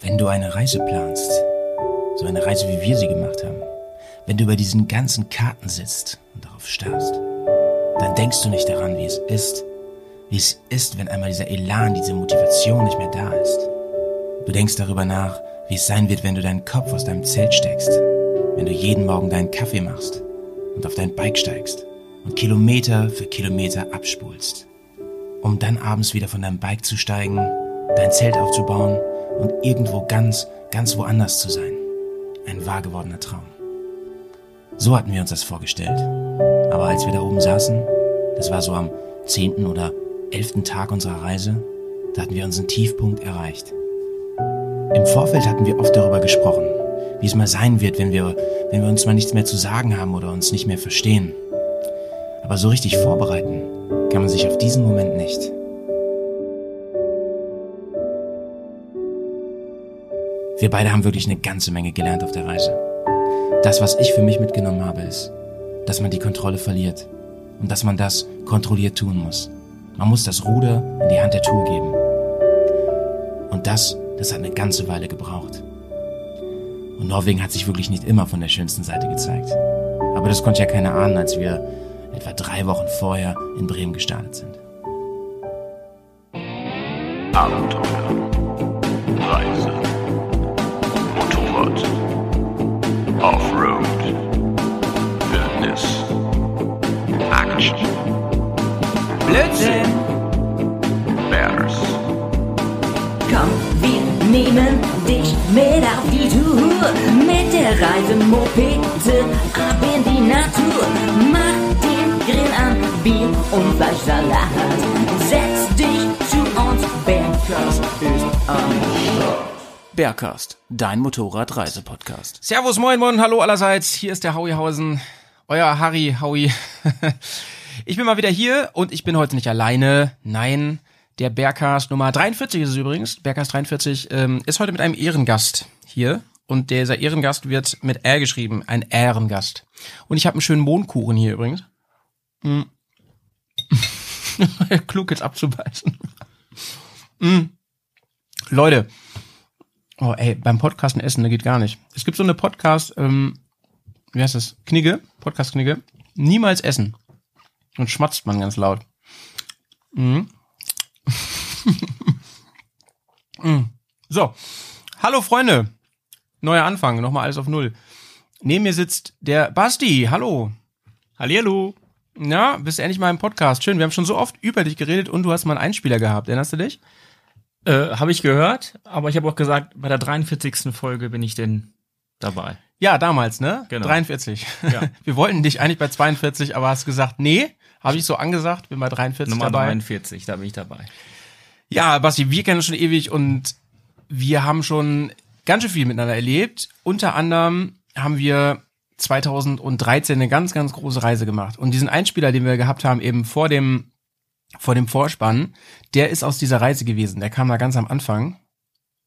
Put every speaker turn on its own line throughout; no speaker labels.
Wenn du eine Reise planst, so eine Reise, wie wir sie gemacht haben, wenn du über diesen ganzen Karten sitzt und darauf starrst, dann denkst du nicht daran, wie es ist, wie es ist, wenn einmal dieser Elan, diese Motivation nicht mehr da ist. Du denkst darüber nach, wie es sein wird, wenn du deinen Kopf aus deinem Zelt steckst, wenn du jeden Morgen deinen Kaffee machst und auf dein Bike steigst und Kilometer für Kilometer abspulst, um dann abends wieder von deinem Bike zu steigen, dein Zelt aufzubauen und irgendwo ganz, ganz woanders zu sein. Ein wahr gewordener Traum. So hatten wir uns das vorgestellt. Aber als wir da oben saßen, das war so am 10. oder 11. Tag unserer Reise, da hatten wir unseren Tiefpunkt erreicht. Im Vorfeld hatten wir oft darüber gesprochen, wie es mal sein wird, wenn wir, wenn wir uns mal nichts mehr zu sagen haben oder uns nicht mehr verstehen. Aber so richtig vorbereiten kann man sich auf diesen Moment nicht. Wir beide haben wirklich eine ganze Menge gelernt auf der Reise. Das, was ich für mich mitgenommen habe, ist, dass man die Kontrolle verliert und dass man das kontrolliert tun muss. Man muss das Ruder in die Hand der Tour geben. Und das, das hat eine ganze Weile gebraucht. Und Norwegen hat sich wirklich nicht immer von der schönsten Seite gezeigt. Aber das konnte ja keiner ahnen, als wir etwa drei Wochen vorher in Bremen gestartet sind.
Abenteuer. Reise. Motorrad. Offroad. Wildnis. Action.
Blödsinn!
Bears.
Komm, wir nehmen dich mit auf die Tour. Mit der Reisemopete ab in die Natur. Mach den Grill an, Bier und Fleischsalat. Setz dich zu uns, Bergkast ist am Start.
Bergcast, dein Motorradreisepodcast. Servus, moin, moin, hallo allerseits. Hier ist der Hauihausen, euer Harry Howie. Ich bin mal wieder hier und ich bin heute nicht alleine. Nein, der Bergcast Nummer 43 ist es übrigens. Bergcast 43 ähm, ist heute mit einem Ehrengast hier. Und dieser Ehrengast wird mit R geschrieben. Ein Ehrengast. Und ich habe einen schönen Mohnkuchen hier übrigens. Mm. Klug jetzt abzubeißen. Mm. Leute, Oh, ey, beim Podcasten essen, da geht gar nicht. Es gibt so eine Podcast, ähm, wie heißt das? Knigge, Podcast-Knigge. Niemals essen. Und schmatzt man ganz laut. Mhm. Mhm. So. Hallo Freunde. Neuer Anfang, nochmal alles auf Null. Neben mir sitzt der Basti. Hallo.
Hallihallo.
Na, bist endlich mal im Podcast. Schön, wir haben schon so oft über dich geredet und du hast mal einen Einspieler gehabt. Erinnerst du dich?
Äh, habe ich gehört, aber ich habe auch gesagt, bei der 43. Folge bin ich denn dabei.
Ja, damals, ne?
Genau.
43.
Ja.
Wir wollten dich eigentlich bei 42, aber hast gesagt, nee, habe ich so angesagt, bin bei 43
Nummer
dabei.
43, da bin ich dabei.
Ja, Basti, wir kennen uns schon ewig und wir haben schon ganz schön viel miteinander erlebt. Unter anderem haben wir 2013 eine ganz, ganz große Reise gemacht. Und diesen Einspieler, den wir gehabt haben, eben vor dem, vor dem Vorspann, der ist aus dieser Reise gewesen. Der kam da ganz am Anfang.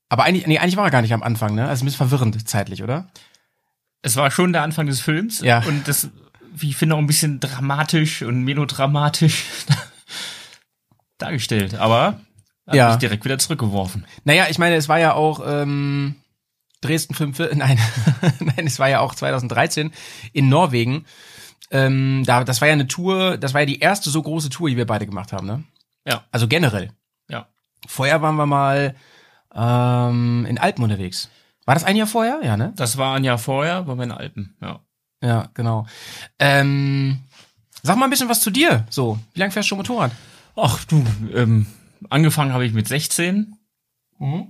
Aber eigentlich, nee, eigentlich war er gar nicht am Anfang, ne? Also ein bisschen verwirrend zeitlich, oder?
Es war schon der Anfang des Films
Ja.
und das, wie ich finde, auch ein bisschen dramatisch und melodramatisch dargestellt, aber hat
Ja.
mich direkt wieder zurückgeworfen.
Naja, ich meine, es war ja auch ähm, Dresden 45, nein, nein, es war ja auch 2013 in Norwegen. Ähm, da, das war ja eine Tour, das war ja die erste so große Tour, die wir beide gemacht haben, ne?
Ja.
Also generell.
Ja.
Vorher waren wir mal ähm, in Alpen unterwegs. War das ein Jahr vorher? Ja, ne?
Das war ein Jahr vorher, waren wir in den Alpen, ja.
Ja, genau. Ähm, sag mal ein bisschen was zu dir. So, wie lange fährst du schon Motorrad?
Ach du, ähm, angefangen habe ich mit 16.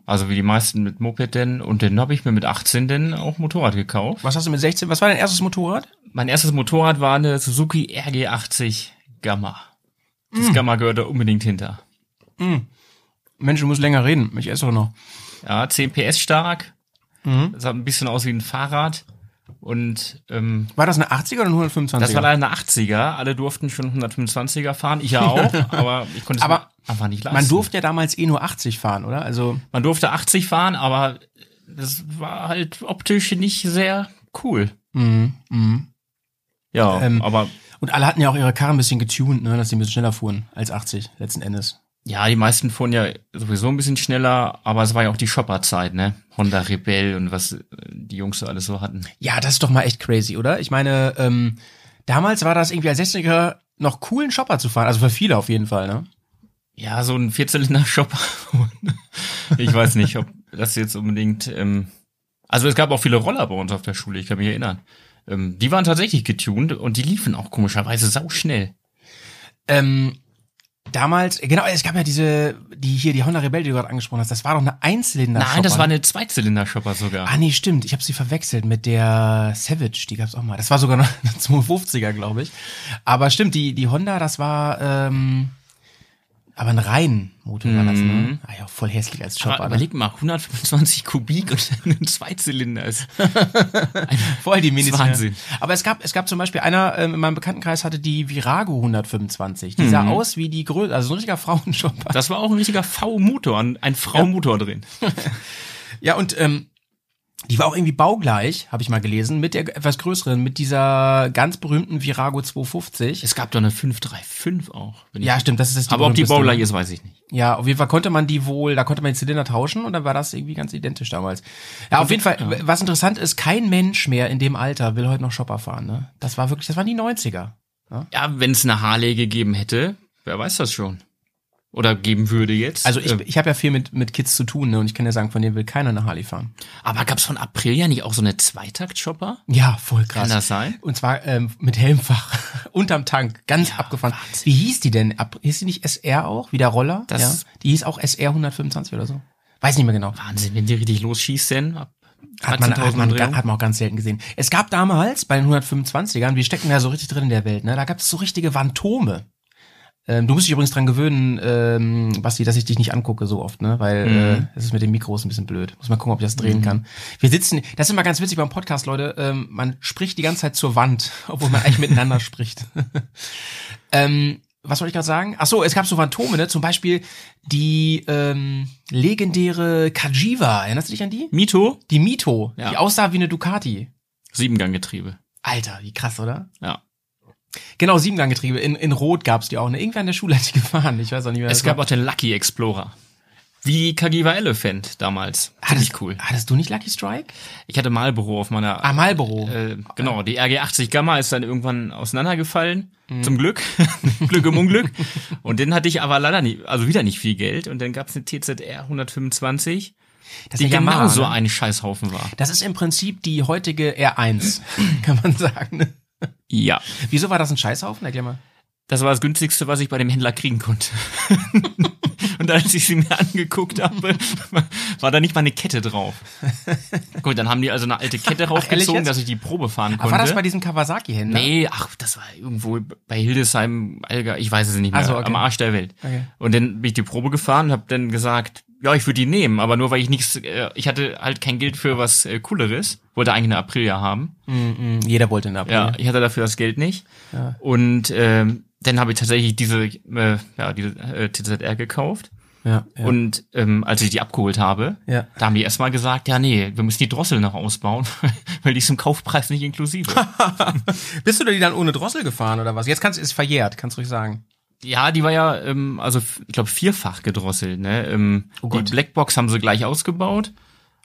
Also wie die meisten mit Moped denn. Und dann habe ich mir mit 18 denn auch Motorrad gekauft.
Was hast du mit 16? Was war dein erstes Motorrad?
Mein erstes Motorrad war eine Suzuki RG80 Gamma.
Hm.
Das Gamma gehört da unbedingt hinter.
Mensch, du musst länger reden. Ich esse doch noch.
Ja, 10 PS stark.
Mhm.
Das sah ein bisschen aus wie ein Fahrrad. Und ähm,
War das eine 80er oder eine 125er?
das war leider eine 80er. Alle durften schon 125er fahren. Ich ja auch. aber ich konnte es
Aber
mir einfach nicht leisten.
Man durfte ja damals eh nur 80 fahren, oder? Also,
Man durfte 80 fahren, aber das war halt optisch nicht sehr cool.
mhm.
Ja,
Ähm,
aber
Und alle hatten ja auch ihre Karren ein bisschen getuned, ne, dass sie ein bisschen schneller fuhren als 80 letzten Endes.
Ja, die meisten fuhren ja sowieso ein bisschen schneller, aber es war ja auch die Shopper-Zeit, ne? Honda Rebell und was äh, die Jungs so alles so hatten.
Ja, das ist doch mal echt crazy, oder? Ich meine, ähm, damals war das irgendwie als 60er noch cool, einen Shopper zu fahren. Also für viele auf jeden Fall, ne?
Ja, so ein Vierzylinder-Shopper. ich weiß nicht, ob das jetzt unbedingt. Ähm, also es gab auch viele Roller bei uns auf der Schule, ich kann mich erinnern. Ähm, die waren tatsächlich getuned und die liefen auch komischerweise sauschnell.
Ähm, damals, genau, es gab ja diese, die hier, die Honda Rebell, die du gerade angesprochen hast, das war doch eine Einzylinder.
Nein, das war eine Zweizylinder-Shopper sogar.
Ah nee, stimmt. Ich habe sie verwechselt mit der Savage, die gab's auch mal. Das war sogar noch eine 250er, glaube ich. Aber stimmt, die, die Honda, das war ähm, aber ein reinen Motor war das, ne? Ah ja, voll hässlich als ne? Job.
Aber Mhm. Ah, überleg mal, 125 Kubik und dann ein Zweizylinder ist.
Voll die Minis.
Das ist Wahnsinn.
Aber es gab, es gab zum Beispiel einer ähm, in meinem Bekanntenkreis hatte die Virago 125. Die
Mhm.
sah aus wie die Größe, also so ein richtiger Frauenshopper.
Das war auch ein richtiger V-Motor, ein, ein Frau-Motor drin.
Ja, und ähm, die war auch irgendwie baugleich, habe ich mal gelesen, mit der etwas größeren, mit dieser ganz berühmten Virago 250.
Es gab doch eine 535 auch. wenn ich-
Ja, stimmt, das ist das
aber ob die
berühmteste.
Baugleich ist, weiß ich nicht.
Ja, auf jeden Fall konnte man die wohl, da konnte man die Zylinder tauschen und dann war das irgendwie ganz identisch damals. Ja, auf jeden Fall, w- was interessant ist, kein Mensch mehr in dem Alter will heute noch Shopper fahren, ne? Das war wirklich, das waren die 90er.
Ja, wenn es eine Harley gegeben hätte, wer weiß das schon. Oder geben würde jetzt.
Also ich,
Ähm,
ich habe ja viel mit, mit Kids zu tun, ne? Und ich kann ja sagen, von denen will keiner eine Harley fahren.
aber gab's von Aprilia nicht auch so eine Zweitakt-Shopper?
Ja, voll krass.
Kann das sein?
Und zwar ähm, mit Helmfach, unterm Tank, ganz abgefahren. Wie hieß die denn? Ab, hieß die nicht SR auch, wie der Roller?
Das-
Die hieß auch SR 125 oder so. Weiß nicht mehr genau.
Wahnsinn, wenn die richtig losschießt, denn. ab
Hat man, hat,
13.000
man,
Umdrehungen.
hat man auch ganz selten gesehen. Es gab damals bei den 125ern, wir stecken ja so richtig drin in der Welt, ne? da gab es so richtige Vantome. Ähm, du musst dich übrigens dran gewöhnen, ähm, Basti, dass ich dich nicht angucke so oft, ne? Weil äh, das ist mit den Mikros ein bisschen blöd. Muss mal gucken, ob ich das drehen kann. Wir sitzen, das ist immer ganz witzig beim Podcast, Leute. Ähm, man spricht die ganze Zeit zur Wand, obwohl man eigentlich miteinander spricht. Ähm, was wollte ich gerade sagen? Ach so, es gab so Phantome, ne? Zum Beispiel die ähm, legendäre Kajiva. Erinnerst du dich an die?
Mito,
Die Mito,
Ja.
die aussah wie eine Ducati.
Siebenganggetriebe.
Alter, wie krass, oder?
Ja.
Genau, Siebenganggetriebe. In, in Rot gab's die auch. Ne? Irgendwer an der Schule hat die gefahren. Ich weiß auch nicht mehr.
Es
das
gab
war.
auch den Lucky Explorer. Wie Kagiwa Elephant damals. Ziemlich
hattest,
cool.
Hattest du nicht Lucky Strike?
Ich hatte Marlboro auf meiner.
Ah, Marlboro.
Äh, genau, die RG80 Gamma ist dann irgendwann auseinandergefallen.
Mhm.
Zum Glück. Glück im Unglück. Und den hatte ich aber leider nicht, also wieder nicht viel Geld. Und dann gab's eine TZR 125,
das
die
ist eine Yamaha,
genauso
ne?
ein Scheißhaufen war.
Das ist im Prinzip die heutige R1, kann man sagen. Ne?
Ja.
Wieso war das ein Scheißhaufen? Erklär mal.
Das war das günstigste, was ich bei dem Händler kriegen konnte. Und als ich sie mir angeguckt habe, war da nicht mal eine Kette drauf. Gut, dann haben die also eine alte Kette raufgezogen,
jetzt?
dass ich die Probe fahren
Ach,
konnte.
war das bei diesem Kawasaki-Händler?
Nee, ach, das war irgendwo bei Hildesheim, Alga, ich weiß es nicht mehr,
Ach so, okay.
am Arsch der Welt.
Okay.
Und dann bin ich die Probe gefahren und habe dann gesagt, ja, ich würde die nehmen, aber nur weil ich nichts, äh, ich hatte halt kein Geld für was äh, cooleres, wollte eigentlich eine Aprilia haben.
Mm, Jeder wollte eine Aprilia.
Ja, ich hatte dafür das Geld nicht. Und ähm, dann habe ich tatsächlich diese, äh, ja, diese äh, TZR gekauft.
Ja, ja.
Und ähm, als ich die abgeholt habe,
Ja.
da haben die erstmal gesagt, ja, nee, wir müssen die Drossel noch ausbauen, weil die ist im Kaufpreis nicht inklusive.
Bist du denn die dann ohne Drossel gefahren oder was? Jetzt kannst ist verjährt, kannst du ruhig sagen.
Ja, die war ja, ähm, also f- ich glaube, vierfach gedrosselt. Ne? Ähm,
Gott.
Die Blackbox haben sie gleich ausgebaut.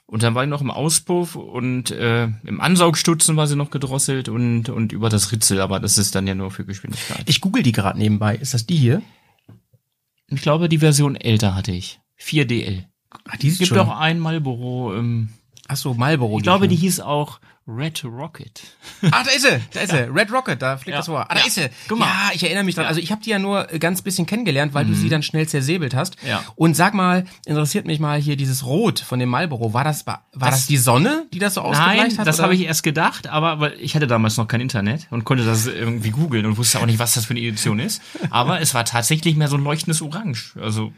Und dann war die noch im Auspuff und äh, im Ansaugstutzen war sie noch gedrosselt und, und über das Ritzel, aber das ist dann ja nur für Geschwindigkeit.
Ich google die gerade nebenbei. Ist das die hier?
Ich glaube, die Version älter hatte ich. 4DL.
Ah, die
Es gibt auch ein Marlboro. Ähm,
Ach so, Marlboro.
ich glaube, die hieß auch Red Rocket.
Ah, da ist sie, da ist sie. Red Rocket, da fliegt
Ja.
das Rohr. Ah, da
Ja.
ist sie.
Guck mal.
Ja, ich erinnere mich dran. Also ich habe die ja nur äh, ganz bisschen kennengelernt, weil du sie dann schnell zersäbelt hast.
Mhm. Ja.
Und sag mal, interessiert mich mal hier dieses Rot von dem Marlboro. War das, war, war das,
Das-
die Sonne, die das so ausgebleicht
Nein,
hat?
das
oder?
habe ich erst gedacht, aber weil ich hatte damals noch kein Internet und konnte das irgendwie googeln und wusste auch nicht, was das für eine Edition ist. Aber es war tatsächlich mehr so ein leuchtendes Orange. Also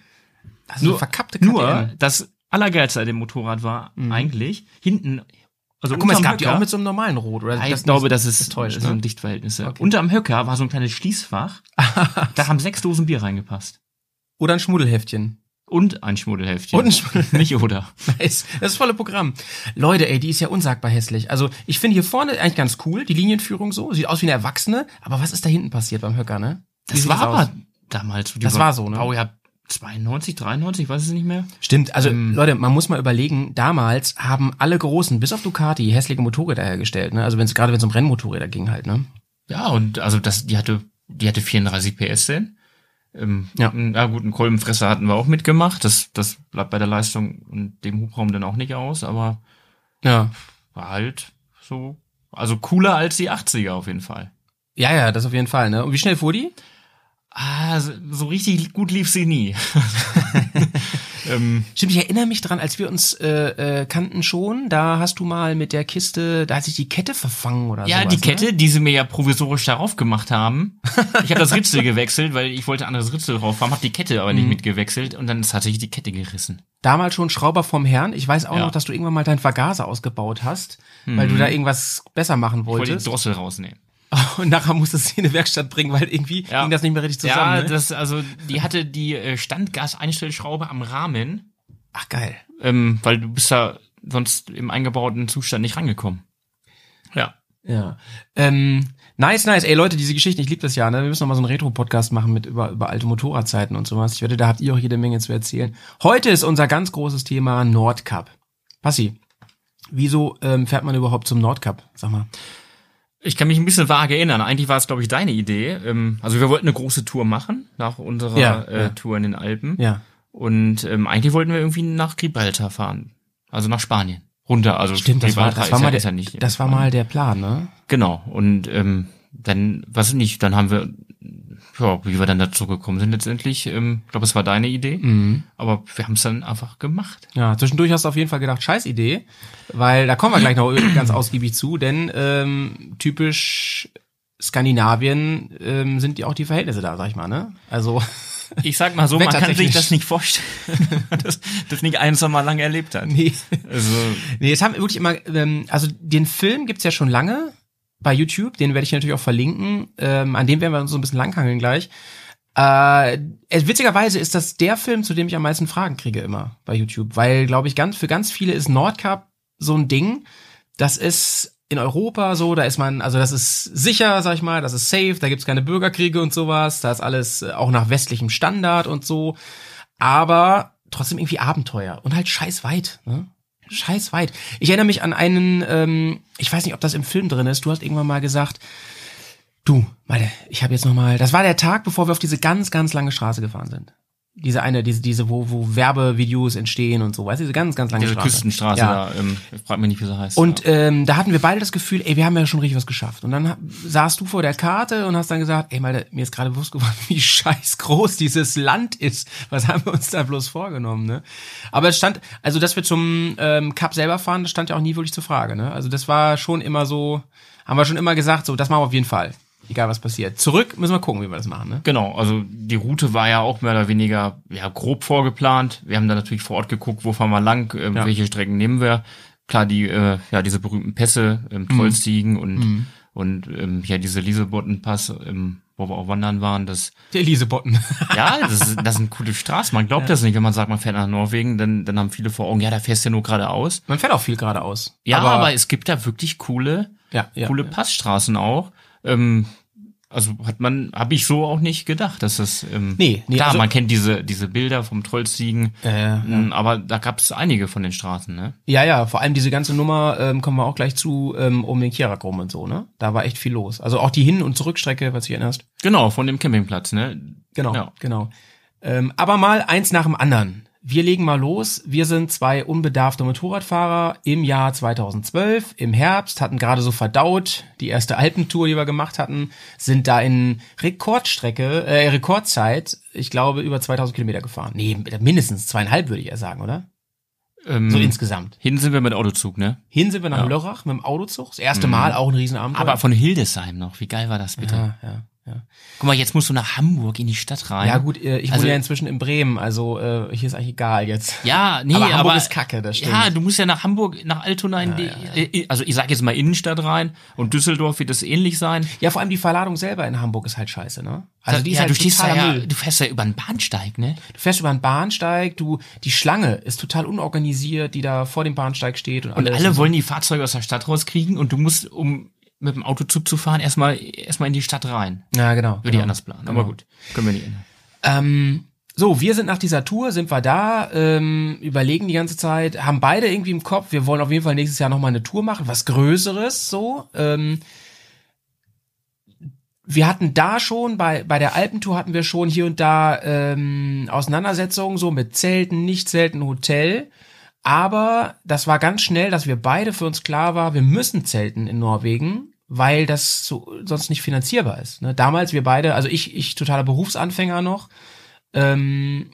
Das ist nur, verkappte
nur
KTM.
das Allergeilste an dem Motorrad war eigentlich hinten. Also
Guck mal, es
unterm
gab die
Höcker-
auch mit so einem normalen Rot. Oder
ich glaube, das ist
täuscht,
so
ne?
ein Dichtverhältnis. ja. Unterm Höcker war so ein kleines Schließfach. da haben sechs Dosen Bier reingepasst.
Oder ein Schmuddelheftchen.
und ein Schmuddelheftchen.
Und ein Schmuddelheftchen.
Nicht oder.
Nice. Das ist volle Programm. Leute, ey, die ist ja unsagbar hässlich. Also, ich finde hier vorne eigentlich ganz cool, die Linienführung so. Sieht aus wie eine Erwachsene. Aber was ist da hinten passiert beim Höcker, ne? Wie
Das
sieht
war
aus?
aber damals.
Das war so, ne?
Baujahr 92, 93, weiß es nicht mehr.
Stimmt, also
Ähm.
Leute, man muss mal überlegen, damals haben alle Großen, bis auf Ducati, hässliche Motorräder hergestellt, ne? Also wenn's, gerade wenn es um Rennmotorräder ging halt, ne?
Ja, und also das, die hatte, die hatte 34 PS denn. Ähm,
Ja.
ja. Na gut, einen Kolbenfresser hatten wir auch mitgemacht. Das, das bleibt bei der Leistung und dem Hubraum dann auch nicht aus, aber
Ja.
war halt so. Also cooler als die 80er auf jeden Fall.
Ja, ja, das auf jeden Fall, ne? Und wie schnell fuhr die?
Ah, so, so richtig gut lief sie nie. ähm,
Stimmt, ich erinnere mich dran, als wir uns äh, äh, kannten schon, da hast du mal mit der Kiste, da hat sich die Kette verfangen oder
ja,
sowas.
die
ne?
Kette, die sie mir ja provisorisch darauf gemacht haben. Ich habe das Ritzel gewechselt, weil ich wollte ein anderes Ritzel drauf haben, habe die Kette aber nicht mitgewechselt und dann ist tatsächlich die Kette gerissen.
Damals schon Schrauber vom Herrn. Ich weiß auch
Ja.
noch, dass du irgendwann mal deinen Vergaser ausgebaut hast, weil du da irgendwas besser machen
Ich wollte die
wolltest.
Drossel rausnehmen.
Und nachher musstest du sie in die Werkstatt bringen, weil irgendwie ging das nicht mehr richtig zusammen.
Ja,
ne?
das, also die hatte die äh, Standgaseinstellschraube am Rahmen,
Ach geil.
ähm, weil du bist da sonst im eingebauten Zustand nicht rangekommen. Ja.
Ja. Ähm, nice, nice. Ey, Leute, diese Geschichten, ich liebe das ja, ne? Wir müssen nochmal so einen Retro-Podcast machen mit über, über alte Motorradzeiten und sowas. Ich wette, da habt ihr auch jede Menge zu erzählen. Heute ist unser ganz großes Thema Nordcup. Passi, wieso ähm, fährt man überhaupt zum Nordcup? Sag mal.
Ich kann mich ein bisschen vage erinnern. Eigentlich war es, glaube ich, deine Idee. Ähm, also wir wollten eine große Tour machen nach unserer
Ja,
äh,
ja.
Tour in den Alpen.
Ja.
Und ähm, eigentlich wollten wir irgendwie nach Gibraltar fahren. Also nach Spanien. Runter. Also
Stimmt, das war, das
Gibraltar
war
ist ja-
mal der,
ist ja nicht
das war mal der Plan, ne?
Genau. Und ähm, dann, was nicht, dann haben wir, ja, wie wir dann dazu gekommen sind letztendlich, ähm, ich glaube, es war deine Idee, aber wir haben es dann einfach gemacht.
Ja, zwischendurch hast du auf jeden Fall gedacht, scheiß Idee, weil da kommen wir gleich noch ganz ausgiebig zu, denn ähm, typisch Skandinavien ähm, sind ja auch die Verhältnisse da, sag ich mal, ne? Also
Ich sag mal so, man kann sich
Wettertechnisch.
das nicht vorstellen, dass das nicht ein Sommer lang erlebt hat.
nee.
Also,
Nee, jetzt haben wir wirklich immer, ähm, also den Film gibt's ja schon lange bei YouTube, den werde ich natürlich auch verlinken. Ähm, an dem werden wir uns so ein bisschen langhangeln gleich. Äh, es- witzigerweise ist das der Film, zu dem ich am meisten Fragen kriege immer bei YouTube, weil, glaube ich, ganz für ganz viele ist Nordcup so ein Ding. Das ist in Europa so, da ist man, also das ist sicher, sag ich mal, das ist safe, da gibt's keine Bürgerkriege und sowas, da ist alles äh, auch nach westlichem Standard und so aber trotzdem irgendwie Abenteuer und halt scheiß weit. Ne? Scheiß weit. Ich erinnere mich an einen, ähm, ich weiß nicht, ob das im Film drin ist. Du hast irgendwann mal gesagt, du, Malte, ich habe jetzt noch mal. Das war der Tag, bevor wir auf diese ganz, ganz lange Straße gefahren sind. Diese eine, diese, diese, wo, wo Werbevideos entstehen und so, weißt du, diese ganz, ganz lange
diese
Straße.
Küstenstraße
Ja.
da, ähm, ich frag mich nicht, wie sie heißt.
Und
ja.
ähm, da hatten wir beide das Gefühl, ey, wir haben ja schon richtig was geschafft. Und dann ha- saßt du vor der Karte und hast dann gesagt, ey, mal, mir ist gerade bewusst geworden, wie scheiß groß dieses Land ist. Was haben wir uns da bloß vorgenommen, ne? Aber es stand, also dass wir zum ähm, Cup selber fahren, das stand ja auch nie wirklich zur Frage, ne? Also das war schon immer so, haben wir schon immer gesagt, so, das machen wir auf jeden Fall. Egal was passiert. Zurück müssen wir gucken, wie wir das machen, ne?
Genau, also die Route war ja auch mehr oder weniger ja, grob vorgeplant. Wir haben dann natürlich vor Ort geguckt, wo fahren wir lang, ähm,
Ja.
welche Strecken nehmen wir. Klar, die, äh, ja, diese berühmten Pässe, ähm, Trollstiegen und, und ähm, ja, diese Liesebottenpass, ähm, wo wir auch wandern waren, das,
Der Elisebotten.
ja, das, ist- das sind coole Straßen. Man glaubt das nicht, wenn man sagt, man fährt nach Norwegen, dann, dann haben viele vor Augen, ja, da fährst du ja nur geradeaus.
Man fährt auch viel geradeaus.
Ja, aber, es gibt da wirklich coole,
Ja, ja,
coole
ja.
Passstraßen auch. Ähm, also hat man, habe ich so auch nicht gedacht, dass das. Ähm,
Nee, nee,
klar,
also-
man kennt diese diese Bilder vom Trollstiegen,
ja,
m, aber da gab es einige von den Straßen, ne?
Ja, ja, vor allem diese ganze Nummer ähm, kommen wir auch gleich zu ähm, um den Kierak rum und so, ne? Da war echt viel los. Also auch die Hin- und Zurückstrecke, was du dich erinnerst.
Genau, von dem Campingplatz, ne?
Genau,
Ja.
genau. Ähm, aber mal eins nach dem anderen. Wir legen mal los. Wir sind zwei unbedarfte Motorradfahrer im Jahr 2012, im Herbst, hatten gerade so verdaut die erste Alpentour, die wir gemacht hatten, sind da in Rekordstrecke, äh, Rekordzeit, ich glaube, über 2000 Kilometer gefahren. Nee, mindestens zweieinhalb würde ich ja sagen, oder?
Ähm,
So insgesamt.
hin sind wir mit Autozug, ne?
Hin sind wir nach
Ja. Mhm.
Lörrach mit dem Autozug. Das erste Mal auch ein Riesenabenteuer.
Aber von Hildesheim noch. Wie geil war das bitte?
ja, ja.
Guck mal, jetzt musst du nach Hamburg in die Stadt rein.
Ja gut, äh, ich
Also-
wohne ja inzwischen in Bremen, also äh, hier ist eigentlich egal jetzt.
Ja, nee,
Aber
aber,
Hamburg ist Kacke, das stimmt.
Ja, du musst ja nach Hamburg, nach Altona in die, äh, also ich sag jetzt mal Innenstadt rein und Düsseldorf wird das ähnlich sein.
Ja, vor allem die Verladung selber in Hamburg ist halt scheiße, ne? Also die ist
ja,
halt
du stehst da
totaler
ja,
Müll.
du fährst ja über einen Bahnsteig, ne?
Du fährst über einen Bahnsteig, du die Schlange ist total unorganisiert, die da vor dem Bahnsteig steht und,
Und also
alles.
alle wollen die Fahrzeuge aus der Stadt rauskriegen und du musst, um mit dem Autozug zu fahren, erstmal erstmal in die Stadt rein.
ja, genau.
Würde ich
genau.
anders planen. Aber gut, können wir nicht ändern.
Ähm, so, wir sind nach dieser Tour, sind wir da, ähm, überlegen die ganze Zeit, haben beide irgendwie im Kopf, wir wollen auf jeden Fall nächstes Jahr nochmal eine Tour machen, was Größeres so. Ähm, wir hatten da schon, bei, bei der Alpentour hatten wir schon hier und da ähm, Auseinandersetzungen so mit Zelten, nicht Zelten, Hotel. Aber das war ganz schnell, dass wir beide für uns klar war, wir müssen zelten in Norwegen, weil das so, sonst nicht finanzierbar ist. Ne? Damals wir beide, also ich, ich totaler Berufsanfänger noch, ähm,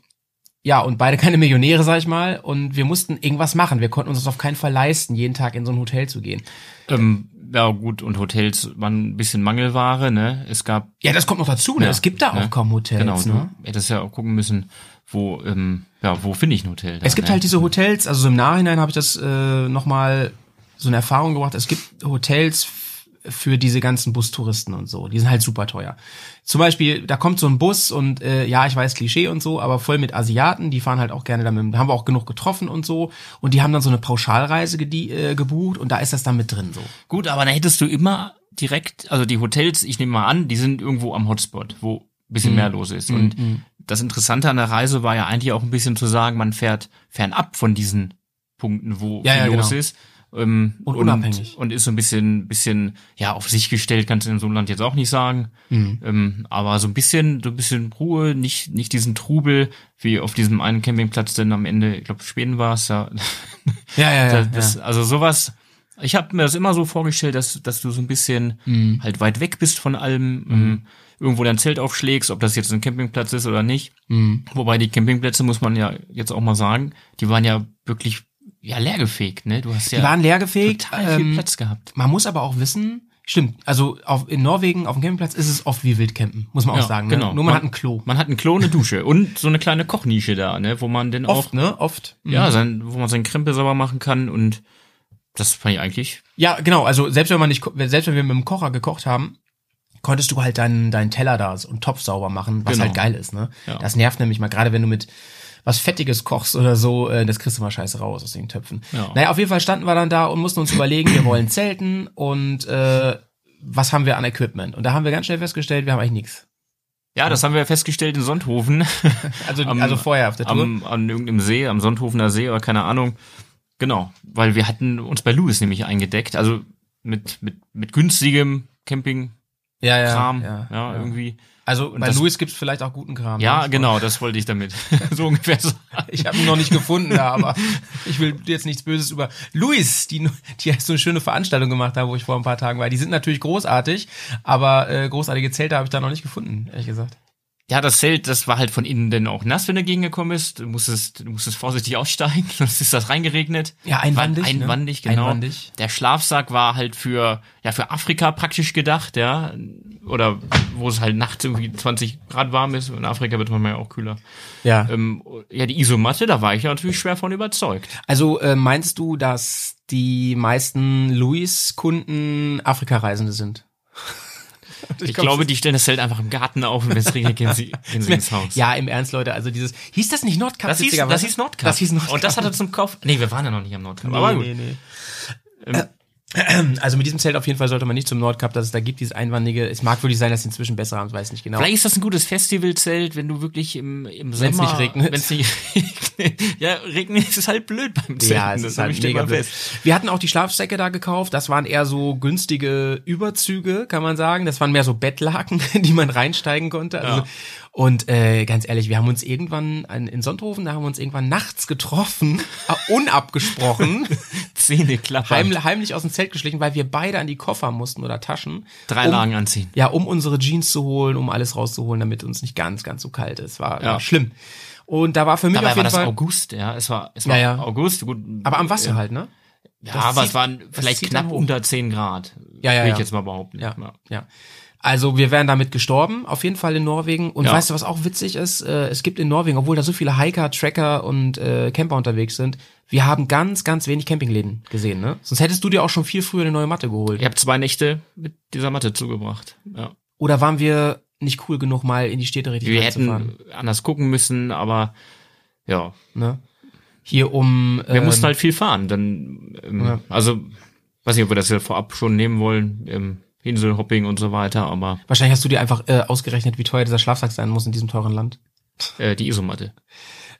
ja, und beide keine Millionäre, sag ich mal, und wir mussten irgendwas machen. Wir konnten uns das auf keinen Fall leisten, jeden Tag in so ein Hotel zu gehen.
Ähm, ja gut, und Hotels waren ein bisschen Mangelware, ne? Es gab
Ja, das kommt noch dazu, ne?
Ja,
es gibt da auch
ne?
kaum Hotels.
Genau, du
ne?
hättest ja auch gucken müssen, wo, ähm, ja, wo finde ich ein Hotel? da,
Es gibt
ne?
halt diese Hotels, also so im Nachhinein habe ich das äh, nochmal so eine Erfahrung gemacht. Es gibt Hotels f- für diese ganzen Bustouristen und so. Die sind halt super teuer. Zum Beispiel, da kommt so ein Bus und äh, ja, ich weiß, Klischee und so, aber voll mit Asiaten, die fahren halt auch gerne damit. Da haben wir auch genug getroffen und so. Und die haben dann so eine Pauschalreise gedi- äh, gebucht und da ist das dann mit drin so.
Gut, aber dann hättest du immer direkt, also die Hotels, ich nehme mal an, die sind irgendwo am Hotspot, wo ein
Mhm.
bisschen mehr los ist. Und das Interessante an der Reise war ja eigentlich auch ein bisschen zu sagen, man fährt fernab von diesen Punkten, wo
Ja,
viel
ja,
los
genau.
ist. Ähm,
Und unabhängig.
Und, ist so ein bisschen, bisschen, ja, auf sich gestellt, kannst du in so einem Land jetzt auch nicht sagen.
Mhm.
Ähm, aber so ein bisschen, so ein bisschen Ruhe, nicht, nicht diesen Trubel, wie auf diesem einen Campingplatz, denn am Ende, ich glaube, Schweden war es, da
Ja, ja,
das, das, Also sowas, ich habe mir das immer so vorgestellt, dass, dass du so ein bisschen
Mhm.
halt weit weg bist von allem, ähm, irgendwo dein Zelt aufschlägst, ob das jetzt ein Campingplatz ist oder nicht.
Mhm.
Wobei die Campingplätze, muss man ja jetzt auch mal sagen, die waren ja wirklich ja, leergefegt, ne? Du hast ja
Die waren leergefegt.
total viel
ähm,
Platz gehabt.
Man muss aber auch wissen, stimmt, also auf, in Norwegen auf dem Campingplatz ist es oft wie Wildcampen, muss man auch
Ja,
sagen. Ne?
genau.
Nur man hat ein Klo.
Man hat ein Klo, eine Dusche und so eine kleine Kochnische da, ne? Wo man dann auch,
ne? Oft.
ja, sein, wo man seinen Krempel sauber machen kann und das fand ich eigentlich
Ja, genau. Also selbst wenn man nicht, ko- selbst wenn wir mit dem Kocher gekocht haben, konntest du halt deinen, deinen Teller da so- und Topf sauber machen, was
Genau.
halt geil ist. Ne?
Ja.
Das nervt nämlich mal, gerade wenn du mit was Fettiges kochst oder so, äh, das kriegst du mal scheiße raus aus den Töpfen.
Ja.
Naja, auf jeden Fall standen wir dann da und mussten uns überlegen, wir wollen zelten und äh, was haben wir an Equipment? Und da haben wir ganz schnell festgestellt, wir haben eigentlich nichts.
ja, das haben wir festgestellt in Sonthofen.
Also,
Am-
also vorher auf der Tour.
am, an irgendeinem See, am Sonthofener See oder keine Ahnung. Genau, weil wir hatten uns bei Louis nämlich eingedeckt, also mit, mit, mit günstigem Campingkram,
ja,
ja, irgendwie.
Also bei
das-
Luis gibt's vielleicht auch guten Kram.
Ja,
ne?
genau, das wollte ich damit so ungefähr sagen.
Ich habe ihn noch nicht gefunden da, aber ich will jetzt nichts Böses über Luis, die, die so eine schöne Veranstaltung gemacht haben, wo ich vor ein paar Tagen war. Die sind natürlich großartig, aber äh, großartige Zelte habe ich da noch nicht gefunden, ehrlich gesagt.
Ja, das Zelt, das war halt von innen denn auch nass, wenn du gegengekommen bist. Du musstest, du musstest vorsichtig aussteigen, sonst ist das reingeregnet.
Ja, einwandig,
War,
ne?
einwandig, genau.
Einwandig.
Der Schlafsack war halt für, ja, für Afrika praktisch gedacht, ja. Oder wo es halt nachts irgendwie 20 Grad warm ist. In Afrika wird man ja auch kühler.
Ja.
Ähm, ja, die Isomatte, da war ich ja natürlich schwer von überzeugt.
Also äh, meinst du, dass die meisten Luis-Kunden Afrika-Reisende sind?
Ich,
glaub,
glaube,
es-
die stellen das Zelt einfach im Garten auf und wenn es regnet, gehen sie, gehen sie ins Haus.
Ja, im Ernst, Leute, also dieses, hieß das nicht Nordkap?
das hieß,
witzigerweise?
das hieß Nordkap.
Das hieß Nordkap.
Und das hatte zum Kauf. Nee, wir waren ja noch nicht am Nordkap. aber gut. Ähm.
Nee, nee, nee. Äh, Also mit diesem Zelt auf jeden Fall sollte man nicht zum Nordkap, dass es da gibt, dieses einwandige. Es mag wirklich sein, dass sie inzwischen besser haben, ich weiß nicht genau.
Vielleicht ist das ein gutes Festivalzelt, wenn du wirklich im, im Sommer.
Wenn's nicht regnet.
Wenn es nicht regnet. Ja, regnen ist halt blöd beim Zelten.
Ja, es ist
hab
halt
ich dir
mega
mal
blöd.
fest.
Wir hatten auch die Schlafsäcke da gekauft. Das waren eher so günstige Überzüge, kann man sagen. Das waren mehr so Bettlaken, in die man reinsteigen konnte. Also,
Ja.
Und äh, ganz ehrlich, wir haben uns irgendwann an, in Sonthofen, da haben wir uns irgendwann nachts getroffen, äh, unabgesprochen,
Zähne klappern.
heim, heimlich aus dem Zelt geschlichen, weil wir beide an die Koffer mussten oder Taschen.
Drei
um,
Lagen anziehen.
Ja, um unsere Jeans zu holen, um alles rauszuholen, damit uns nicht ganz, ganz so kalt ist. War, war schlimm. Und da war für mich
Dabei
auf
war
jeden
das
Fall.
August, ja. Es war, es war
Ja, ja.
August. Gut,
Aber am Wasser halt, ne?
Ja, aber
zieht-
es waren
das
vielleicht
zieht
knapp
dann hoch.
unter 10 Grad.
Ja, ja,
Will ich
ja.
jetzt mal behaupten.
Ja, ja. Also wir wären damit gestorben, auf jeden Fall in Norwegen. Und
Ja.
weißt du, was auch witzig ist? Äh, Es gibt in Norwegen, obwohl da so viele Hiker, Tracker und äh, Camper unterwegs sind, wir haben ganz, ganz wenig Campingläden gesehen, ne? Sonst hättest du dir auch schon viel früher eine neue Matte geholt.
Ich habe zwei Nächte mit dieser Matte zugebracht. Ja.
Oder waren wir nicht cool genug, mal in die Städte richtig
Wir
reinzufahren,
hätten anders gucken müssen, aber ja,
Ne? Hier um.
wir
ähm,
mussten halt viel fahren. Dann, ähm,
Ja.
also weiß nicht, ob wir das ja vorab schon nehmen wollen, ähm, Inselhopping und so weiter, aber
Wahrscheinlich hast du dir einfach äh, ausgerechnet, wie teuer dieser Schlafsack sein muss in diesem teuren Land.
äh, die Isomatte.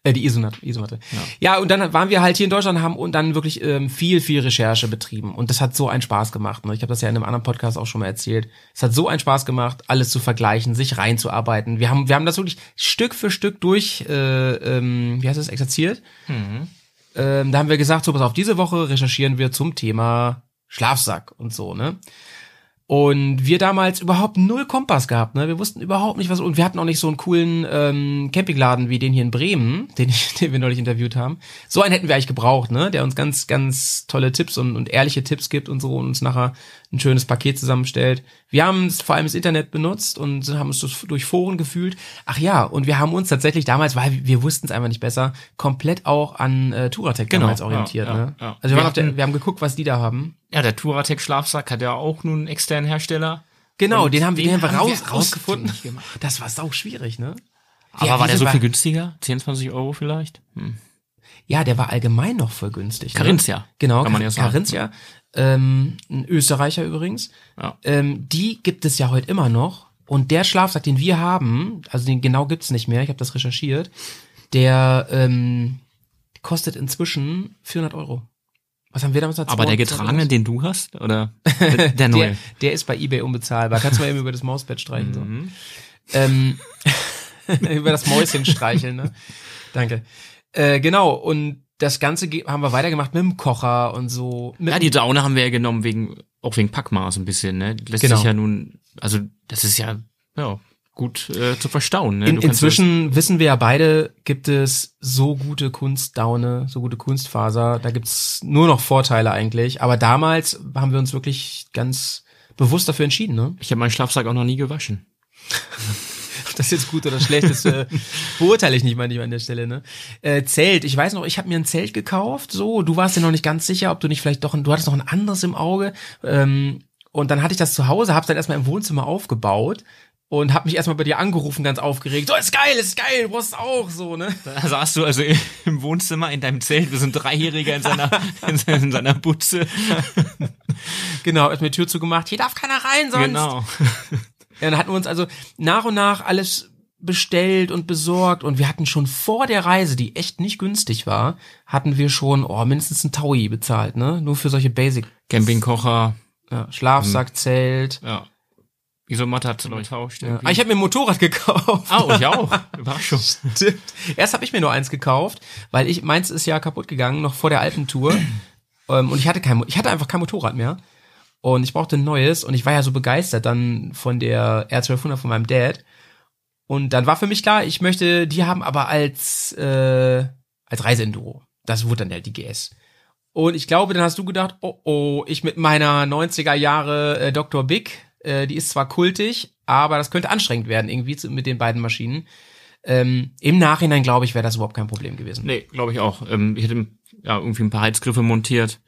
Äh, die Isomatte. Isomatte. Ja. und dann waren wir halt hier in Deutschland und haben und dann wirklich ähm, viel, viel Recherche betrieben. Und das hat so einen Spaß gemacht. Ne? Ich habe das ja in einem anderen Podcast auch schon mal erzählt. Es hat so einen Spaß gemacht, alles zu vergleichen, sich reinzuarbeiten. Wir haben, wir haben das wirklich Stück für Stück durch, äh, ähm, wie heißt das, exerziert.
Mhm.
Ähm, da haben wir gesagt, so pass auf, diese Woche recherchieren wir zum Thema Schlafsack und so, ne? Und wir damals überhaupt null Kompass gehabt, ne? Wir wussten überhaupt nicht, was. Und wir hatten auch nicht so einen coolen ähm, Campingladen wie den hier in Bremen, den, ich, den wir neulich interviewt haben. So einen hätten wir eigentlich gebraucht, ne? Der uns ganz, ganz tolle Tipps und, und ehrliche Tipps gibt und so und uns nachher ein schönes Paket zusammenstellt. Wir haben es vor allem das Internet benutzt und haben uns durch- durch Foren gefühlt. Ach ja, und wir haben uns tatsächlich damals, weil wir wussten es einfach nicht besser, komplett auch an äh, Touratec
Genau,
damals
ja,
orientiert,
ja,
ne?
ja.
Also wir,
Wir
waren auf der,
hatten-
wir haben geguckt, was die da haben.
Ja, der Touratec Schlafsack hat ja auch nun einen externen Hersteller.
Genau,
Und
den haben wir, den haben
den
wir
haben wir
raus, rausgefunden.
ausfindig gemacht.
Das war sau schwierig, ne?
Aber
Ja,
war
wir
der
sind
so
bei-
viel günstiger? 10, 20 Euro vielleicht? Hm.
Ja, der war allgemein noch voll günstig. Ne?
Carinthia,
Genau,
kann man ja sagen.
Carinthia. Ähm, ein Österreicher übrigens.
Ja.
Ähm, die gibt es ja heute immer noch. Und der Schlafsack, den wir haben, also den genau gibt's nicht mehr, ich habe das recherchiert, der ähm, kostet inzwischen 400 Euro. Was haben wir damals
Aber der getragene, den du hast? Oder der, der
der,
neue?
der ist bei Ebay unbezahlbar. Kannst du mal eben über das Mauspad streichen. So.
Mhm.
ähm, über das Mäuschen streicheln, ne? Danke. Äh, genau, und das Ganze ge- haben wir weitergemacht mit dem Kocher und so. Mit
Ja, die Daune haben wir ja genommen wegen, auch wegen Packmaß ein bisschen, ne? Die Lässt
Genau.
sich ja nun, also das ist ja, ja gut äh, zu verstauen, ne?
in,
Du kannst
inzwischen wissen wir ja beide, gibt es so gute Kunstdaune, so gute Kunstfaser. Da gibt's nur noch Vorteile eigentlich. Aber damals haben wir uns wirklich ganz bewusst dafür entschieden, ne?
das, ich habe meinen Schlafsack auch noch nie gewaschen.
Ob das jetzt gut oder schlecht ist, äh, beurteile ich nicht mal an der Stelle. Ne? Äh, Zelt, ich weiß noch, ich habe mir ein Zelt gekauft. So, du warst dir noch nicht ganz sicher, ob du nicht vielleicht doch, ein, du hattest noch ein anderes im Auge. Ähm, und dann hatte ich das zu Hause, habe dann erstmal im Wohnzimmer aufgebaut und habe mich erstmal bei dir angerufen, ganz aufgeregt. So, ist geil, ist geil, du brauchst es auch so, ne?
Da saß du also im Wohnzimmer in deinem Zelt, wir sind Dreijähriger in seiner, in seiner, in seiner Butze.
Genau, erstmal die Tür zugemacht. Hier darf keiner rein sonst.
Genau.
Ja, dann hatten wir uns also nach und nach alles bestellt und besorgt und wir hatten schon vor der Reise, die echt nicht günstig war, hatten wir schon oh, mindestens ein Taui bezahlt, ne? Nur für solche Basic.
Campingkocher,
Ja, Schlafsack, Zelt.
ja. Isomatte hat neu getauscht.
Ja.
irgendwie.
Ah, ich habe mir ein Motorrad gekauft.
Ah, ich auch. Überraschung.
Stimmt. Erst habe ich mir nur eins gekauft, weil ich meins ist ja kaputt gegangen, noch vor der Alpentour. ähm, und ich hatte kein, Mo- ich hatte einfach kein Motorrad mehr. Und ich brauchte ein neues und ich war ja so begeistert dann von der R1200 von meinem Dad. Und dann war für mich klar, ich möchte die haben, aber als äh, als Reiseenduro. Das wurde dann der DGS. Und ich glaube, dann hast du gedacht, oh oh, ich mit meiner 90er Jahre äh, Dr. Big, äh, die ist zwar kultig, aber das könnte anstrengend werden irgendwie zu, mit den beiden Maschinen. Ähm, Im Nachhinein, glaube ich, wäre das überhaupt kein Problem gewesen.
Nee, glaube ich auch. Ähm, ich hätte ja, irgendwie ein paar Heizgriffe montiert.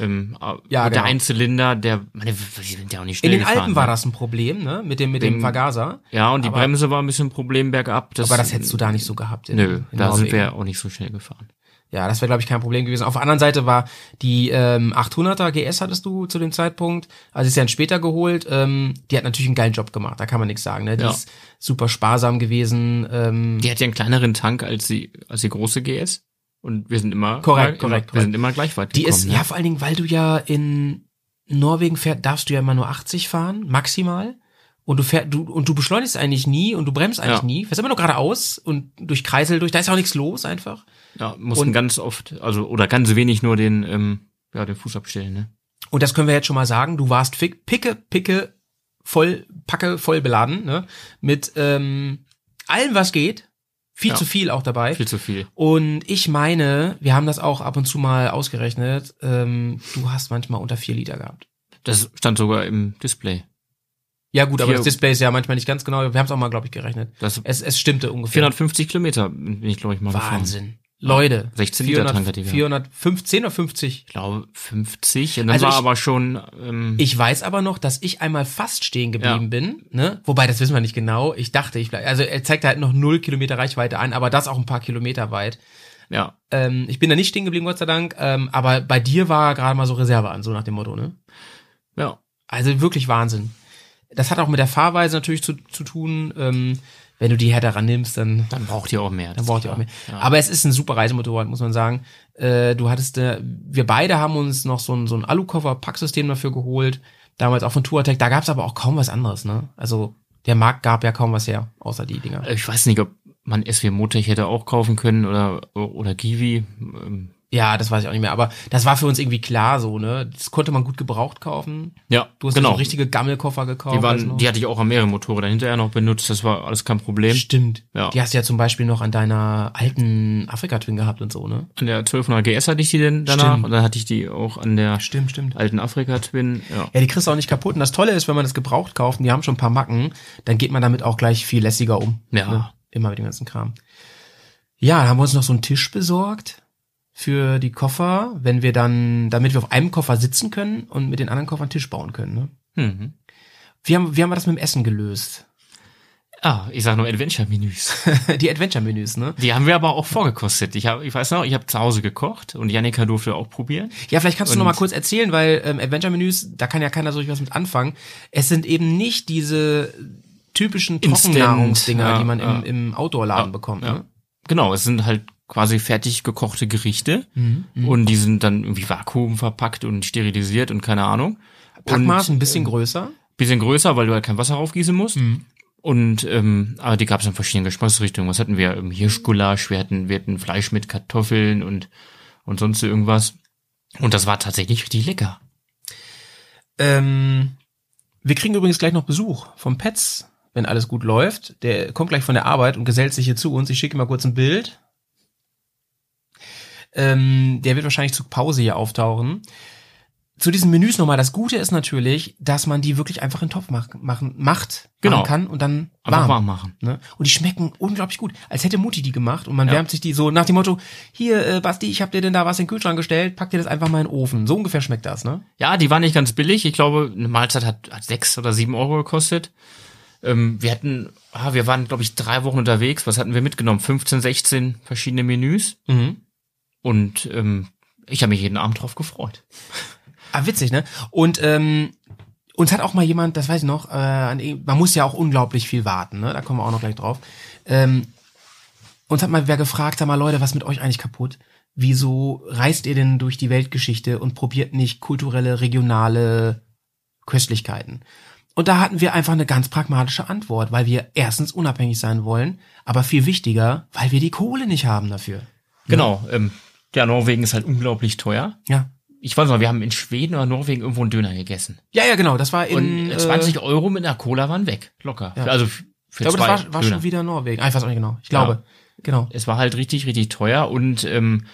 Ähm,
Ja,
ja, der
genau.
Einzylinder, der, meine, wir sind ja auch nicht
In
schnell
den
gefahren,
Alpen war
ne?
das ein Problem, ne? Mit dem, mit dem
Wegen-
Vergaser.
Ja, und die
Aber-
Bremse war ein bisschen ein Problem bergab.
Aber das hättest du da nicht so gehabt. in-
Nö,
in
da sind
Norwegen.
wir auch nicht so schnell gefahren.
Ja, das wäre, glaube ich, kein Problem gewesen. Auf der anderen Seite war die ähm, 800er GS hattest du zu dem Zeitpunkt, also ist ja dann später geholt. Ähm, die hat natürlich einen geilen Job gemacht, da kann man nichts sagen. Ne? Die
Ja.
ist super sparsam gewesen. Ähm,
Die hat ja einen kleineren Tank als die, als die große GS. Und wir sind immer,
Korrekt,
immer,
korrekt,
wir
korrekt.
sind immer gleich weit
die
gekommen.
ist,
ne?
ja, vor allen Dingen, weil du ja in Norwegen fährst, darfst du ja immer nur 80 fahren, maximal. Und du fährst, du, und du beschleunigst eigentlich nie und du bremst eigentlich
Ja.
nie. Fährst immer nur geradeaus und durch Kreisel durch, da ist ja auch nichts los einfach.
ne? ja, mussten
und-
ganz oft, also, oder ganz wenig nur den, ähm, ja, den Fuß abstellen, ne?
Und das können wir jetzt schon mal sagen. Du warst fick, picke, picke, voll, packe, voll beladen, ne? Mit ähm, allem, was geht. Viel
Ja.
zu viel auch dabei.
Viel zu viel.
Und ich meine, wir haben das auch ab und zu mal ausgerechnet, ähm, du hast manchmal unter vier Liter gehabt.
Das stand sogar im Display.
Ja, gut, aber
Vier-
das Display ist ja manchmal nicht ganz genau. Wir haben es auch mal, glaube ich, gerechnet.
Das-
es, es stimmte ungefähr.
450 Kilometer bin ich, glaube ich, mal gefahren.
Wahnsinn. Leute.
16 Liter Tanker, Digga.
415 oder 50?
Ich glaube 50. Und dann
Also
war
ich-
aber schon. Ähm,
Ich weiß aber noch, dass ich einmal fast stehen geblieben
Ja.
bin, ne? Wobei, das wissen wir nicht genau. Ich dachte, ich bleib, also er zeigte halt noch null Kilometer Reichweite an, aber das auch ein paar Kilometer weit.
ja.
Ähm, ich bin da nicht stehen geblieben, Gott sei Dank. Ähm, aber bei dir war gerade mal so Reserve an, so nach dem Motto, ne?
Ja.
Also wirklich Wahnsinn. Das hat auch mit der Fahrweise natürlich zu, zu tun. Ähm, wenn du die härter rannimmst, dann
Dann braucht ihr auch mehr.
dann
das
braucht
ist
ihr auch
klar.
mehr. Aber es ist ein super Reisemotorrad, muss man sagen. Äh, du hattest, äh, wir beide haben uns noch so ein, so ein Alu-Cover-Packsystem dafür geholt. Damals auch von Touratec. Da gab es aber auch kaum was anderes, ne? Also der Markt gab ja kaum was her, außer die Dinger.
Ich weiß nicht, ob man SW Motec hätte auch kaufen können oder, oder Givi. Ähm,
Ja, das weiß ich auch nicht mehr. Aber das war für uns irgendwie klar so, ne? Das konnte man gut gebraucht kaufen.
ja,
Du hast
genau.
so richtige Gammelkoffer gekauft.
die,
weißt du noch?
waren, die hatte ich auch an mehreren Motoren dann hinterher noch benutzt. Das war alles kein Problem.
Stimmt.
Ja.
Die hast du ja zum Beispiel noch an deiner alten Afrika-Twin gehabt und so, ne?
An der 1200 GS hatte ich die denn danach.
Stimmt.
Und dann hatte ich die auch an der
Stimmt, stimmt.
alten Afrika-Twin. Ja.
Ja, die kriegst du auch nicht kaputt. Und das Tolle ist, wenn man das gebraucht kauft und die haben schon ein paar Macken, dann geht man damit auch gleich viel lässiger um.
Ja.
Immer mit dem ganzen Kram. Ja, dann haben wir uns noch so einen Tisch besorgt für die Koffer, wenn wir dann, damit wir auf einem Koffer sitzen können und mit den anderen Koffern einen Tisch bauen können. Ne?
Mhm.
Wie, haben, wie haben wir das mit dem Essen gelöst?
Ah, ich sag nur Adventure-Menüs.
die Adventure-Menüs, ne?
Die haben wir aber auch vorgekostet. Ich, hab, ich weiß noch, ich habe zu Hause gekocht und Janika durfte auch probieren.
Ja, vielleicht kannst du
Und-
noch mal kurz erzählen, weil ähm, Adventure-Menüs, da kann ja keiner so richtig was mit anfangen. Es sind eben nicht diese typischen
Instant,
Trockennahrungsdinger,
ja,
die man
ja.
im, im Outdoor-Laden
Ja,
bekommt.
ja.
Ne?
Genau, es sind halt quasi fertig gekochte Gerichte und die sind dann irgendwie vakuumverpackt und sterilisiert und keine Ahnung.
Packmaß
Und,
ein bisschen größer.
bisschen größer, weil du halt kein Wasser raufgießen musst. Und ähm, aber die gab es in verschiedenen Geschmacksrichtungen. Was hatten wir? Ähm, Hirschgulasch, wir hatten, wir hatten Fleisch mit Kartoffeln und und sonst irgendwas. Und das war tatsächlich richtig lecker.
Ähm, wir kriegen übrigens gleich noch Besuch vom Pets, wenn alles gut läuft. Der kommt gleich von der Arbeit und gesellt sich hier zu uns. Ich schicke ihm mal kurz ein Bild. Ähm, der wird wahrscheinlich zur Pause hier auftauchen. Zu diesen Menüs nochmal. Das Gute ist natürlich, dass man die wirklich einfach in den Topf mach, machen, macht,
Genau.
machen kann und dann
Einfach
warm.
warm machen.
Ne? Und die schmecken unglaublich gut, als hätte Mutti die gemacht und man
Ja.
wärmt sich die so nach dem Motto, hier äh, Basti, ich hab dir denn da was in den Kühlschrank gestellt, pack dir das einfach mal in den Ofen. So ungefähr schmeckt das, ne?
Ja, die war nicht ganz billig. Ich glaube, eine Mahlzeit hat, hat sechs oder sieben Euro gekostet. Ähm, wir hatten, ah, wir waren, glaube ich, drei Wochen unterwegs. Was hatten wir mitgenommen? 15, 16 verschiedene Menüs.
Mhm.
Und ähm, ich habe mich jeden Abend drauf gefreut.
Ah, witzig, ne? Und ähm, uns hat auch mal jemand, das weiß ich noch, äh, an, irgend- man muss ja auch unglaublich viel warten, ne? Da kommen wir auch noch gleich drauf. Ähm, uns hat mal wer gefragt, sag mal Leute, was ist mit euch eigentlich kaputt? Wieso reist ihr denn durch die Weltgeschichte und probiert nicht kulturelle, regionale Köstlichkeiten? Und da hatten wir einfach eine ganz pragmatische Antwort, weil wir erstens unabhängig sein wollen, aber viel wichtiger, weil wir die Kohle nicht haben dafür.
Genau. Ähm, ja, Norwegen ist halt unglaublich teuer.
Ja.
Ich weiß noch, wir haben in Schweden oder Norwegen irgendwo einen Döner gegessen.
Ja, ja, genau. Das war in
Und
äh,
20 Euro mit einer Cola waren weg. Locker.
Ja.
Also f- für
Ich glaube,
zwei
das war, war
Döner.
schon wieder Norwegen. Ah, ich weiß auch nicht genau. Ich glaube. Genau.
es war halt richtig, richtig teuer und ähm,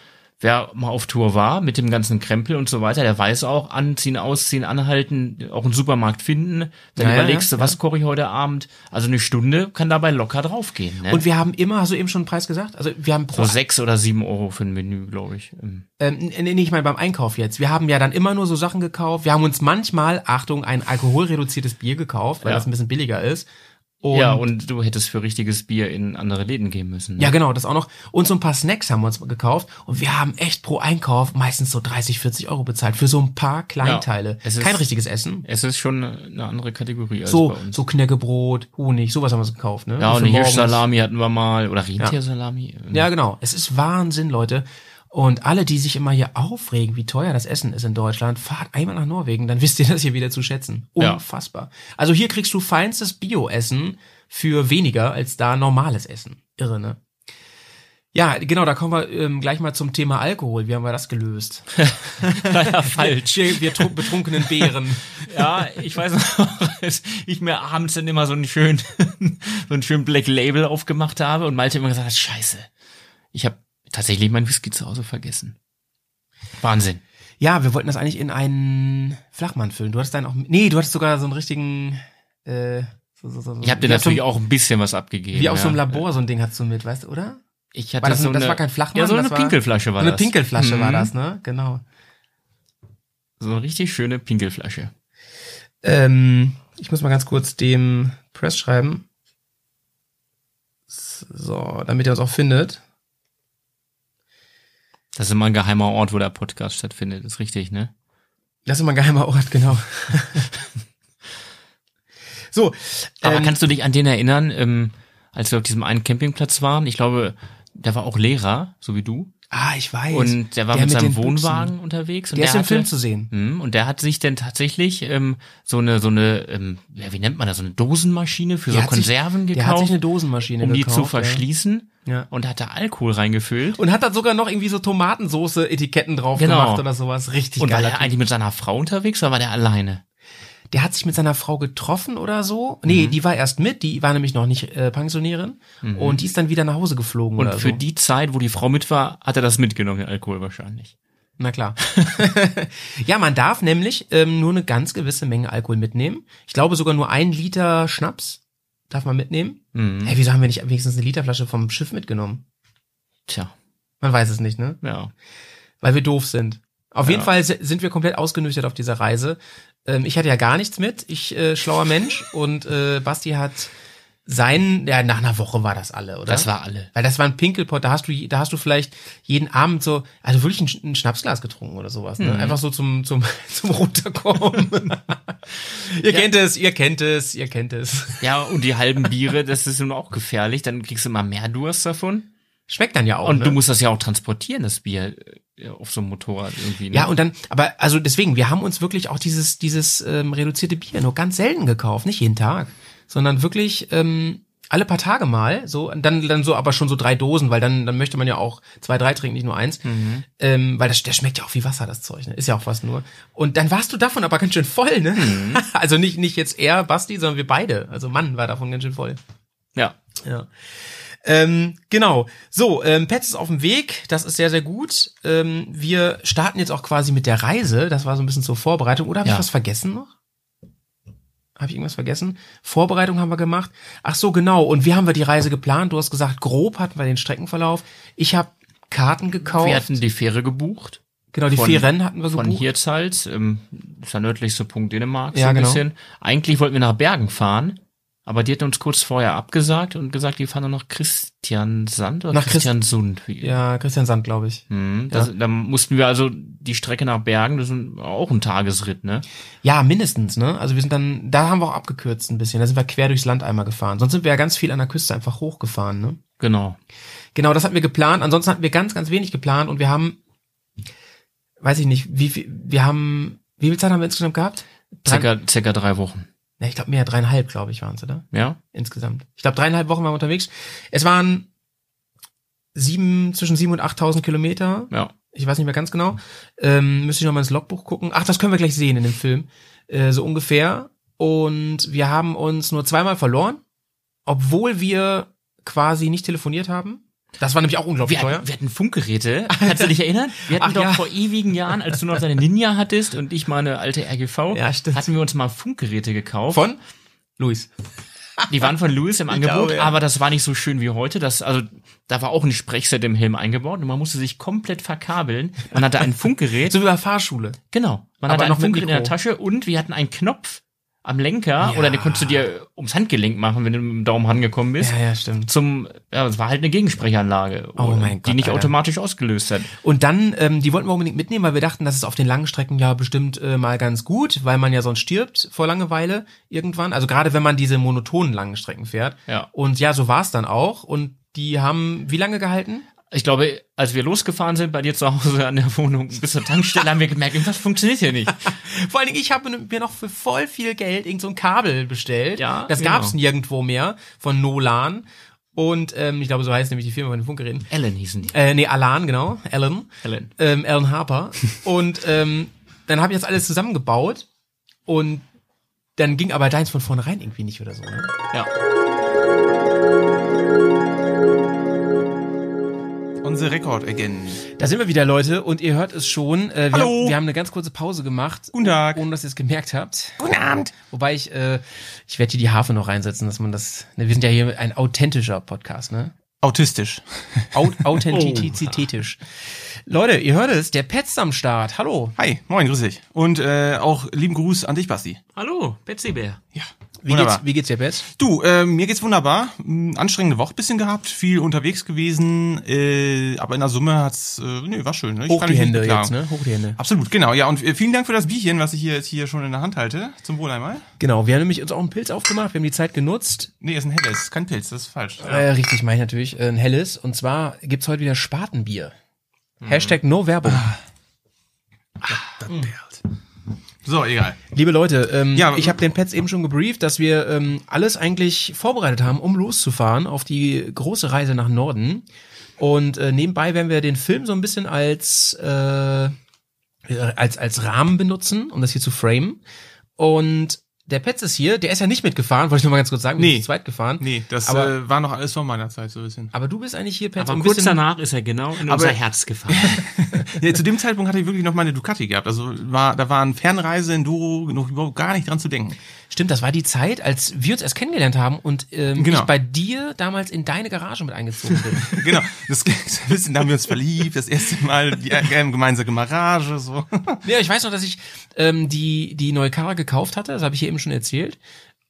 wer mal auf Tour war mit dem ganzen Krempel und so weiter, der weiß auch, anziehen, ausziehen, anhalten, auch einen Supermarkt finden. Dann
Ja, ja,
überlegst
ja,
du, was koche ich heute Abend? Also eine Stunde kann dabei locker draufgehen. Ne?
Und wir haben immer, hast du eben schon einen Preis gesagt? Also wir haben pro,
so sechs oder sieben Euro für ein Menü, glaube ich. Ähm,
ähm, nee, nee, ich meine beim Einkauf jetzt. Wir haben ja dann immer nur so Sachen gekauft. Wir haben uns manchmal, Achtung, ein alkoholreduziertes Bier gekauft, weil
Ja.
das ein bisschen billiger ist. Und,
ja, und du hättest für richtiges Bier in andere Läden gehen müssen. Ne?
ja, genau, das auch noch. Und so ein paar Snacks haben wir uns gekauft. Und wir haben echt pro Einkauf meistens so 30, 40 Euro bezahlt für so ein paar Kleinteile.
Ja, es ist-
Kein richtiges Essen.
Es ist schon eine andere Kategorie als
So,
bei uns.
so Knäckebrot, Honig, sowas haben wir uns gekauft, ne?
ja,
Für
und eine
morgens.
Hirschsalami hatten wir mal oder Rentiersalami. Ähm,
Ja, genau. Es ist Wahnsinn, Leute. Und alle, die sich immer hier aufregen, wie teuer das Essen ist in Deutschland, fahrt einmal nach Norwegen, dann wisst ihr das hier wieder zu schätzen.
Ja.
Unfassbar. Also hier kriegst du feinstes Bio-Essen für weniger als da normales Essen. Irre, ne? Ja, genau, da kommen wir ähm, gleich mal zum Thema Alkohol. Wie haben wir das gelöst?
Leider falsch.
Wir, wir tru- betrunkenen Bären.
Ja, ich weiß noch, als ich mir abends dann immer so einen schönen, so einen schönen Black Label aufgemacht habe und Malte immer gesagt hat, scheiße, ich habe tatsächlich meinen Whisky zu Hause vergessen. Wahnsinn.
Ja, wir wollten das eigentlich in einen Flachmann füllen. Du hattest dann auch. Nee, du hattest sogar so einen richtigen Äh, so, so, so, so.
Ich habe dir
Wie auf
natürlich
so, einem-
auch ein bisschen was abgegeben.
Wie auf so einem
ja.
Labor so ein Ding hast du mit, weißt du, oder?
Ich hatte
War das
so
ein- das
eine,
war kein Flachmann,
Ja, so eine
das war-
Pinkelflasche
so
war
eine
das.
Pinkelflasche war
Mhm.
das, ne? Genau.
So eine richtig schöne Pinkelflasche.
Ähm, ich muss mal ganz kurz dem Press schreiben. So, damit er uns auch findet.
Das ist immer ein geheimer Ort, wo der Podcast stattfindet. Ist richtig, ne?
Das ist mal ein geheimer Ort, genau. so.
Aber
ähm,
kannst du dich an den erinnern, ähm, als wir auf diesem einen Campingplatz waren? Ich glaube, der war auch Lehrer, so wie du.
ah, ich weiß.
Und der war mit
den
seinem
Büchsen.
Wohnwagen unterwegs. Und
Der, ist im
hatte-
Film zu sehen.
Hm, Und der hat sich denn tatsächlich ähm, so eine, so eine, ähm, ja, wie nennt man das, so eine Dosenmaschine für
Der
so
hat sich-
Konserven
Der hat
gekauft,
sich eine Dosenmaschine
um die
gekauft.
zu
ja.
verschließen
Ja.
und hat da Alkohol reingefüllt.
Und hat da sogar noch irgendwie so Tomatensoße-Etiketten drauf
Genau.
gemacht oder sowas. Richtig
Und war
geiler
er eigentlich mit seiner Frau unterwegs oder war der alleine?
der hat sich mit seiner Frau getroffen oder so.
Mhm.
Nee, die war erst mit, die war nämlich noch nicht äh, Pensionärin und die ist dann wieder nach Hause geflogen
Und
oder
für
so.
die Zeit, wo die Frau mit war, hat er das mitgenommen, den Alkohol wahrscheinlich.
Na klar. ja, man darf nämlich ähm, nur eine ganz gewisse Menge Alkohol mitnehmen. Ich glaube sogar nur ein Liter Schnaps darf man mitnehmen.
Mhm.
Hey, wieso haben wir nicht wenigstens eine Literflasche vom Schiff mitgenommen?
Tja,
Man weiß es nicht, ne?
ja.
Weil wir doof sind. Auf
Ja.
jeden Fall se- sind wir komplett ausgenüchtert auf dieser Reise. Ähm, ich hatte ja gar nichts mit. Ich äh, schlauer Mensch und äh, Basti hat seinen, ja, nach einer Woche war das alle, oder?
Das war alle.
Weil das war ein Pinkelpot, da hast du, je- da hast du vielleicht jeden Abend so, also wirklich ein, Sch- ein Schnapsglas getrunken oder sowas,
Mhm.
ne? Einfach so zum, zum, zum Runterkommen. ihr kennt es, ihr kennt es, ihr kennt es.
Ja, und die halben Biere, das ist nun auch gefährlich. Dann kriegst du immer mehr Durst davon.
Schmeckt dann ja auch.
Und
ne?
du musst das ja auch transportieren, das Bier, äh, auf so einem Motorrad irgendwie. Ne?
ja, und dann, aber also deswegen, wir haben uns wirklich auch dieses, dieses ähm, reduzierte Bier nur ganz selten gekauft, nicht jeden Tag, sondern wirklich ähm, alle paar Tage mal, so, und dann, dann so, aber schon so drei Dosen, weil dann, dann möchte man ja auch zwei, drei trinken, nicht nur eins.
Mhm.
Ähm, weil das, das schmeckt ja auch wie Wasser, das Zeug, ne? Ist ja auch was nur. Und dann warst du davon aber ganz schön voll, ne?
Mhm.
Also nicht, nicht jetzt er, Basti, sondern wir beide. Also Mann war davon ganz schön voll.
ja.
Ja. Ähm, genau. So, ähm, Pets ist auf dem Weg. Das ist sehr, sehr gut. Ähm, wir starten jetzt auch quasi mit der Reise. Das war so ein bisschen zur Vorbereitung. Oder habe ich
Ja.
was vergessen noch? Habe ich irgendwas vergessen? Vorbereitung haben wir gemacht. Ach so, genau. Und wie haben wir die Reise geplant? Du hast gesagt, grob hatten wir den Streckenverlauf. Ich habe Karten gekauft.
Wir hatten die Fähre gebucht.
genau, die
von-
vier Rennen hatten wir so
Von
gebucht.
Hirtshals, ähm, ist der nördlichste Punkt Dänemarks,
Ja,
so ein
genau.
bisschen. Eigentlich wollten wir nach Bergen fahren, aber die hatten uns kurz vorher abgesagt und gesagt, die fahren nur nach Christiansand oder
Nach Christ-
Christiansund. Wie-
Ja, Christian Sand, glaube ich.
Hm, das, Dann mussten wir also die Strecke nach Bergen, das ist auch ein Tagesritt, ne?
Ja, mindestens, ne? Also wir sind dann, da haben wir auch abgekürzt ein bisschen. Da sind wir quer durchs Land einmal gefahren. Sonst sind wir ja ganz viel an der Küste einfach hochgefahren, ne?
Genau.
Genau, das hatten wir geplant. Ansonsten hatten wir ganz, ganz wenig geplant und wir haben, weiß ich nicht, wie viel, wir haben, wie viel Zeit haben wir insgesamt gehabt? Drei-
Circa, circa drei Wochen.
Ne, ich glaube mehr, dreieinhalb, glaube ich, waren es, oder?
Ja?
Insgesamt. Ich glaube, dreieinhalb Wochen waren wir unterwegs. Es waren sieben, zwischen sieben und 8.000 Kilometer.
Ja.
Ich weiß nicht mehr ganz genau. Ähm, müsste ich noch mal ins Logbuch gucken. Ach, das können wir gleich sehen in dem Film. Äh, so ungefähr. Und wir haben uns nur zweimal verloren, obwohl wir quasi nicht telefoniert haben. Das war nämlich auch unglaublich
Oh, Wir,
teuer.
hatten, wir hatten Funkgeräte. Kannst du dich erinnern? Wir hatten
Ach
doch
ja.
vor ewigen Jahren, als du noch deine Ninja hattest und ich meine alte RGV,
Ja, stimmt.
hatten wir uns mal Funkgeräte gekauft.
Von? Luis.
Die waren von Louis im Angebot,
glaube, ja.
aber das war nicht so schön wie heute. Das, also, da war auch ein Sprechset im Helm eingebaut und man musste sich komplett verkabeln. Man hatte ein Funkgerät.
So wie bei Fahrschule.
genau. Man
aber
hatte ein
noch mit
Funkgerät in der
Mikro.
Tasche und wir hatten einen Knopf am Lenker oder den konntest du dir ums Handgelenk machen, wenn du mit dem Daumen rangekommen bist.
ja, stimmt.
Zum, ja, es war halt eine Gegensprechanlage,
Oh mein
die
Gott,
nicht
Alter.
automatisch ausgelöst hat.
Und dann, ähm, die wollten wir unbedingt mitnehmen, weil wir dachten, das ist auf den langen Strecken ja bestimmt äh, mal ganz gut, weil man ja sonst stirbt vor Langeweile irgendwann. Also gerade wenn man diese monotonen langen Strecken fährt.
Ja.
Und ja, so war es dann auch. Und die haben wie lange gehalten?
Ich glaube, als wir losgefahren sind bei dir zu Hause an der Wohnung bis zur Tankstelle, haben wir gemerkt, irgendwas funktioniert hier nicht.
Vor allen Dingen, ich habe mir noch für voll viel Geld irgend so ein Kabel bestellt.
Ja,
Das
genau.
gab's nirgendwo mehr von Nolan. Und ähm, ich glaube, so heißt nämlich die Firma von den Funkgeräten.
Ellen hießen die.
Äh, nee, Alan, genau. Alan.
Alan.
Ähm, Alan Harper. und ähm, dann habe ich das alles zusammengebaut. Und dann ging aber deins von vornherein irgendwie nicht oder so. Ne?
Ja.
Und
on the record again.
Da sind wir wieder, Leute, und ihr hört es schon. Äh, wir,
Hallo.
Haben, wir haben eine ganz kurze Pause gemacht.
Guten Tag.
Ohne dass ihr es gemerkt habt.
Guten Abend.
Wobei ich, äh, ich werde hier die Harfe noch reinsetzen, dass man das. Ne, wir sind ja hier ein authentischer Podcast, ne?
Autistisch.
Aut
Oh.
Authentizitetisch. Leute, ihr hört es, der Petz am Start. Hallo.
Hi, moin, grüß dich. Und äh, auch lieben Gruß an dich, Basti.
Hallo, Betsy Bär.
Ja.
Wie
Wunderbar.
geht's, wie geht's dir, Petz?
Du, äh, mir geht's wunderbar. Hm, Anstrengende Woche bisschen gehabt, viel unterwegs gewesen, äh, aber in der Summe hat's, äh, nee, war schön. Ne? Ich
Hoch die
mich nicht
Hände
beklagen.
jetzt, ne? Hoch die Hände.
Absolut, genau. Ja, und äh, vielen Dank für das Bierchen, was ich hier jetzt hier schon in der Hand halte. Zum Wohl einmal.
Genau, wir haben nämlich uns auch einen Pilz aufgemacht, wir haben die Zeit genutzt.
Nee, ist ein helles, kein Pilz, das ist falsch.
Äh, richtig, meine ich natürlich, äh, ein helles. Und zwar gibt's heute wieder Spatenbier. Hashtag no Werbung.
Ah. So, egal.
Liebe Leute, ähm,
Ja,
ich habe den Pets eben schon gebrieft, dass wir ähm, alles eigentlich vorbereitet haben, um loszufahren auf die große Reise nach Norden. Und äh, nebenbei werden wir den Film so ein bisschen als, äh, äh, als, als Rahmen benutzen, um das hier zu framen. Und der Pets ist hier, der ist ja nicht mitgefahren, wollte ich nur mal ganz kurz sagen, wir
Nee.
sind zu zweit gefahren.
Nee, das
aber,
äh, war noch alles vor meiner Zeit so ein bisschen.
aber du bist eigentlich hier, Pets,
Aber
um ein
kurz
bisschen-
danach ist er genau in unser Herz gefahren.
Ja, zu dem Zeitpunkt hatte ich wirklich noch meine Ducati gehabt. Also war, da waren Fernreise, Enduro, noch überhaupt gar nicht dran zu denken.
Stimmt, das war die Zeit, als wir uns erst kennengelernt haben und ähm,
Genau.
ich bei dir damals in deine Garage mit eingezogen bin.
Genau, das ging so ein bisschen, da haben wir uns verliebt, das erste Mal die äh, gemeinsame Garage, so.
Ja, ich weiß noch, dass ich ähm, die, die neue Karre gekauft hatte, das habe ich hier eben schon erzählt.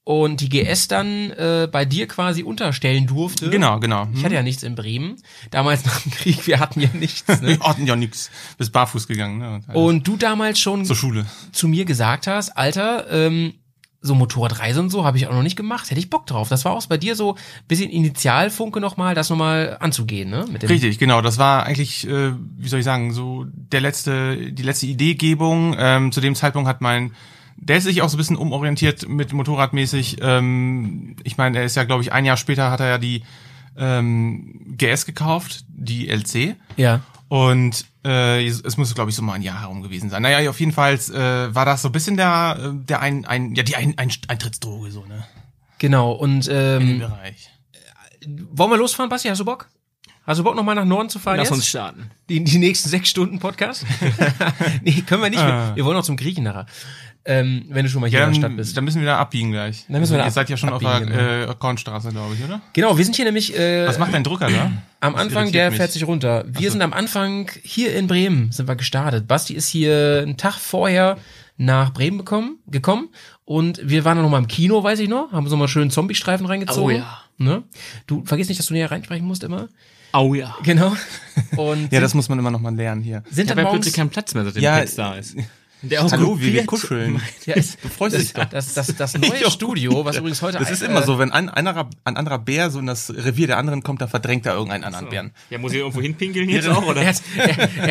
Und die GS dann äh, bei dir quasi unterstellen durfte.
Genau, genau.
Ich hatte ja nichts in Bremen. Damals nach dem Krieg, wir hatten ja nichts. Ne?
Wir hatten ja nix. Bist barfuß gegangen, ne? Und alles.
Und du damals schon
zur Schule.
zu mir gesagt hast, Alter, ähm, so Motorradreise und so habe ich auch noch nicht gemacht. Hätte ich Bock drauf. Das war auch bei dir so ein bisschen Initialfunke nochmal, das nochmal anzugehen, ne? Mit dem
Richtig, genau. Das war eigentlich, äh, wie soll ich sagen, so der letzte, die letzte Ideegebung. Ähm, zu dem Zeitpunkt hat mein der ist sich auch so ein bisschen umorientiert mit Motorradmäßig. Ähm, ich meine, er ist ja, glaube ich, ein Jahr später hat er ja die ähm, GS gekauft, die LC.
Ja.
Und äh, es es muss, glaube ich, so mal ein Jahr herum gewesen sein. Naja, auf jeden Fall äh, war das so ein bisschen der, äh, der ein, ein, ja, die ein, ein, Eintrittsdroge, so, ne?
Genau. Und
Im
ähm,
Bereich.
wollen wir losfahren, Basti? Hast du Bock? Hast du Bock, nochmal nach Norden zu fahren?
Lass
jetzt?
uns starten.
die, die nächsten sechs Stunden Podcast? nee, können wir nicht. Wir, wir wollen auch zum Griechen nachher. Ähm, wenn du schon mal hier
Ja,
in der Stadt
dann,
bist.
dann müssen wir da abbiegen gleich.
Dann müssen wir da
Ihr
ab-
seid ja schon auf
abbiegen,
der äh, Kornstraße, glaube ich, oder?
Genau, wir sind hier nämlich äh,
Was macht dein Drucker da?
am
Das
Anfang,
irritiert
der
mich.
fährt sich runter. Wir sind am Anfang hier in Bremen, sind wir gestartet. Basti ist hier einen Tag vorher nach Bremen bekommen, gekommen und wir waren dann noch mal im Kino, weiß ich noch, haben so mal schön Zombie-Streifen reingezogen.
Oh ja.
Ne? Du vergiss nicht, dass du näher reinsprechen musst immer.
Au ja.
Genau. Und
Ja, das muss man immer noch mal lernen hier.
sind
Ich
dann
habe ja
morgens,
plötzlich keinen Platz mehr, seitdem
Ja,
Pets da ist. Der
Hallo, wir, wir kuscheln.
ja, ist,
freust
das,
dich doch.
das, das, das neue
Ja, gut.
Studio, was übrigens heute
Das ist
ein-
immer so, wenn ein, einer, ein anderer Bär so in das Revier der anderen kommt, dann verdrängt er irgendeinen anderen Bären.
Ja, muss ich irgendwo hinpinkeln jetzt auch, oder?
äh, Er hat, er,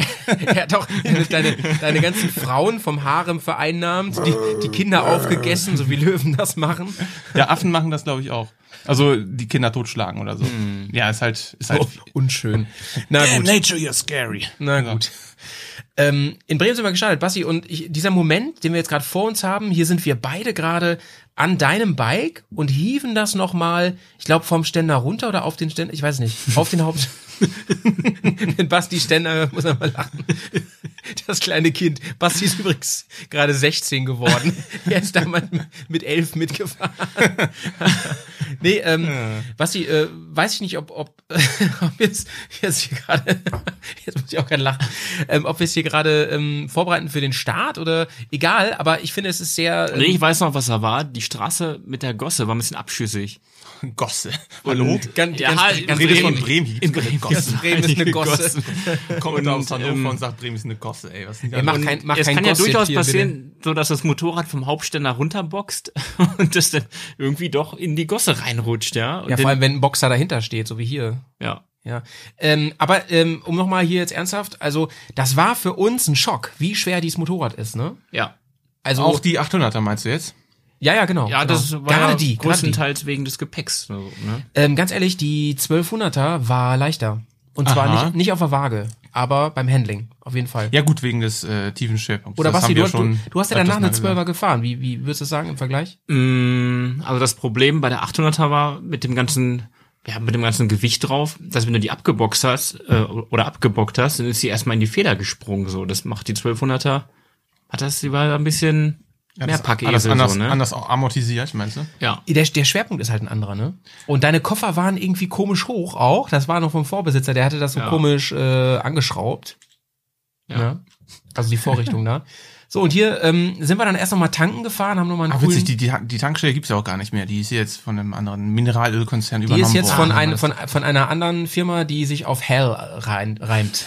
er, er hat auch deine, deine ganzen Frauen vom Harem vereinnahmt, die, die Kinder aufgegessen, so wie Löwen das machen.
Ja, Affen machen das, glaube ich, auch. Also die Kinder totschlagen oder so.
Hm.
Ja, ist halt, ist halt.
Oh. Unschön. Na gut,
Nature, you're scary.
na gut. Ähm, in Bremen sind wir gestartet, Basti, und ich, dieser Moment, den wir jetzt gerade vor uns haben, hier sind wir beide gerade an deinem Bike und hieven das nochmal, ich glaube, vom Ständer runter oder auf den Ständer, ich weiß nicht, auf den Haupt... Wenn Basti Ständer hört, muss er mal lachen. Das kleine Kind. Basti ist übrigens gerade 16 geworden. Er ist damals mit 11 mitgefahren. Nee, ähm, Basti, äh, weiß ich nicht, ob, ob, ob jetzt, jetzt hier gerade, jetzt muss ich auch gerade lachen, ähm, ob wir es hier gerade ähm, vorbereiten für den Start oder egal, aber ich finde, es ist sehr, ähm,
Nee, ich weiß noch, was er war. Die Straße mit der Gosse war ein bisschen abschüssig.
Gosse. Hallo?
ganz,
Ja,
ganz,
in
ganz,
Du redest von
Bremen,
Bremen.
In Bremen.
Gosse.
Bremen ist eine Gosse.
Gosse.
Kommt da
Und,
aus Hannover
ähm,
und sagt, Bremen ist eine Gosse, ey. Was ist denn da
Ey, mach
los?
kein, mach
es
kein
kann ja
Gossip
durchaus
hier, bitte.
passieren, so dass das Motorrad vom Hauptständer runterboxt und das dann irgendwie doch in die Gosse reinrutscht, ja. Und
Ja,
den-
vor allem, wenn ein Boxer dahinter steht, so wie hier.
ja.
Ja, ähm, aber ähm, um nochmal hier jetzt ernsthaft, also das war für uns ein Schock, wie schwer dieses Motorrad ist, ne?
Ja.
Also
Auch die 800er meinst du jetzt?
ja, ja, genau.
Ja,
genau.
das war
gerade die,
ja
gerade die.
größtenteils wegen des Gepäcks. so, ne?
Ähm, ganz ehrlich, die 1200er war leichter und zwar
Aha.
nicht, nicht auf der Waage, aber beim Handling auf jeden Fall.
Ja gut, wegen des äh, tiefen Schwerpunkts.
Oder
das
Basti,
haben
du,
wir
hast- du, du hast ja danach
öfters mal
eine
gesagt.
12er gefahren. Wie, wie würdest du das sagen im Vergleich?
Mm, Also das Problem bei der 800er war mit dem ganzen ja, mit dem ganzen Gewicht drauf, dass wenn du die abgeboxt hast äh, oder abgebockt hast, dann ist sie erstmal in die Feder gesprungen. So, das macht die 1200er. Hat das, die war ein bisschen mehr Packesel.
anders, anders,
so, ne?
anders amortisiert, meinst du?
Ja.
Der, der Schwerpunkt ist halt ein anderer, ne? Und deine Koffer waren irgendwie komisch hoch auch. Das war noch vom Vorbesitzer, der hatte das so
Ja.
komisch äh, angeschraubt.
Ja.
Ne? Also die Vorrichtung da. So, und hier ähm, sind wir dann erst nochmal tanken gefahren, haben nochmal einen
Ach,
coolen...
witzig, die, die, die Tankstelle gibt's ja auch gar nicht mehr. Die ist jetzt von einem anderen Mineralölkonzern
Die
übernommen
ist jetzt
worden.
von, ein, von, von einer anderen Firma, die sich auf Hell rein, reimt.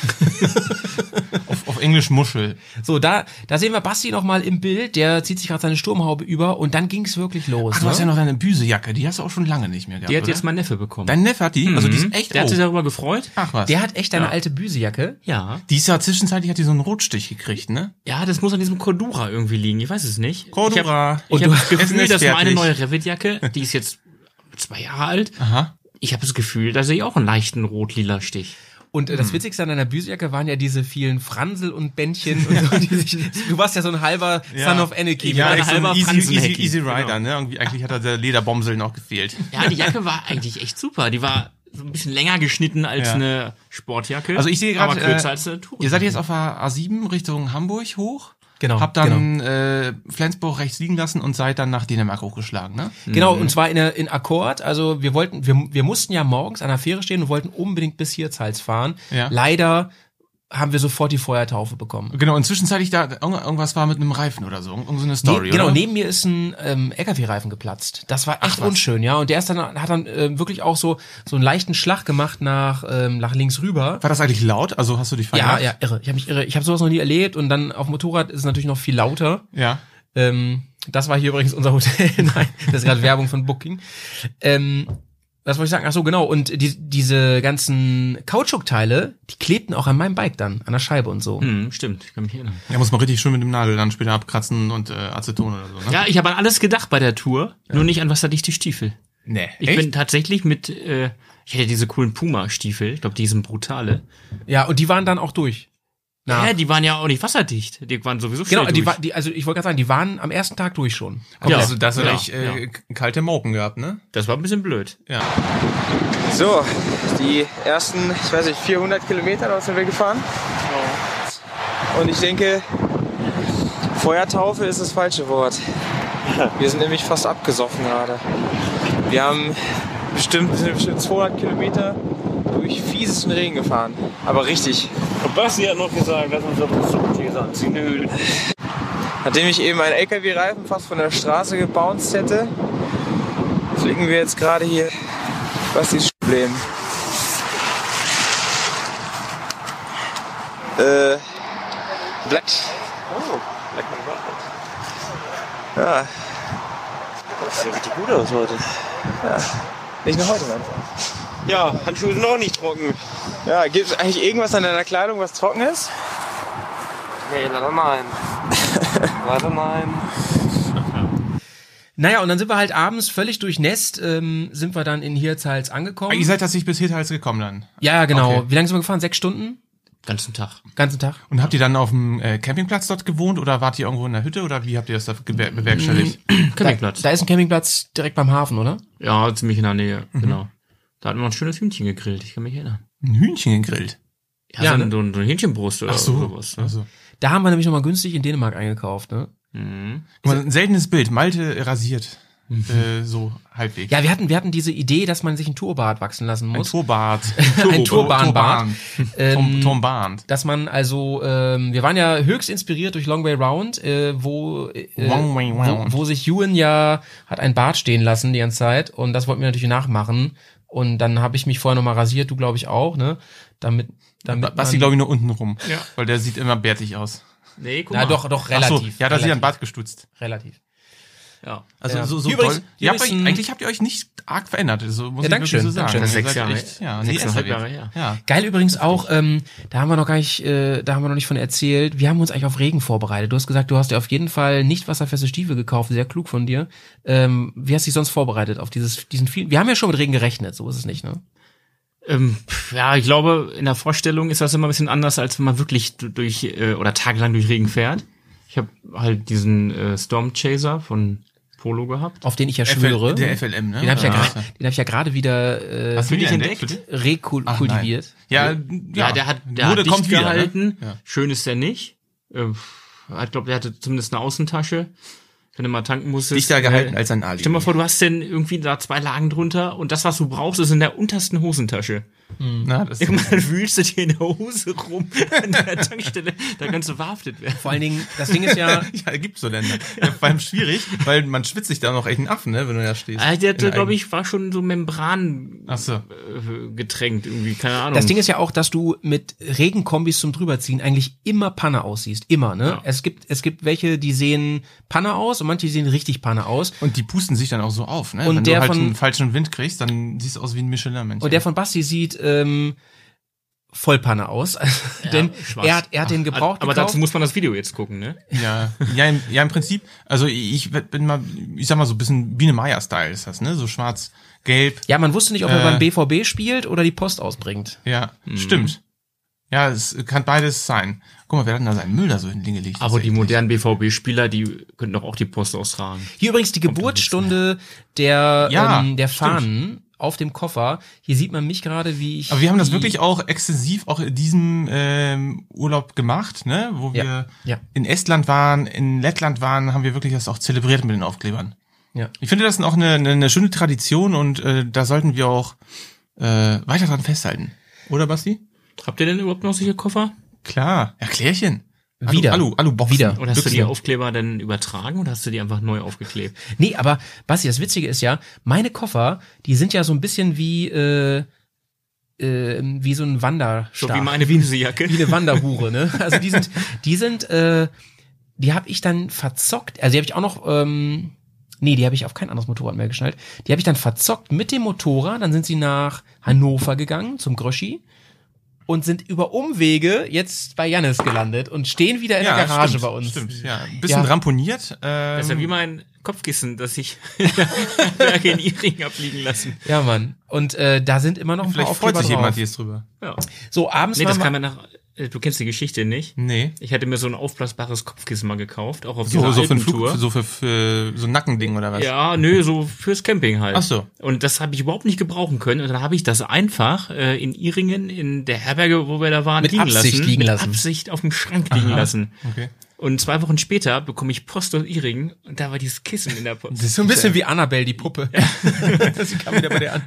auf, auf Englisch Muschel.
So, da, da sehen wir Basti nochmal im Bild, der zieht sich gerade seine Sturmhaube über und dann ging's wirklich los.
Ach, du hast ja
ne?
noch deine Büsejacke, die hast du auch schon lange nicht mehr gehabt.
Die hat
oder?
jetzt mein Neffe bekommen.
Dein Neffe hat die? Also die ist echt
der hat
oh.
sich darüber gefreut.
Ach was.
der hat echt eine alte Büsejacke.
Ja.
die ist ja zwischenzeitlich hat die so einen Rotstich gekriegt, ne?
Ja, das muss an diesem Cordura irgendwie liegen. Ich weiß es nicht.
Cordura.
Ich
Und
habe
du-
hab das
Essen
Gefühl,
ist
dass meine
fertig.
neue Revit-Jacke, die ist jetzt zwei Jahre alt,
Aha.
ich habe das Gefühl, da sehe ich auch einen leichten rot-lila Stich.
Und
Mhm.
äh, das Witzigste an deiner Büsejacke waren ja diese vielen Fransel und Bändchen und so, die sich, du warst ja so ein halber Son of Anakin.
Ja,
ein
echt so
halber
ein easy, easy,
Fransenhecki.
easy Rider, ne? Irgendwie, eigentlich hat er der Lederbomsel noch gefehlt.
Ja, die Jacke war eigentlich echt super. Die war so ein bisschen länger geschnitten als
Ja.
eine Sportjacke.
Also ich sehe gerade,
aber kürzer
äh,
als eine Tour.
Ihr seid jetzt auf der A7 Richtung Hamburg hoch.
Genau,
Habt dann äh, Flensburg rechts liegen lassen und seid dann nach Dänemark hochgeschlagen, ne?
Genau, und zwar in, der- in Akkord. Also wir wollten, wir, wir mussten ja morgens an der Fähre stehen und wollten unbedingt bis Hirtshals fahren.
Ja.
Leider haben wir sofort die Feuertaufe bekommen.
Genau, und zwischenzeitlich da irgend- irgendwas war mit einem Reifen oder so. Irgend- Irgendeine Story,
Nee, genau,
oder?
neben mir ist ein ähm, LKW-Reifen geplatzt. Das war echt unschön, ja. Und der ist dann, hat dann ähm, wirklich auch so, so einen leichten Schlag gemacht nach, ähm, nach links rüber.
War das eigentlich laut? Also hast du dich
Ja,
verjagt?
ja, irre. Ich habe mich irre. Ich habe sowas noch nie erlebt und dann auf dem Motorrad ist es natürlich noch viel lauter.
Ja.
Ähm, das war hier übrigens unser Hotel. Nein, das ist gerade Werbung von Booking. Ähm, was wollte ich sagen? Ach so, genau. Und die, diese ganzen Kautschukteile, die klebten auch an meinem Bike dann, an der Scheibe und so.
Hm, stimmt, ich kann mich erinnern.
Ja, muss man richtig schön mit dem Nagel dann später abkratzen und äh, Aceton oder so, ne?
Ja, ich habe an alles gedacht bei der Tour, nur nicht an wasserdichte Stiefel.
Nee.
Ich bin tatsächlich mit, äh, ich hätte diese coolen Puma-Stiefel, ich glaube, die sind brutale.
Ja, und die waren dann auch durch. Na,
Ja, die waren ja auch nicht wasserdicht. Die waren sowieso schnell
genau, die,
durch.
war, die also ich wollte gerade sagen, die waren am ersten Tag durch schon.
ja,
also, das
ja,
hat echt äh,
ja.
kalte Mauken gehabt, ne?
Das war ein bisschen blöd.
So, die ersten, ich weiß nicht, 400 Kilometer da sind wir gefahren. Und ich denke, Feuertaufe ist das falsche Wort. Wir sind nämlich fast abgesoffen gerade. Wir haben bestimmt, wir sind bestimmt 200 Kilometer durch fiesesten Regen gefahren. Aber richtig.
Und Basti hat noch gesagt, lass uns doch das Zugtier anziehen. Nö.
Nachdem ich eben einen LKW-Reifen fast von der Straße gebounced hätte, fliegen wir jetzt gerade hier. Was ist das Problem? Äh, Blatt.
Oh,
Ja,
Das sieht richtig gut aus heute.
nicht nur heute, Mann.
Ja, Handschuhe sind auch nicht trocken.
Ja, gibt es eigentlich irgendwas an deiner Kleidung, was trocken ist?
Nee, warte mal ein. Warte mal ein.
Naja, und dann sind wir halt abends völlig durchnässt, ähm, sind wir dann in Hirtshals angekommen.
Ah, Ihr seid tatsächlich bis Hethals gekommen dann.
ja, genau.
Okay.
Wie lange sind wir gefahren? Sechs Stunden?
Ganzen Tag.
Ganzen Tag?
Und habt ihr dann auf dem äh, Campingplatz dort gewohnt oder wart ihr irgendwo in der Hütte oder wie habt ihr das da gewer- bewerkstelligt?
Campingplatz.
Da ist ein Campingplatz direkt beim Hafen, oder?
Ja, ziemlich in der Nähe, genau. Da hatten wir ein schönes Hühnchen gegrillt, ich kann mich erinnern.
Ein Hühnchen gegrillt.
Ja,
Ja,
so,
ne?
ein, so ein so ein Hähnchenbrust oder sowas. Ne?
Also.
Da haben wir nämlich nochmal günstig in Dänemark eingekauft, ne?
Guck mal, ein seltenes Bild. Malte rasiert.
Mhm.
Äh, so halbwegs.
Ja, wir hatten, wir hatten diese Idee, dass man sich ein Turbart wachsen lassen
ein
muss.
Turbart.
Ein Turbanbart.
Turban.
Ähm,
Turban.
dass man also, ähm, wir waren ja höchst inspiriert durch Long Way Round, äh, wo, äh,
Long Way Round.
wo, wo sich Ewan ja hat ein Bart stehen lassen die ganze Zeit und das wollten wir natürlich nachmachen und dann habe ich mich vorher nochmal rasiert, du glaube ich auch, ne? Damit, damit
Basti,
man-
glaube ich, nur unten rum. Ja. Weil der sieht immer bärtig aus.
Nee, guck
na
mal.
doch, doch relativ.
ja, da ist ja ein
relativ,
Bart gestutzt.
relativ.
Ja.
Also
Ja.
so, so
Übrigens-
doll. Ihr habt
übrigens-
euch, eigentlich habt ihr euch nicht arg verändert. So muss
Ja,
ich wirklich
Dankeschön,
so sagen.
Dankeschön.
Ihr
Sechs
seid
Jahre
echt-
her.
Ja,
Sechseinhalb
erst halb
Jahre
jetzt.
her.
Ja.
Geil übrigens auch, ähm, da haben wir noch gar nicht, äh, da haben wir noch nicht von erzählt, wir haben uns eigentlich auf Regen vorbereitet. Du hast gesagt, du hast dir auf jeden Fall nicht wasserfeste Stiefel gekauft, sehr klug von dir. Ähm, wie hast du dich sonst vorbereitet auf dieses, diesen vielen, wir haben ja schon mit Regen gerechnet, so ist es nicht, ne?
Ähm, pf, ja, ich glaube, in der Vorstellung ist das immer ein bisschen anders, als wenn man wirklich du- durch äh, oder tagelang durch Regen fährt. Ich habe halt diesen äh, Storm Chaser von Polo gehabt.
auf den ich ja schwöre.
der FLM, ne?
den habe ich ja,
ja,
gerade- den hab ich ja gerade wieder äh,
Hast du die entdeckt?
Ah,
Ach, nein.
rekultiviert.
ja,
Ja, der hat, der
Mode
hat dicht
kommt wieder, ne?
gehalten.
Ja.
Schön ist der nicht. Äh, ich glaube, der hatte zumindest eine Außentasche. Wenn du mal tanken musstest.
Dichter gehalten
äh,
als ein Ali.
Stell dir mal vor, du hast denn irgendwie da zwei Lagen drunter und das, was du brauchst, ist in der untersten Hosentasche.
Na, das
Irgendwann wühlst du dir in der Hose rum an der Tankstelle. Da kannst du verhaftet werden.
Vor allen Dingen, das Ding ist ja,
ja, gibt so Länder. Ja, vor allem schwierig, weil man schwitzt sich da noch echt einen Affen, ne, wenn du da stehst.
Ah, Der,
In
der
der
glaube ich, war schon so Membran
Ach so.
äh, getränkt irgendwie, keine Ahnung.
das Ding ist ja auch, dass du mit Regenkombis zum drüberziehen eigentlich immer Panne aussiehst, immer, ne?
Ja.
Es gibt es gibt welche, die sehen Panne aus und manche sehen richtig Panne aus.
Und die pusten sich dann auch so auf, ne?
Und
wenn
der
du halt
von-
einen falschen Wind kriegst, dann siehst du aus wie ein Michelin-Mensch.
Und der von Basti sieht ähm, Vollpanne aus, denn
schwarz.
er hat er hat den gebraucht
Aber
gekauft.
dazu muss man das Video jetzt gucken, ne?
Ja, ja, im, ja, im Prinzip. Also ich bin mal, ich sag mal so ein bisschen Biene Meier-Style ist das, ne? So schwarz, gelb.
ja, man wusste nicht, ob er
Äh.
beim BVB spielt oder die Post ausbringt.
Ja, stimmt. Ja, es kann beides sein. Guck mal, wer hat denn da seinen Müll da so hingelegt?
Aber
Das ist
die
echt
modernen BVB-Spieler, die können doch auch die Post austragen.
Hier übrigens die Geburtsstunde der
Ja,
ähm, der
stimmt.
Fahnen auf dem Koffer. Hier sieht man mich gerade, wie ich
Aber wir haben das
die-
wirklich auch exzessiv auch in diesem ähm, Urlaub gemacht, ne? Wo wir
Ja, ja.
in Estland waren, in Lettland waren, haben wir wirklich das auch zelebriert mit den Aufklebern.
Ja.
Ich finde das auch eine, eine, eine schöne Tradition und äh, da sollten wir auch äh, weiter dran festhalten. Oder Basti?
Habt ihr denn überhaupt noch solche Koffer?
Klar, ja, Klärchen.
Wieder.
Alu, Alu Boxen.
Wieder.
Oder hast du die
Büchsen.
Aufkleber dann übertragen oder hast du die einfach neu aufgeklebt?
Nee, aber Basti, das Witzige ist ja, meine Koffer, die sind ja so ein bisschen wie, äh, äh, wie so ein
So
Wanderstab.
wie meine Wiense-Jacke.
wie eine Wanderhure, ne? Also die sind, die sind, äh, die habe ich dann verzockt, also die habe ich auch noch, ähm, nee, die habe ich auf kein anderes Motorrad mehr geschnallt. Die habe ich dann verzockt mit dem Motorrad, dann sind sie nach Hannover gegangen, zum Gröschi. Und sind über Umwege jetzt bei Jannis gelandet und stehen wieder in
ja,
der Garage
stimmt,
bei uns.
Stimmt, ja. Ein bisschen
Ja.
ramponiert. Ähm,
Das ist ja wie mein Kopfkissen, das ich in Iring abliegen lassen.
Ja, Mann. Und äh, da sind immer noch ein
vielleicht
paar
freut
Aufkleber
sich
drauf.
jemand jetzt drüber.
Ja.
So, abends
Nee,
waren
das
wir-
kam ja nach. äh, Du kennst die Geschichte nicht.
Nee.
Ich hatte mir so ein aufblasbares Kopfkissen mal gekauft, auch auf
So,
dieser
so für einen
Alpentour.
Flug, so für, für so ein Nackending oder was?
Ja, nö, so fürs Camping halt.
Ach so.
Und das habe ich überhaupt nicht gebrauchen können. Und dann habe ich das einfach äh, in Iringen, in der Herberge, wo wir da waren,
Mit Absicht liegen
mit
lassen.
Absicht auf dem Schrank liegen lassen.
Okay.
Und zwei Wochen später bekomme ich Post aus Iringen und da war dieses Kissen in der Post.
Das ist so ein bisschen wie Annabelle, die Puppe. Sie kam wieder bei dir an.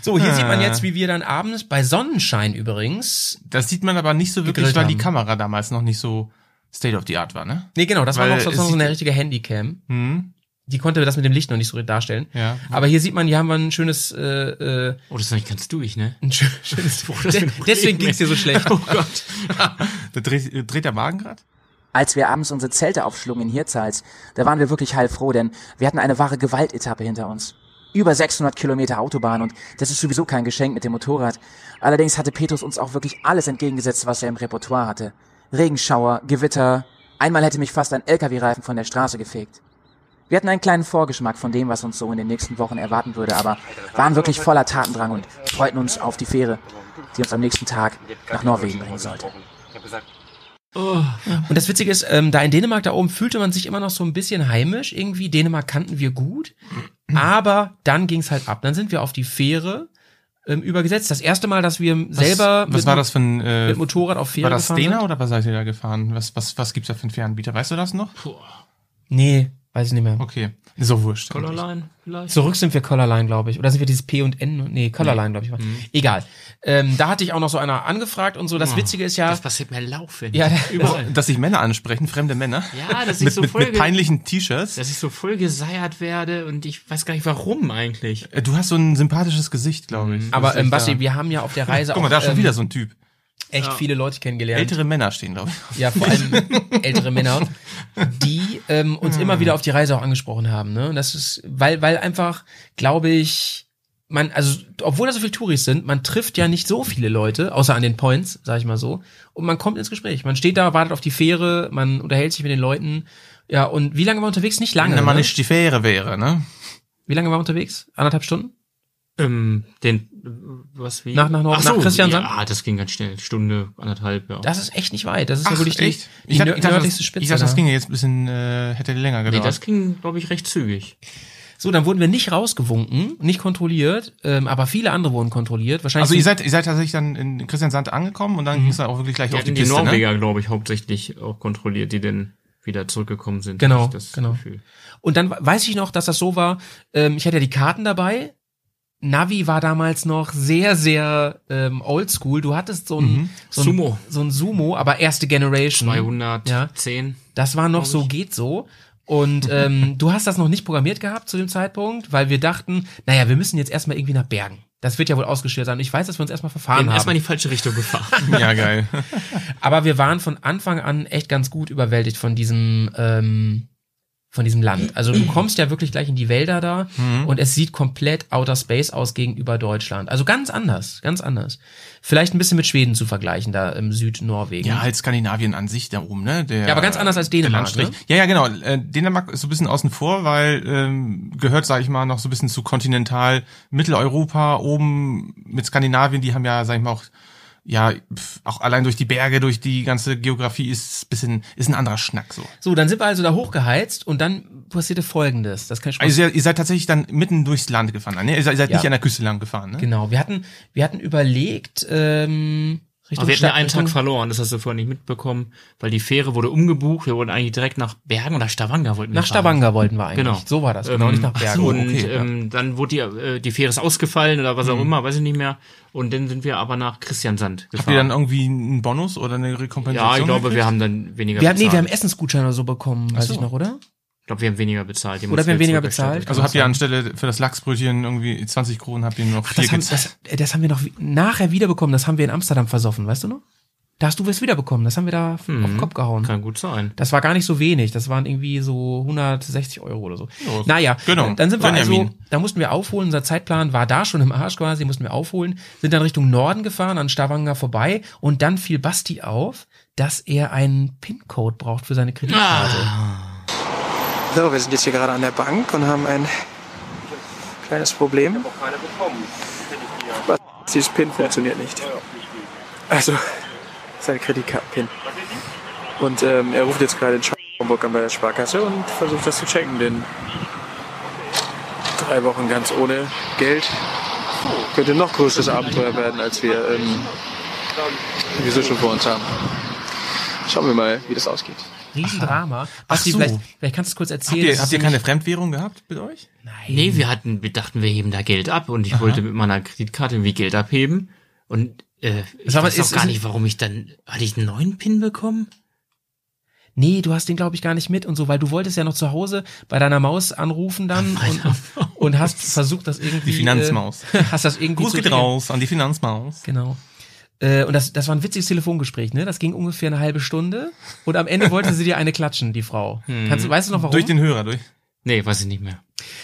So, hier sieht man jetzt, wie wir dann abends, bei Sonnenschein übrigens.
Das sieht man aber nicht so wirklich,
Gegrillt
weil die
haben.
Kamera damals noch nicht so State of the Art war, ne?
Nee, genau, das
Weil
war noch so,
es
so
sieht-
eine richtige Handycam.
Hm.
Die konnte das mit dem Licht noch nicht so darstellen.
Ja.
Aber hier sieht man, hier haben wir ein schönes, äh, äh,
Oh, das ist noch nicht ganz durch, ne?
ein schö- schönes
das
De
bin ich
Deswegen
nicht
ging's dir so schlecht.
Oh Gott.
Da dreht, dreht der Magen gerade?
Als wir abends unsere Zelte aufschlugen in Hirzals, da waren wir wirklich heilfroh, denn wir hatten eine wahre Gewaltetappe hinter uns. Über 600 Kilometer Autobahn und das ist sowieso kein Geschenk mit dem Motorrad. Allerdings hatte Petrus uns auch wirklich alles entgegengesetzt, was er im Repertoire hatte. Regenschauer, Gewitter, einmal hätte mich fast ein LKW-Reifen von der Straße gefegt. Wir hatten einen kleinen Vorgeschmack von dem, was uns so in den nächsten Wochen erwarten würde, aber waren wirklich voller Tatendrang und freuten uns auf die Fähre, die uns am nächsten Tag nach Norwegen bringen sollte.
Oh. Und das Witzige ist, ähm, da in Dänemark da oben fühlte man sich immer noch so ein bisschen heimisch irgendwie. Dänemark kannten wir gut, aber dann ging's halt ab. Dann sind wir auf die Fähre ähm, übergesetzt. Das erste Mal, dass wir selber
Was
mit-
war das für ein. Äh,
mit Motorrad auf Fähre
war das
gefahren
Stena
sind?
oder was seid ihr da gefahren? Was, was, was gibt's da für einen Fähranbieter? Weißt du das noch?
Nee, weiß ich nicht mehr.
Okay. Ist auch wurscht.
Colorline vielleicht?
Zurück sind wir Colorline, glaube ich. Oder sind wir dieses P und N? Nee, Colorline, glaube ich. war-
Mhm.
Egal. Ähm, da hatte ich auch noch so einer angefragt und so.
Ah,
Das Witzige ist ja.
Das passiert mir laufend.
Ja,
überall.
Dass sich Männer ansprechen, fremde Männer.
Ja, das ist
mit,
so
mit,
voll
mit
ge-
peinlichen T-Shirts.
Dass ich so voll geseiert werde und ich weiß gar nicht warum eigentlich.
Äh, Du hast so ein sympathisches Gesicht, glaube ich.
aber
Das ist
ähm,
echt
Basti,
da.
wir haben ja auf der Reise
Guck mal, da
auch
ist schon
ähm,
wieder so ein Typ.
echt viele Leute kennengelernt.
Ältere Männer stehen, glaube ich.
Ja, vor allem ältere Männer, die ähm, uns immer wieder auf die Reise auch angesprochen haben. Ne? Und das ist, weil, weil einfach, glaube ich, man, also obwohl da so viele Touris sind, man trifft ja nicht so viele Leute, außer an den Points, sag ich mal so, und man kommt ins Gespräch. Man steht da, wartet auf die Fähre, man unterhält sich mit den Leuten. Ja, und wie lange war unterwegs? Nicht lange.
Wenn da mal
ne?
nicht die Fähre wäre, ne?
Wie lange war unterwegs? Anderthalb Stunden?
Ähm, den, was wie?
Nach- nach- nach-
Ach so,
nach Christian
Ja, ah, das ging ganz schnell. Stunde, anderthalb, ja.
Das ist echt nicht weit. Das ist ja
Ach,
wirklich die-
echt?
die
ich, dachte,
nör-
ich, dachte, das,
nördlichste Spitze.
ich dachte, das
da.
ging jetzt ein bisschen, äh, hätte länger
nee,
gedauert.
das ging, glaube ich, recht zügig.
So, dann wurden wir nicht rausgewunken, nicht kontrolliert, ähm, aber viele andere wurden kontrolliert. Wahrscheinlich
also ihr
sind-
seid, ihr seid tatsächlich dann in Christian Sand angekommen und
Mhm.
dann ging es dann auch wirklich gleich
Die,
auf die
hatten die
Piste, ne?
Norweger, glaube ich, hauptsächlich auch kontrolliert, die dann wieder zurückgekommen sind.
Genau,
hab ich das
genau.
Gefühl.
Und dann weiß ich noch, dass das so war, ähm, ich hatte ja die Karten dabei. Navi war damals noch sehr, sehr ähm, oldschool. Du hattest so ein, so ein Mhm.
Sumo.
so ein Sumo, aber erste Generation.
210.
Das war noch so, geht so. Und ähm, du hast das noch nicht programmiert gehabt zu dem Zeitpunkt, weil wir dachten, naja, wir müssen jetzt erstmal irgendwie nach Bergen. Das wird ja wohl ausgestellt sein. Und ich weiß, dass wir uns erstmal
Wir
verfahren
haben
haben.
erstmal in die falsche Richtung gefahren.
Ja, geil.
Aber wir waren von Anfang an echt ganz gut überwältigt von diesem ähm, von diesem Land. Also du kommst ja wirklich gleich in die Wälder da und es sieht komplett Outer Space aus gegenüber Deutschland. Also ganz anders, ganz anders. Vielleicht ein bisschen mit Schweden zu vergleichen da im Südnorwegen.
Ja, halt Skandinavien an sich da oben, ne? Der,
Ja, aber ganz anders als
der
Dänemark,
Landstrich.
ne?
Ja, ja, genau. Äh, Dänemark ist so ein bisschen außen vor, weil ähm, gehört, sage ich mal, noch so ein bisschen zu kontinental Mitteleuropa oben mit Skandinavien. Die haben ja, sage ich mal, auch ja pf, auch allein durch die Berge, durch die ganze Geografie ist ein bisschen ist ein anderer Schnack so.
So, dann sind wir also da hochgeheizt und dann passierte Folgendes. Das kann ich schon mal
Also ihr, ihr seid tatsächlich dann mitten durchs Land gefahren, ne? Ihr seid, ihr seid
Ja.
nicht an der Küste lang gefahren, ne?
Genau, wir hatten, wir hatten überlegt, ähm, Richtung
Aber wir hatten ja
Stadt-
einen Tag
Richtung-
verloren, das hast du vorhin nicht mitbekommen, weil die Fähre wurde umgebucht. Wir wurden eigentlich direkt nach Bergen oder Stavanger wollten wir
Nach
fahren.
Stavanger wollten wir eigentlich.
Genau.
So war das, genau,
Ähm,
Mhm.
nicht nach
ach
Bergen.
So, und
okay, ja.
ähm, dann wurde die, äh, die Fähre ist ausgefallen oder was auch immer, weiß ich nicht mehr. Und dann sind wir aber nach Christiansand
Habt ihr dann
gefahren.
irgendwie einen Bonus oder eine Rekumpensation?
ja, ich glaube, wir
gekriegt?
haben dann weniger
Wir haben, nee, wir haben
bezahlt.
Essensgutscheine oder so bekommen, weiß
so.
ich noch, oder?
ich glaube, wir haben weniger bezahlt. Die haben
Oder
uns
wir haben
Geld
weniger
zurückerstattet.
bezahlt.
also habt ihr anstelle für das Lachsbrötchen irgendwie 20 Kronen habt ihr nur noch vier
Das haben,
gezahlt.
das, äh, das haben wir noch wie- nachher wiederbekommen. Das haben wir in Amsterdam versoffen, weißt du noch? Da hast du es wiederbekommen. Das haben wir da f-
Mhm.
auf den Kopf gehauen.
Kann gut sein.
Das war gar nicht so wenig. Das waren irgendwie so 160 Euro oder so. naja,
genau.
dann sind wir also,
Benjamin.
da mussten wir aufholen. Unser Zeitplan war da schon im Arsch quasi, mussten wir aufholen. Sind dann Richtung Norden gefahren, an Stavanger vorbei. Und dann fiel Basti auf, dass er einen PIN-Code braucht für seine Kreditkarte.
So, wir sind jetzt hier gerade an der Bank und haben ein kleines Problem. Was? Dieses PIN funktioniert nicht. Also, sein Kreditkarten-PIN. Und ähm, er ruft jetzt gerade in Schaumburg an bei der Sparkasse und versucht das zu checken, denn drei Wochen ganz ohne Geld könnte ein noch größeres Abenteuer werden, als wir ähm, sowieso schon vor uns haben. Schauen wir mal, wie das ausgeht.
Riesendrama. Basti,
so.
vielleicht, vielleicht kannst du es kurz erzählen.
Habt ihr,
Das
habt
ist
ihr
nämlich-
keine Fremdwährung gehabt mit euch?
Nee, wir hatten, wir dachten, wir heben da Geld ab und ich wollte mit meiner Kreditkarte irgendwie Geld abheben und äh, ich
Sag mal,
weiß auch
ist-
gar
ist-
nicht, warum ich dann, hatte ich einen neuen Pin bekommen?
Nee, du hast den, glaube ich, gar nicht mit und so, weil du wolltest ja noch zu Hause bei deiner Maus anrufen dann und, und hast versucht, das irgendwie.
Die Finanzmaus.
Äh, hast das irgendwie.
Gruß
zu
geht
regeln.
raus an die Finanzmaus.
Genau. Äh, Und das, das war ein witziges Telefongespräch, ne? Das ging ungefähr eine halbe Stunde und am Ende wollte sie dir eine klatschen, die Frau.
Hm.
Kannst, du- weißt du noch warum?
Durch den Hörer, durch.
Nee, weiß ich nicht mehr.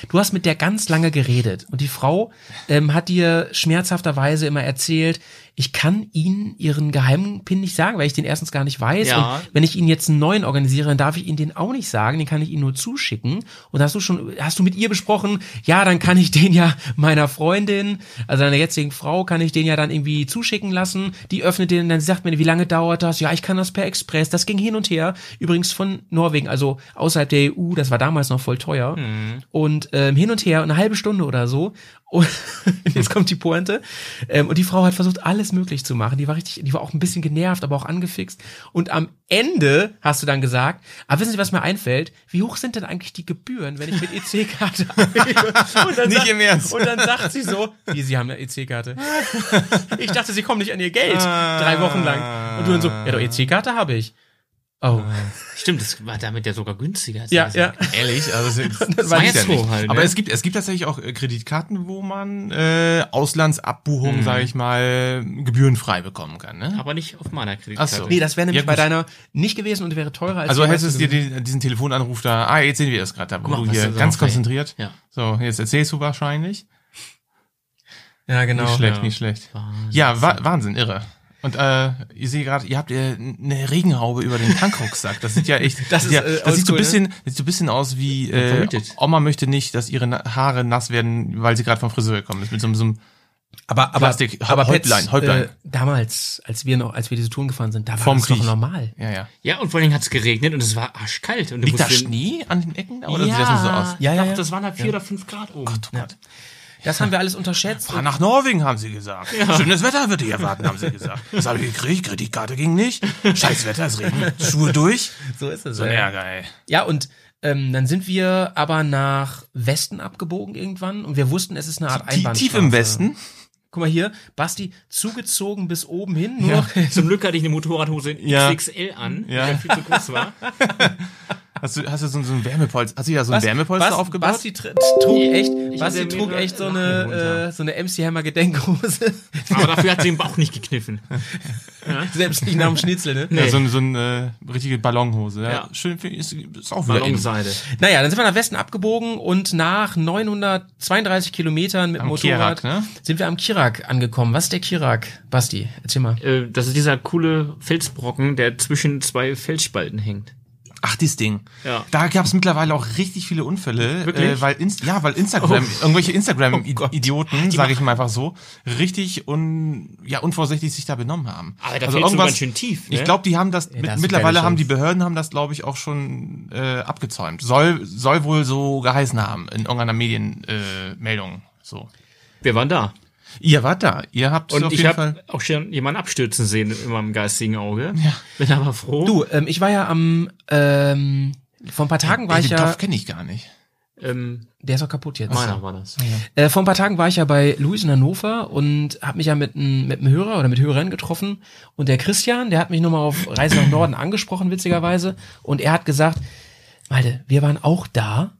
Du hast mit der ganz lange geredet und die Frau ähm, hat dir schmerzhafterweise immer erzählt, ich kann Ihnen Ihren geheimen PIN nicht sagen, weil ich den erstens gar nicht weiß.
Ja.
Und wenn ich Ihnen jetzt einen neuen organisiere, dann darf ich Ihnen den auch nicht sagen, den kann ich Ihnen nur zuschicken. Und hast du schon, hast du mit ihr besprochen, ja, dann kann ich den ja meiner Freundin, also deiner jetzigen Frau, kann ich den ja dann irgendwie zuschicken lassen. Die öffnet den, dann sagt mir, wie lange dauert das? Ja, ich kann das per Express. Das ging hin und her. Übrigens von Norwegen, also außerhalb der EU, das war damals noch voll teuer und ähm, hin und her, eine halbe Stunde oder so. Und jetzt kommt die Pointe. Ähm, und die Frau hat versucht, alles möglich zu machen. Die war richtig, die war auch ein bisschen genervt, aber auch angefixt. Und am Ende hast du dann gesagt, aber wissen Sie, was mir einfällt? Wie hoch sind denn eigentlich die Gebühren, wenn ich mit EC-Karte Und dann
Nicht
sagt-
im Ernst.
Und dann sagt sie so, wie, Sie haben eine EC-Karte. Ich dachte, Sie kommen nicht an Ihr Geld.
Ah.
Drei Wochen lang. Und du dann so, ja, doch, EC-Karte habe ich. Oh,
Stimmt, das war damit ja sogar günstiger. als
ja,
wir
ja.
gesagt
Ehrlich, also das, das
war
weiß
jetzt
ich ja
so
nicht.
halt, ne?
Aber es gibt, es gibt tatsächlich auch äh, Kreditkarten, wo man äh, Auslandsabbuchungen, sag sage ich mal, gebührenfrei bekommen kann.
haben.
Ne?
Aber nicht auf meiner Kreditkarte.
Ach so.
Nee, das wäre nämlich
Ja,
bei
gut.
deiner nicht gewesen und wäre teurer als
Also
die
hättest du
meisten
dir den, diesen Telefonanruf da, ah, jetzt sehen wir das gerade,
mal,
wo du
was
hier
ist da
ganz
noch, ey?
konzentriert.
Ja.
So, jetzt erzählst du wahrscheinlich.
Ja, genau.
Nicht schlecht,
ja. Äh,
nicht schlecht. Ja, wa Wahnsinn, irre. Und äh, ich sehe gerade, ihr habt äh, eine Regenhaube über den Tankrucksack. Das sieht ja echt, das,
ist,
ja,
äh,
das sieht so ein
oldschool,
bisschen, sieht so ein bisschen aus wie äh,
vermietet.
Oma möchte nicht, dass ihre Na- Haare nass werden, weil sie gerade vom Friseur gekommen ist mit so, einem- so einem
Aber, aber,
Plastik,
aber
Häuptlein,
Pets,
Häuptlein.
Äh, damals, als wir noch, als wir diese Touren gefahren sind, da war
Vorm
das doch
Krieg.
normal.
ja ja.
Ja, und vor allen Dingen hat's geregnet und es war arschkalt. Und du
Liegt da
musst den-
Schnee an den Ecken da, oder
ja,
sieht das nur so aus?
Ja, ja,
doch,
ja.
das waren halt vier oder fünf Grad oben.
Das haben wir alles unterschätzt.
Fahr nach Norwegen, haben sie gesagt. Schönes Wetter würde ich erwarten, haben sie gesagt. Das habe ich gekriegt, Kreditkarte ging nicht. Scheiß Wetter, es regnet. Schuhe durch.
so ist es.
So ein
ja.
Ärger, ey.
ja, und ähm, dann sind wir aber nach Westen abgebogen irgendwann und wir wussten, es ist eine Art
Die,
Einbahnstraße.
tief im Westen.
Guck mal hier, Basti zugezogen bis oben hin, nur noch
Zum Glück hatte ich eine Motorradhose in
Ja.
XXL an,
Ja.
die dann viel zu groß war.
Hast du, hast du so, so einen Wärmepolster? Hast du ja so einen
Bas-
Wärmepolster
Bas-
aufgebaut?
Basti tr- trug echt, Basti
hatte
trug
mehrere
echt so
Lachen
eine,
runter.
äh, so eine MC Hammer Gedenkhose.
Aber dafür hat sie den Bauch nicht gekniffen.
Selbst nicht nach dem Schnitzel, ne?
Ja,
Nee.
so ein, so ein äh, richtige Ballonhose. Ja.
Ja.
Schön, für- ist, ist auch wieder in.
Ballonseide.
Naja, dann sind wir nach Westen abgebogen und nach 932 Kilometern mit
Am
Motorrad
Kirak, ne?
sind wir am Kirak angekommen. Was ist der Kirak, Basti? Erzähl mal.
Äh, Das ist dieser coole Felsbrocken, der zwischen zwei Felsspalten hängt.
Ach, dieses Ding.
Ja.
Da gab es mittlerweile auch richtig viele Unfälle,
Wirklich? Oh.
äh, weil Inst ja, weil Instagram, irgendwelche Instagram-Idioten, sage ich mal einfach so, richtig un ja unvorsichtig sich da benommen haben.
Aber da fällst du ganz schön tief, ne?
Also Ich glaube, die haben das, mit,
hast du
mittlerweile
keine
haben die
Chance.
Behörden haben das, glaube ich, auch schon äh, abgezäumt. Soll soll wohl so geheißen haben in irgendeiner Medienmeldung. Äh, Meldung. so.
Wir waren da.
Ihr wart da. Ihr habt
Und
auf
ich
jeden Fall.
habe auch schon jemanden abstürzen sehen in meinem geistigen Auge. Ja. Bin aber froh.
Du, ähm, ich war ja am, ähm, vor ein paar Tagen war ich
den
ja,
Kopf kenne ich gar nicht.
Ähm,
der ist auch kaputt jetzt.
meiner war das.
Äh, vor ein paar Tagen war ich ja bei Luis in Hannover und habe mich ja mit einem mit einem Hörer oder mit Hörern getroffen. Und der Christian, der hat mich nochmal auf Reise nach Norden angesprochen, witzigerweise. Und er hat gesagt, Malte, wir waren auch da.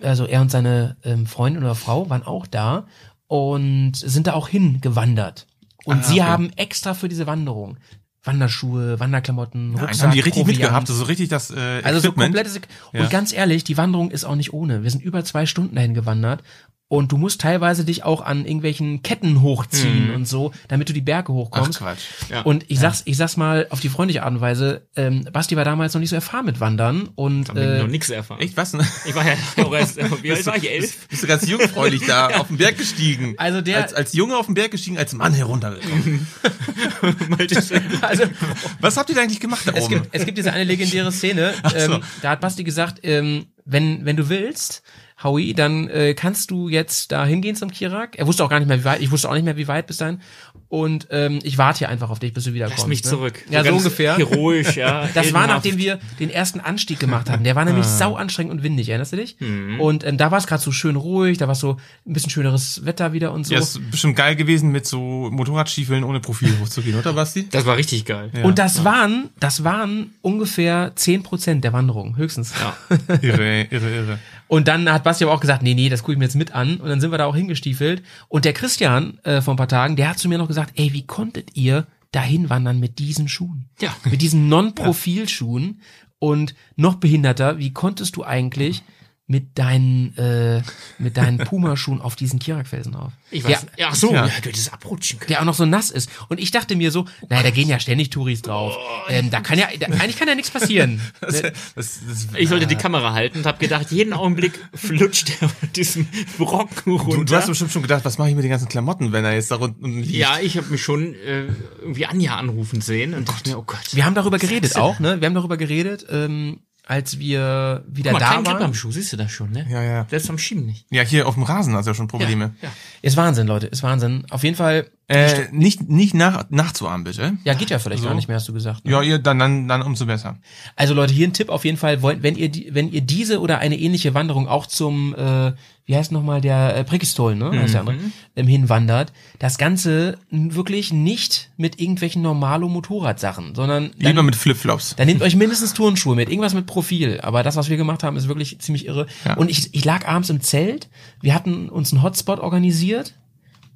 Also er und seine ähm, Freundin oder Frau waren auch da und sind da auch hingewandert. Und
Ah,
sie
okay.
haben extra für diese Wanderung Wanderschuhe, Wanderklamotten, Rucksack,
Nein, haben die richtig
Proviant.
mitgehabt, so richtig das äh,
Also so
Equipment.
komplettes.
Ja.
Und ganz ehrlich, die Wanderung ist auch nicht ohne. Wir sind über zwei Stunden dahin gewandert und du musst teilweise dich auch an irgendwelchen Ketten hochziehen und so, damit du die Berge
Mhm. Ach
hochkommst.
Quatsch.
Ja.
Und ich sag's, ich sag's mal auf die freundliche Art und Weise. Ähm, Basti war damals noch nicht so erfahren mit Wandern und
Hab ich
äh,
noch nichts erfahren.
Echt was? Ne?
Ich war ja auch erst, wie alt war ich? Elf?
Bist du ganz jungfräulich da auf den Berg gestiegen?
Also der-
als, als Junge auf den Berg gestiegen, als Mann heruntergekommen.
also
Was habt ihr da eigentlich gemacht da
es
oben?
gibt es gibt diese eine legendäre Szene. Ähm, da hat Basti gesagt, ähm, wenn wenn du willst. Howie, dann äh, kannst du jetzt da hingehen zum Kirak. Er wusste auch gar nicht mehr, wie weit. Ich wusste auch nicht mehr, wie weit bis dahin. Und ähm, ich warte hier einfach auf dich, bis du wieder
Lass
kommst.
mich
ne?
zurück.
Ja, so
ganz
ungefähr.
Heroisch, ja.
Das war,
heldenhaft. Ah.
nachdem wir den ersten Anstieg gemacht hatten. Der war nämlich sau anstrengend und windig, erinnerst du dich?
Mhm.
Und ähm, da war es gerade so schön ruhig, da war so ein bisschen schöneres Wetter wieder und so.
Ja, ist bestimmt geil gewesen, mit so Motorradstiefeln ohne Profil hochzugehen, oder Basti?
Das war richtig geil.
und das waren, das waren ungefähr 10% der Wanderung, höchstens.
Irre, irre, irre.
Und dann hat Basti aber auch gesagt, nee, nee, das gucke ich mir jetzt mit an. Und dann sind wir da auch hingestiefelt. Und der Christian äh, vor ein paar Tagen, der hat zu mir noch gesagt, ey, wie konntet ihr dahin wandern mit diesen Schuhen?
Ja.
Mit diesen Non-Profil-Schuhen. Und noch behinderter, wie konntest du eigentlich mit deinen, äh, mit deinen Puma-Schuhen auf diesen Kirakfelsen rauf?
Ich weiß.
Der,
Ja. Ach so,
Ja.
ja. du hättest abrutschen können.
der auch noch so nass ist. Und ich dachte mir so, naja, da gehen ja ständig Touris drauf.
Oh.
Ähm, da kann ja, da, eigentlich kann ja nichts passieren. Ne?
Das, das,
Ich sollte die Kamera halten und habe gedacht, jeden Augenblick flutscht er von diesem Brocken runter.
du, du hast bestimmt schon gedacht, was mache ich mit den ganzen Klamotten, wenn er jetzt da unten liegt?
ja, ich habe mich schon äh, irgendwie Anja anrufen sehen und dachte mir, oh Gott.
Wir haben darüber geredet
äh,
auch, ne? Wir haben darüber geredet, ähm, als wir wieder
Guck mal,
da
kein Grip am
waren.
Schuh, siehst du das schon, ne?
Ja, ja.
Selbst am Schieben nicht.
Ja, hier auf dem Rasen hast du ja schon Probleme.
Ist Wahnsinn, Leute, ist Wahnsinn. Auf jeden Fall,
Äh, nicht nicht nach, nachzuahmen, bitte.
ja, geht ja vielleicht
Also,
gar nicht mehr, hast du gesagt. Ne?
Ja, ihr, dann, dann, dann umso besser.
Also Leute, hier ein Tipp auf jeden Fall, wollt, wenn ihr die, wenn ihr diese oder eine ähnliche Wanderung auch zum, äh, wie heißt nochmal der äh, Prickistol, ne? Heißt der andere, ähm, hinwandert, das Ganze n- wirklich nicht mit irgendwelchen normalo Motorradsachen, sondern dann,
Lieber mit Flipflops.
dann nehmt euch mindestens Turnschuhe mit, irgendwas mit Profil. Aber das, was wir gemacht haben, ist wirklich ziemlich irre.
Ja.
Und ich, ich lag abends im Zelt. Wir hatten uns einen Hotspot organisiert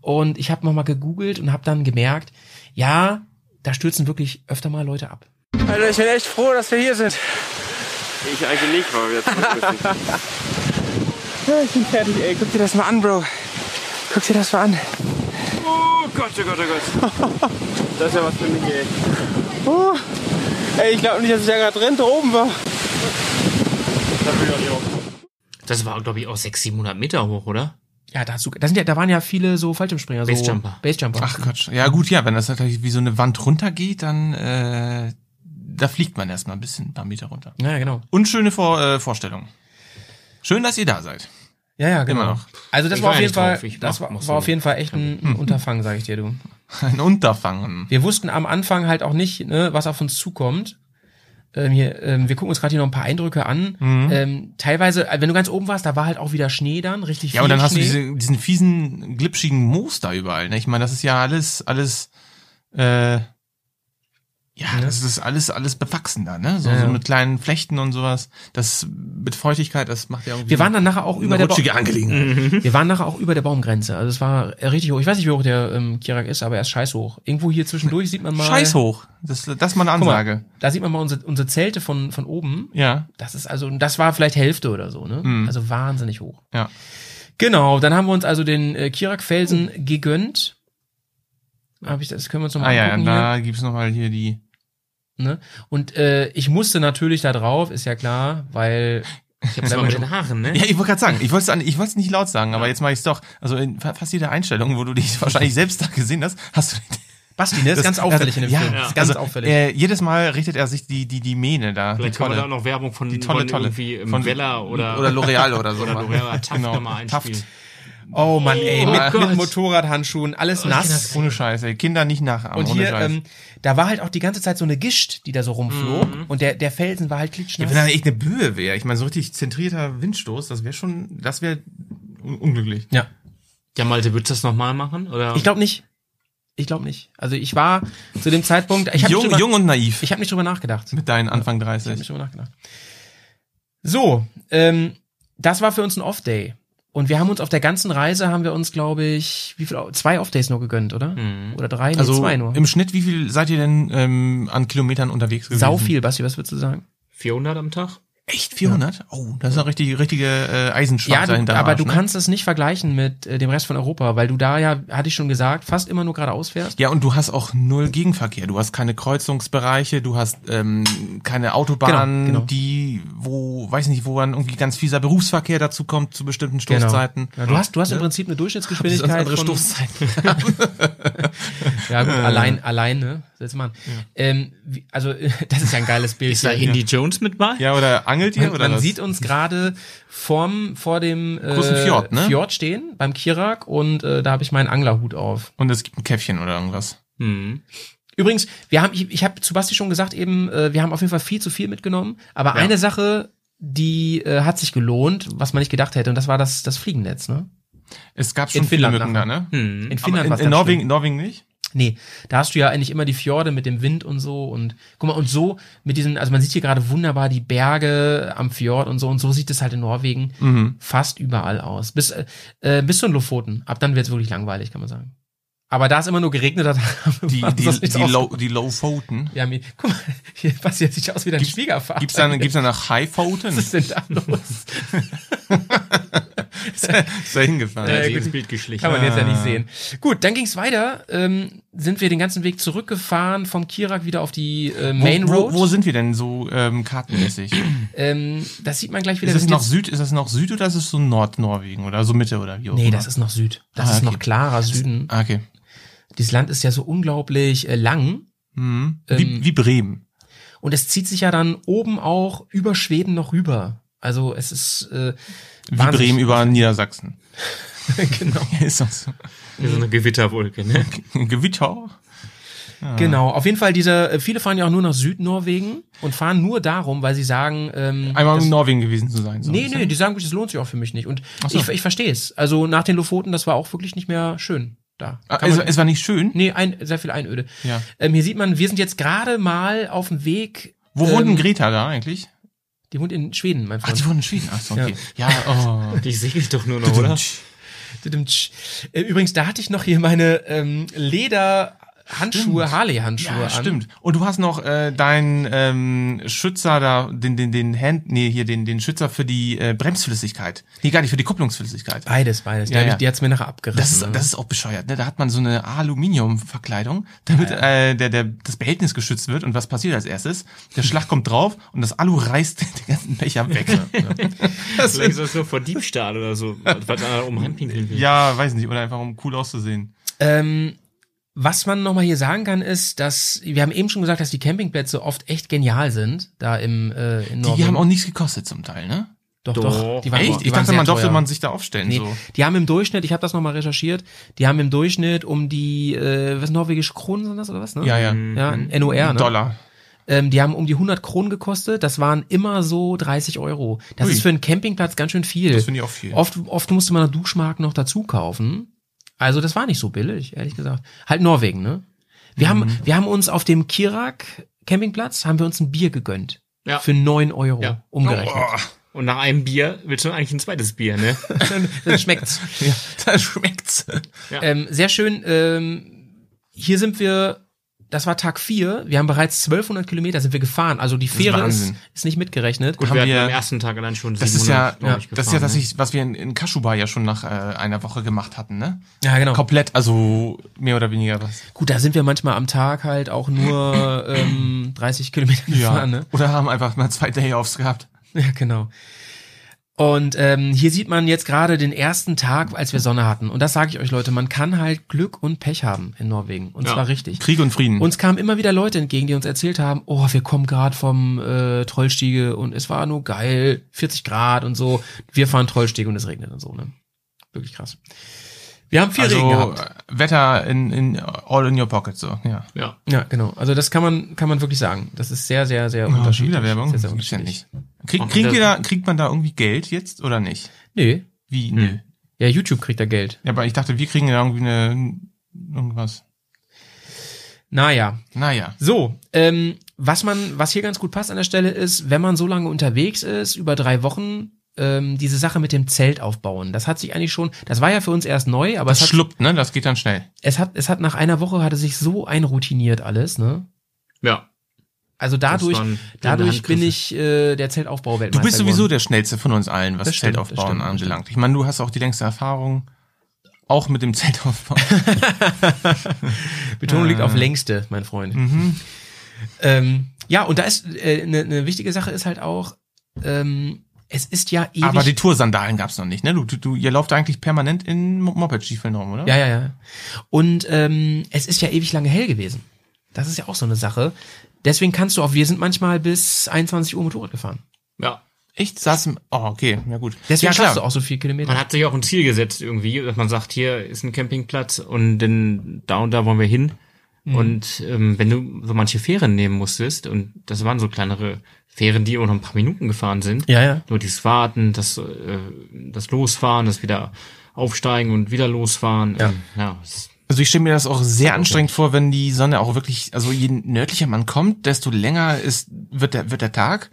und ich habe nochmal gegoogelt und habe dann gemerkt, ja, da stürzen wirklich öfter mal Leute ab.
Alter, ich bin echt froh, dass wir hier sind.
Ich eigentlich nicht, weil wir jetzt zurückgeschickt sind.
Ja, ich bin fertig, ey. Guck dir das mal an, Bro. Guck dir das mal an.
Oh,
Gott, oh Gott, oh Gott. Das ist ja was für mich, ey.
Oh. Ey, ich glaube nicht, dass ich da gerade drin oben war.
Das will ich auch nicht hoch.
Das war, glaube ich, auch 600, 700 Meter hoch, oder?
Ja, dazu, da, sind ja, da waren ja viele so Fallschirmspringer. So
Basejumper.
Basejumper.
Ach Gott. Ja gut, ja, wenn das natürlich wie so eine Wand runtergeht, dann äh, da fliegt man erstmal ein bisschen ein paar Meter runter.
Ja, ja, genau.
Unschöne Vor äh, Vorstellung. Schön, dass ihr da seid.
Ja, ja, genau.
Immer noch.
Also das
Ich
war
war
auf
ja
jeden
nicht drauf.
Fall,
Ich
das
mach-
war,
mach's
war
so.
auf jeden Fall echt ein, ein Unterfangen, sage ich dir, du.
Ein Unterfangen.
Wir wussten am Anfang halt auch nicht, ne, was auf uns zukommt. Ähm, hier, ähm, wir gucken uns gerade hier noch ein paar Eindrücke an.
Mhm.
Ähm, teilweise, äh, wenn du ganz oben warst, da war halt auch wieder Schnee dann, richtig
Ja,
viel
und dann hast du
Schnee.
diese, diesen fiesen, glitschigen Moos da überall. Ne? Ich meine, das ist ja alles, alles, äh, ja, das ist alles, alles bewachsen da, ne? So,
Ja,
so
ja.
mit kleinen Flechten und sowas. Das mit Feuchtigkeit, das macht ja irgendwie
wir waren dann nachher auch
eine
über der Ba-
rutschige Angelegenheit.
Wir waren nachher auch über der Baumgrenze. Also es war äh, richtig hoch. Ich weiß nicht, wie hoch der ähm, Kirak ist, aber er ist scheiß hoch. Irgendwo hier zwischendurch sieht man mal.
Scheiß hoch. Das, das ist mal eine
Mhm. Guck mal,
Ansage.
Da sieht man mal unsere, unsere Zelte von, von oben.
Ja,
Das ist also, das war vielleicht Hälfte oder so, ne? Also wahnsinnig hoch.
Hm. ja.
Genau, dann haben wir uns also den äh, Kirak-Felsen gegönnt. Hab ich, das können wir uns
Ah
nochmal
ja,
angucken
da gibt's noch nochmal hier die.
hier. Ne? Und äh, ich musste natürlich da drauf, ist ja klar, weil
Ich hab's mal mit den Haaren, ne?
Ja, ich wollte gerade sagen, ich wollte ich wollt's nicht laut sagen, aber jetzt mache ich's doch. Also in fa- fast jeder Einstellung, wo du dich wahrscheinlich selbst da gesehen hast, hast du
Basti, ne? Ist ganz auffällig in dem Film. Ist ganz auffällig.
Äh, jedes Mal richtet er sich die, die, die Mähne da.
Vielleicht
die
kann man da
Tolle.
auch noch Werbung von,
Die tolle,
von
tolle.
irgendwie ähm,
Von-
Vella oder,
oder L'Oreal oder so.
oder
machen.
L'Oreal Taft genau. mal
Taft.
einspielen.
oh Mann, ey,
Oh
mit, mit
Gott.
Motorradhandschuhen, alles nass.
Ohne Scheiß, ey. Kinder nicht nachahmen.
Und
ohne
hier,
Scheiß.
ähm, da war halt auch die ganze Zeit so eine Gischt, die da so rumflog.
Mhm.
Und der, der Felsen war halt
ja, wenn da
klitschnass.
echt eine Böe wäre, ich meine, so richtig zentrierter Windstoß, das wäre schon, das wäre un unglücklich.
Ja.
Ja, Malte, würdest du das nochmal machen? Oder?
Ich glaube nicht. Ich glaube nicht. Also ich war zu dem Zeitpunkt, ich habe nicht,
jung,
drüber-
jung und naiv.
ich hab nicht drüber nachgedacht.
mit deinen Anfang
Ich habe mich
30.
schon mal nachgedacht. So, ähm, das war für uns ein Off-Day. Und wir haben uns auf der ganzen Reise, haben wir uns, glaube ich, wie viel, zwei Off-Days nur gegönnt, oder? Oder drei, nee,
Also
zwei nur.
im Schnitt, wie viel seid ihr denn ähm, an Kilometern unterwegs gewesen?
Sau viel, Basti, was würdest du sagen?
400 am Tag?
Echt 400? Oh, das ist eine richtige, richtige äh, Eisenschwarze
Ja, du,
hinterm
aber
Arsch,
du
ne?
kannst es nicht vergleichen mit äh, dem Rest von Europa, weil du da ja, hatte ich schon gesagt, fast immer nur geradeaus fährst.
Ja, und du hast auch null Gegenverkehr. Du hast keine Kreuzungsbereiche, du hast ähm, keine Autobahnen,
Genau, genau.
die, wo, weiß nicht, wo dann irgendwie ganz fieser Berufsverkehr dazu kommt zu bestimmten Stoßzeiten.
Genau. Ja, du hast, du hast im
Ne?
Prinzip eine
Sonst
Durchschnittsgeschwindigkeit
andere
von,
Stoßzeiten.
ja gut, allein, allein, ne? Setz mal an. Ähm, wie, also, das ist ja ein geiles Bild.
Ist da
hier.
Indy Jones mit bei?
Ja, oder angelt ihr?
Man,
oder
man
was?
sieht uns gerade vorm vor dem
Großen
äh,
Fjord, ne?
Fjord stehen beim Kirak und äh, da habe ich meinen Anglerhut auf.
und es gibt ein Käffchen oder irgendwas.
Hm.
Übrigens, wir haben ich, ich habe zu Basti schon gesagt eben, äh, wir haben auf jeden Fall viel zu viel mitgenommen, aber eine Sache, die äh, hat sich gelohnt, was man nicht gedacht hätte und das war das das Fliegennetz, ne?
Es gab schon
In
viele
Finnland
Mücken da,
nachher.
ne?
Hm.
In
Aber
Finnland
in,
war's
in
ganz
Norwegen, Norwegen nicht?
Nee, da hast du ja eigentlich immer die Fjorde mit dem Wind und so und guck mal und so mit diesen, also man sieht hier gerade wunderbar die Berge am Fjord und so und so sieht es halt in Norwegen fast überall aus. Bis äh, äh, bis zu den Lofoten. Ab dann wird es wirklich langweilig, kann man sagen. Aber da es immer nur geregnet hat, haben wir
Die,
uns
die,
das
die,
nicht aus-
Low, die Low-Foten.
Wir haben hier, guck mal, hier passt jetzt sieht aus wie dein Schwiegervater.
Gibt's dann, gibt's dann nach High-Foten?
was ist denn da los?
Ist da hingefahren.
Ja,
Äh,
sie
gut.
ins Bild geschlichen.
Kann man jetzt ja nicht sehen. Gut, dann ging es weiter. Ähm, sind wir den ganzen Weg zurückgefahren vom Kirak wieder auf die äh, Main
wo,
Road?
Wo, wo sind wir denn so ähm, kartenmäßig?
Ähm, das sieht man gleich wieder.
Ist
Wir
das
sind
noch
jetzt-
Süd, ist das noch Süd oder ist es so Nordnorwegen oder so Mitte oder wie auch
Nee,
immer?
das ist noch Süd. Das
Ah,
ist
okay.
noch klarer Süden.
Ah, okay.
Dieses Land ist ja so unglaublich äh, lang
Mhm.
Ähm,
wie, wie Bremen.
und es zieht sich ja dann oben auch über Schweden noch rüber. Also es ist äh,
Wie
wahnsinnig-
Bremen über Niedersachsen.
genau.
ist das so?
Wie so eine Gewitterwolke, ne?
Gewitter? Ah.
Genau. Auf jeden Fall diese. äh, Viele fahren ja auch nur nach Südnorwegen und fahren nur darum, weil sie sagen. Ähm,
Einmal
das-
in Norwegen gewesen zu sein. So
Nee, nee, die sagen, gut, das lohnt sich auch für mich nicht. Und
so.
ich, ich verstehe es. Also nach den Lofoten, das war auch wirklich nicht mehr schön da.
Ah,
Kann
es,
man-
es war nicht schön.
nee, ein, sehr viel Einöde.
Ja.
Ähm, hier sieht man, wir sind jetzt gerade mal auf dem Weg.
Wo
ähm,
wohnt denn Greta da eigentlich?
Die wohnt in Schweden, mein
Ach, die
Freund.
wohnt in Schweden. Ach so, okay. Ja, oh.
Die segelt doch nur noch, oder?
Äh, Übrigens, da hatte ich noch hier meine ähm, Leder Handschuhe, Harley-Handschuhe
Ja,
an.
stimmt. Und du hast noch äh, deinen ähm, Schützer da, den, den, den Hand, nee, hier, den, den Schützer für die äh, Bremsflüssigkeit. Nee, gar nicht, für die Kupplungsflüssigkeit.
Beides, beides. Die,
Ja,
hab ich-
ja.
die hat's mir nachher abgerissen.
Das ist,
ne?
das ist auch bescheuert, ne? Da hat man so eine Aluminiumverkleidung, damit Äh, der, der, das Behältnis geschützt wird. Und was passiert als erstes? Der Schlag kommt drauf und das Alu reißt den ganzen Becher weg.
Vielleicht ist das nur vor Diebstahl oder so. Was einer um Handpinkeln will.
ja, weiß nicht. Oder einfach um cool auszusehen.
Ähm, was man nochmal hier sagen kann, ist, dass, wir haben eben schon gesagt, dass die Campingplätze oft echt genial sind, da im, äh, in
Die
Norwegen.
haben auch nichts gekostet zum Teil, ne?
doch, doch,
Doch.
Die waren,
Echt?
Die
Ich
waren
dachte,
sehr
man durfte
teuer.
man sich da aufstellen.
Nee,
So.
die haben im Durchschnitt, ich habe das nochmal recherchiert, die haben im Durchschnitt um die, äh, was norwegische Kronen sind das oder was? Ne?
Ja, ja.
Ja, NOR, ne?
Dollar.
Ähm, die haben um die 100 Kronen gekostet, das waren immer so 30 Euro. Das
Ui.
ist für einen Campingplatz ganz schön viel.
Das finde ich auch viel.
Oft, oft musste man eine Duschmarken noch dazu kaufen. Also das war nicht so billig, ehrlich gesagt. Halt Norwegen, ne? Wir, haben,
Mhm.
wir haben uns auf dem Kirak Campingplatz, haben wir uns ein Bier gegönnt.
Ja.
Für 9 Euro Um,
Ja.
umgerechnet.
Und nach einem Bier willst du eigentlich ein zweites Bier, ne?
Dann schmeckt's.
Das schmeckt's.
Ähm, sehr schön. Ähm, hier sind wir, das war Tag 4, wir haben bereits 1200 Kilometer sind wir gefahren. Also die Fähre ist,
Wahnsinn.
ist nicht mitgerechnet.
Gut,
Haben
wir hatten
wir-
am ersten Tag allein schon
Das ist ja,
glaub ich,
das ist ja,
gefahren,
das
ne?
ich, was wir in, in Kashuba ja schon nach äh, einer Woche gemacht hatten, ne?
Ja, genau.
Komplett, also mehr oder weniger was.
Gut, da sind wir manchmal am Tag halt auch nur ähm, 30 Kilometer gefahren, ne?
Oder haben einfach mal zwei Day-Offs gehabt.
Ja, genau. Und ähm, hier sieht man jetzt gerade den ersten Tag, als wir Sonne hatten. Und das sage ich euch, Leute, man kann halt Glück und Pech haben in Norwegen. Und zwar richtig.
Krieg und Frieden.
Uns kamen immer wieder Leute entgegen, die uns erzählt haben, oh, wir kommen gerade vom äh, Trollstiege und es war nur geil, 40 Grad und so. Wir fahren Trollstiege und es regnet und so, ne? Wirklich krass. Wir haben viel Regen
also
gehabt.
äh, Wetter in, in all in your pocket so, ja.
Ja.
Ja, genau. Also das kann man kann man wirklich sagen. Das ist sehr, sehr, sehr
Oh,
unterschiedlich.
wieder Werbung?
Sehr, sehr
Das gibt's ja
unterschiedlich.
nicht. Krieg,
Und
kriegt,
das-
ihr da, kriegt man da irgendwie Geld jetzt oder nicht?
Nee.
Wie? Nö.
Ja, YouTube kriegt da Geld.
Ja, aber ich dachte, wir kriegen ja irgendwie eine irgendwas.
Naja.
Naja.
So, ähm, was man, was hier ganz gut passt an der Stelle ist, wenn man so lange unterwegs ist, über drei Wochen, ähm, diese Sache mit dem Zelt aufbauen. Das hat sich eigentlich schon, das war ja für uns erst neu, aber
Das
es hat,
schluppt, ne? Das geht dann schnell.
es hat, es hat nach einer Woche hatte sich so einroutiniert alles, ne?
Ja.
Also dadurch,
waren
dadurch bin
Handgriffe.
ich äh, der Zeltaufbau-Weltmeister.
Du bist sowieso
geworden.
der schnellste von uns allen, was
Das stimmt, das
Zeltaufbauen
stimmt, das
anbelangt. Ich meine, du hast auch die längste Erfahrung, auch mit dem Zeltaufbau.
Betonung
Ah.
liegt auf längste, mein Freund.
Mhm.
Ähm, ja, und da ist eine äh, ne ne wichtige Sache ist halt auch, ähm, es ist ja ewig.
aber die Toursandalen gab's noch nicht, ne? Du, du, du, ihr lauft eigentlich permanent in Mo- Moped-Stiefeln rum, oder?
Ja, ja, ja. Und ähm, es ist ja ewig lange hell gewesen. Das ist ja auch so eine Sache. Deswegen kannst du auch, wir sind manchmal bis 21 Uhr Motorrad gefahren.
Ja.
Echt? Saß im, oh, okay, ja gut.
Deswegen
ja,
schaffst du auch so viel
Man
Kilometer.
hat sich auch ein Ziel gesetzt irgendwie, dass man sagt, hier ist ein Campingplatz und dann da und da wollen wir hin.
Mhm.
Und ähm, wenn du so manche Fähren nehmen musstest, und das waren so kleinere Fähren, die auch noch ein paar Minuten gefahren sind,
Ja, ja.
nur dieses Warten, das, äh, das Losfahren, das wieder aufsteigen und wieder losfahren. Ja. ja es-
Also ich stelle mir das auch sehr anstrengend vor, wenn die Sonne auch wirklich, also je nördlicher man kommt, desto länger ist, wird der, wird der Tag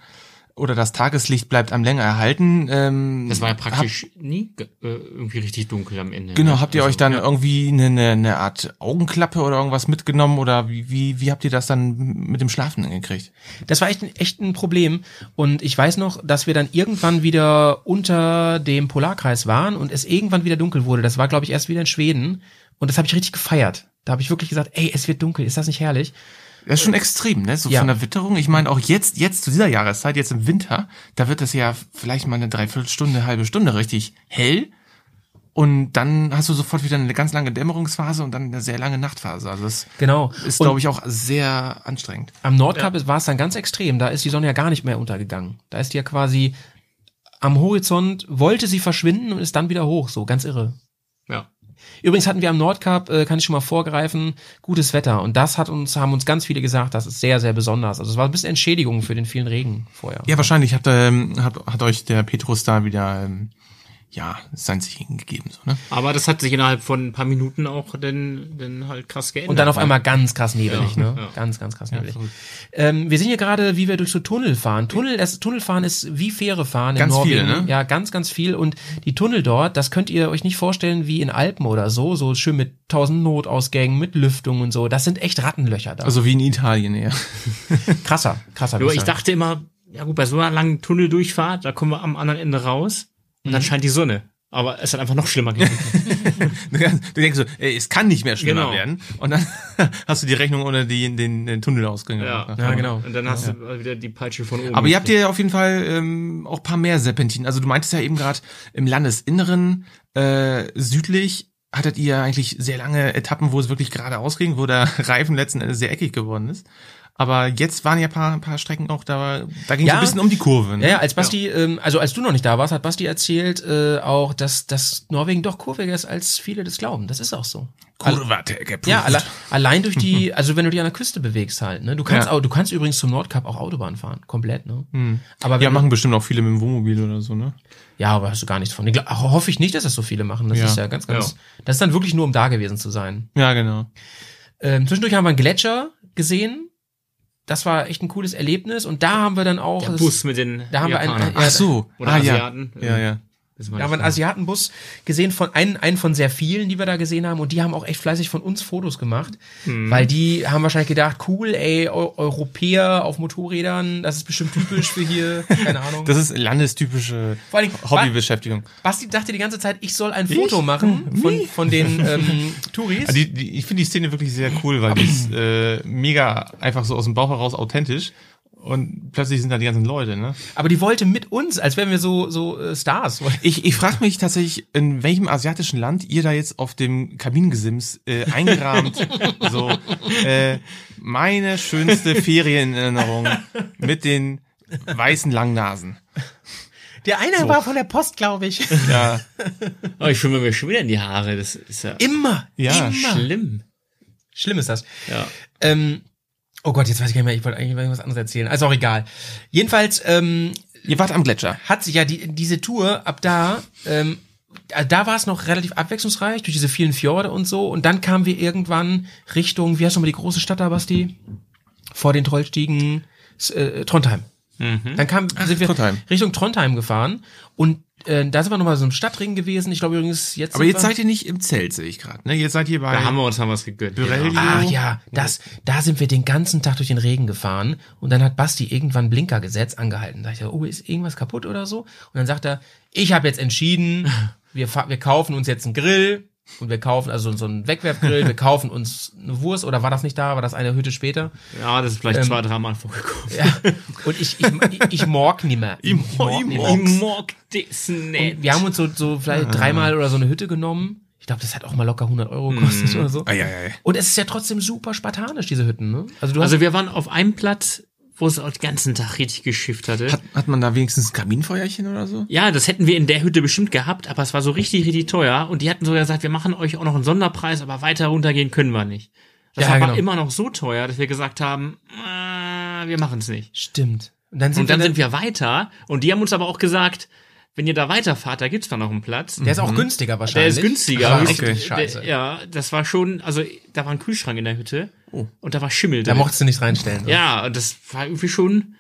oder das Tageslicht bleibt am länger erhalten. Ähm,
das war ja
Hab,
praktisch nie ge- äh, irgendwie richtig dunkel am Ende.
genau,
ne?
habt ihr
Also,
euch dann
ja.
irgendwie eine, eine, eine Art Augenklappe oder irgendwas mitgenommen oder wie, wie, wie habt ihr das dann mit dem Schlafen hingekriegt?
Das war echt ein, echt ein Problem. Und ich weiß noch, dass wir dann irgendwann wieder unter dem Polarkreis waren und es irgendwann wieder dunkel wurde. Das war, glaube ich, erst wieder in Schweden. Und das habe ich richtig gefeiert. Da habe ich wirklich gesagt, ey, es wird dunkel, ist das nicht herrlich?
Das ist schon extrem, ne? So
Ja.
von der Witterung. Ich meine, auch jetzt, jetzt zu dieser Jahreszeit, jetzt im Winter, da wird es ja vielleicht mal eine Dreiviertelstunde, halbe Stunde richtig hell. Und dann hast du sofort wieder eine ganz lange Dämmerungsphase und dann eine sehr lange Nachtphase. Also das
Genau.
ist,
Und-
glaube ich, auch sehr anstrengend.
Am Nordkap ist- war es dann ganz extrem. Da ist die Sonne ja gar nicht mehr untergegangen. Da ist die ja quasi am Horizont, wollte sie verschwinden und ist dann wieder hoch. So, ganz irre.
Ja.
Übrigens hatten wir am Nordkap, äh, kann ich schon mal vorgreifen, gutes Wetter. Und das hat uns, haben uns ganz viele gesagt, das ist sehr, sehr besonders. Also es war ein bisschen Entschädigung für den vielen Regen vorher.
Ja, wahrscheinlich hat, ähm, hat, hat euch der Petrus da wieder ähm, ja, es sein sich gegeben. So, ne?
Aber das hat sich innerhalb von ein paar Minuten auch dann, dann halt krass geändert.
Und dann auf einmal ganz krass nebelig,
Ja,
ne?
ja.
Ganz, ganz krass nebelig.
verrückt.
ähm, wir sind hier gerade, wie wir durch so Tunnel fahren. Tunnel, das Tunnelfahren ist wie Fähre fahren in
Ganz viel,
Norwegen.
ne?
Ja, ganz, ganz viel. Und die Tunnel dort, das könnt ihr euch nicht vorstellen wie in Alpen oder so, so schön mit tausend Notausgängen, mit Lüftung und so. Das sind echt Rattenlöcher da.
Also wie in Italien eher. Also
krasser, krasser.
Nur
würd
ich
sagen.
dachte immer, ja gut, bei so einer langen Tunneldurchfahrt, da kommen wir am anderen Ende raus und
Mhm.
dann scheint die Sonne. Aber es hat einfach noch schlimmer gewesen.
Du denkst so, ey, es kann nicht mehr schlimmer
Genau.
werden. Und dann hast du die Rechnung ohne die, den, den Tunnelausgang. gemacht.
Ja, genau.
Und dann hast du wieder die Peitsche von oben.
Aber ihr habt ja auf jeden Fall ähm, auch ein paar mehr Serpentinen. Also du meintest ja eben gerade, im Landesinneren äh, südlich hattet ihr eigentlich sehr lange Etappen, wo es wirklich geradeaus ging, wo der Reifen letzten Endes sehr eckig geworden ist. Aber jetzt waren ja ein paar, ein paar Strecken auch da, da ging es
Ja.
ein bisschen um die Kurve.
Ja,
Ne?
ja, als Basti, Ähm, also als du noch nicht da warst, hat Basti erzählt äh, auch, dass, dass Norwegen doch kurviger ist, als viele das glauben. Das ist auch so.
Kurve hat er geprüft.
Ja, alle, allein durch die, also wenn du dich an der Küste bewegst halt, ne? Du kannst
Ja. Hm.
auch, du kannst übrigens zum Nordkap auch Autobahn fahren, komplett, ne? Aber
ja,
wenn,
machen bestimmt auch viele mit dem Wohnmobil oder so, ne?
ja, aber hast du gar nichts von. Ich glaub- Hoffe ich nicht, dass das so viele machen. Das
Ja.
ist ja ganz, ganz. Das ist dann wirklich nur um da gewesen zu sein.
Ja, genau.
Ähm, zwischendurch haben wir einen Gletscher gesehen. Das war echt ein cooles Erlebnis. Und da haben wir dann auch.
Der
das-
Bus mit den
Da haben wir einen-
Japanern.
Ach
so.
Oder
ah, ja.
Asiaten.
Ja, ja.
Das war
Da haben wir einen Asiatenbus gesehen von einen, einen von sehr vielen, die wir da gesehen haben und die haben auch echt fleißig von uns Fotos gemacht,
Mhm.
weil die haben wahrscheinlich gedacht, cool, ey, Eu Europäer auf Motorrädern, das ist bestimmt typisch für hier, keine Ahnung.
Das ist landestypische
Vor allen Dingen-
Hobbybeschäftigung.
Basti dachte die ganze Zeit, ich soll ein Foto machen von, von den ähm, Touris.
Also Hm, die, die, ich finde die Szene wirklich sehr cool, weil die ist äh, mega einfach so aus dem Bauch heraus authentisch und plötzlich sind da die ganzen Leute, ne?
Aber die wollte mit uns, als wären wir so, so äh, Stars.
Ich, ich frage mich tatsächlich, in welchem asiatischen Land ihr da jetzt auf dem Kabinengesims äh, eingerahmt, so äh, meine schönste Ferienerinnerung mit den weißen Langnasen.
Der eine war von der Post, glaube ich.
Ja,
Oh, ich schwimme mir schon wieder in die Haare. Das ist ja
Immer.
ja.
schlimm.
Schlimm ist das.
Ja.
Ähm, oh Gott, jetzt weiß ich gar nicht mehr, ich wollte eigentlich was anderes erzählen. Also auch egal. Jedenfalls, ähm,
Ihr wart am Gletscher.
hat sich ja die, diese Tour ab da, ähm, da war es noch relativ abwechslungsreich durch diese vielen Fjorde und so. Und dann kamen wir irgendwann Richtung, wie heißt nochmal die große Stadt da, Basti? Vor den Trollstiegen, s- äh, Trondheim. Dann kam, sind wir
Trondheim.
Richtung Trondheim gefahren und äh, da sind wir nochmal so im Stadtring gewesen. Ich glaube übrigens jetzt.
Aber
sind
jetzt
wir,
seid ihr nicht im Zelt, sehe ich gerade. Ne? Jetzt seid ihr bei
Ähm,
Da haben wir uns haben was gegönnt.
Borrelio.
Genau.
Ach ja, das, da sind wir den ganzen Tag durch den Regen gefahren und dann hat Basti irgendwann einen Blinker gesetzt, angehalten. Da dachte ich, oh, ist irgendwas kaputt oder so? Und dann sagt er, ich habe jetzt entschieden, wir, fa- wir kaufen uns jetzt einen Grill und wir kaufen, also so einen Wegwerfgrill, wir kaufen uns eine Wurst oder war das nicht da, war das eine Hütte später?
genau. Ja, das ist
Ähm,
vielleicht zwei, dreimal vorgekommen.
Ja. Und ich, ich, ich, ich morg nimmer. Ich, morg nimmer.
Ich mag das nicht.
Und wir haben uns so, so vielleicht dreimal oder so eine Hütte genommen. Ich glaube, das hat auch mal locker 100 Euro gekostet oder so.
Eieiei.
Und es ist Hm. Ah, ja trotzdem super spartanisch, diese Hütten, ne? Also du hast
also wir waren auf einem Platz, wo es auch den ganzen Tag richtig geschifft hatte.
Hat, hat man da wenigstens ein Kaminfeuerchen oder so?
Ja, das hätten wir in der Hütte bestimmt gehabt, aber es war so richtig, richtig teuer. Und die hatten sogar gesagt, wir machen euch auch noch einen Sonderpreis, aber weiter runtergehen können wir nicht. Das
Ja,
war
genau.
immer noch so teuer, dass wir gesagt haben, äh, wir machen es nicht.
Stimmt. Und dann sind
Und dann
wir
sind wir weiter. Und die haben uns aber auch gesagt, wenn ihr da weiterfahrt, da gibt's da noch einen Platz.
Der ist auch günstiger
Der
wahrscheinlich.
ist günstiger.
Aber
aber
echt
ich-
scheiße.
Der, ja, das war schon, also da war ein Kühlschrank in der Hütte und da war Schimmel
Oh. Da
drin.
mochtest du nicht reinstellen. ne?
ja, und das war irgendwie schon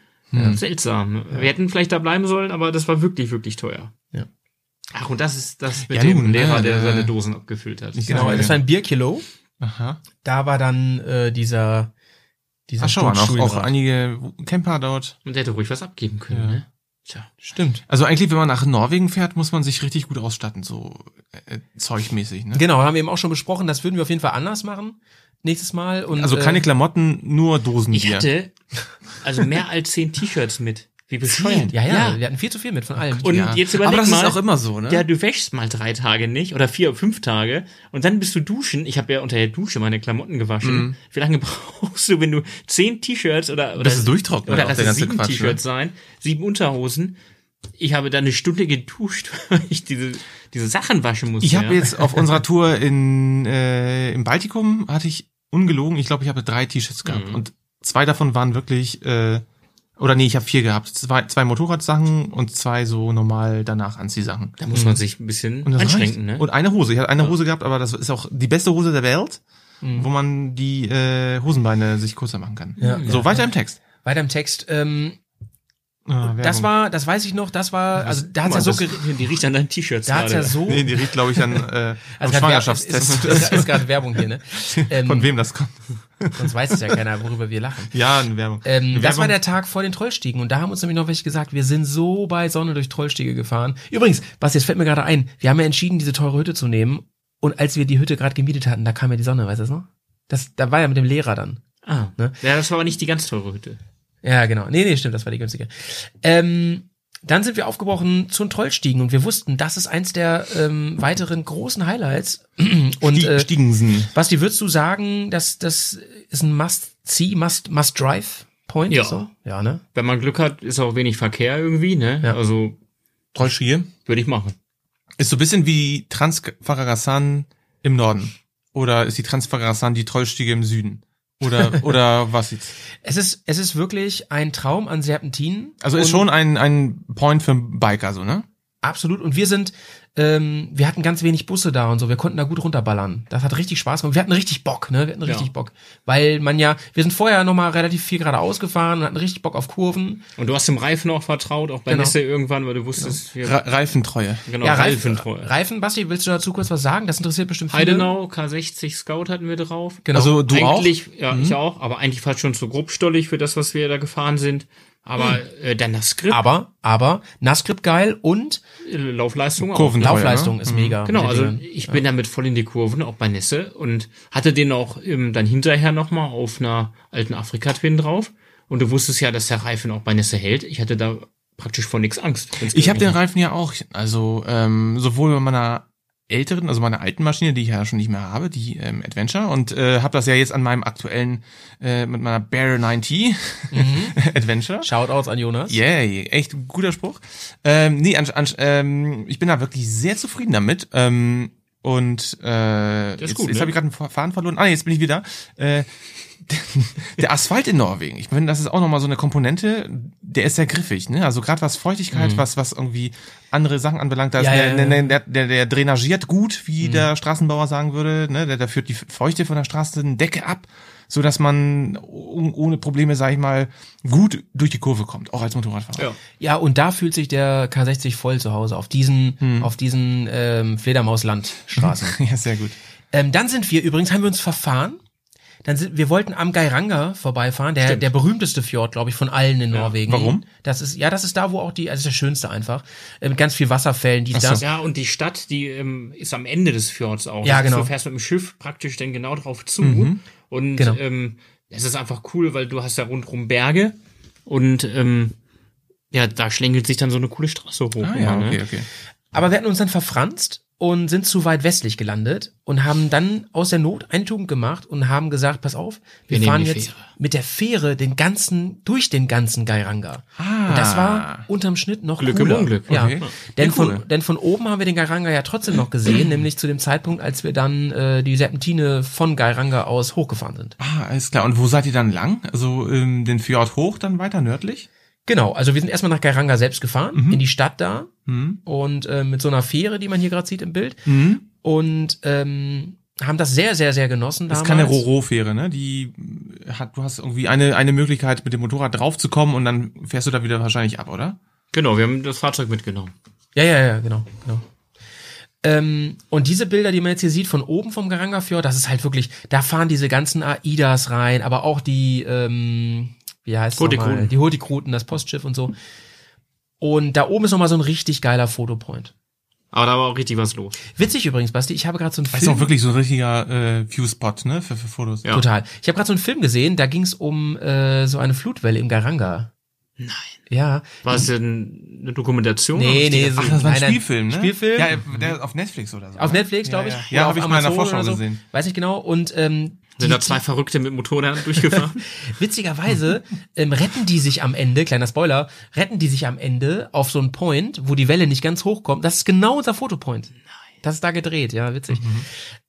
seltsam. Wir hätten vielleicht da bleiben sollen, aber das war wirklich, wirklich teuer.
Ja.
Ach, und das ist das mit
Ja,
dem
nun, ne,
Lehrer, der
ne.
seine Dosen abgefüllt hat.
Genau, das war ein Bierkilo.
Aha.
Da war dann äh, dieser dieser
Ach, schau mal, auch, auch
Stuhldraht.
einige Camper dort.
Und der hätte ruhig was abgeben können,
Ja.
ne? Tja.
Stimmt.
Also eigentlich, wenn man nach Norwegen fährt, muss man sich richtig gut ausstatten, so äh, zeugmäßig. Ne?
Genau, haben wir eben auch schon besprochen, das würden wir auf jeden Fall anders machen nächstes Mal und
Also keine
äh,
Klamotten, nur Dosenbier.
Ich hatte also mehr als zehn T-Shirts mit. Wie bescheuert.
ja, ja,
Ja.
wir hatten viel zu viel mit von allem.
Und jetzt überleg
Aber das
mal,
ist auch immer so, ne?
Ja, du wäschst mal drei Tage nicht oder vier, fünf Tage und dann bist du duschen. Ich habe ja unter der Dusche meine Klamotten gewaschen.
Mhm.
Wie lange brauchst du, wenn du zehn T-Shirts oder, oder
es durchtrocknet,
oder
auch
lass
der
es
ganze
sieben
Quatsch, ne?
T-Shirts sein, sieben Unterhosen. Ich habe da eine Stunde geduscht, weil ich diese diese Sachen waschen musste.
ich habe
ja.
jetzt auf unserer Tour in äh, im Baltikum
Mhm.
hatte ich ungelogen, ich glaube, ich habe drei T-Shirts gehabt und zwei davon waren wirklich äh, Oder nee, ich habe vier gehabt. Zwei, zwei Motorradsachen und zwei so normal danach Anziehsachen.
Da muss man sich ein bisschen
Und das reicht.
einschränken, ne?
Und eine Hose. Ich hatte eine Hose gehabt, aber das ist auch die beste Hose der Welt,
Mhm.
wo man die äh, Hosenbeine sich kürzer machen kann.
Ja.
so, weiter im Text.
Weiter im Text. Ähm,
Ah,
das
Werbung.
war, das weiß ich noch, das war, also da hat's ja so, ger-
die riecht an deinen T-Shirts
da hat's ja
gerade.
so, Also
Nee, die riecht, glaube ich, an äh, am
grad Wer- Ist,
Schwangerschaftstest.
ist, ist gerade Werbung hier, ne? Ähm,
Von wem das kommt.
Sonst weiß es ja keiner, worüber wir lachen.
Ja, eine Werbung.
Ähm,
Eine
das war
Werbung.
der Tag vor den Trollstiegen und da haben uns nämlich noch welche gesagt, wir sind so bei Sonne durch Trollstiege gefahren. Übrigens, was jetzt fällt mir gerade ein, wir haben ja entschieden, diese teure Hütte zu nehmen und als wir die Hütte gerade gemietet hatten, da kam ja die Sonne, weißt du das noch? Das, da war ja mit dem Lehrer dann.
Ah,
Ne?
ja, das war aber nicht die ganz teure Hütte.
Ja, genau. Nee, nee, stimmt, das war die günstige. Ähm, dann sind wir aufgebrochen zu den Trollstiegen und wir wussten, das ist eins der ähm, weiteren großen Highlights. Und
Stie-
äh,
Stiegensen.
Basti, würdest du sagen, dass das ist ein Must-See, Must-Drive-Point? Must Must-Drive-Point,
Ja.
So? Ja, ne?
Wenn man Glück hat, ist auch wenig Verkehr irgendwie, ne?
Ja.
Also
Trollstiege.
würde ich machen.
Ist so ein bisschen wie Transfagarasan im Norden. Oder ist die Transfagarasan die Trollstiege im Süden? Oder, oder was jetzt?
Es ist, es ist wirklich ein Traum an Serpentinen.
Also ist
Und-
schon ein, ein Point für einen Biker, so, ne?
Absolut. Und wir sind, ähm, wir hatten ganz wenig Busse da und so. Wir konnten da gut runterballern. Das hat richtig Spaß gemacht. Wir hatten richtig Bock, ne? Wir hatten richtig
Ja.
Bock. Weil man ja, wir sind vorher nochmal relativ viel geradeaus gefahren und hatten richtig Bock auf Kurven.
Und du hast dem Reifen auch vertraut, auch bei
Genau.
Nässe irgendwann, weil du wusstest, wir
Ra Reifentreue.
genau, Reifentreu.
Reifen, Basti, willst du dazu kurz was sagen? Das interessiert bestimmt viele.
Heidenau, K60 Scout hatten wir drauf.
Genau.
Also du Mhm.
eigentlich, ja, ich auch, aber eigentlich fast schon zu grobstollig für das, was wir da gefahren sind. Aber
Mhm.
äh, dann das Skript,
Ah.
aber, aber, Nascript geil und
äh, Laufleistung
auch?
auch.
Kurventreue.
Laufleistung
ne?
ist mega.
Genau,
mit den
also
Dingern.
ich bin damit voll in die Kurven, auch bei Nässe und hatte den auch ähm, dann hinterher nochmal auf einer alten Afrika-Twin drauf. Und du wusstest ja, dass der Reifen auch bei Nässe hält. Ich hatte da praktisch vor nichts Angst. wenn's
Ich habe den
geregnet
Reifen ja auch, also ähm, sowohl bei meiner älteren, also meiner alten Maschine, die ich ja schon nicht mehr habe, die ähm, Adventure, und äh, habe das ja jetzt an meinem aktuellen, äh, mit meiner Bear 90
Mhm.
Adventure.
Shoutouts an Jonas.
Yay, echt guter Spruch. Ähm, nee, an, an, ähm, ich bin da wirklich sehr zufrieden damit. Ähm, und äh,
ist
jetzt,
gut,
jetzt
ne?
habe ich gerade einen Faden verloren. Ah, nee, jetzt bin ich wieder. Äh, der Asphalt in Norwegen, ich finde, das ist auch nochmal so eine Komponente, der ist sehr griffig, ne? Also gerade was Feuchtigkeit,
Mhm.
was, was irgendwie andere Sachen anbelangt, da ist
Ja,
der,
ja, ja.
Der, der, der, der drainagiert gut,
Mhm.
wie der Straßenbauer sagen würde, ne? Der, der führt die Feuchte von der Straßendecke ab, so dass man oh- ohne Probleme, sag ich mal, gut durch die Kurve kommt, auch als Motorradfahrer.
Ja.
Ja, und da fühlt sich der K60 voll zu Hause, auf diesen, auf diesen ähm, Fledermauslandstraßen.
Ja, sehr gut.
ähm, dann sind wir übrigens, haben wir uns verfahren. Dann sind, wir wollten am Geiranger vorbeifahren, der, der berühmteste Fjord, glaube ich, von allen in Norwegen.
Warum?
Das ist, ja, das ist da, wo auch die, also das ist der schönste einfach. Äh, mit ganz viel Wasserfällen, die da.
Ja, und die Stadt, die ähm, ist am Ende des Fjords auch.
Ja,
Das ist,
genau.
Du fährst mit dem Schiff praktisch dann genau drauf zu. Und
Genau.
ähm, es ist einfach cool, weil du hast ja rundrum Berge und ähm, ja, da schlängelt sich dann so eine coole Straße hoch.
Ah,
immer,
ja,
ne?
okay, okay.
Aber wir hatten uns dann verfranst und sind zu weit westlich gelandet und haben dann aus der Not eine Tugend gemacht und haben gesagt, pass auf, wir,
Wir nehmen
fahren
die
jetzt
Fähre.
mit der Fähre den ganzen, durch den ganzen Geiranger. Ah. Und das war unterm Schnitt noch
Glück im
cooler.
Unglück,
Ja.
okay.
Denn,
Ja, cool.
von, denn von oben haben wir den Geiranger ja trotzdem noch gesehen, nämlich zu dem Zeitpunkt, als wir dann äh, die Serpentine von Geiranger aus hochgefahren sind.
Ah, alles klar. Und wo seid ihr dann lang? Also ähm, den Fjord hoch, dann weiter nördlich?
Genau, also wir sind erstmal nach Geiranger selbst gefahren, in die Stadt da
Mhm.
und äh, mit so einer Fähre, die man hier gerade sieht im Bild.
Mhm.
und ähm, haben das sehr, sehr, sehr genossen.
Das
Damals.
ist keine Roro-Fähre, ne? Die hat, du hast irgendwie eine, eine Möglichkeit, mit dem Motorrad draufzukommen und dann fährst du da wieder wahrscheinlich ab, oder?
Genau, wir haben das Fahrzeug mitgenommen.
Ja, ja, ja, genau. genau. Ähm, und diese Bilder, die man jetzt hier sieht, von oben vom Garangafjord, das ist halt wirklich, da fahren diese ganzen AIDAs rein, aber auch die, ähm, wie heißt
Hurtigruten.
Die Hurtigruten, das Postschiff und so. Und da oben ist nochmal so ein richtig geiler Fotopoint.
Aber da war auch richtig was los.
Witzig übrigens, Basti, ich habe gerade so einen
Das ist auch
Film.
wirklich so ein richtiger äh, Viewspot, ne? Für, für Fotos.
Ja.
Total. Ich habe gerade so einen Film gesehen, da ging es um äh, so eine Flutwelle im Garanga. Nein. Ja.
War es denn eine Dokumentation?
Nee, nee,
Ach, das war ein
Nein, nein,
Spielfilm, ne?
Spielfilm.
Ja, der auf Netflix oder so.
Auf
ne?
Netflix, glaube ich.
Ja, ja.
Oder
ja
auf
habe ich mal in der
Amazon
Vorschau
oder so.
gesehen.
Weiß nicht genau. Und ähm,
Sind da zwei Verrückte mit Motorrädern durchgefahren?
witzigerweise ähm, retten die sich am Ende, kleiner Spoiler, retten die sich am Ende auf so einen Point, wo die Welle nicht ganz hochkommt. Das ist genau unser Fotopoint. Das ist da gedreht, ja, witzig.
Mhm.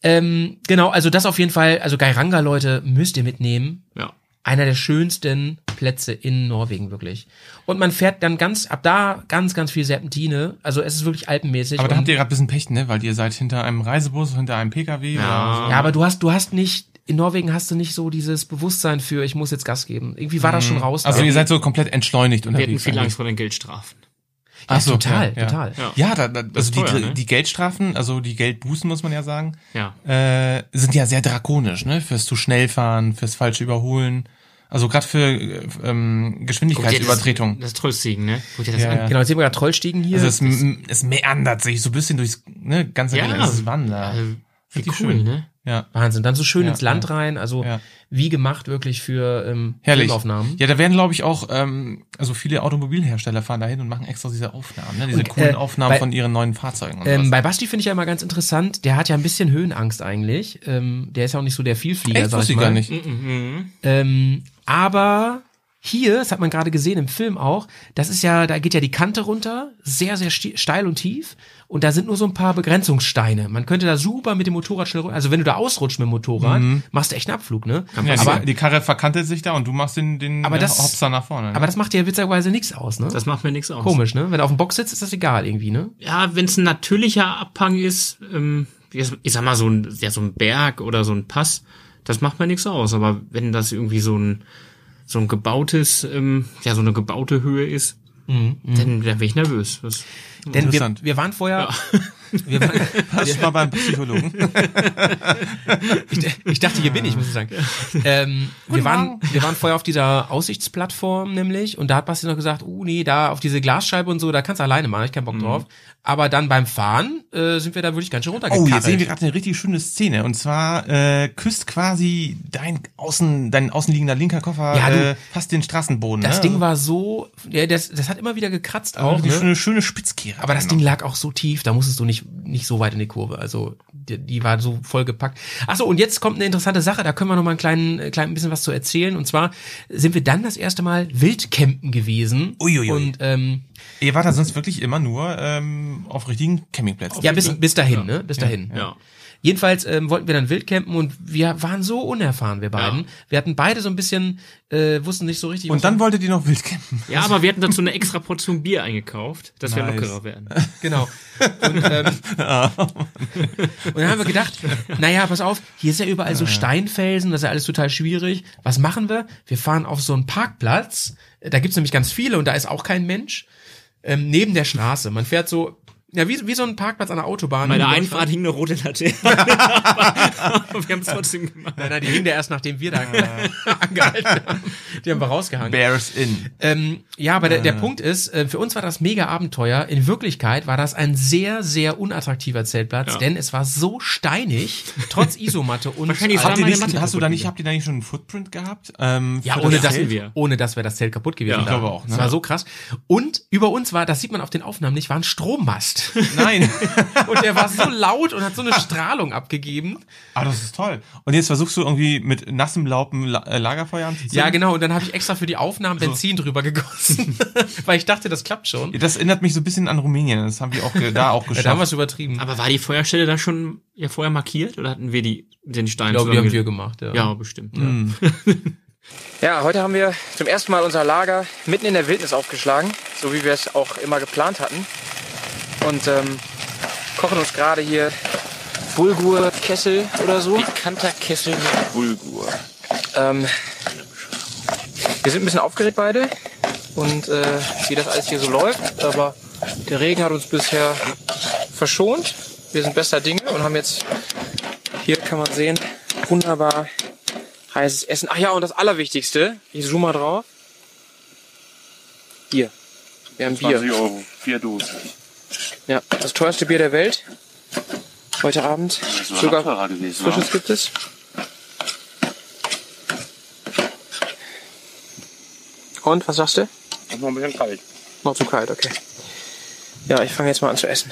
Ähm, genau, also das auf jeden Fall, also Geiranga, Leute, müsst ihr mitnehmen.
ja.
Einer der schönsten Plätze in Norwegen wirklich. Und man fährt dann ganz, ab da ganz, ganz viel Serpentine. Also es ist wirklich alpenmäßig.
Aber da
und-
habt ihr gerade ein bisschen Pech, ne? Weil ihr seid hinter einem Reisebus, hinter einem Pkw. Oder so.
Ja, aber du hast, du hast nicht, in Norwegen hast du nicht so dieses Bewusstsein für, ich muss jetzt Gas geben. Irgendwie war das schon raus. ne?
Also
da.
ihr seid so komplett entschleunigt
Wir hatten
unterwegs.
viel
eigentlich.
Angst vor den Geldstrafen.
Ach so,
total,
ja, ja.
total.
Ja.
Ja, da, da, also
ist
die,
teuer, ne?
die Geldstrafen, also die Geldbußen muss man ja sagen,
Ja.
äh, sind ja sehr drakonisch, ne? Fürs zu schnell fahren, fürs falsche Überholen. Also gerade für äh, ähm, Geschwindigkeitsübertretung.
Das, das Tröstsiegen, ne? Guck dir das
Ja,
an.
ja.
Genau, jetzt sehen wir gerade Trollstiegen hier.
Also es, m- es meandert sich so ein bisschen durchs ne, ganze
Ja.
Gelände. Es ist
äh,
Wander.
Also, wie cool,
Richtig schön.
ne?
Ja.
Wahnsinn. Dann so schön
Ja,
ins Land
ja.
rein. Also
Ja.
wie gemacht wirklich für ähm,
Herrlich.
Filmaufnahmen.
Ja, da werden, glaube ich, auch, ähm, also viele Automobilhersteller fahren dahin und machen extra diese Aufnahmen, ne? diese
Und,
coolen
äh,
Aufnahmen
bei-
von ihren neuen Fahrzeugen und
Ähm,
sowas.
bei Basti finde ich ja immer ganz interessant, der hat ja ein bisschen Höhenangst eigentlich. Ähm, der ist ja auch nicht so der Vielflieger,
Echt,
sag
wusste
ich
ich
mal.
gar nicht.
Ähm, aber hier, das hat man gerade gesehen im Film auch, das ist ja, da geht ja die Kante runter, sehr, sehr sti- steil und tief. Und da sind nur so ein paar Begrenzungssteine. Man könnte da super mit dem Motorrad schnell runter. Also wenn du da ausrutscht mit dem Motorrad,
Mhm.
machst du echt einen Abflug, ne?
Ja, die,
aber,
die Karre verkantet sich da und du machst den, den
Aber
äh,
das-
Hopser nach vorne. ne?
aber das macht dir ja witzigerweise nichts aus, ne?
Das macht mir nichts aus.
Komisch, ne? Wenn du auf dem Box sitzt, ist das egal irgendwie, ne?
Ja, wenn es ein natürlicher Abhang ist, ähm, jetzt- ich sag mal so ein, ja, so ein Berg oder so ein Pass, das macht mir nichts aus. Aber wenn das irgendwie so ein so ein gebautes, ähm, ja, so eine gebaute Höhe ist, dann, dann bin ich nervös. Das,
Denn wir,
Interessant.
wir waren vorher,
Wir waren mal beim Psychologen.
ich dachte, hier bin ich, muss ich sagen. Ähm, wir, waren, wir waren vorher auf dieser Aussichtsplattform nämlich und da hat Basti noch gesagt, oh nee, da auf diese Glasscheibe und so, da kannst du alleine machen, hab ich keinen Bock drauf. Aber dann beim Fahren äh, sind wir da wirklich ganz schön
Oh,
runtergekarrt.
jetzt sehen wir gerade eine richtig schöne Szene. Und zwar äh, küsst quasi dein außen, dein außenliegender linker Koffer
Ja, du,
äh, fast den Straßenboden.
das
ne?
Ding war so, ja, das, das hat immer wieder gekratzt
also,
auch,
auch eine
ne?
schöne, schöne Spitzkehre.
aber das Ding lag auch so tief, da musstest du nicht, nicht so weit in die Kurve. Also die, die war so voll gepackt. Achso, und jetzt kommt eine interessante Sache, da können wir noch mal ein kleinen, äh, klein bisschen was zu erzählen. Und zwar sind wir dann das erste Mal Wildcampen gewesen.
Uiuiui.
Und ähm,
Ihr wart da sonst wirklich immer nur ähm, auf richtigen Campingplätzen.
Ja, bis, bis dahin, ne? Bis dahin.
ja.
Jedenfalls ähm, wollten wir dann wild campen und wir waren so unerfahren, wir beiden. Wir hatten beide so ein bisschen, äh, wussten nicht so richtig. was-
Und dann wolltet ihr noch wild campen.
ja, aber wir hatten dazu eine extra Portion Bier eingekauft, dass wir
Nice.
lockerer werden.
genau. Und, ähm, und dann haben wir gedacht, naja, pass auf, hier ist ja überall so Steinfelsen, das ist ja alles total schwierig. Was machen wir? Wir fahren auf so einen Parkplatz, da gibt's nämlich ganz viele und da ist auch kein Mensch. Ähm, neben der Straße. Man fährt so, ja, wie, wie so ein Parkplatz an der Autobahn.
Bei der
In Deutschland.
Einfahrt hing eine rote Latte. aber wir haben es trotzdem gemacht.
Nein, nein, die hingen da erst, nachdem wir da angehalten haben. Die haben wir rausgehangen.
Ah. Bears in. Ah.
Ähm, ja, aber der, der Punkt ist, äh, für uns war das mega Abenteuer. In Wirklichkeit war das ein sehr, sehr unattraktiver Zeltplatz, denn es war so steinig, trotz Isomatte und
Wahrscheinlich
allem.
haben
Habt ihr
meine
nicht,
Matte
hast du da
kaputt
nicht,
gegangen.
habt ihr da nicht schon einen Footprint gehabt? Ähm,
Ja,
für
ohne
das
das,
Zelt?
wir.
ohne das wäre das Zelt kaputt gewesen.
Ja, ich
da.
glaube auch, ne?
Das war so krass. Und über uns war, das sieht man auf den Aufnahmen nicht, war ein Strommast.
Nein.
Und der war so laut und hat so eine Strahlung abgegeben.
Ah, das ist toll. Und jetzt versuchst du irgendwie mit nassem Laupen La äh, Lagerfeuer anzuziehen?
Ja, genau. Und dann habe ich extra für die Aufnahmen Benzin drüber gegossen, weil ich dachte, das klappt schon.
Das erinnert mich so ein bisschen an Rumänien. Das haben wir auch ge- da auch
Ja, da haben wir
geschafft.
es übertrieben.
Aber war die Feuerstelle da schon ja vorher markiert oder hatten wir die den Stein
ich glaube, die haben
zusammenge-
wir gemacht. Ja.
Ja, bestimmt. Ja.
Ja, heute haben wir zum ersten Mal unser Lager mitten in der Wildnis aufgeschlagen, so wie wir es auch immer geplant hatten. Und ähm, kochen uns gerade hier Bulgur-Kessel oder so.
Kanter Kessel mit Bulgur.
Ähm, wir sind ein bisschen aufgeregt beide und äh, wie das alles hier so läuft. Aber der Regen hat uns bisher verschont. Wir sind bester Dinge und haben jetzt, hier kann man sehen, wunderbar heißes Essen. Ach ja, und das Allerwichtigste, ich zoome mal drauf. Bier. Wir haben Bier.
20 Euro, vier Dosen.
Ja, das teuerste Bier der Welt. Heute Abend.
Das ist
Sogar
teurer gewesen.
Frisches
oder?
gibt es. Und, was sagst du?
Ist noch ein bisschen kalt.
Noch zu kalt, okay. Ja, ich fange jetzt mal an zu essen.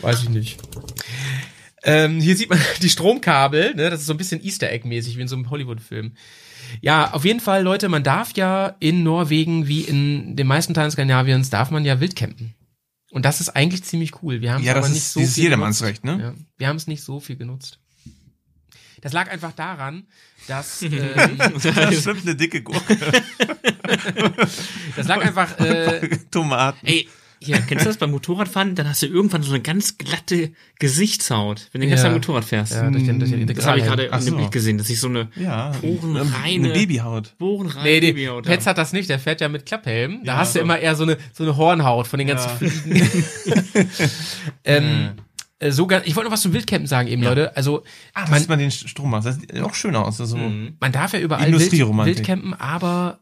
Weiß ich nicht. Ähm, hier sieht man die Stromkabel, ne? Das ist so ein bisschen Easter Egg-mäßig, wie in so einem Hollywood-Film. Ja, auf jeden Fall, Leute, man darf ja in Norwegen, wie in den meisten Teilen Skandinaviens, darf man ja wild campen. Und das ist eigentlich ziemlich cool. Wir haben
Ja,
aber
das
nicht
ist
so
dieses
viel
Jedermannsrecht,
genutzt.
ne?
Ja, wir haben es nicht so viel genutzt. Das lag einfach daran, dass ähm,
Da schwimmt eine dicke Gurke.
Das lag einfach, äh,
Tomaten.
Ey, hier, kennst du das beim Motorradfahren? Dann hast du irgendwann so eine ganz glatte Gesichtshaut, wenn du ganz
Ja.
lange Motorrad fährst.
ja, durch den, durch den
das habe ich gerade
Ach
in dem
so.
Bild gesehen, dass ich so eine
Ja.
porenreine,
Eine Babyhaut.
porenreine
Nee, nee,
Babyhaut
Petz
habe.
hat das nicht, der fährt ja mit Klapphelm. Da hast du
also
immer eher so eine, so eine Hornhaut von den ganzen Fliegen.
Mhm.
ähm, äh, so ganz, ich wollte noch was zum Wildcampen sagen eben, Leute. Also, man, Mhm.
Ah, man, man den Strom macht. Das sieht auch schön aus. Also,
man darf ja überall Wild,
Industrieromantik.
Wildcampen, aber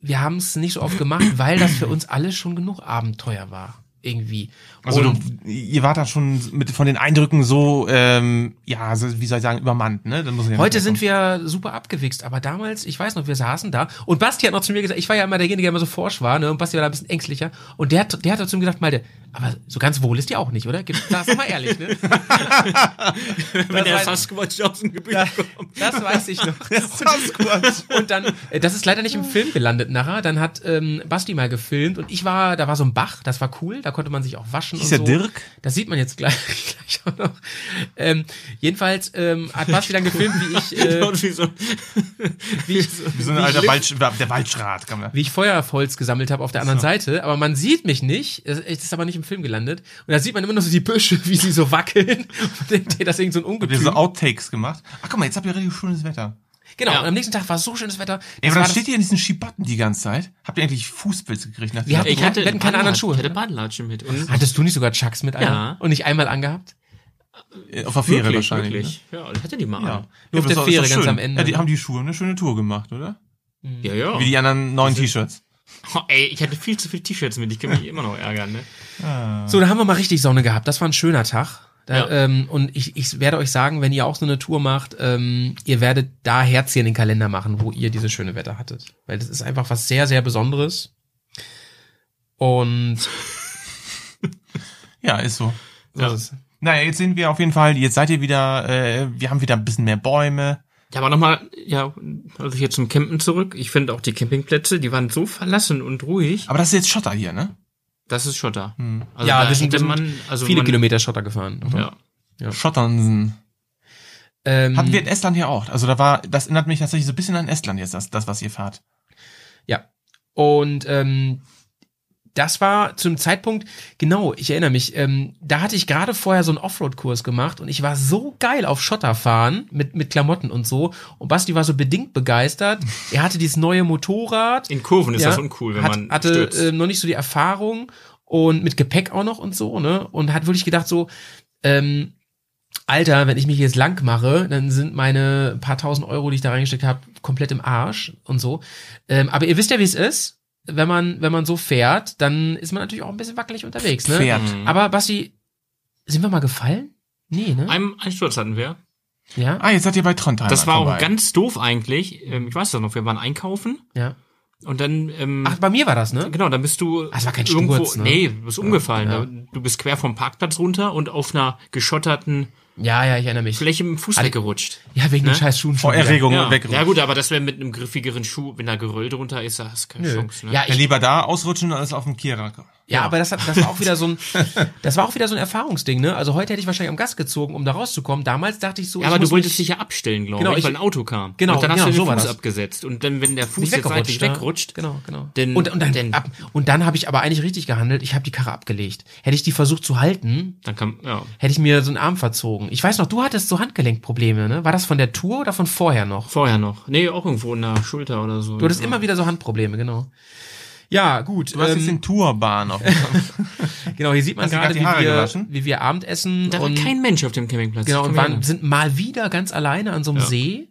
wir haben es nicht so oft gemacht, weil das für uns alle schon genug Abenteuer war. Irgendwie.
also
Und-
du, ihr wart da schon mit von den Eindrücken so, ähm, ja, so, wie soll ich sagen, übermannt, ne? Da muss ich ja
Heute
noch
sind wir super abgewichst, aber damals, ich weiß noch, wir saßen da und Basti hat noch zu mir gesagt, ich war ja immer derjenige, der immer so forsch war, ne? Und Basti war da ein bisschen ängstlicher. Und der, hat- der hat zu mir gesagt, Malte, aber so ganz wohl ist dir auch nicht, oder? Gib, da sind wir ehrlich, ne?
Wenn der
war-
Sasquatch aus dem Gebüsch kommt.
Das weiß ich noch. und dann, äh, das ist leider nicht
Ah.
im Film gelandet nachher. Dann hat ähm, Basti mal gefilmt und ich war, da war so ein Bach, das war cool, da konnte man sich auch waschen.
Hieß
und
der
so.
Dirk?
Das sieht man jetzt gleich, gleich auch noch. Ähm, jedenfalls ähm, hat Basti dann gefilmt, wie ich, äh,
Und wie so,
wie ich
Wie Genau, so ein alter Waldsch der Waldschrat kann man.
wie ich Feuerholz gesammelt habe auf der anderen Seite, aber man sieht mich nicht. Es ist aber nicht im Film gelandet. Und da sieht man immer nur so die Büsche, wie sie so wackeln. Und denkt, hey, das ist irgend so ein
Habt ihr so
Ungetüm.
Outtakes gemacht? Ach guck mal, jetzt habt ihr richtig schönes Wetter.
Genau, und am nächsten Tag war so schönes Wetter.
Ja,
Das
aber
war
dann
das-
steht ihr in diesen Schibatten die ganze Zeit. Habt ihr eigentlich Fußpilze gekriegt? Nach
Wir hatten-
ich hatte
Wir hatten keine anderen
Badelatsch-
Schuhe.
Ich hatte Badelatsche mit. Und
Hattest du nicht sogar Chucks mit
Ja.
einer und nicht einmal angehabt?
äh, auf der Fähre wahrscheinlich.
wirklich. Ja, ich hatte die mal
Ne? Ja.
an.
Nur auf
aber
der
ist doch- ist
Fähre
doch
ganz
schön.
am Ende.
Ja, die haben die Schuhe eine schöne Tour gemacht, oder?
Ja, ne? ja.
Wie die anderen neuen T-Shirts.
oh, ey, ich hatte viel zu viele T-Shirts mit. Ich kann mich immer noch ärgern, ne?
So, da haben wir mal richtig Sonne gehabt. Das war ein schöner Tag. Da,
Ja.
ähm, und ich, ich werde euch sagen, wenn ihr auch so eine Tour macht, ähm, ihr werdet da Herzchen in den Kalender machen, wo ihr dieses schöne Wetter hattet. Weil das ist einfach was sehr, sehr Besonderes. Und
Ja, ist so.
so ist es.
Naja, jetzt sind wir auf jeden Fall, jetzt seid ihr wieder, äh, wir haben wieder ein bisschen mehr Bäume.
Ja, aber nochmal, ja, also hier zum Campen zurück. Ich finde auch die Campingplätze, die waren so verlassen und ruhig.
Aber das ist jetzt Schotter hier, ne?
Das ist Schotter. Also
Ja,
da
wir sind-
hätte
wir sind
man, also
Viele
man,
Kilometer Schotter gefahren.
Ja. Hm.
Schotternsen.
Ähm,
Hatten wir in Estland hier auch. Also da war, das erinnert mich tatsächlich so ein bisschen an Estland jetzt, das, das was ihr fahrt.
Ja. Und ähm, das war zum Zeitpunkt, genau, ich erinnere mich, ähm, da hatte ich gerade vorher so einen Offroad-Kurs gemacht und ich war so geil auf Schotterfahren mit, mit Klamotten und so. Und Basti war so bedingt begeistert. Er hatte dieses neue Motorrad.
In Kurven ist
Ja,
das uncool, wenn
hat,
man
hatte
stürzt.
äh, noch nicht so die Erfahrung und mit Gepäck auch noch und so, ne? Und hat wirklich gedacht so, ähm, Alter, wenn ich mich jetzt lang mache, dann sind meine paar tausend Euro, die ich da reingesteckt habe, komplett im Arsch und so. Ähm, aber ihr wisst ja, wie es ist. Wenn man, wenn man so fährt, dann ist man natürlich auch ein bisschen wackelig unterwegs, ne?
Pferd.
Hm.
Aber Basti, sind wir mal gefallen? Nee, ne?
Ein, ein Sturz hatten wir.
ja,
Ah, jetzt seid ihr bei Trondheim.
Das war
vorbei.
auch ganz doof eigentlich. Ähm, Ich weiß das noch, wir waren einkaufen
ja.
und dann, ähm,
Ach, bei mir war das, ne?
genau, dann bist du
Ah, es war kein
irgendwo,
Sturz, ne?
nee, du bist umgefallen.
ja.
ne? Du bist quer vom Parkplatz runter und auf einer geschotterten
Ja, ja, ich erinnere mich.
Fläche mit dem Fuß weggerutscht.
Ja, wegen
Ne?
den scheiß Schuhen schon
Vor
wieder.
Erregung
Ja.
wegrutscht.
ja gut, aber das wäre mit einem griffigeren Schuh, wenn da Geröll drunter ist, da hast du keine
Nö.
Chance. Ne?
Ja,
Ja,
ich,
lieber da ausrutschen als auf dem Kierak.
Ja, aber das, hat, das war auch wieder so ein, das war auch wieder so ein Erfahrungsding, ne? Also heute hätte ich wahrscheinlich am Gas gezogen, um da rauszukommen. Damals dachte ich so,
Ja,
ich
aber du
muss
wolltest
mich-
dich ja abstellen, glaube
Genau,
ich, weil
ich-
ein Auto kam.
genau,
und dann hast
genau,
du den
so war
Fuß
das.
abgesetzt. Und dann, wenn der Fuß
nicht
jetzt seitlich
weggerutscht, ne?
wegrutscht,
Genau, genau.
Denn-
und, und, dann,
denn-
ab, und dann habe ich aber eigentlich richtig gehandelt. Ich habe die Karre abgelegt. Hätte ich die versucht zu halten,
dann kam, ja.
hätte ich mir so einen Arm verzogen. Ich weiß noch, du hattest so Handgelenkprobleme, ne? War das von der Tour oder von vorher noch?
Vorher noch. Nee, auch irgendwo in der Schulter oder so.
Du hattest immer wieder so Handprobleme, genau. Ja, gut. ähm,
Du hast
Ähm.
jetzt den Tourbahn auf dem
genau, hier sieht man
Hast du
gerade,
gerade
wie
die Haare
wir,
gewaschen?
wie wir Abendessen
Da war
und
kein Mensch auf dem Campingplatz.
Genau,
Ich
und
kann
waren,
mich
sind mal wieder ganz alleine an so einem
Ja.
See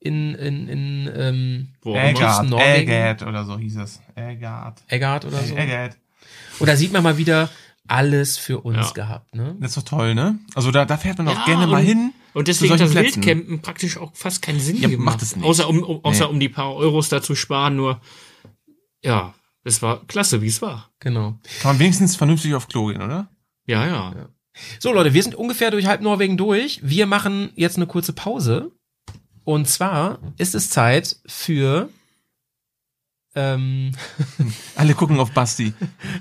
in, in, in ähm,
erinnern. Wo auch immer.
aus
Elgard.
Norwegen?
Elgard oder so hieß es. Elgard.
Eggert oder so.
Elgard.
Und da sieht man mal wieder alles für uns
Ja.
gehabt, ne?
Das ist doch toll, ne? Also da, da fährt man auch
Ja,
gerne mal
und-
hin.
Und
zu
deswegen hat
solchen
das
Plätzen.
Wildcampen praktisch auch fast keinen Sinn
Ja, macht
gemacht.
es nicht.
Außer um, um, außer
Nee.
um die paar Euros da zu sparen, nur, ja, es war klasse, wie es war.
Genau.
Kann man wenigstens vernünftig auf Klo gehen, oder?
Ja, ja.
So, Leute, wir sind ungefähr durch halb Norwegen durch. Wir machen jetzt eine kurze Pause. Und zwar ist es Zeit für Ähm,
Alle gucken auf Basti.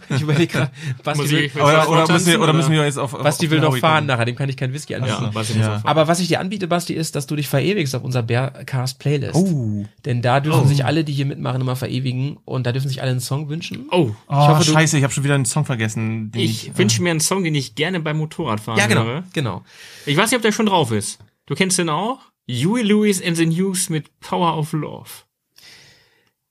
ich überlege gerade, Basti,
Muss
will,
ich-
Oder, oder,
Tanzen,
müssen wir, oder
oder?
müssen wir jetzt auf, auf
Basti
auf
will
den
noch
Howie
fahren
gucken?
nachher, dem kann ich keinen Whisky anbieten.
Genau, Ja, was
Ja.
Aber was ich dir anbiete, Basti, ist, dass du dich verewigst auf unserer Bearcast Playlist.
Oh.
Denn da dürfen sich alle, die hier mitmachen, immer verewigen und da dürfen sich alle einen Song wünschen.
Oh,
Oh,
hoffe, du-
scheiße, ich habe schon wieder einen Song vergessen. den
ich wünsche mir einen Song, den ich gerne beim Motorradfahren höre.
Genau.
Ich weiß nicht, ob der schon drauf ist. Du kennst den auch? Huey Lewis and the News mit Power of Love.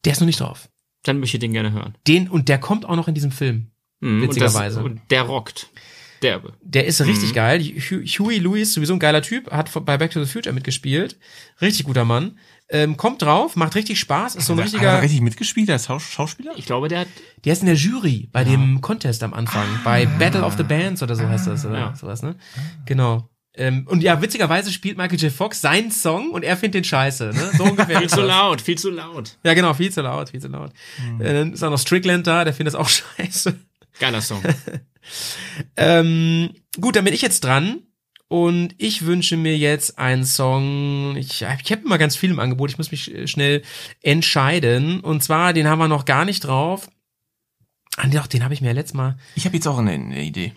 Der ist noch nicht drauf.
Dann möchte ich den gerne hören.
Den, und der kommt auch noch in diesem Film.
Mhm,
Witzigerweise.
Und, das, und der rockt. Derbe.
Der ist richtig geil. Hu- Huey Lewis, sowieso ein geiler Typ, hat von- bei Back to the Future mitgespielt. Richtig guter Mann. Ähm, kommt drauf, macht richtig Spaß, ist so ein
äh, Hat er- Hat er
richtiger.
richtig mitgespielt als Schaus- Schauspieler?
Ich glaube, der hat.
Der ist in der Jury bei dem Contest am Anfang, bei Battle of the Bands oder so heißt das, oder
Ja.
sowas, ne? Genau. Ähm, und ja, witzigerweise spielt Michael J. Fox seinen Song und er findet den scheiße, ne? So ungefähr.
Viel
ist
zu
das.
laut, viel zu laut.
Ja, genau, viel zu laut, viel zu laut.
Mhm.
Äh, dann ist auch noch Strickland da, der findet das auch scheiße.
Geiler Song.
Ähm, gut, dann bin ich jetzt dran. Und ich wünsche mir jetzt einen Song. Ich, ich habe immer ganz viel im Angebot. Ich muss mich äh, schnell entscheiden. Und zwar, den haben wir noch gar nicht drauf. Ah, doch, den habe ich mir ja letztes Mal.
Ich habe jetzt auch eine, eine Idee.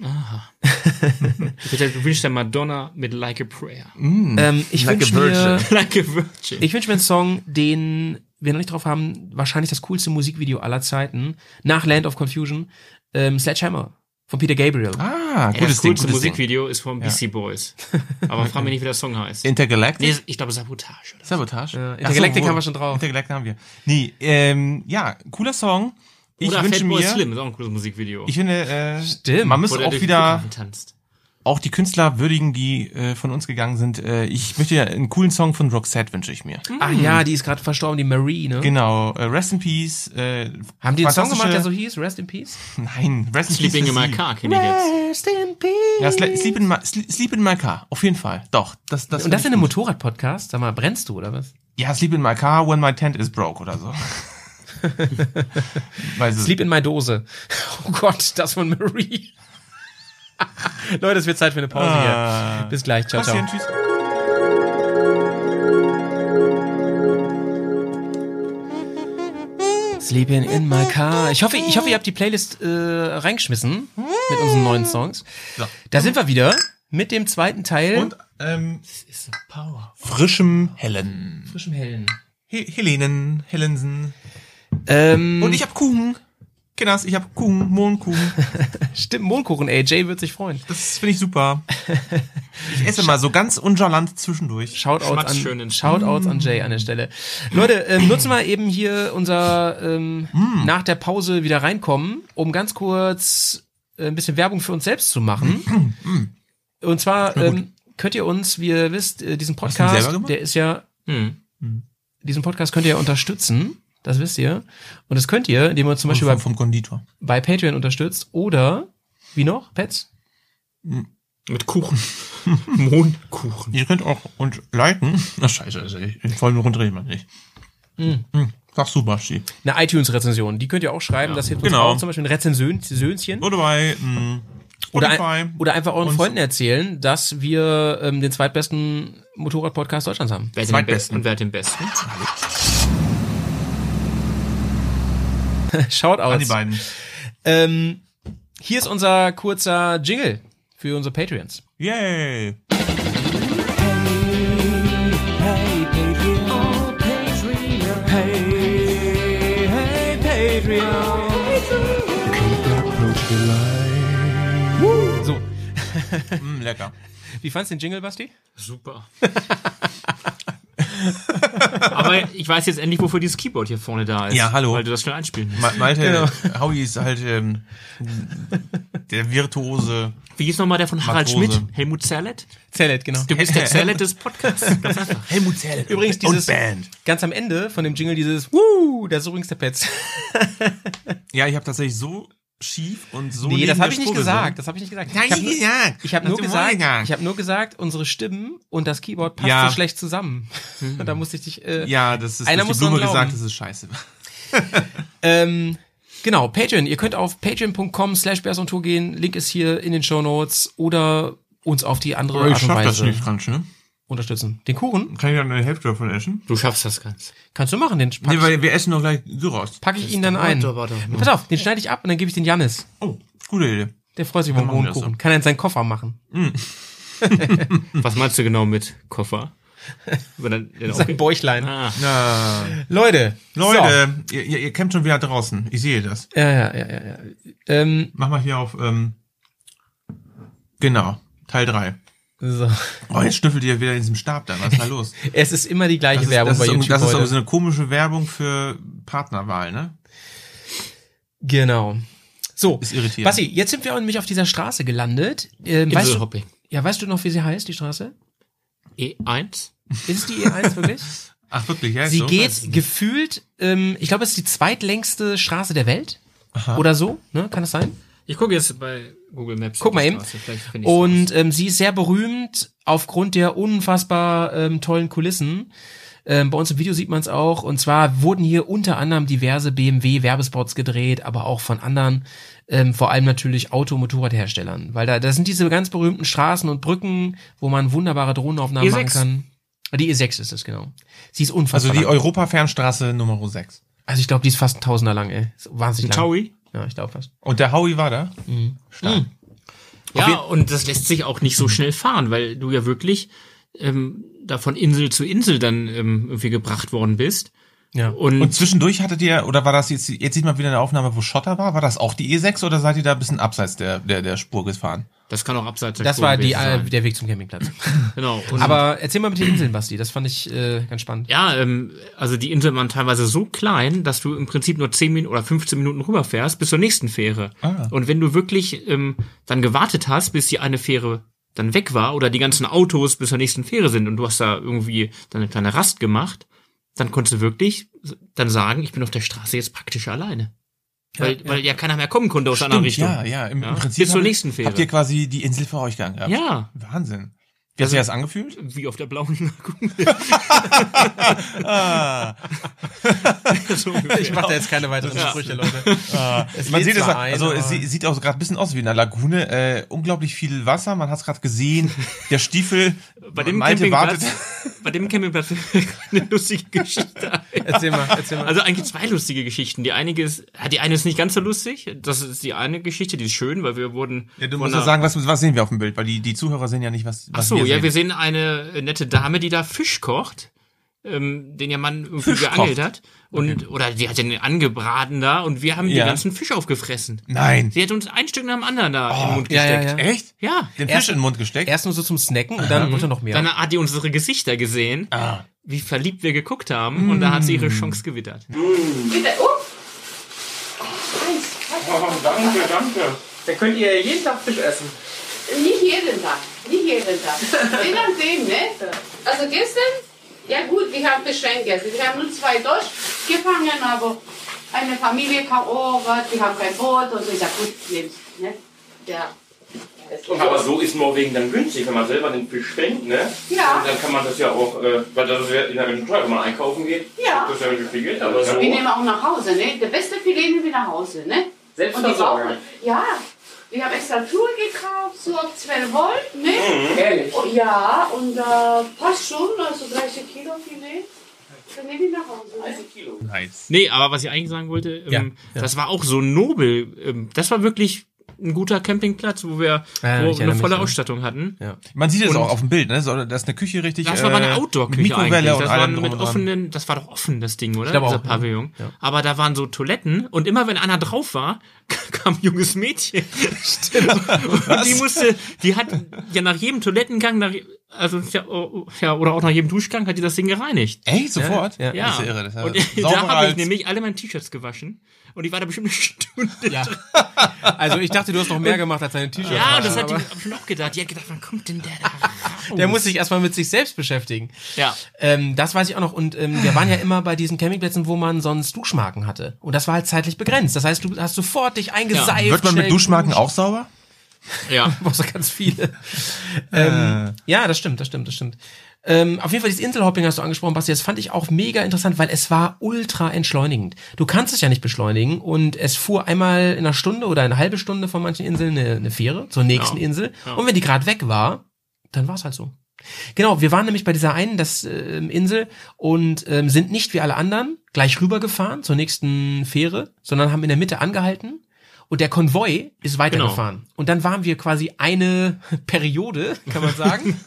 Bitte, du wünschst dir Madonna mit Like a Prayer.
Mm.
Ähm, ich
Like a
wünsche mir,
virgin.
Like a Virgin.
ich wünsch mir einen Song, den wir noch nicht drauf haben. Wahrscheinlich das coolste Musikvideo aller Zeiten. Nach Land of Confusion. Ähm, Sledgehammer von Peter Gabriel.
Ah,
Ja, das
gutes Ding,
coolste
gutes Musikvideo.
Musikvideo ist von Beastie Boys. Aber frag mich nicht, wie der Song heißt.
Ding. Intergalactic?
Nee, ich glaube Sabotage. Oder?
Sabotage?
Ja,
Ach so,
Intergalactic
wo-
haben wir schon drauf.
Intergalactic haben wir. Nee, ähm, ja, cooler Song. Ich
oder
wünsche
Fatboy
mir...
Slim ist auch ein cooles Musikvideo.
Ich finde, äh,
Stimmt.
man muss
Wo der
auch
durch den
wieder...
Flughafen tanzt.
auch die Künstler würdigen, die äh, von uns gegangen sind. Äh, ich möchte ja einen coolen Song von Roxette wünsche ich mir.
Ach ja, die ist gerade verstorben, die Marie, ne?
Genau, äh, Rest in Peace. Äh,
Haben die einen Song gemacht, der so
fantastische-
hieß? Rest in Peace?
Nein, Rest in
Sleeping
Peace.
in my car kenne ich jetzt.
Rest in Peace.
Ja, Sle- Sleep in my, Sle- Sleep in my car, auf jeden Fall. Doch, das, das.
Und das in
find
einem
ich
Motorrad-Podcast? Sag mal, brennst du oder was?
gut. Ja, Sleep in my car when my tent is broke oder so. Weil so
Sleep in my Dose. Oh Gott, das von Marie. Leute, es wird Zeit für eine Pause hier. Bis gleich. Ciao, ciao.
Passieren, Ah. tschüss.
Sleeping in my car. Ich hoffe, ich hoffe, ihr habt die Playlist äh, reingeschmissen mit unseren neuen Songs. Da sind wir wieder mit dem zweiten Teil.
Und ähm, frischem Helen,
frischem Hellen.
He Helenen, Helensen.
Ähm,
Und ich hab Kuchen. Kinders, ich hab Kuchen, Mohnkuchen.
stimmt, Mondkuchen, ey. Jay wird sich freuen.
Das finde ich super. Ich esse mal so ganz unjalant zwischendurch.
Shoutouts
Schmatzt schön
an,
ins-
Shoutouts an Jay an der Stelle. Leute, ähm, nutzen wir eben hier unser ähm,
Mm.
nach der Pause wieder reinkommen, um ganz kurz äh, ein bisschen Werbung für uns selbst zu machen.
Mm.
Und zwar ähm, könnt ihr uns, wie ihr wisst, äh, diesen
du ihn selber
Podcast,
gemacht?
der ist ja,
Hm.
diesen Podcast könnt ihr ja unterstützen. Das wisst ihr. Und das könnt ihr, indem ihr uns zum Beispiel bei,
vom Konditor.
bei Patreon unterstützt oder wie noch? Pets?
Mit Kuchen. Mondkuchen.
Ihr könnt auch uns liken. Na scheiße, also ich, ich wollte runterdrehen, man nicht.
Mm.
Mhm. Sag super, Basti.
Eine iTunes-Rezension. Die könnt ihr auch schreiben. Das hilft
Genau.
uns auch. Zum Beispiel ein Rezensönchen.
Oder bei mh,
Oder,
Mm. Spotify.
ein, oder einfach euren
Und-
Freunden erzählen, dass wir ähm, den zweitbesten Motorrad-Podcast Deutschlands haben.
Wer hat den
Zweitbesten.
besten? Und wer hat den besten?
an die
Shoutouts.
beiden.
Ähm, hier ist unser kurzer Jingle für unsere Patreons.
Yay!
So,
Mm, lecker.
wie fandst du den Jingle, Basti?
Super. Aber ich weiß jetzt endlich, wofür dieses Keyboard hier vorne da ist.
Ja, hallo.
Weil du das schnell einspielen musst.
Ma Malte,
Genau.
Howie ist halt ähm, der virtuose.
Wie hieß nochmal der von Harald
Matrose.
Schmidt? Helmut Zerlett?
Zellet, genau.
Du bist der Zerlett des Podcasts. Ganz einfach.
Helmut Zell.
Übrigens dieses-
Und Band.
Ganz am Ende von dem Jingle dieses Wuh, das ist übrigens der Pets.
Ja, ich habe tatsächlich so schief und so.
Nee, das habe
neben der
ich nicht
Spur
gesagt. Das habe ich nicht gesagt.
Nein,
ich habe nur,
ich gesagt.
ich hab
Das
nur
ist
gesagt,
Wolfgang.
ich habe nur gesagt, unsere Stimmen und das Keyboard passt
Ja.
so schlecht zusammen. Und da musste ich dich äh,
Ja, das ist
Einer
durch
muss
die Blume
dran glauben.
gesagt, das ist scheiße.
Ähm, genau, Patreon. Ihr könnt auf patreon.com slash Bears on Tour
Oh,
gehen. Link ist hier in den Show Notes oder uns auf die andere Art und Weise
ganz schön.
unterstützen. Den Kuchen
ne? Kann ich dann eine Hälfte davon essen?
Du schaffst das ganz.
kannst du machen, den pack,
Nee, weil wir essen doch gleich Gyros.
pack ich ihn dann ein.
Warte, warte.
ne?
Pass auf, den schneide ich ab und dann gebe ich den Janis.
Oh, gute Idee.
Der freut sich über einen
machen
hohen
wir das
Kuchen. Kann er in seinen Koffer machen.
Was meinst du genau mit Koffer? Wenn er- wenn er
Sein
auch-
Bäuchlein.
Ah,
Na,
Leute.
Leute, ihr, ihr, ihr kämpft schon wieder draußen. Ich sehe das.
So. Ja, ja, ja, ja, ja. Ähm,
Mach mal hier auf, ähm, genau, Teil 3.
so.
Oh, jetzt schnüffelt ihr wieder in diesem Stab da. Was ist da los?
Es ist immer die gleiche
Das ist,
Werbung
das ist,
bei
irgendwie-
YouTube
das ist
heute.
irgendwie so eine komische Werbung für Partnerwahl, ne?
Genau. So,
Ist irritierend.
Basti, jetzt sind wir nämlich auf dieser Straße gelandet. Ähm, weißt du,
Inselhopping.
ja, weißt du noch, wie sie heißt, die Straße?
E E1?
Ist es die E1 wirklich?
Ach, wirklich? Ja, ist
Sie
so?
geht gefühlt, ähm, ich glaube, es ist die zweitlängste Straße der Welt. Oder so, ne? Kann das sein?
Ich gucke jetzt bei Google Maps.
Guck mal eben.
Und
Und ähm, sie ist sehr berühmt aufgrund der unfassbar ähm, tollen Kulissen. Ähm, bei uns im Video sieht man es auch. Und zwar wurden hier unter anderem diverse BMW-Werbespots gedreht, aber auch von anderen, ähm, vor allem natürlich Auto- und Motorradherstellern. Weil da, da sind diese ganz berühmten Straßen und Brücken, wo man wunderbare Drohnenaufnahmen
E6.
machen kann. Ah, Die E6 ist es, genau. Sie ist
Also
unfassbar.
die
lang.
Europa-Fernstraße Nummer 6.
also ich glaube, die ist fast ein Tausender lang, ey. Ist wahnsinnig lang.
Taui?
Ja, ich glaube fast.
Und der Howie war da?
Ja, und das lässt sich auch nicht so schnell fahren, weil du ja wirklich ähm, da von Insel zu Insel dann ähm, irgendwie gebracht worden bist.
Ja.
Und,
Und zwischendurch hattet ihr, oder war das jetzt, jetzt sieht man wieder eine Aufnahme, wo Schotter war, war das auch die E6 oder seid ihr da ein bisschen abseits der, der, der Spur gefahren?
das kann auch abseits der
Das
Spur
war die,
gewesen sein.
äh, der Weg zum Campingplatz.
genau. Und,
Aber erzähl mal mit den Inseln, Basti. Das fand ich äh, ganz spannend.
ja, ähm, also die Inseln waren teilweise so klein, dass du im Prinzip nur 10 Minuten oder 15 Minuten rüberfährst bis zur nächsten Fähre. Und wenn du wirklich ähm, dann gewartet hast, bis die eine Fähre dann weg war oder die ganzen Autos bis zur nächsten Fähre sind und du hast da irgendwie dann eine kleine Rast gemacht, dann konntest du wirklich dann sagen, ich bin auf der Straße jetzt praktisch alleine. Weil ja, weil ja keiner mehr kommen konnte aus der anderen Richtung.
ja, ja, im,
Ja.
im Prinzip
Bis zur
habt-
nächsten Fähre.
habt ihr quasi die Insel für euch gegangen gehabt.
Ja.
Wahnsinn. Wie hat sich das angefühlt?
Wie auf der blauen Lagune. Ah. so ungefähr.
Ich mache da jetzt keine weiteren Sprüche, Leute. Es
Man
lädt
sieht es,
zwar ein,
also
aber-
es sie- sieht auch gerade ein bisschen aus wie in einer Lagune. Äh, unglaublich viel Wasser, man hat es gerade gesehen. Der Stiefel,
Bei dem
Malte wartet.
Campingplatz, bei dem Campingplatz eine lustige Geschichte.
Erzähl mal, erzähl mal.
Also eigentlich zwei lustige Geschichten. Die eine ist, ja, die eine ist nicht ganz so lustig. Das ist die eine Geschichte, die ist schön, weil wir wurden.
Ja, du
von
musst ja
einer-
sagen, was, was sehen wir auf dem Bild, weil die, die Zuhörer sehen ja nicht, was,
Ach
was
so,
wir
ja,
sehen.
wir sehen eine nette Dame, die da Fisch kocht, ähm, den ihr Mann irgendwie
Fisch
geangelt
kocht.
hat und oder die hat den angebraten da und wir haben
Ja.
den ganzen Fisch aufgefressen.
Nein.
Sie hat uns ein Stück nach dem anderen da
Oh,
in den Mund
ja,
gesteckt.
ja, ja.
Echt?
Ja.
Den Fisch in den Mund gesteckt?
Erst nur so zum Snacken und dann wurde noch mehr.
Mhm. Dann hat die unsere Gesichter gesehen,
Ah.
wie verliebt wir geguckt haben
Mm.
und da hat sie ihre Chance gewittert.
um?
Oh, danke, danke.
Da könnt ihr jeden Tag Fisch essen.
Nicht jeden Tag. Nicht jeden Tag. Je nachdem, ne? Also gestern, ja gut, wir haben Beschränke. Wir haben nur zwei Deutsch gefangen, aber eine Familie kam, oh was, wir haben kein Boot und so. Ich sag, gut, nimm's. Ne? Ja.
Aber so ist Norwegen dann günstig, wenn man selber den Fisch fängt, ne?
Ja.
Und dann kann man das ja auch, äh, weil das ist ja in der Ventura, wenn man einkaufen geht.
Ja.
Das ist ja nicht viel Geld, aber so.
Wir Also nehmen auch nach Hause, ne? Der beste Filet nehmen wir nach Hause, ne?
Selbstversorgung.
die Ja. Wir haben extra Schuhe gekauft, so ab 12 Volt, ne?
Ehrlich.
Oh, ja, und äh, passt schon, also 30 Kilo Filet. Dann nehmen wir nach Hause. Ne?
Nice.
Nee, aber was ich eigentlich sagen wollte, ähm, das war auch so nobel. Ähm, das war wirklich ein guter Campingplatz, wo wir
Ja,
wo
ich
eine
erinnere
volle
mich, ja.
Ausstattung hatten.
Man sieht es
Und-
auch auf dem Bild, ne? So, Da ist eine Küche richtig.
Das war aber
äh,
eine
mit
Outdoor-Küche
Mikrowelle
eigentlich.
und
Das war
allem drum
mit
und dran.
offenen, das war doch offen, das Ding, oder?
glaube
Dieser
auch, ja.
Pavillon. Aber da waren so Toiletten und immer wenn einer drauf war, kam ein junges Mädchen. Stimmt. Und die musste, die hat ja nach jedem Toilettengang, nach, also ja, oh, ja, oder auch nach jedem Duschgang hat die das Ding gereinigt.
Echt? Sofort?
Ja,
Ja.
Das ist ja irre. Das ist ja
und äh,
sauberer
da habe ich
als-
nämlich alle meine T-Shirts gewaschen und ich war da bestimmt eine Stunde. Ja,
Also ich dachte, du hast noch mehr gemacht als deine T-Shirts.
ja
waschen,
das hat die
aber
hab ich noch gedacht. Die hat gedacht, wann kommt denn der da?
Der
raus?
muss sich erstmal mit sich selbst beschäftigen.
Ja.
Ähm, das weiß ich auch noch. Und ähm, wir waren ja immer bei diesen Campingplätzen, wo man sonst Duschmarken hatte. Und das war halt zeitlich begrenzt. Das heißt, du hast sofort dich eingeseift.
Wird man
schnell
mit Duschmarken
geduscht.
auch sauber?
ja.
Du brauchst doch ganz viele. ähm,
Äh.
ja, das stimmt, das stimmt, das stimmt. Ähm, auf jeden Fall, dieses Inselhopping hast du angesprochen, Basti. Das fand ich auch mega interessant, weil es war ultra entschleunigend. Du kannst es ja nicht beschleunigen und es fuhr einmal in einer Stunde oder eine halbe Stunde von manchen Inseln eine, eine Fähre zur nächsten
Ja.
Insel. Und wenn die gerade weg war, dann war es halt so. Genau, wir waren nämlich bei dieser einen das, ähm, Insel und ähm, sind nicht wie alle anderen gleich rübergefahren zur nächsten Fähre, sondern haben in der Mitte angehalten und der Konvoi ist weitergefahren. Und dann waren wir quasi eine Periode, kann man sagen.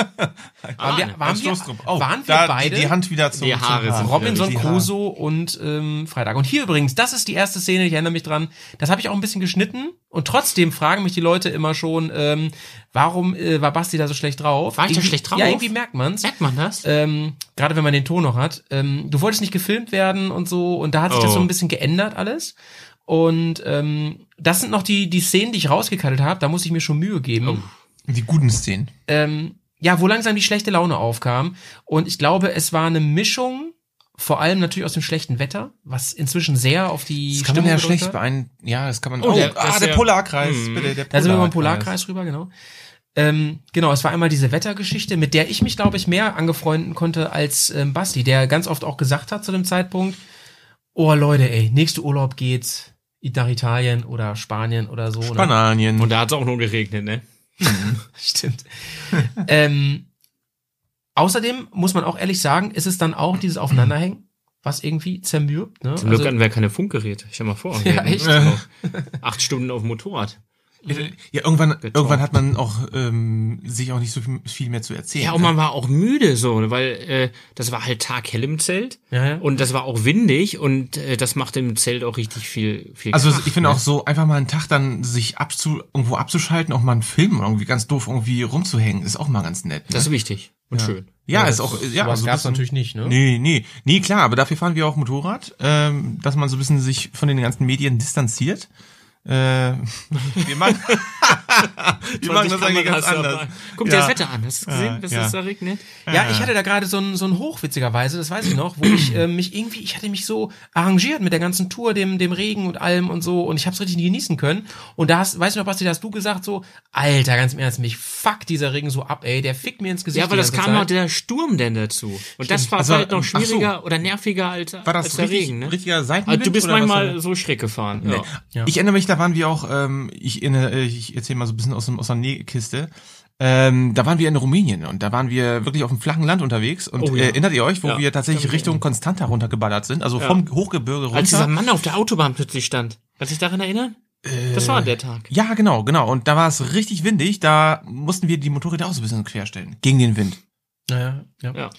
waren wir, waren wir, waren wir
Oh, da
beide
Die, die Hand wieder zum,
Die Haare
zum
sind
Robinson
Die Haare.
Crusoe und ähm, Freitag. Und hier übrigens, das ist die erste Szene, ich erinnere mich dran. Das habe ich auch ein bisschen geschnitten. Und trotzdem fragen mich die Leute immer schon, ähm, warum äh, war Basti da so schlecht drauf?
War ich da
Irgendwie-
schlecht drauf?
Ja, irgendwie merkt man's.
Merkt man das?
Ähm, Gerade wenn man den Ton noch hat. Ähm, du wolltest nicht gefilmt werden und so. Und da hat sich das
Oh.
so ein bisschen geändert alles. Und ähm, das sind noch die, die Szenen, die ich rausgekattet habe. Da muss ich mir schon Mühe geben
Oh. Die guten Szenen.
ähm, ja, wo langsam die schlechte Laune aufkam. Und ich glaube, es war eine Mischung, vor allem natürlich aus dem schlechten Wetter, was inzwischen sehr auf die
Das kann man
Stimmung
ja
gedrückt
schlecht
hat.
beein... Ja, das kann man...
Oh, der- das
ah,
ist
der
ja-
Polarkreis,
Mhm.
bitte, der Polarkreis.
Da sind wir beim Polarkreis rüber, genau. Ähm, genau, es war einmal diese Wettergeschichte, mit der ich mich, glaube ich, mehr angefreunden konnte als ähm, Basti, der ganz oft auch gesagt hat zu dem Zeitpunkt, oh Leute, ey, nächste Urlaub geht's nach Italien oder Spanien oder so. ne? Oder
Spanien.
Und da hat es auch nur geregnet, ne?
Stimmt. ähm, außerdem muss man auch ehrlich sagen, ist es dann auch dieses Aufeinanderhängen, was irgendwie zermürbt. Ne?
Also
Zum Glück hatten wir keine Funkgeräte. Stell mal vor. wir
Ja,
hätten
echt.
noch Acht Stunden auf dem Motorrad.
Ja, irgendwann,
Beton.
irgendwann hat man auch ähm, sich auch nicht so viel- viel mehr zu erzählen.
Ja, und man war auch müde so, weil äh, das war halt taghell im Zelt
Ja, ja.
und das war auch windig und äh, das macht im Zelt auch richtig viel viel
Also
Krach,
ich finde
ne?
auch so einfach mal einen Tag dann sich abzu irgendwo abzuschalten, auch mal einen Film irgendwie ganz doof irgendwie rumzuhängen, ist auch mal ganz nett. Ne?
das ist wichtig und schön.
ja, ist auch ja,
sowas
so ein
gab's
bisschen-
natürlich nicht, ne?
Nee, nee, nee, klar, aber dafür fahren wir auch Motorrad, ähm, dass man so ein bisschen sich von den ganzen Medien distanziert. Äh, wir machen, wir machen das eigentlich ganz
Kameras dabei.
anders.
Guck dir
Ja.
das Wetter an. Hast du
Ja,
gesehen, dass
ja.
das da ne? regnet?
Ja, ich hatte da gerade so einen so einen Hoch, witzigerweise, das weiß ich noch, wo ich äh, mich irgendwie, ich hatte mich so arrangiert mit der ganzen Tour, dem, dem Regen und allem und so und ich habe es richtig nie genießen können. Und da hast, weiß ich noch, Basti, da hast du gesagt so, Alter, ganz im Ernst, mich fuck dieser Regen so ab, ey, der fickt mir ins Gesicht.
Ja, aber das
die ganze
kam noch
Zeit.
der Sturm denn dazu. Und das war
Also,
halt noch
ähm, ach so.
schwieriger oder nerviger als,
War das
als der
richtig,
Regen. Ne?
richtiger Seitenwind?
also du bist
oder was war
manchmal
das?
so schräg gefahren. Ja.
Ich erinnere mich, da waren wir auch, ähm, ich, erinnere- äh, ich erzähle mal so ein bisschen aus, dem- aus der Nähkiste. Ähm, da waren wir in Rumänien und da waren wir wirklich auf dem flachen Land unterwegs und
Oh ja.
äh, erinnert ihr euch, wo
Ja,
wir tatsächlich Richtung Konstanta runtergeballert sind, also vom Hochgebirge
Als dieser
runter.
Mann auf der Autobahn plötzlich stand. Kannst du dich daran erinnern? das war der Tag.
Äh, Ja, genau, genau. Und da war es richtig windig, da mussten wir die Motorräder auch so ein bisschen querstellen. Gegen den Wind.
Naja, ja.
Ja.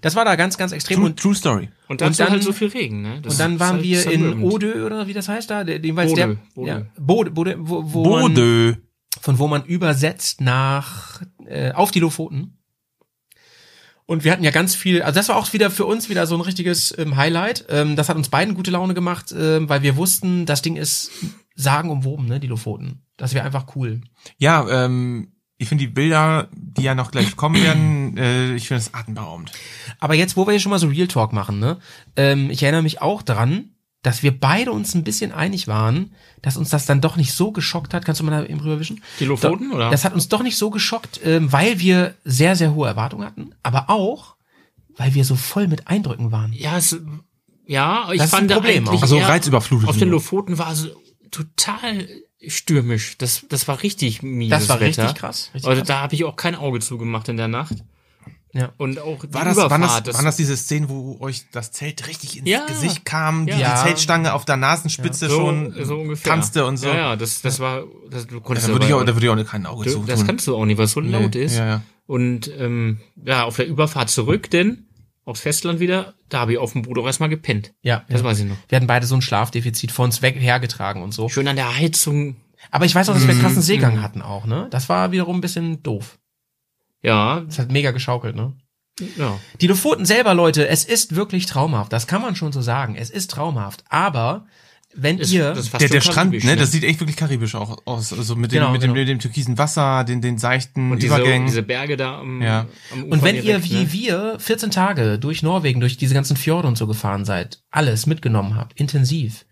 Das war da ganz, ganz extrem
True,
und
true Story.
Und dazu
Und dann-
halt so viel Regen. Ne? Das
Und dann
ist
waren
halt
wir in
zermürbend.
Ode oder wie das heißt da, der, jeweils
Bode,
der
Bode.
Ja, Bode, Bode, wo, wo Man,
Bode.
von wo man übersetzt nach äh, auf die Lofoten. Und wir hatten ja ganz viel, also das war auch wieder für uns wieder so ein richtiges ähm, Highlight. Ähm, das hat uns beiden gute Laune gemacht, ähm, weil wir wussten, das Ding ist sagenumwoben, ne, die Lofoten. Das wäre einfach cool.
Ja, ähm, ich finde die Bilder, die ja noch gleich kommen werden, äh, ich finde es atemberaubend.
Aber jetzt, wo wir hier schon mal so Real Talk machen, ne? Ähm, ich erinnere mich auch dran, dass wir beide uns ein bisschen einig waren, dass uns das dann doch nicht so geschockt hat. Kannst du mal da eben rüberwischen?
Die Lofoten,
Da-
oder?
Das hat uns doch nicht so geschockt, ähm, weil wir sehr, sehr hohe Erwartungen hatten, aber auch, weil wir so voll mit Eindrücken waren.
Ja, es, ja ich
Das ist ein
fand da
Problem
eigentlich
auch.
Also
eher-
reizüberflutet.
Auf den
sind wir.
Lofoten war es total stürmisch. Das, das war richtig mieses
Das war
Wetter.
richtig krass. Richtig
Also
krass.
da habe ich auch kein Auge zugemacht in der Nacht.
Ja.
Und auch die
War das,
Überfahrt.
waren, das,
das-
waren das diese Szenen, wo euch das Zelt richtig ins
Ja.
Gesicht kam, die,
Ja.
die Zeltstange auf der Nasenspitze
so,
schon
so ungefähr.
tanzte und so?
Ja, ja das, das war. Das, du
Da
konntest aber-
würde ich auch, da würde ich auch kein Auge zu
du, das kannst du auch nicht, weil es so laut ist.
Ja, ja.
Und ähm, ja, auf der Überfahrt zurück, denn aufs Festland wieder, da habe ich auf dem Boot auch erstmal gepennt.
ja,
Das
ja.
weiß ich noch.
Wir hatten beide so ein Schlafdefizit vor uns weg hergetragen und so.
Schön an der Heizung.
Aber ich weiß auch, dass
Mhm.
wir krassen Seegang hatten auch, ne? Das war wiederum ein bisschen doof.
Ja,
Das hat mega geschaukelt, ne?
ja.
Die Lofoten selber, Leute, es ist wirklich traumhaft. Das kann man schon so sagen. Es ist traumhaft. Aber wenn
Ist-
ihr.
das ist fast
Der,
so
der Strand,
karibisch,
ne, das sieht echt wirklich karibisch auch aus. Also mit dem,
Genau,
mit,
genau.
Dem, mit dem türkisen Wasser, den, den seichten
Und diese,
Übergängen.
diese Berge da am,
Ja.
am Ufer
und wenn ihr
direkt,
wie
ne?
wir 14 Tage durch Norwegen, durch diese ganzen Fjorde und so gefahren seid, alles mitgenommen habt, intensiv,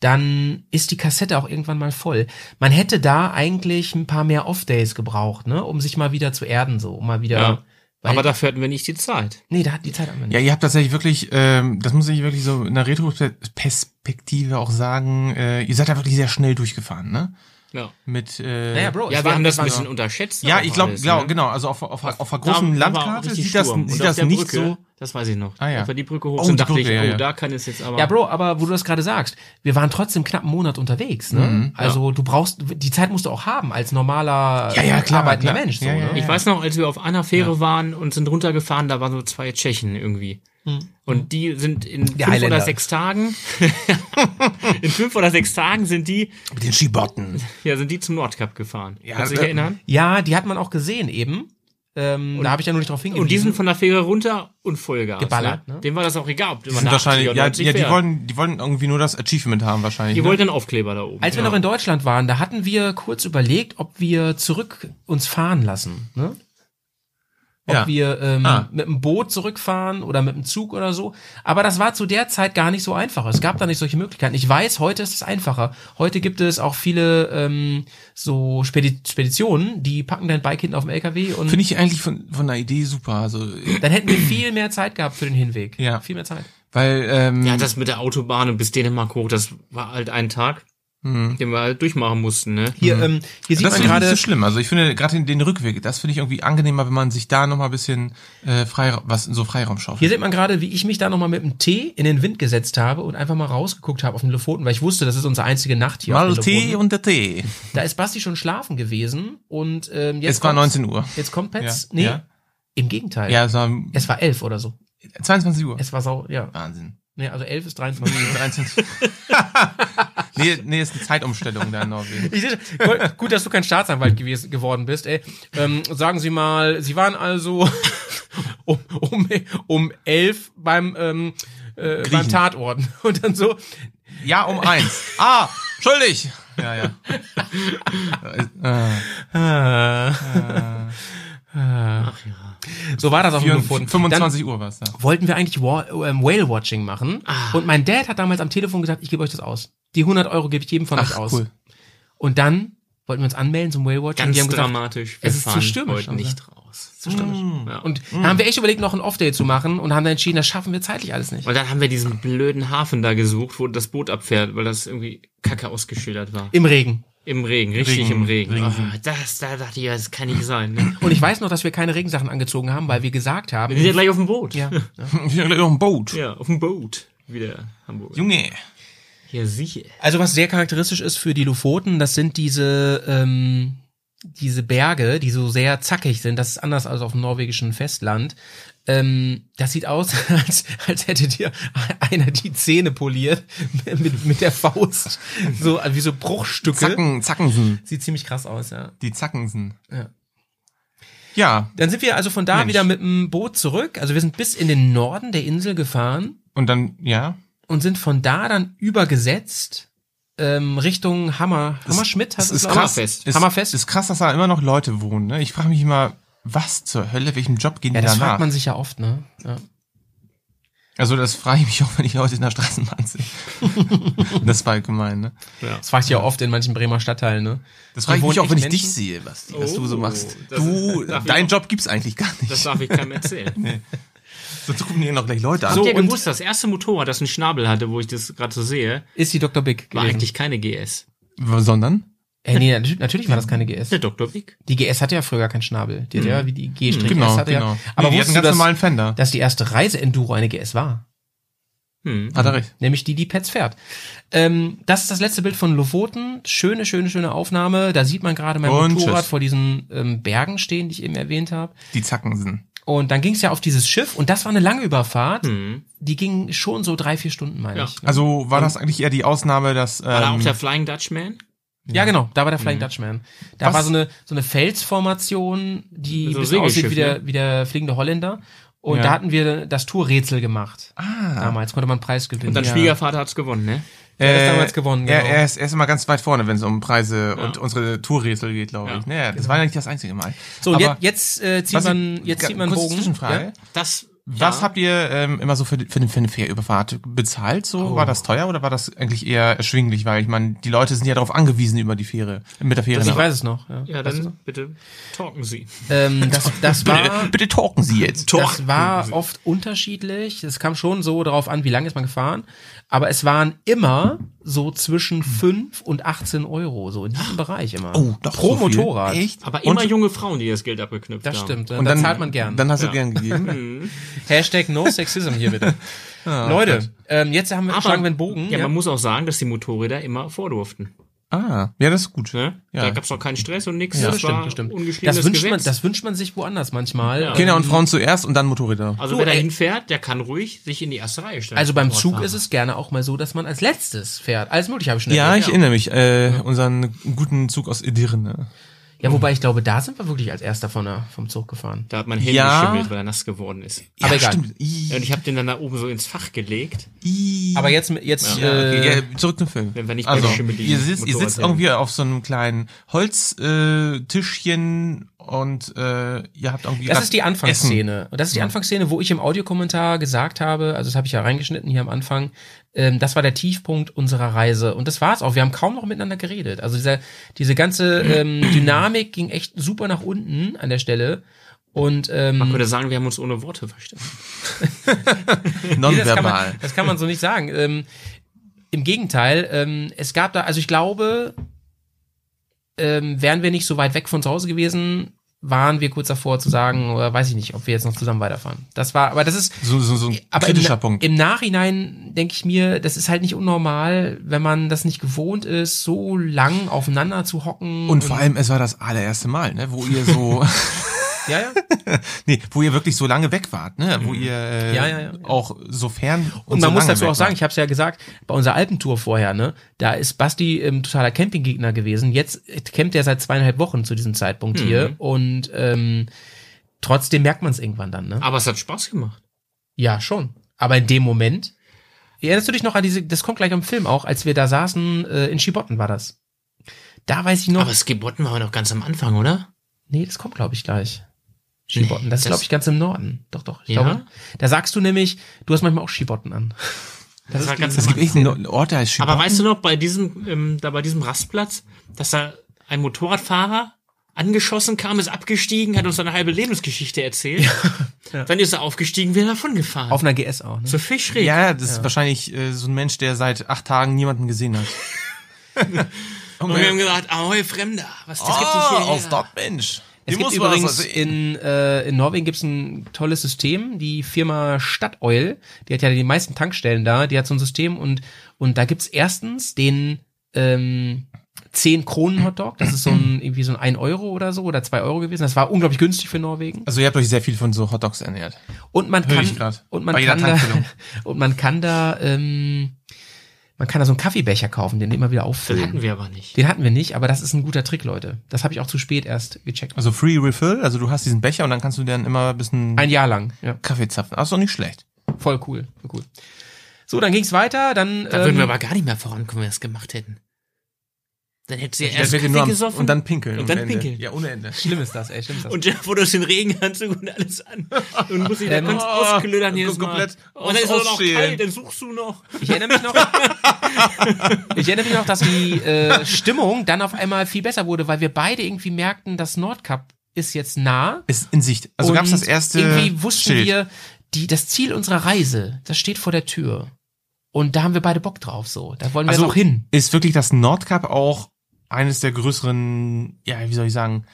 dann ist die Kassette auch irgendwann mal voll. Man hätte da eigentlich ein paar mehr Off-Days gebraucht, ne? Um sich mal wieder zu erden, so, um mal wieder.
Ja.
Weil,
Aber dafür hatten wir nicht die Zeit.
nee, da hat die Zeit am Ende.
ja, ihr habt tatsächlich wirklich, ähm, das muss ich wirklich so in der Retro-Perspektive auch sagen, äh, ihr seid da wirklich sehr schnell durchgefahren, ne?
Oh,
Ja. Mit, äh,
Naja, Bro, Ja, es wir war- haben das es war ein bisschen so- unterschätzt
Ja,
auch
ich glaube,
alles,
glaub,
ne?
genau. Also auf, auf, auf, der
Da- da
großen
war auch
Landkarte
richtig
sieht das,
Sturm. Und
sieht
auf
das
der
nicht
Brücke,
so.
Das weiß ich noch.
Ah, ja.
Als wir die Brücke
Oh,
hoch
die
sind, dachte ich,
Brücke, ja,
oh,
ja.
da kann es jetzt aber.
Ja, Bro, aber wo du das gerade sagst, wir waren trotzdem knapp einen Monat unterwegs. Ne?
Mhm,
also du brauchst, die Zeit musst du auch haben als normaler
Ja, ja,
äh,
klar,
arbeitender
klar.
Mensch. So,
Ja, ja,
ne?
Ich weiß noch, als wir auf einer Fähre waren und sind runtergefahren, da waren so zwei Tschechen irgendwie.
Hm.
Und die sind in fünf
Highlander.
oder sechs Tagen, in fünf oder sechs Tagen sind die,
Mit den Skibotten.
ja, sind die zum Nordkap gefahren.
Ja,
Kannst du dich
äh,
erinnern?
Ja, die hat man auch gesehen eben. Ähm, da habe ich ja nur nicht drauf hingewiesen.
Und die sind von der Fähre runter und Vollgas.
Geballert,
Ne? Dem war das auch egal, ob
Die sind wahrscheinlich, ja, ja, die wollen, die wollen irgendwie nur das Achievement haben wahrscheinlich.
Die
ne?
wollten einen Aufkleber da oben.
Als wir
ja.
noch in Deutschland waren, da hatten wir kurz überlegt, ob wir zurück uns fahren lassen. Ne? Ob
Ja.
wir ähm,
Ah.
mit dem Boot zurückfahren oder mit dem Zug oder so. Aber das war zu der Zeit gar nicht so einfach. Es gab da nicht solche Möglichkeiten. Ich weiß, heute ist es einfacher. Heute gibt es auch viele ähm, so Spedi Speditionen, die packen dein Bike hinten auf dem LKW und
Finde ich eigentlich von, von der Idee super. Also,
dann hätten wir viel mehr Zeit gehabt für den Hinweg.
Ja.
Viel mehr Zeit.
weil, ähm,
Mhm.
Ja, das mit der Autobahn und bis Dänemark hoch, das war halt ein Tag,
Hm.
den wir halt durchmachen mussten, ne?
Mhm. Hier, ähm, hier sieht
Mhm. das
man
finde ich nicht
gerade.
so schlimm. Also ich finde gerade den, den Rückweg, das finde ich irgendwie angenehmer, wenn man sich da nochmal ein bisschen äh, Freiraum, was in so Freiraum
Hier
schaufelt.
sieht man gerade, wie ich mich da nochmal mit dem Tee in den Wind gesetzt habe und einfach mal rausgeguckt habe auf den Lofoten, weil ich wusste, das ist unsere einzige Nacht hier.
Mal
auf den
Tee
ne?
Lofoten.
und der Tee.
Da ist Basti schon schlafen gewesen und ähm, jetzt
Es war
kommt's.
19 Uhr.
Jetzt kommt Pets.
Ja.
Nee,
Ja.
im Gegenteil.
Ja, es war
Es war elf oder so.
22 Uhr.
Es war sau, ja.
Wahnsinn.
Nee, also elf ist 23. Uhr.
21. nee, nee, ist eine Zeitumstellung da in Norwegen.
Ich, gut- gut, dass du kein Staatsanwalt gewesen, geworden bist, ey. Ähm, sagen Sie mal, Sie waren also um, um, um elf beim, ähm, äh, beim
Griechen.
Tatort. Und dann so,
Ja, um eins. Ah, schuldig. Ja, ja. Äh,
so war das auf dem Lofoten.
25 Uhr war es da.
wollten wir eigentlich Wa- ähm, Whale-Watching machen.
Ah.
Und mein Dad hat damals am Telefon gesagt, ich gebe euch das aus. Die 100 Euro gebe ich jedem von euch aus.
cool.
Und dann wollten wir uns anmelden zum Whale-Watching.
Ganz
Die haben gesagt,
dramatisch.
es ist zu stürmisch,
Heute
haben sie
nicht raus. Zu stürmisch. Ja. Und,
und
Hm.
da haben wir echt überlegt, noch ein Off-Day zu machen und haben dann entschieden, das schaffen wir zeitlich alles nicht.
und dann haben wir diesen blöden Hafen da gesucht, wo das Boot abfährt, weil das irgendwie kacke ausgeschildert war.
Im Regen.
Im Regen, richtig
Regen,
im Regen.
Regen.
Ah, das, da dachte ich, ja, das kann nicht sein. Ne?
Und ich weiß noch, dass wir keine Regensachen angezogen haben, weil wir gesagt
Wir sind
haben,
ja gleich auf dem Boot.
ja,
Ich bin gleich auf dem Boot.
Ja, auf dem Boot. Wieder Hamburg.
Junge.
Ja, sicher.
Also was sehr charakteristisch ist für die Lofoten, das sind diese ähm, diese Berge, die so sehr zackig sind. Das ist anders als auf dem norwegischen Festland. Ähm, das sieht aus, als, als hätte dir einer die Zähne poliert mit, mit der Faust. So also wie so Bruchstücke.
Zacken, Zackensen.
Sieht ziemlich krass aus, ja.
Die Zackensen.
Ja.
Ja,
Dann sind wir also von da
Mensch.
wieder mit dem Boot zurück. Also wir sind bis in den Norden der Insel gefahren.
und dann, ja.
und sind von da dann übergesetzt ähm, Richtung Hammer. Hammerschmidt heißt
ist
glaub ich.
krass.
Hammerfest.
Ist,
Hammerfest.
Ist krass, dass da immer noch Leute wohnen. Ne? Ich frage mich immer, was zur Hölle, welchen Job gehen
Ja,
die
das
danach?
fragt man sich ja oft, ne? Ja.
Also das frage ich mich auch, wenn ich Leute in der Straßenbahn sehe. das war gemein, ne?
Das fragt sich ja oft in manchen Bremer Stadtteilen, ne?
Das frage ich mich
wohnen
auch, wenn ich
echt
dich
Menschen?
sehe, Basti, was du so
Oh,
machst.
das-
Du,
darf ich
dein
auch-
Job gibt's eigentlich gar nicht.
Das darf ich keinem erzählen.
Sonst gucken dir noch gleich Leute an.
Habt ihr
und-
gewusst, das erste Motorrad, das einen Schnabel hatte, wo ich das gerade so sehe,
Ist die Dr. Big
war
gewesen.
eigentlich keine GS.
Sondern?
Äh, nee, natürlich, natürlich war das keine GS.
Der Dr. Big.
Die GS hatte ja früher keinen Schnabel. Die hatte ja wie die G-S
Mhm. Genau,
hatte
genau.
ja. Aber
die hatten
wusstest du,
ganz normalen
dass,
Fender.
dass die erste Reise-Enduro eine GS war?
Hm.
Also,
Hat er recht.
Nämlich die, die Pets fährt. Ähm, das ist das letzte Bild von Lofoten. Schöne, schöne, schöne Aufnahme. Da sieht man gerade mein
Und
Motorrad
tschüss.
vor diesen ähm, Bergen stehen, die ich eben erwähnt habe.
Die Zackensen.
Und dann ging es ja auf dieses Schiff und das war eine lange Überfahrt.
Hm.
Die ging schon so drei, vier Stunden, meine
Ja.
ich.
Also war das eigentlich eher die Ausnahme, dass... Ähm,
War da auch der Flying Dutchman?
Ja, genau, da war der Flying Dutchman. Da
Mhm. Was?
war so eine, so eine Felsformation, die
So
ein bisschen aussieht wie
Segelschiff,
der, wie der fliegende Holländer. Und
ne? Ja.
da hatten wir das Tourrätsel gemacht. Ah. Damals konnte man einen Preis gewinnen.
Und dein
ja.
Schwiegervater hat's gewonnen, ne?
der hat damals gewonnen,
äh, er,
genau.
er, ist, er ist immer ganz weit vorne, wenn es um Preise und unsere Tourrätsel geht, glaube ich. Naja, das war ja nicht das einzige Mal.
Genau. So, und
Aber-
jetzt, jetzt äh, zieht
Was ich-
man, jetzt
ga-
zieht man
kurze
Bogen.
Zwischenfrage.
Ja?
Das.
Was
ja.
habt ihr ähm, immer so für, die- für, den, für eine Fährüberfahrt bezahlt?
Oh.
So war das teuer oder war das eigentlich eher erschwinglich? Weil ich meine, die Leute sind ja darauf angewiesen über die Fähre, mit der Fähre.
Also Ich Also-
nach-
weiß es noch. Ja,
Ja, dann bitte talken Sie.
ähm, das, das war,
bitte talken Sie jetzt.
Das war oft unterschiedlich. Es kam schon so darauf an, wie lange ist man gefahren. Aber es waren immer so zwischen 5 und 18 Euro, so in diesem Bereich immer.
Oh, doch
Pro
so viel?
Motorrad.
Echt?
Aber immer
Und-
junge Frauen, die das Geld abgeknüpft
Das
haben.
stimmt,
Und
und da
dann
zahlt man gern.
Dann hast du gern
Mhm.
gegeben.
Hashtag No Sexism hier bitte. Leute, ähm, jetzt haben wir, schlagen wir einen Bogen.
Ja, man muss auch sagen, dass die Motorräder immer vordurften.
ah, ja, das ist gut.
Ne?
Ja.
Da gab es noch keinen Stress und nichts.
Ja,
das
das stimmt,
war
das stimmt.
ungeschriebenes
Das wünscht,
Gesetz.
man, das wünscht man sich woanders manchmal. Genau.
Ja.
Kinder und Frauen zuerst und dann Motorräder.
also
Du,
wer da
ey.
hinfährt, der kann ruhig sich in die erste Reihe stellen.
Also beim Zug ist es gerne auch mal so, dass man als letztes fährt. Alles mögliche habe ich schon
Ja,
erlebt.
ich erinnere mich. Äh, unseren guten Zug aus Edirne.
Ja, wobei ich glaube, da sind wir wirklich als erster von der, vom Zug gefahren.
Da hat mein Helm
Ja.
geschimmelt, weil er nass geworden ist.
Aber egal.
Stimmt. I,
Ja, Und ich habe den dann da oben so ins Fach gelegt.
I.
Aber jetzt, jetzt,
Ja, okay,
äh,
ja, zurück zum Film.
wenn wir nicht bei
also,
der Schimmeligen
ihr sitzt, ihr
Motorrad
sitzt
sind.
irgendwie auf so einem kleinen Holztischchen äh, Tischchen und äh, ihr habt irgendwie.
das
grad
ist die Anfangsszene. Und das ist die Anfangsszene, wo ich im Audiokommentar gesagt habe, also das habe ich ja reingeschnitten hier am Anfang, ähm, das war der Tiefpunkt unserer Reise. Und das war's auch. Wir haben kaum noch miteinander geredet. Also dieser, diese ganze ähm, Dynamik ging echt super nach unten an der Stelle. Und ähm,
Man könnte sagen, wir haben uns ohne Worte verstanden.
Essen.
Nee, das, kann
Nonverbal.
man, das kann man so nicht sagen. Ähm, Im Gegenteil, ähm, es gab da, also ich glaube, ähm, wären wir nicht so weit weg von zu Hause gewesen, waren wir kurz davor zu sagen, oder weiß ich nicht, ob wir jetzt noch zusammen weiterfahren. Das war, aber das ist,
So, so, so ein
aber im,
kritischer
Na-
Punkt.
im Nachhinein denke ich mir, das ist halt nicht unnormal, wenn man das nicht gewohnt ist, so lang aufeinander zu hocken.
Und vor allem, es war das allererste Mal, ne, wo ihr so,
ja, ja.
nee, wo ihr wirklich so lange weg wart, ne, wo ihr äh,
Mhm. Ja, ja, ja.
auch so fern
Und
so
man muss
lange
dazu
weg ne?
auch sagen,
wart.
ich habe es ja gesagt, bei unserer Alpentour vorher, ne, da ist Basti ähm, totaler Campinggegner gewesen. Jetzt campt er seit zweieinhalb Wochen zu diesem Zeitpunkt hier und ähm, trotzdem merkt man es irgendwann dann, ne?
Aber es hat Spaß gemacht.
Ja, schon. Aber in dem Moment. Erinnerst du dich noch an diese, das kommt gleich am Film auch, als wir da saßen, äh, in Schibotten war das. Da weiß ich noch.
Aber Skibotten waren wir noch ganz am Anfang, oder?
nee, das kommt, glaube ich, gleich. Schibotten, das ist,
das-
glaube ich, ganz im Norden. Doch, doch. Ich
Ja?
glaube, da sagst du nämlich, du hast manchmal auch Schibotten an.
Das, war ganz
es
am
gibt echt
Anfang.
einen Ort, der heißt
Aber
Schibotten.
weißt du noch, bei diesem, ähm, da bei diesem Rastplatz, dass da ein Motorradfahrer angeschossen kam, ist abgestiegen, hat uns seine halbe Lebensgeschichte erzählt. Dann ist er aufgestiegen, wieder davon gefahren.
Auf einer GS auch, ne?
so viel schräg.
Ja, ja, das ist wahrscheinlich äh, so ein Mensch, der seit acht Tagen niemanden gesehen hat.
Und wir haben gesagt, ahoi Fremder, was das gibt dich
oh,
hierher?
aus Dortmensch.
Es gibt übrigens in, äh, in Norwegen gibt's ein tolles System, die Firma Statoil, die hat ja die meisten Tankstellen da, die hat so ein System und, und da gibt's erstens den ähm, 10 Kronen Hotdog, das ist so ein irgendwie so ein 1 Euro oder so oder 2 Euro gewesen, das war unglaublich günstig für Norwegen
Also ihr habt euch sehr viel von so Hotdogs ernährt.
und man
Höre
kann
ich grad.
und man
Bei jeder
kann da,
Tankfüllung.
und man kann da ähm, man kann da so einen Kaffeebecher kaufen, den immer wieder
Das
auffüllen.
hatten wir aber nicht.
Den hatten wir nicht, aber das ist ein guter Trick, Leute. Das habe ich auch zu spät erst gecheckt.
Also Free Refill, also du hast diesen Becher und dann kannst du dann immer ein bisschen
Ein Jahr lang, ja.
Kaffee zapfen. Ach, ist doch nicht schlecht.
Voll cool, voll cool. So, dann ging's weiter, dann. ähm,
Da
Ähm.
würden wir aber gar nicht mehr vorankommen, wenn wir das gemacht hätten. Dann hättest du ja
also
erst
wird dir
Kaffee
nur am-
gesoffen
und dann pinkeln.
Und dann
ohne Ende.
pinkeln.
Ja, ohne Ende.
schlimm ist das, ey, schlimm ist das.
Und Jeff wurde aus den Regenanzug und alles an. Und muss sich dann
Ähm,
ganz
oh,
ausklödern jedes Mal.
komplett
und dann ist es auch noch
ausstehen.
kalt, dann suchst du noch.
ich erinnere mich noch. ich erinnere mich noch, dass die äh, Stimmung dann auf einmal viel besser wurde, weil wir beide irgendwie merkten, das Nordkap ist jetzt nah.
Ist in Sicht. Also
Und
gab's das erste
Irgendwie wussten
Schild.
wir, die, das Ziel unserer Reise, das steht vor der Tür. Und da haben wir beide Bock drauf, so. Da wollen wir
Also-
noch hin.
Ist wirklich das Nordkap auch eines der größeren, ja, wie soll ich sagen,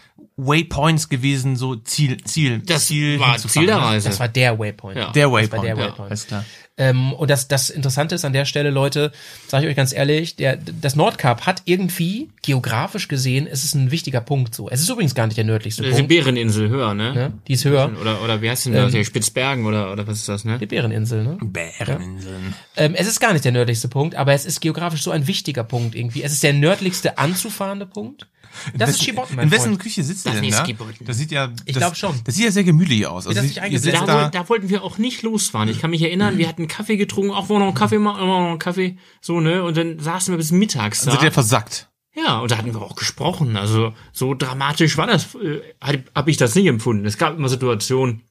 Waypoints gewesen, so Ziel, Ziel,
Das
Ziel
war Ziel
hinzufahren,
der
ne?
Reise.
Das war der Waypoint.
Ja.
Der
Das war
Waypoint.
der
ja,
Waypoint.
alles klar.
Ähm, und das, das Interessante ist an der Stelle, Leute, sage ich euch ganz ehrlich, der, das Nordkap hat irgendwie, geografisch gesehen, es ist ein wichtiger Punkt so. Es ist übrigens gar nicht der nördlichste
Das ist die
Punkt.
Bäreninsel höher, ne?
Ne? Die ist höher.
Oder, oder wie heißt denn das? hier? Spitzbergen oder, oder was ist das, ne?
Die Bäreninsel, ne?
Bäreninseln.
Ähm, es ist gar nicht der nördlichste Punkt, aber es ist geografisch so ein wichtiger Punkt irgendwie. Es ist der nördlichste anzufahrende Punkt. Das ist Schibotten, mein
In wessen
Freund.
Küche sitzt
Das
ihr denn
ist
da?
Skibotten.
Das sieht ja,
Ich
das-
glaub schon.
Das sieht ja sehr gemütlich aus. Also
das
ihr-
nicht
ihr
eingesetzt
sitzt
Da,
da,
woll- da wollten wir auch nicht losfahren. Ich kann mich erinnern, wir hatten Kaffee getrunken, auch wollen wir noch einen Kaffee machen, wollen wir noch einen Kaffee, so, ne? Und dann saßen wir bis mittags da.
seid ihr versackt.
Ja, und da hatten wir auch gesprochen. Also so dramatisch war das, äh, habe hab ich das nicht empfunden. Es gab immer Situationen,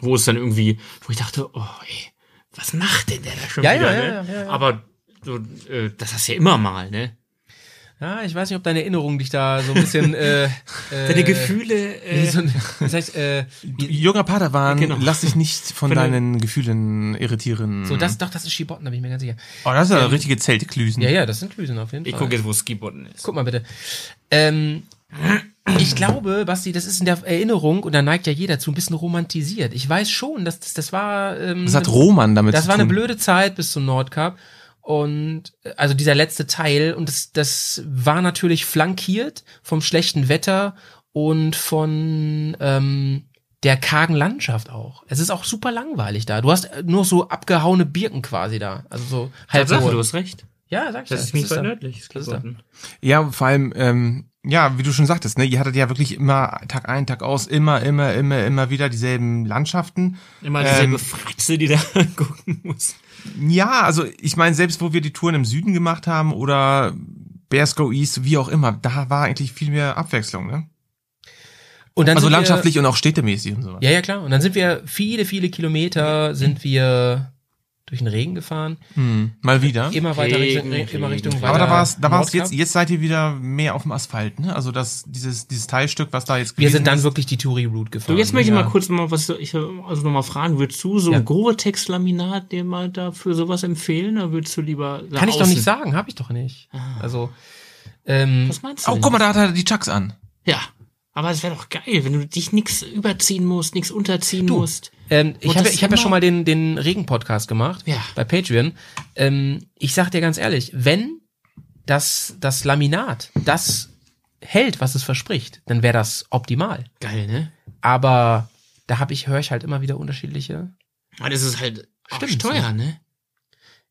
wo es dann irgendwie, wo ich dachte, oh ey, was macht denn der da schon
Ja,
wieder?
ja,
ne?
ja, ja, ja, ja.
Aber so, äh, das hast du ja immer mal, ne?
Ja, Ah, ich weiß nicht, ob deine Erinnerungen dich da so ein bisschen. Äh, äh,
Deine Gefühle, äh,
wie so ein, das heißt, äh,
Du, Junger Padawan,
Genau.
lass dich nicht von
Von deinem-
deinen Gefühlen irritieren.
so das, doch, das ist Schibotten, da bin ich mir ganz sicher.
oh, das ist ja richtige Zeltklüsen.
Ja, ja, das sind Klüsen auf jeden
Ich
Fall.
gucke jetzt, wo Skibotten ist.
Guck mal bitte. Ähm, ich glaube, Basti, das ist in der Erinnerung, und da neigt ja jeder zu, ein bisschen romantisiert. Ich weiß schon, dass das, das war. Ähm,
Das hat Roman damit
das
zu
war
tun.
eine blöde Zeit bis zum Nordkap. Und äh, also dieser letzte Teil, und das, das war natürlich flankiert vom schlechten Wetter und von ähm, der kargen Landschaft auch. Es ist auch super langweilig da. Du hast äh, nur so abgehauene Birken quasi da. Also so halb
Tatsache,
hohl.
du hast recht.
Ja, sag ich
Das
ja,
ist nicht
da.
weit nördlich,
Das ist da.
Skibotten.
Ja, vor allem, ähm, ja, wie du schon sagtest, ne, ihr hattet ja wirklich immer Tag ein, Tag aus, immer, immer, immer, immer wieder dieselben Landschaften.
Immer dieselbe
Ähm.
Fratze, die da gucken muss.
Ja, also ich meine, selbst wo wir die Touren im Süden gemacht haben oder Bears Go East, wie auch immer, da war eigentlich viel mehr Abwechslung, ne?
Und dann
Also
sind wir-
landschaftlich und auch städtemäßig und so was.
Ja, ja, klar. Und dann sind wir viele, viele Kilometer sind wir durch den Regen gefahren.
Hm, mal wieder.
Immer weiter
Regen,
Richtung, immer
Regen.
Richtung weiter.
Aber da war's, da war's jetzt,
Nordkap.
jetzt seid ihr wieder mehr auf dem Asphalt, ne? Also das, dieses, dieses Teilstück, was da jetzt
Wir
gewesen
sind dann
ist.
wirklich die Touri Route gefahren. ne?
Du, jetzt möchte ich
ja.
mal kurz mal was, ich also noch mal fragen, würdest du so
Ja.
Gore-Tex-Laminat dir mal da für sowas empfehlen, oder würdest du lieber nach
Kann ich doch
außen? Ah,
nicht sagen, habe ich doch nicht. Also ähm,
Was meinst du?
Oh,
denn?
guck mal, da hat er die Chucks an.
Ja. Aber es wäre doch geil, wenn du dich nichts überziehen musst, nichts unterziehen musst.
ähm, ich
Und
habe
das
ich hab ja
immer-
schon mal den den Regen Podcast gemacht
Ja.
bei Patreon. Ähm, ich sag dir ganz ehrlich, wenn das das Laminat das hält, was es verspricht, dann wäre das optimal.
Geil, ne?
Aber da habe ich höre ich halt immer wieder unterschiedliche
Aber das ist halt
Stimmt,
Stimmt, teuer, ne?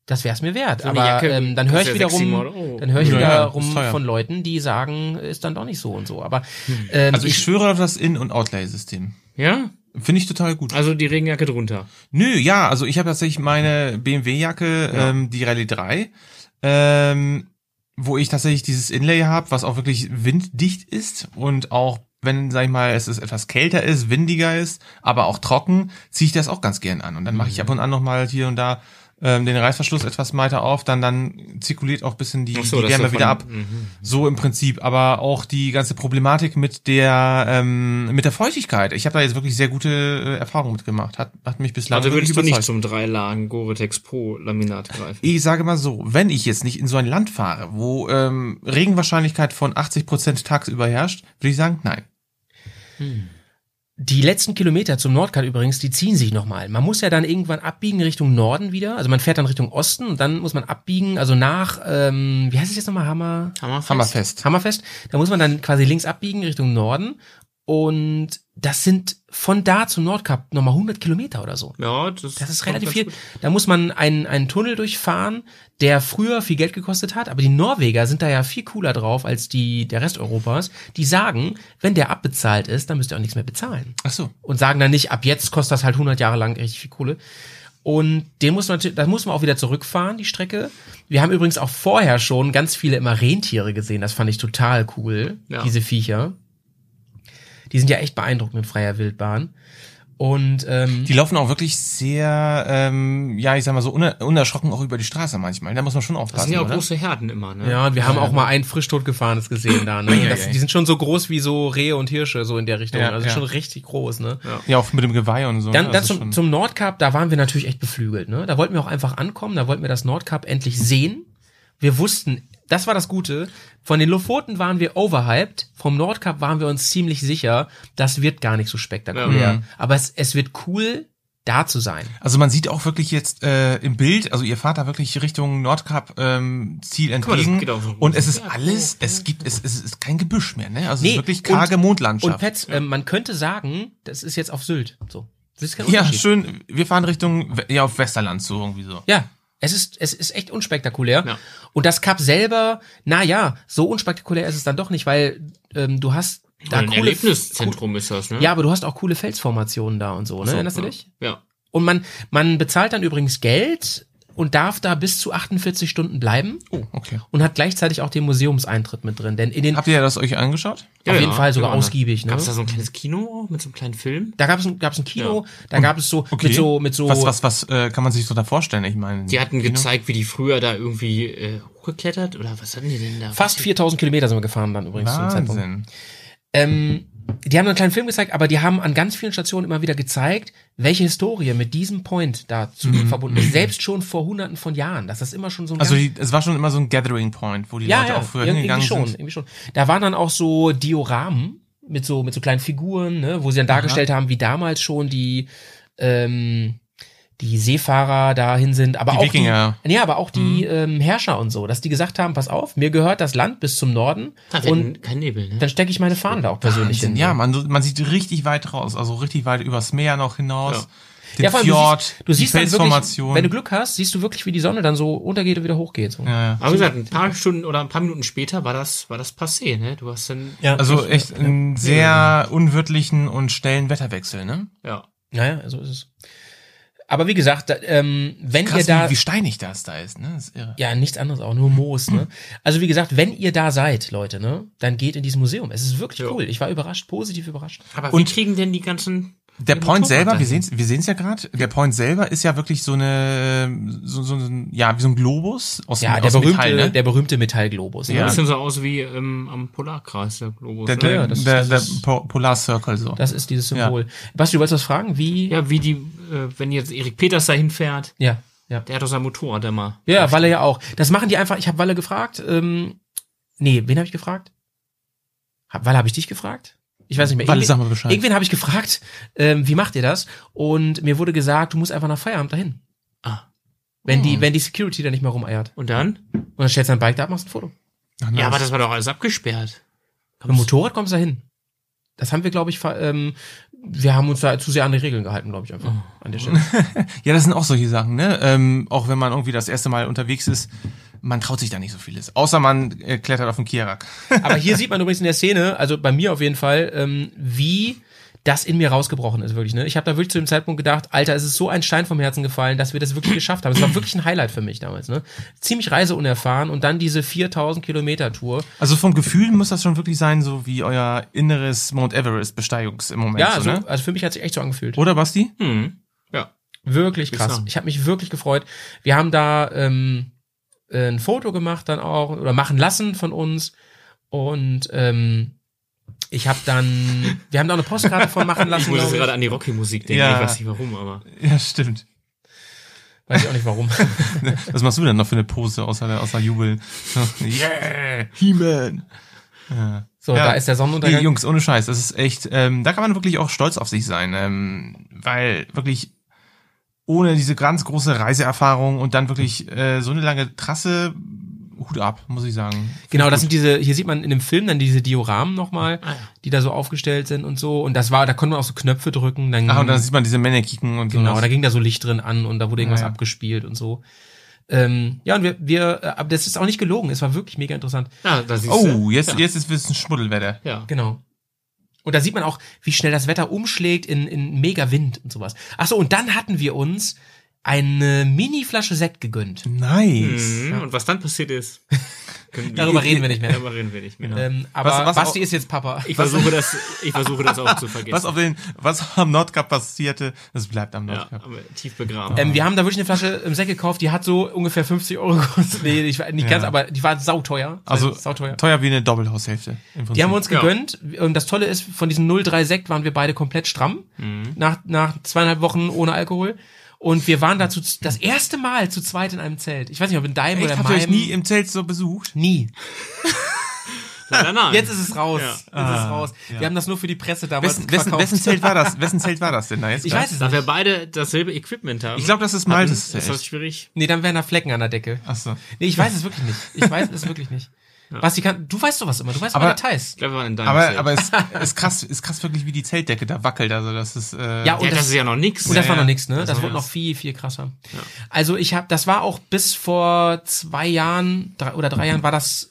Das wär's mir wert.
eine
aber
Jacke
ähm, dann höre ich
kostet ja sechs,
wiederum,
sieben Euro. Oh.
dann höre ich
Ja, ja,
wiederum
ist teuer.
von Leuten, die sagen, ist dann doch nicht so und so. Aber ähm,
Also ich
ich,
schwöre auf das In- und Outlay-System.
Ja?
Finde ich total gut.
Also die Regenjacke drunter.
Nö, ja, also ich habe tatsächlich meine BMW-Jacke, ähm, die Rallye 3, ähm, wo ich tatsächlich dieses Inlay habe, was auch wirklich winddicht ist und auch wenn, sag ich mal, es ist etwas kälter ist, windiger ist, aber auch trocken, ziehe ich das auch ganz gern an. Und dann mache
Mhm.
ich ab und an nochmal hier und da ähm, den Reißverschluss etwas weiter auf, dann, dann zirkuliert auch ein bisschen die,
Ach so,
die
das ist
Wärme
so
wieder
von- Mhm.
ab. So im Prinzip, aber auch die ganze Problematik mit der ähm, mit der Feuchtigkeit. Ich habe da jetzt wirklich sehr gute äh, Erfahrungen mitgemacht. Hat, hat mich bislang
Also
wirklich
würdest du
überzeugt.
nicht zum Dreilagen Gore-Tex Pro Laminat greifen.
ich sage mal so, wenn ich jetzt nicht in so ein Land fahre, wo ähm, Regenwahrscheinlichkeit von 80% tagsüber herrscht, würde ich sagen, nein.
die letzten Kilometer zum Nordkap übrigens, die ziehen sich nochmal. Man muss ja dann irgendwann abbiegen Richtung Norden wieder. Also man fährt dann Richtung Osten und dann muss man abbiegen, also nach, ähm, wie heißt es jetzt nochmal, Hammer?
Hammerfest.
Hammerfest.
Hammerfest. Da muss man dann quasi links abbiegen Richtung Norden. Und das sind von da zum Nordkap nochmal 100 Kilometer oder so.
Ja, das,
Das ist
kommt
relativ
ganz
viel.
gut.
Da muss man einen, einen Tunnel durchfahren, der früher viel Geld gekostet hat, aber die Norweger sind da ja viel cooler drauf als die der Rest Europas. Die sagen, wenn der abbezahlt ist, dann müsst ihr auch nichts mehr bezahlen.
Ach so.
Und sagen dann nicht, ab jetzt kostet das halt 100 Jahre lang richtig viel Kohle. Und den muss man, natürlich- da muss man auch wieder zurückfahren, die Strecke. Wir haben übrigens auch vorher schon ganz viele immer Rentiere gesehen. Das fand ich total cool,
Ja.
diese Viecher. Die sind ja echt beeindruckend in freier Wildbahn. Und ähm,
Die laufen auch wirklich sehr, ähm, ja, ich sag mal so, uner unerschrocken auch über die Straße manchmal. Da muss man schon aufpassen.
Das sind ja auch
oder?
große Herden immer, ne?
Ja, und wir haben auch mal einen frisch totgefahrenes gesehen da. Ne? Das, die sind schon so groß wie so Rehe und Hirsche, so in der Richtung.
Ja,
also
ja.
schon richtig groß, ne?
Ja, auch mit dem Geweih und so.
Dann,
ne?
dann
Das ist
zum,
schon-
zum Nordkap, da waren wir natürlich echt beflügelt, ne? Da wollten wir auch einfach ankommen, da wollten wir das Nordkap endlich sehen. Wir wussten, das war das Gute, von den Lofoten waren wir overhyped, vom Nordkap waren wir uns ziemlich sicher, das wird gar nicht so spektakulär.
Mhm.
Aber es, es wird cool, da zu sein.
Also man sieht auch wirklich jetzt äh, im Bild, also ihr fahrt da wirklich Richtung Nordkap ähm, Ziel
mal, das
entgegen.
geht auf so einen
und es
großen
ist alles, es gibt, es, es ist kein Gebüsch mehr, ne? Also es
Nee,
ist wirklich karge
und-
Mondlandschaft.
Und Pets, ähm, man könnte sagen, das ist jetzt auf Sylt. So. Das ist kein
ja,
Unterschied.
schön. Wir fahren Richtung We- ja auf Westerland zu irgendwie so.
Ja, es ist, es ist echt unspektakulär.
Ja.
Und das Cup selber, na ja, so unspektakulär ist es dann doch nicht, weil ähm, du hast da
ein
coole,
Erlebniszentrum ist das,
Mhm.
ne?
Ja, aber du hast auch coole Felsformationen da und so, ne? Erinnerst du dich?
Ja.
Und man, man bezahlt dann übrigens Geld und darf da bis zu 48 Stunden bleiben
Oh, okay.
und hat gleichzeitig auch den Museumseintritt mit drin. Denn in den
Habt ihr das euch angeschaut?
auf jeden Fall sogar ausgiebig. Ne?
Gab es da so ein kleines Kino mit so einem kleinen Film?
Da gab es ein, gab's ein Kino, da gab es so mit so mit so
Was, was, was äh, kann man sich so da vorstellen? Ich meine,
Die hatten
Genau.
gezeigt, wie die früher da irgendwie äh, hochgeklettert oder was hatten die denn da?
fast 4000 Kilometer sind wir gefahren dann übrigens zu dem Zeitpunkt.
Wahnsinn.
Ähm, die haben einen kleinen Film gezeigt, aber die haben an ganz vielen Stationen immer wieder gezeigt, welche Historie mit diesem Point da zu verbunden ist. Selbst schon vor hunderten von Jahren. Das ist immer schon so ein
Mhm. Also
ganz-
die, es war schon immer so ein Gathering Point, wo die
ja,
Leute
ja,
auch früher
irg-
hingegangen
irgendwie schon,
sind.
irgendwie schon. Da waren dann auch so Dioramen mit so mit so kleinen Figuren, ne, wo sie dann dargestellt haben, wie damals schon die ähm, die Seefahrer dahin sind, aber
Die
auch
Wikinger. Mhm.
die, ja, aber auch die ähm, Herrscher und so, dass die gesagt haben, pass auf, mir gehört das Land bis zum Norden
Da wir
und
hatten kein Nebel, ne?
dann stecke ich meine Fahne da auch persönlich hin.
Ah, Wahnsinn. Ja, man, so- man sieht richtig weit raus, also richtig weit übers Meer noch hinaus. Den
Ja, vor allem,
Fjord,
du siehst, du siehst
die
dann wirklich,
Felsformation.
wenn du Glück hast, siehst du wirklich, wie die Sonne dann so untergeht und wieder hochgeht. So.
ja, ja.
Aber wie gesagt, ein paar Stunden oder ein paar Minuten später war das, war das passé, ne? Du hast dann,
Ja,
Also echt einen sehr unwirtlichen und schnellen Wetterwechsel, ne?
ja.
Naja, so ist es. Aber wie gesagt, da, ähm, wenn ihr
Krass,
da.
wie, wie steinig das da ist, ne? Das ist irre.
Ja, nichts anderes auch, nur Moos, ne? Also wie gesagt, wenn ihr da seid, Leute, ne, dann geht in dieses Museum. Es ist wirklich cool. Ich war überrascht, positiv überrascht.
Aber Und wie kriegen denn die ganzen
Der
die
Point
Motorrad
selber, wir
dahin?
sehen es wir sehen's ja gerade, der Point selber ist ja wirklich so eine, so, so ein, ja, wie so ein Globus aus,
Ja, der
aus
berühmte,
Metall, ne?
der berühmte Metallglobus. Ne?
Ja.
bisschen so aus wie ähm, am Polarkreis, der Globus.
der,
oder?
der,
ja, das ist-
der,
das
der
ist-
Po- Polar Circle so.
Das ist dieses Symbol. Basti, du wolltest was fragen? Wie?
ja, wie die, äh, wenn jetzt Erik Peters da hinfährt,
Ja. ja.
der hat doch sein Motorrad immer.
Ja, Walle ja auch. Das machen die einfach. Ich habe Walle gefragt. Ähm, nee, wen habe ich gefragt? Hab, Walle, habe ich dich gefragt? Ich weiß nicht mehr.
Walle,
Irgendwen-
sag mal Bescheid.
Irgendwen habe ich gefragt, ähm, wie macht ihr das? Und mir wurde gesagt, du musst einfach nach Feierabend dahin.
Ah.
Wenn die, wenn die Security da nicht mehr rumeiert.
Und dann?
Und dann stellst du dein Bike da ab, machst ein Foto.
Ach,
Ja,
nice.
aber das war doch alles abgesperrt.
Mit dem Motorrad kommst du da hin. Das haben wir, glaube ich, ver- ähm, wir haben uns da zu sehr an die Regeln gehalten, glaube ich, einfach. An der Stelle.
Ja, das sind auch solche Sachen, ne? Ähm, auch wenn man irgendwie das erste Mal unterwegs ist, man traut sich da nicht so vieles. Außer man äh, klettert auf den Kierak.
Aber hier sieht man übrigens in der Szene, also bei mir auf jeden Fall, ähm, wie das in mir rausgebrochen ist, wirklich. Ne? Ich habe da wirklich zu dem Zeitpunkt gedacht, Alter, es ist so ein Stein vom Herzen gefallen, dass wir das wirklich geschafft haben. Es war wirklich ein Highlight für mich damals. Ne? Ziemlich reiseunerfahren und dann diese 4000 Kilometer Tour.
Also vom Gefühl muss das schon wirklich sein, so wie euer inneres Mount Everest Besteigungs im Moment.
Ja,
so,
also,
ne?
also für mich hat sich echt so angefühlt.
Oder Basti?
Hm.
Wirklich krass.
sagen.
Ich habe mich wirklich gefreut. Wir haben da ähm, äh, ein Foto gemacht dann auch oder machen lassen von uns und ähm, ich habe dann, wir haben da auch eine Postkarte von machen
Ich
lassen.
muss jetzt
glaub
gerade an die Rocky-Musik denken,
Ja.
ich weiß nicht warum, aber.
Ja, stimmt.
Weiß ich auch nicht warum.
Was machst du denn noch für eine Pose außer, der- außer Jubel?
Äh.
yeah! He-Man!
So,
Ja.
da ist der
Nee,
Sonnenuntergang.
Jungs, ohne Scheiß, das ist echt, ähm, da kann man wirklich auch stolz auf sich sein, ähm, weil wirklich ohne diese ganz große Reiseerfahrung und dann wirklich äh, so eine lange Trasse, Hut ab, muss ich sagen.
genau, das sind diese, hier sieht man in dem Film dann diese Dioramen nochmal,
Ah,
die da so aufgestellt sind und so. Und das war, da konnte man auch so Knöpfe drücken. Dann,
Ach, und dann sieht man diese Männerkicken und
genau,
sowas.
da ging da so Licht drin an und da wurde irgendwas
Ja, ja.
abgespielt und so. Ähm, ja, und wir, wir, äh, aber das ist auch nicht gelogen, es war wirklich mega interessant.
Ja, da siehst du.
Oh, jetzt, jetzt ist es ein Schmuddelwetter.
Ja.
Genau. Und da sieht man auch, wie schnell das Wetter umschlägt in, in mega Wind und sowas. Ach so, und dann hatten wir uns eine Mini-Flasche Sekt gegönnt.
Genau. Nice.
Mhm. Und was dann passiert ist, können
Darüber reden wir nicht mehr.
Darüber reden wir nicht mehr.
Ähm, aber
Was- was
Basti
auch-
ist jetzt Papa.
Ich versuche das, ich versuche das auch zu vergessen.
Was auf den, was am Nordkap passierte, das bleibt am
ja,
Nordkap.
aber tief begraben.
Ähm, wir haben da wirklich eine Flasche im Sekt gekauft, die hat so ungefähr 50 Euro gekostet. Nee, ich, nicht ganz, aber die war sauteuer.
Also
sauteuer.
teuer. teuer wie eine Doppelhaushälfte. im Prinzip.
Die haben wir uns gegönnt. Und das Tolle ist, von diesem 03 Sekt waren wir beide komplett stramm.
Mhm.
Nach, nach zweieinhalb Wochen ohne Alkohol. Und wir waren dazu das erste Mal zu zweit in einem Zelt. Ich weiß nicht, ob in deinem
Echt,
oder
habt ihr euch
meinem.
nie im Zelt so besucht?
nie.
Leider
Ah.
nein.
Jetzt ist es raus. Jetzt ist es raus. Wir haben das nur für die Presse damals
Wessen, wessen,
verkauft.
wessen Zelt war das? Wessen Zelt war das denn da jetzt?
ich
gerade?
weiß es
Da
nicht.
wir beide dasselbe Equipment haben.
Ich glaube, das ist Maltes
das
Zelt.
ist das schwierig.
Nee, dann wären da Flecken an der Decke.
Ach so.
Nee, ich weiß es wirklich nicht. Ich weiß es wirklich nicht. Basti kann, du weißt sowas immer, du weißt immer
Aber-
Details.
Ich glaube, wir waren in deinem
Aber,
Zelt.
aber es ist krass, ist krass wirklich, wie die Zeltdecke da wackelt. Also das ist äh,
Ja, und
ja, das,
das-
ist ja noch nix.
Und das war
ja.
noch nichts, ne? Das, wurde noch viel, viel krasser. Also ich habe, das war auch bis vor zwei Jahren drei, oder drei Jahren war das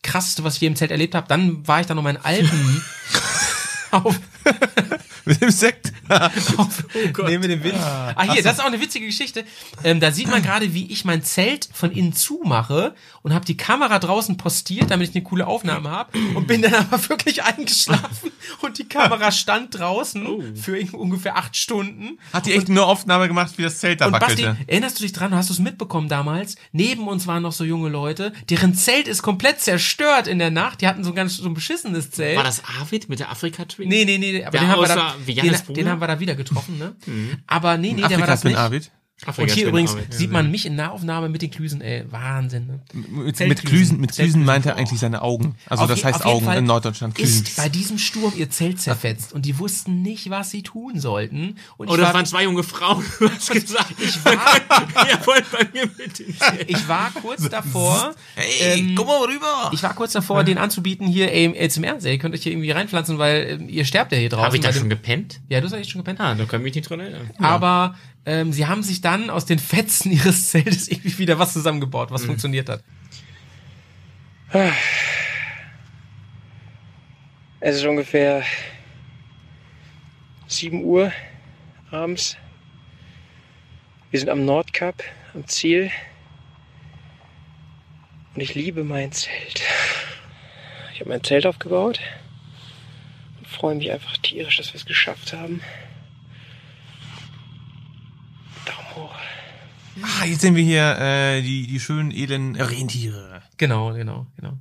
krasseste, was ich je im Zelt erlebt habe. Dann war ich dann noch meinen alten auf,
Mit dem Sekt.
oh Gott.
Nehmen wir den Wind.
Ah, hier, das ist auch eine witzige Geschichte. Ähm, da sieht man gerade, wie ich mein Zelt von innen zumache und habe die Kamera draußen postiert, damit ich eine coole Aufnahme habe und bin dann aber wirklich eingeschlafen und die Kamera stand draußen für irgendwie ungefähr acht Stunden.
Hat die echt nur Aufnahme gemacht, wie das Zelt da
Und Basti,
wackelte.
erinnerst du dich dran, hast du es mitbekommen damals? Neben uns waren noch so junge Leute, deren Zelt ist komplett zerstört in der Nacht. Die hatten so ein ganz so ein beschissenes Zelt.
Äh, War das Arvid mit der Afrika-Twin?
Nee, nee, nee, aber
Der
den haben, wir da,
aussah wie Jannis
den,
Bruder? Mhm.
den haben wir da wieder getroffen, ne? Aber nee, nee, der war das
Afrika-Twin
nicht.
Arvid.
Und hier
Afrika-Twin
übrigens
Arvid.
sieht man mich in Nahaufnahme mit den Klüsen, ey, Wahnsinn. Ne?
Mit, mit
Zeltklüsen.
Klüsen, mit Klüsen
Zeltklüsen.
meint er eigentlich seine Augen. Also
Auf
das
je-
heißt
auf jeden
Augen
Fall
in Norddeutschland. Klüsen.
Ist bei diesem Sturm ihr Zelt zerfetzt und die wussten nicht, was sie tun sollten. Und
Oh,
ich,
das
war,
waren zwei junge Frauen, du hast gesagt. Ich war, ihr wollt bei mir mit den Zelt.
ich war kurz davor, ähm,
Hey, komm mal rüber.
ich war kurz davor, den anzubieten, hier, ey, jetzt im Ernst, ey, ihr könnt euch hier irgendwie reinpflanzen, weil ähm, ihr sterbt ja hier draußen.
Habe ich da
bei dem-
schon gepennt?
Ja, du hast eigentlich schon gepennt.
Ah, da kann ich mich nicht dran erinnern.
Aber ähm, sie haben sich dann aus den Fetzen ihres Zeltes irgendwie wieder was zusammengebaut,
Mhm.
was funktioniert hat.
Es ist ungefähr 7 Uhr abends. Wir sind am Nordkap, am Ziel. Und ich liebe mein Zelt. Ich habe mein Zelt aufgebaut und freue mich einfach tierisch, dass wir es geschafft haben. Daumen hoch.
Ah, jetzt sehen wir hier äh, die, die schönen edlen Rentiere,
Genau, genau, genau.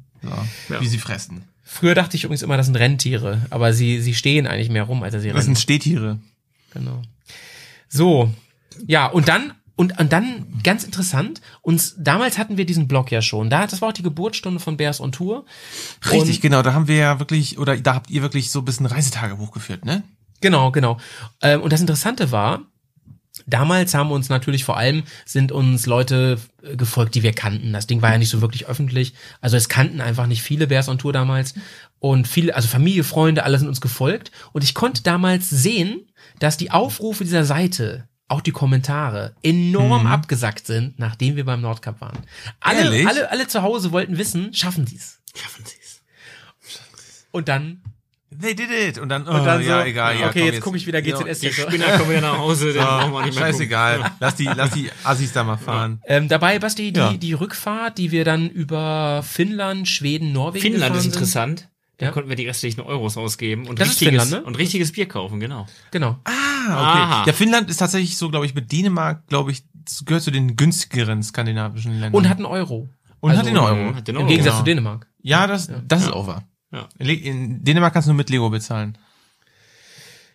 so, wie sie fressen.
Früher dachte ich übrigens immer, das sind Renntiere, aber sie, sie stehen eigentlich mehr rum, als dass sie
Das
rennen.
sind Stehtiere.
Genau. So, ja, und dann, und, und dann, ganz interessant, uns, damals hatten wir diesen Blog ja schon, da, das war auch die Geburtsstunde von Bears on Tour.
Richtig,
Und,
genau. Da haben wir ja wirklich, oder da habt ihr wirklich so ein bisschen Reisetagebuch geführt, ne?
genau, genau. Ähm, und das Interessante war, Damals haben uns natürlich vor allem sind uns Leute äh, gefolgt, die wir kannten. Das Ding war ja nicht so wirklich öffentlich. Also es kannten einfach nicht viele Bears on Tour damals. Und viele, also Familie, Freunde, alle sind uns gefolgt. Und ich konnte damals sehen, dass die Aufrufe dieser Seite, auch die Kommentare, enorm abgesackt sind, nachdem wir beim Nordcup waren. Alle,
Ehrlich?
alle, alle zu Hause wollten wissen, schaffen sie es?
Schaffen sie es.
Und dann,
They did it. Und dann, oh,
und dann
ja,
so,
egal. Ja,
okay,
komm, genau,
jetzt gucke ich wieder GZS.
Die Spinner kommen wieder nach Hause, dann brauchen wir
Ja, oh
nicht mehr gucken.
Ah, scheißegal. Lass die, lass die Assis da mal fahren.
Ähm, dabei, Basti, die,
Ja.
die Rückfahrt, die wir dann über Finnland, Schweden, Norwegen
Finnland
gefahren
ist
sind.
interessant. Da
Ja.
konnten wir die restlichen Euros ausgeben und,
Das ist
richtiges,
Finnland, ne?
und richtiges Bier kaufen, genau.
Genau.
Ah,
Aha.
okay. Ja, Finnland ist tatsächlich so, glaube ich, mit Dänemark, glaube ich, gehört zu den günstigeren skandinavischen Ländern.
Und hat einen Euro.
Und hat
also-
den Euro.
Hat den
Im
Euro.
Gegensatz
genau.
zu Dänemark.
Ja, das, das ist over.
Ja.
Le- In Dänemark kannst du nur mit Lego bezahlen.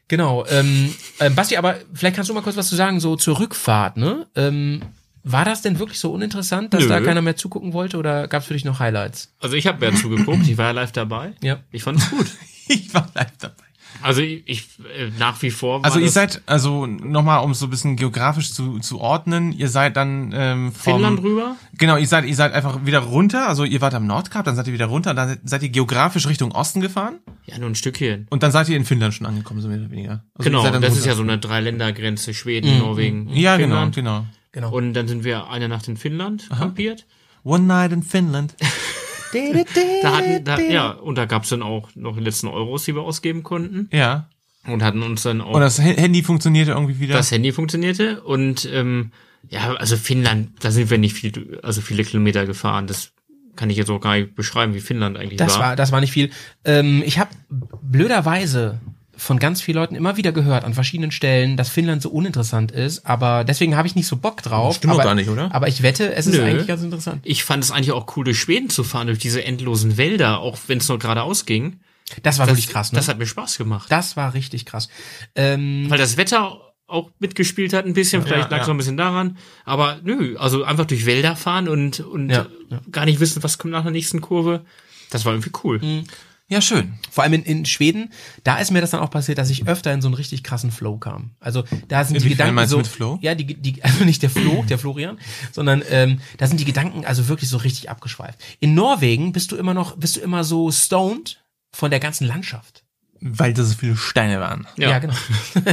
Genau. Ähm, ähm, Basti, aber vielleicht kannst du mal kurz was zu sagen, so zur Rückfahrt, ne? Ähm, war das denn wirklich so uninteressant, dass
Nö.
da keiner mehr zugucken wollte oder gab es für dich noch Highlights?
Also ich habe ja zugeguckt, ich war ja live dabei.
Ja.
Ich fand's gut.
Ich war live dabei.
Also ich, ich äh, nach wie vor war
Also ihr
das
seid, also nochmal, um es so ein bisschen geografisch zu, zu ordnen, ihr seid dann ähm, vom,
Finnland rüber.
Genau, ihr seid, ihr seid einfach wieder runter, also ihr wart am Nordkap, dann seid ihr wieder runter, dann seid ihr geografisch Richtung Osten gefahren
Ja, nur ein Stückchen.
und dann seid ihr in Finnland schon angekommen, so mehr oder weniger. Also ihr
Genau,
seid dann
das ist ja
runter.
so eine Dreiländergrenze, Schweden, Norwegen,
Ja, genau,
Finnland.
genau.
Genau.
Und dann sind wir eine Nacht in Finnland kampiert.
One night in Finland.
Da hatten, da, ja, und da gab's dann auch noch die letzten Euros, die wir ausgeben konnten.
Ja.
Und hatten uns dann auch
Und das Ha- Handy funktionierte irgendwie wieder.
das Handy funktionierte. Und ähm, ja, also Finnland, da sind wir nicht viel, also viele Kilometer gefahren. Das kann ich jetzt auch gar nicht beschreiben, wie Finnland eigentlich
Das
war.
war, das war nicht viel. Ähm, ich habe blöderweise von ganz vielen Leuten immer wieder gehört an verschiedenen Stellen, dass Finnland so uninteressant ist, aber deswegen habe ich nicht so Bock drauf.
Stimmt doch
aber,
gar nicht, oder?
Aber ich wette, es ist
Nö.
eigentlich ganz interessant.
ich fand es eigentlich auch cool, durch Schweden zu fahren, durch diese endlosen Wälder, auch wenn es nur geradeaus ging.
Das war
Das,
wirklich krass, ne?
das hat mir Spaß gemacht.
Das war richtig krass. Ähm,
weil das Wetter auch mitgespielt hat ein bisschen, vielleicht lag es noch ein bisschen daran, aber nö, also einfach durch Wälder fahren und, und
Ja,
gar nicht wissen, was kommt nach der nächsten Kurve, das war irgendwie cool.
Mhm.
Ja, schön.
vor allem in, in Schweden, da ist mir das dann auch passiert, dass ich öfter in so einen richtig krassen Flow kam. Also da sind die
Inwiefern
Gedanken
meinst du
so,
mit Flow?
ja, die, die, also nicht der Flo, der Florian, sondern ähm, da sind die Gedanken also wirklich so richtig abgeschweift. In Norwegen bist du immer noch, bist du immer so stoned von der ganzen Landschaft. Weil da so viele Steine waren. Ja, ja genau.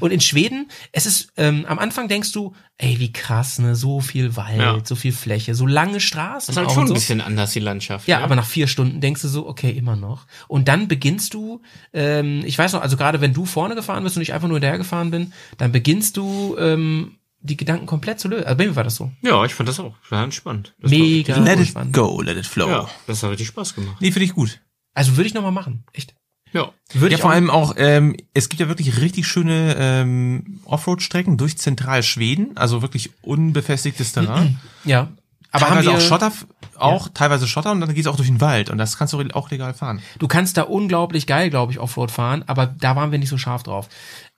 und in Schweden, es ist, ähm, am Anfang denkst du, ey, wie krass, ne, so viel Wald,
Ja.
so viel Fläche, so lange Straßen.
Das ist halt
auch
schon
und
ein
so.
bisschen anders, die Landschaft.
Ja,
ne?
aber nach vier Stunden denkst du so, okay, immer noch. Und dann beginnst du, ähm, ich weiß noch, also gerade wenn du vorne gefahren bist und ich einfach nur hinterhergefahren bin, dann beginnst du, ähm, die Gedanken komplett zu lösen. Also bei mir war das so.
Ja, ich fand das auch. War ganz spannend. Das war
Mega
richtig-
Let it
go, let it flow.
Ja, das hat richtig Spaß gemacht.
Nee, finde ich gut.
Also würde ich nochmal machen. Echt.
Ja.
Würde
ja,
ich
vor
auch-
allem auch, ähm, es gibt ja wirklich richtig schöne ähm, Offroad-Strecken durch Zentralschweden, also wirklich unbefestigtes Terrain.
Ja. Aber haben
teilweise
wir,
auch Schotter, auch teilweise Schotter und dann geht's auch durch den Wald und das kannst du auch legal fahren.
du kannst da unglaublich geil, glaube ich, Offroad fahren, aber da waren wir nicht so scharf drauf.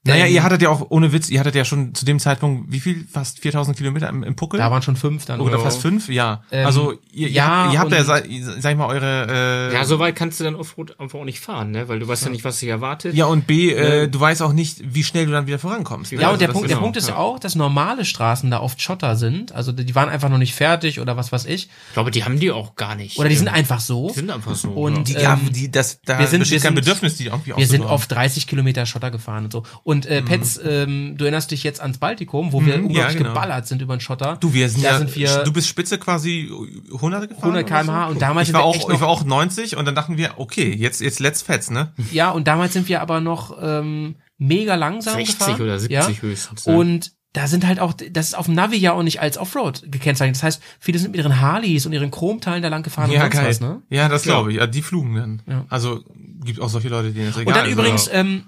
Naja,
Ähm,
ihr hattet ja auch, ohne Witz, ihr hattet ja schon zu dem Zeitpunkt, wie viel? Fast 4000 Kilometer im, im Puckel?
Da waren schon fünf dann.
Oder
Ja.
fast fünf, ja.
Ähm,
also ihr, ihr
ja,
habt- ihr habt ja,
und-
sag, sag ich mal, eure... Äh,
Ja, so weit kannst du dann Offroad einfach auch nicht fahren, ne? Weil du weißt ja nicht, was dich erwartet.
ja, und B, äh,
Ja.
du weißt auch nicht, wie schnell du dann wieder vorankommst.
Ja,
Also
und der
das
Punkt,
ist-
der Punkt ist auch, dass normale Straßen da oft Schotter sind. Also die waren einfach noch nicht fertig oder was weiß ich.
Ich glaube, die haben die auch gar nicht.
Oder die sind
Ähm,
einfach so.
die sind einfach so.
Und
Die,
ähm,
ja, die, das, da
wir sind- wir
besteht kein
sind-
Bedürfnis, die irgendwie
wir sind
aufzubauen.
auf 30 Kilometer Schotter gefahren und so. Und äh, Petz, ähm, du erinnerst dich jetzt ans Baltikum, wo wir
Mhm,
unglaublich
ja, genau.
geballert sind über den Schotter.
Du, wir sind,
da
ja,
sind wir
du bist Spitze quasi 100 gefahren.
100
oder
km/h und damals
ich war
sind wir
auch,
echt noch-
ich war auch 90 und dann dachten wir, okay, jetzt, jetzt let's fetz, ne?
Ja, und damals sind wir aber noch ähm, mega langsam
60
gefahren.
oder 70 höchstens, ne?
Und da sind halt auch, das ist auf dem Navi ja auch nicht als Offroad gekennzeichnet. Das heißt, viele sind mit ihren Harleys und ihren Chromteilen da lang gefahren und sonst was, ne?
Ja, das glaube ich. Ja, die flugen dann.
Ja.
Also gibt auch solche Leute, denen das egal
Und dann
ist,
also
übrigens
aber-
ähm,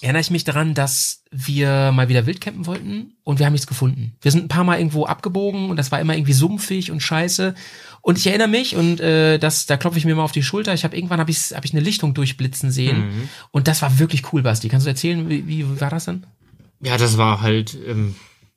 erinnere ich mich daran, dass wir mal wieder wild campen wollten und wir haben nichts gefunden. Wir sind ein paar Mal irgendwo abgebogen und das war immer irgendwie sumpfig und scheiße. Und ich erinnere mich und äh, das, da klopfe ich mir mal auf die Schulter. Ich habe irgendwann habe ich habe ich eine Lichtung durchblitzen sehen
Mhm.
und das war wirklich cool, Basti. Kannst du erzählen, wie, wie war das denn?
Ja, das war halt ähm,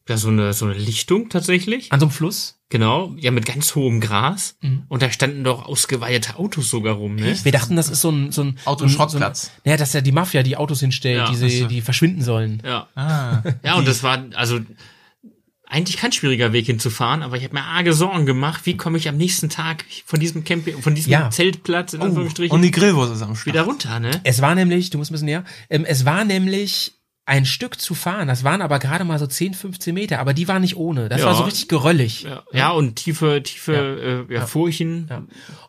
ja, so, eine, so eine Lichtung tatsächlich.
An so einem Fluss?
Genau. Ja, mit ganz hohem Gras.
Mhm.
Und da standen doch ausgeweidete Autos sogar rum, ne?
Wir dachten, das ist so ein so ein
Autoschrottplatz.
So ein, naja, dass ja die Mafia die Autos hinstellt,
Ja,
die
das
sie, die verschwinden sollen.
Ja.
Ah,
Ja, und das war also eigentlich kein schwieriger Weg hinzufahren, aber ich habe mir arge Sorgen gemacht, wie komme ich am nächsten Tag von diesem Camping, von diesem
Ja. Oh.
Zeltplatz in Anführungsstrichen
und die Grillwurst ist am Start.
wieder runter, ne?
Es war nämlich, du musst ein bisschen näher, ähm, es war nämlich ein Stück zu fahren. Das waren aber gerade mal so 10, 15 Meter, aber die war nicht ohne. Das
Ja.
war so richtig geröllig.
Ja, ja und tiefe, tiefe Äh, ja, Furchen.
Ja.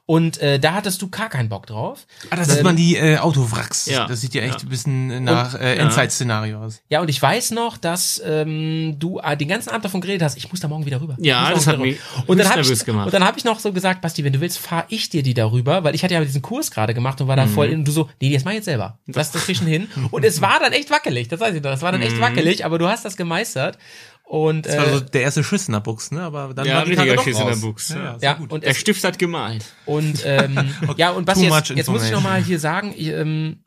Und äh, da hattest du gar keinen Bock drauf.
Ah, das sieht man die äh, Autowracks.
Ja.
Das sieht ja echt ein bisschen nach äh, Endzeit-Szenario aus.
Ja, und ich weiß noch, dass ähm, du äh, den ganzen Abend davon geredet hast, ich muss da morgen wieder rüber.
Ja,
Ich muss
das
morgen
hat
wieder
mich
rüber. und dann
höchst
hab
nervös
ich,
gemacht.
Und dann habe ich noch so gesagt, Basti, wenn du willst, fahre ich dir die darüber, weil ich hatte ja diesen Kurs gerade gemacht und war da
Mhm.
voll in und du so, nee, das mach ich jetzt selber. Lass das zwischen hin. Und es war dann echt wackelig, das weiß ich noch. Es war dann
Mhm.
echt wackelig, aber du hast das gemeistert. Und
Das war
äh,
so der erste Schiss in der Buchs, ne? Aber dann
Ja,
war die Karte
richtiger
doch
Schiss in
raus.
der Buchs,
Ja,
ja.
ja, sehr
ja,
gut.
und
Der
es,
Stift hat gemalt.
Und ähm, ja, und was
Too much
jetzt, jetzt muss ich
information.
nochmal hier sagen, ich, ähm,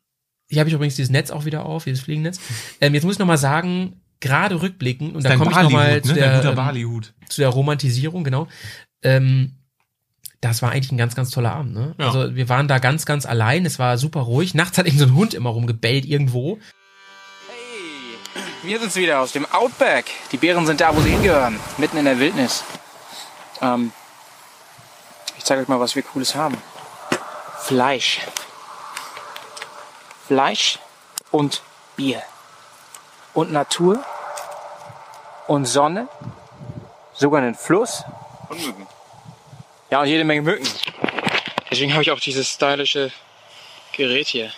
hier habe ich übrigens dieses Netz auch wieder auf, dieses Fliegennetz. Ähm, jetzt muss ich nochmal sagen, gerade rückblickend, und da
Dein
komme ich nochmal
Balihut,
zu,
ne? Dein
der,
guter
ähm,
Balihut.
zu der Romantisierung, genau. Ähm, das war eigentlich ein ganz, ganz toller Abend. Ne?
Ja.
Also wir waren da ganz, ganz allein, es war super ruhig. Nachts hat irgend so ein Hund immer rumgebellt irgendwo.
Hey, wir sind's wieder aus dem Outback. Die Bären sind da, wo sie hingehören, mitten in der Wildnis. Ähm, ich zeige euch mal, was wir Cooles haben. Fleisch. Fleisch und Bier. Und Natur und Sonne, sogar einen Fluss. Und Mücken. Ja, und jede Menge Mücken. Deswegen habe ich auch dieses stylische Gerät hier.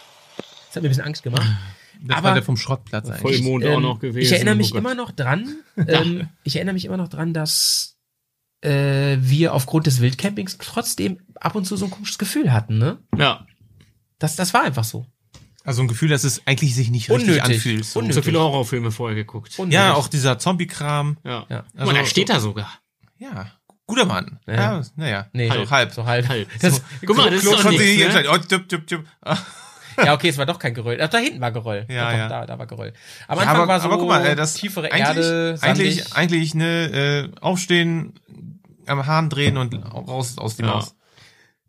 Das hat mir ein bisschen Angst gemacht.
Das
aber-
war der vom Schrottplatz eigentlich.
Vollmond
Ähm,
auch noch gewesen.
Ich erinnere mich
Oh Gott.
immer noch dran. Ähm, ich erinnere mich immer noch dran, dass äh, wir aufgrund des Wildcampings trotzdem ab und zu so ein komisches Gefühl hatten, ne?
Ja,
Das, das war einfach so.
Also ein Gefühl, dass es eigentlich sich nicht richtig
Unnötig.
anfühlt. So.
Unnötig.
so viele Horrorfilme vorher geguckt.
Unnötig.
Ja, auch dieser Zombie-Kram.
Ja.
Ja.
Also, und da steht er sogar.
Ja, guter Mann.
Ja.
Ja, naja.
Nee,
halb.
so
halb.
So halb.
Halb.
Das,
Halt. Guck mal, das ist
Klo
doch
konnte
nichts,
ich nicht
ne?
entscheiden. Oh, tüpp, tüpp, tüpp. Ah.
ja, okay, es war doch kein Geröll. Ach, da hinten war Geröll.
Ja,
doch, doch,
ja.
Da, da war Geröll. Am
Ja,
Anfang war so
äh,
tiefere
eigentlich,
Erde, sandig.
eigentlich, eigentlich ne, äh, aufstehen, am Hahn drehen und raus aus dem
Ja.
Haus.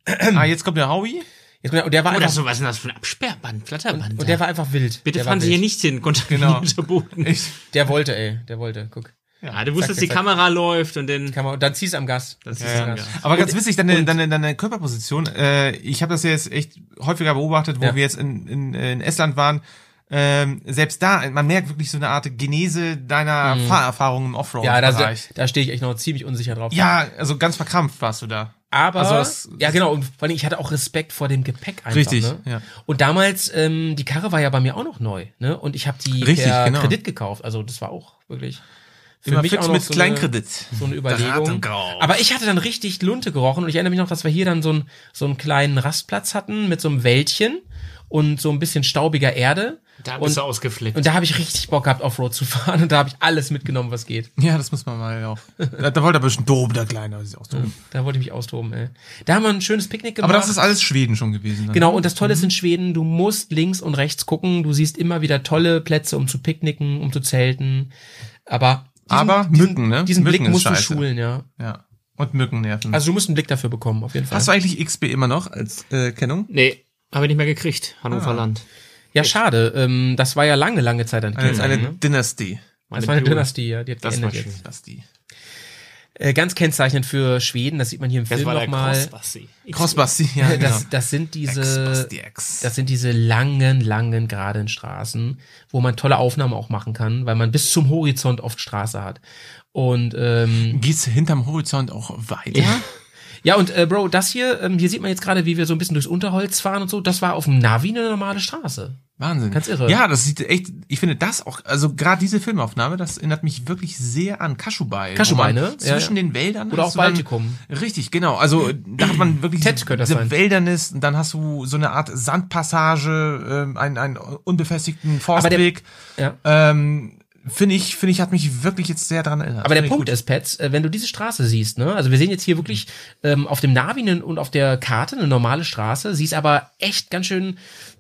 Ah, jetzt kommt der Howie.
Jetzt, und der war
Oder
einfach,
so, was ist denn das für ein Absperrband, Flatterband?
und der war einfach wild. Genau.
Bitte
der
fahren
war
Sie hier
wild.
nicht hin, kontaminiert
Genau.
verboten.
Ich,
Der wollte, ey, der wollte, guck.
Ah, du wusstest, die Kamera läuft und dann.
Kamera. Dann ziehst du am Gas.
Das ist
Ja,
ja.
ja. Aber ganz witzig, deine, deine, deine Körperposition, äh, ich habe das ja jetzt echt häufiger beobachtet, wo
Ja.
wir jetzt in, in, in Estland waren. Ähm, selbst da, man merkt wirklich so eine Art Genese deiner Fahrerfahrung im
Mhm. Ja, da,
Offroad-Bereich.
da stehe ich echt noch ziemlich unsicher drauf.
Ja, also ganz verkrampft warst du da.
Aber,
Also das-
ja genau, und vor allem, ich hatte auch Respekt vor dem Gepäck einfach.
Richtig,
ne?
ja.
Und damals, ähm, die Karre war ja bei mir auch noch neu, ne? Und ich habe die
Richtig,
per
genau.
Kredit gekauft, also das war auch wirklich für
Immer
mich
fix
auch noch
mit
so
Kleinkredit.
Eine, so eine
Draht
Überlegung.
und Grau.
Aber ich hatte dann richtig Lunte gerochen und ich erinnere mich noch, dass wir hier dann so, einen so einen kleinen Rastplatz hatten mit so einem Wäldchen und so ein bisschen staubiger Erde.
Da
und,
bist du ausgeflippt.
und da habe ich richtig Bock gehabt, Offroad zu fahren und da habe ich alles mitgenommen, was geht.
Ja, das muss man mal auch. Da, da wollte er ein bisschen doof, der Kleine. Das ist auch doof.
Da wollte ich mich austoben, ey. Da haben wir ein schönes Picknick gemacht.
Aber das ist alles Schweden schon gewesen. Dann.
Genau, und das Tolle ist in Schweden, du musst links und rechts gucken. Du siehst immer wieder tolle Plätze, um zu picknicken, um zu zelten. Aber,
Aber Mücken, ne?
diesen
Mücken
Blick
ist
musst du
scheiße. Hm.
schulen, ja.
Ja. Und Mückennerven.
Also du musst einen Blick dafür bekommen, auf jeden Fall.
Hast du eigentlich XB immer noch als äh, Kennung?
Nee, habe ich nicht mehr gekriegt.
Ah.
Hannover Land.
ja, schade. Ähm, das war ja lange, lange Zeit ein
Als
Thema.
eine Dynastie.
Das war eine
Blume.
Dynastie, ja. Die hat
Das war
geendet
schön.
jetzt.
Dynastie.
Äh, ganz kennzeichnend für Schweden, das sieht man hier im
Das
Film
war der
nochmal.
Crossbassi.
Crossbasti, ja. Genau.
Das, das sind diese, das sind diese langen, langen, geraden Straßen, wo man tolle Aufnahmen auch machen kann, weil man bis zum Horizont oft Straße hat. Und ähm,
Geht's hinterm Horizont auch weiter?
Ja, und äh, Bro, das hier, ähm, hier sieht man jetzt gerade, wie wir so ein bisschen durchs Unterholz fahren und so, das war auf dem Navi eine normale Straße.
Wahnsinn.
Ganz irre.
Ja, das sieht echt, ich finde das auch, also gerade diese Filmaufnahme, das erinnert mich wirklich sehr an Kaschubai.
Kaschubai,
Wo man
ne? Ja,
Zwischen den Wäldern.
Oder auch
hast du dann-
Baltikum.
Richtig, genau. Also da hat man wirklich
Ted
diese,
könnte das
diese
sein.
Wäldernis und dann hast du so eine Art Sandpassage, ähm, einen, einen unbefestigten Forstweg.
ja.
ähm, finde ich, finde ich, hat mich wirklich jetzt sehr daran erinnert.
Aber der
Finde ich
Punkt
gut.
ist, Pets, äh, wenn du diese Straße siehst, ne, also wir sehen jetzt hier wirklich ähm, auf dem Navi nen- und auf der Karte eine normale Straße, sie ist aber echt ganz schön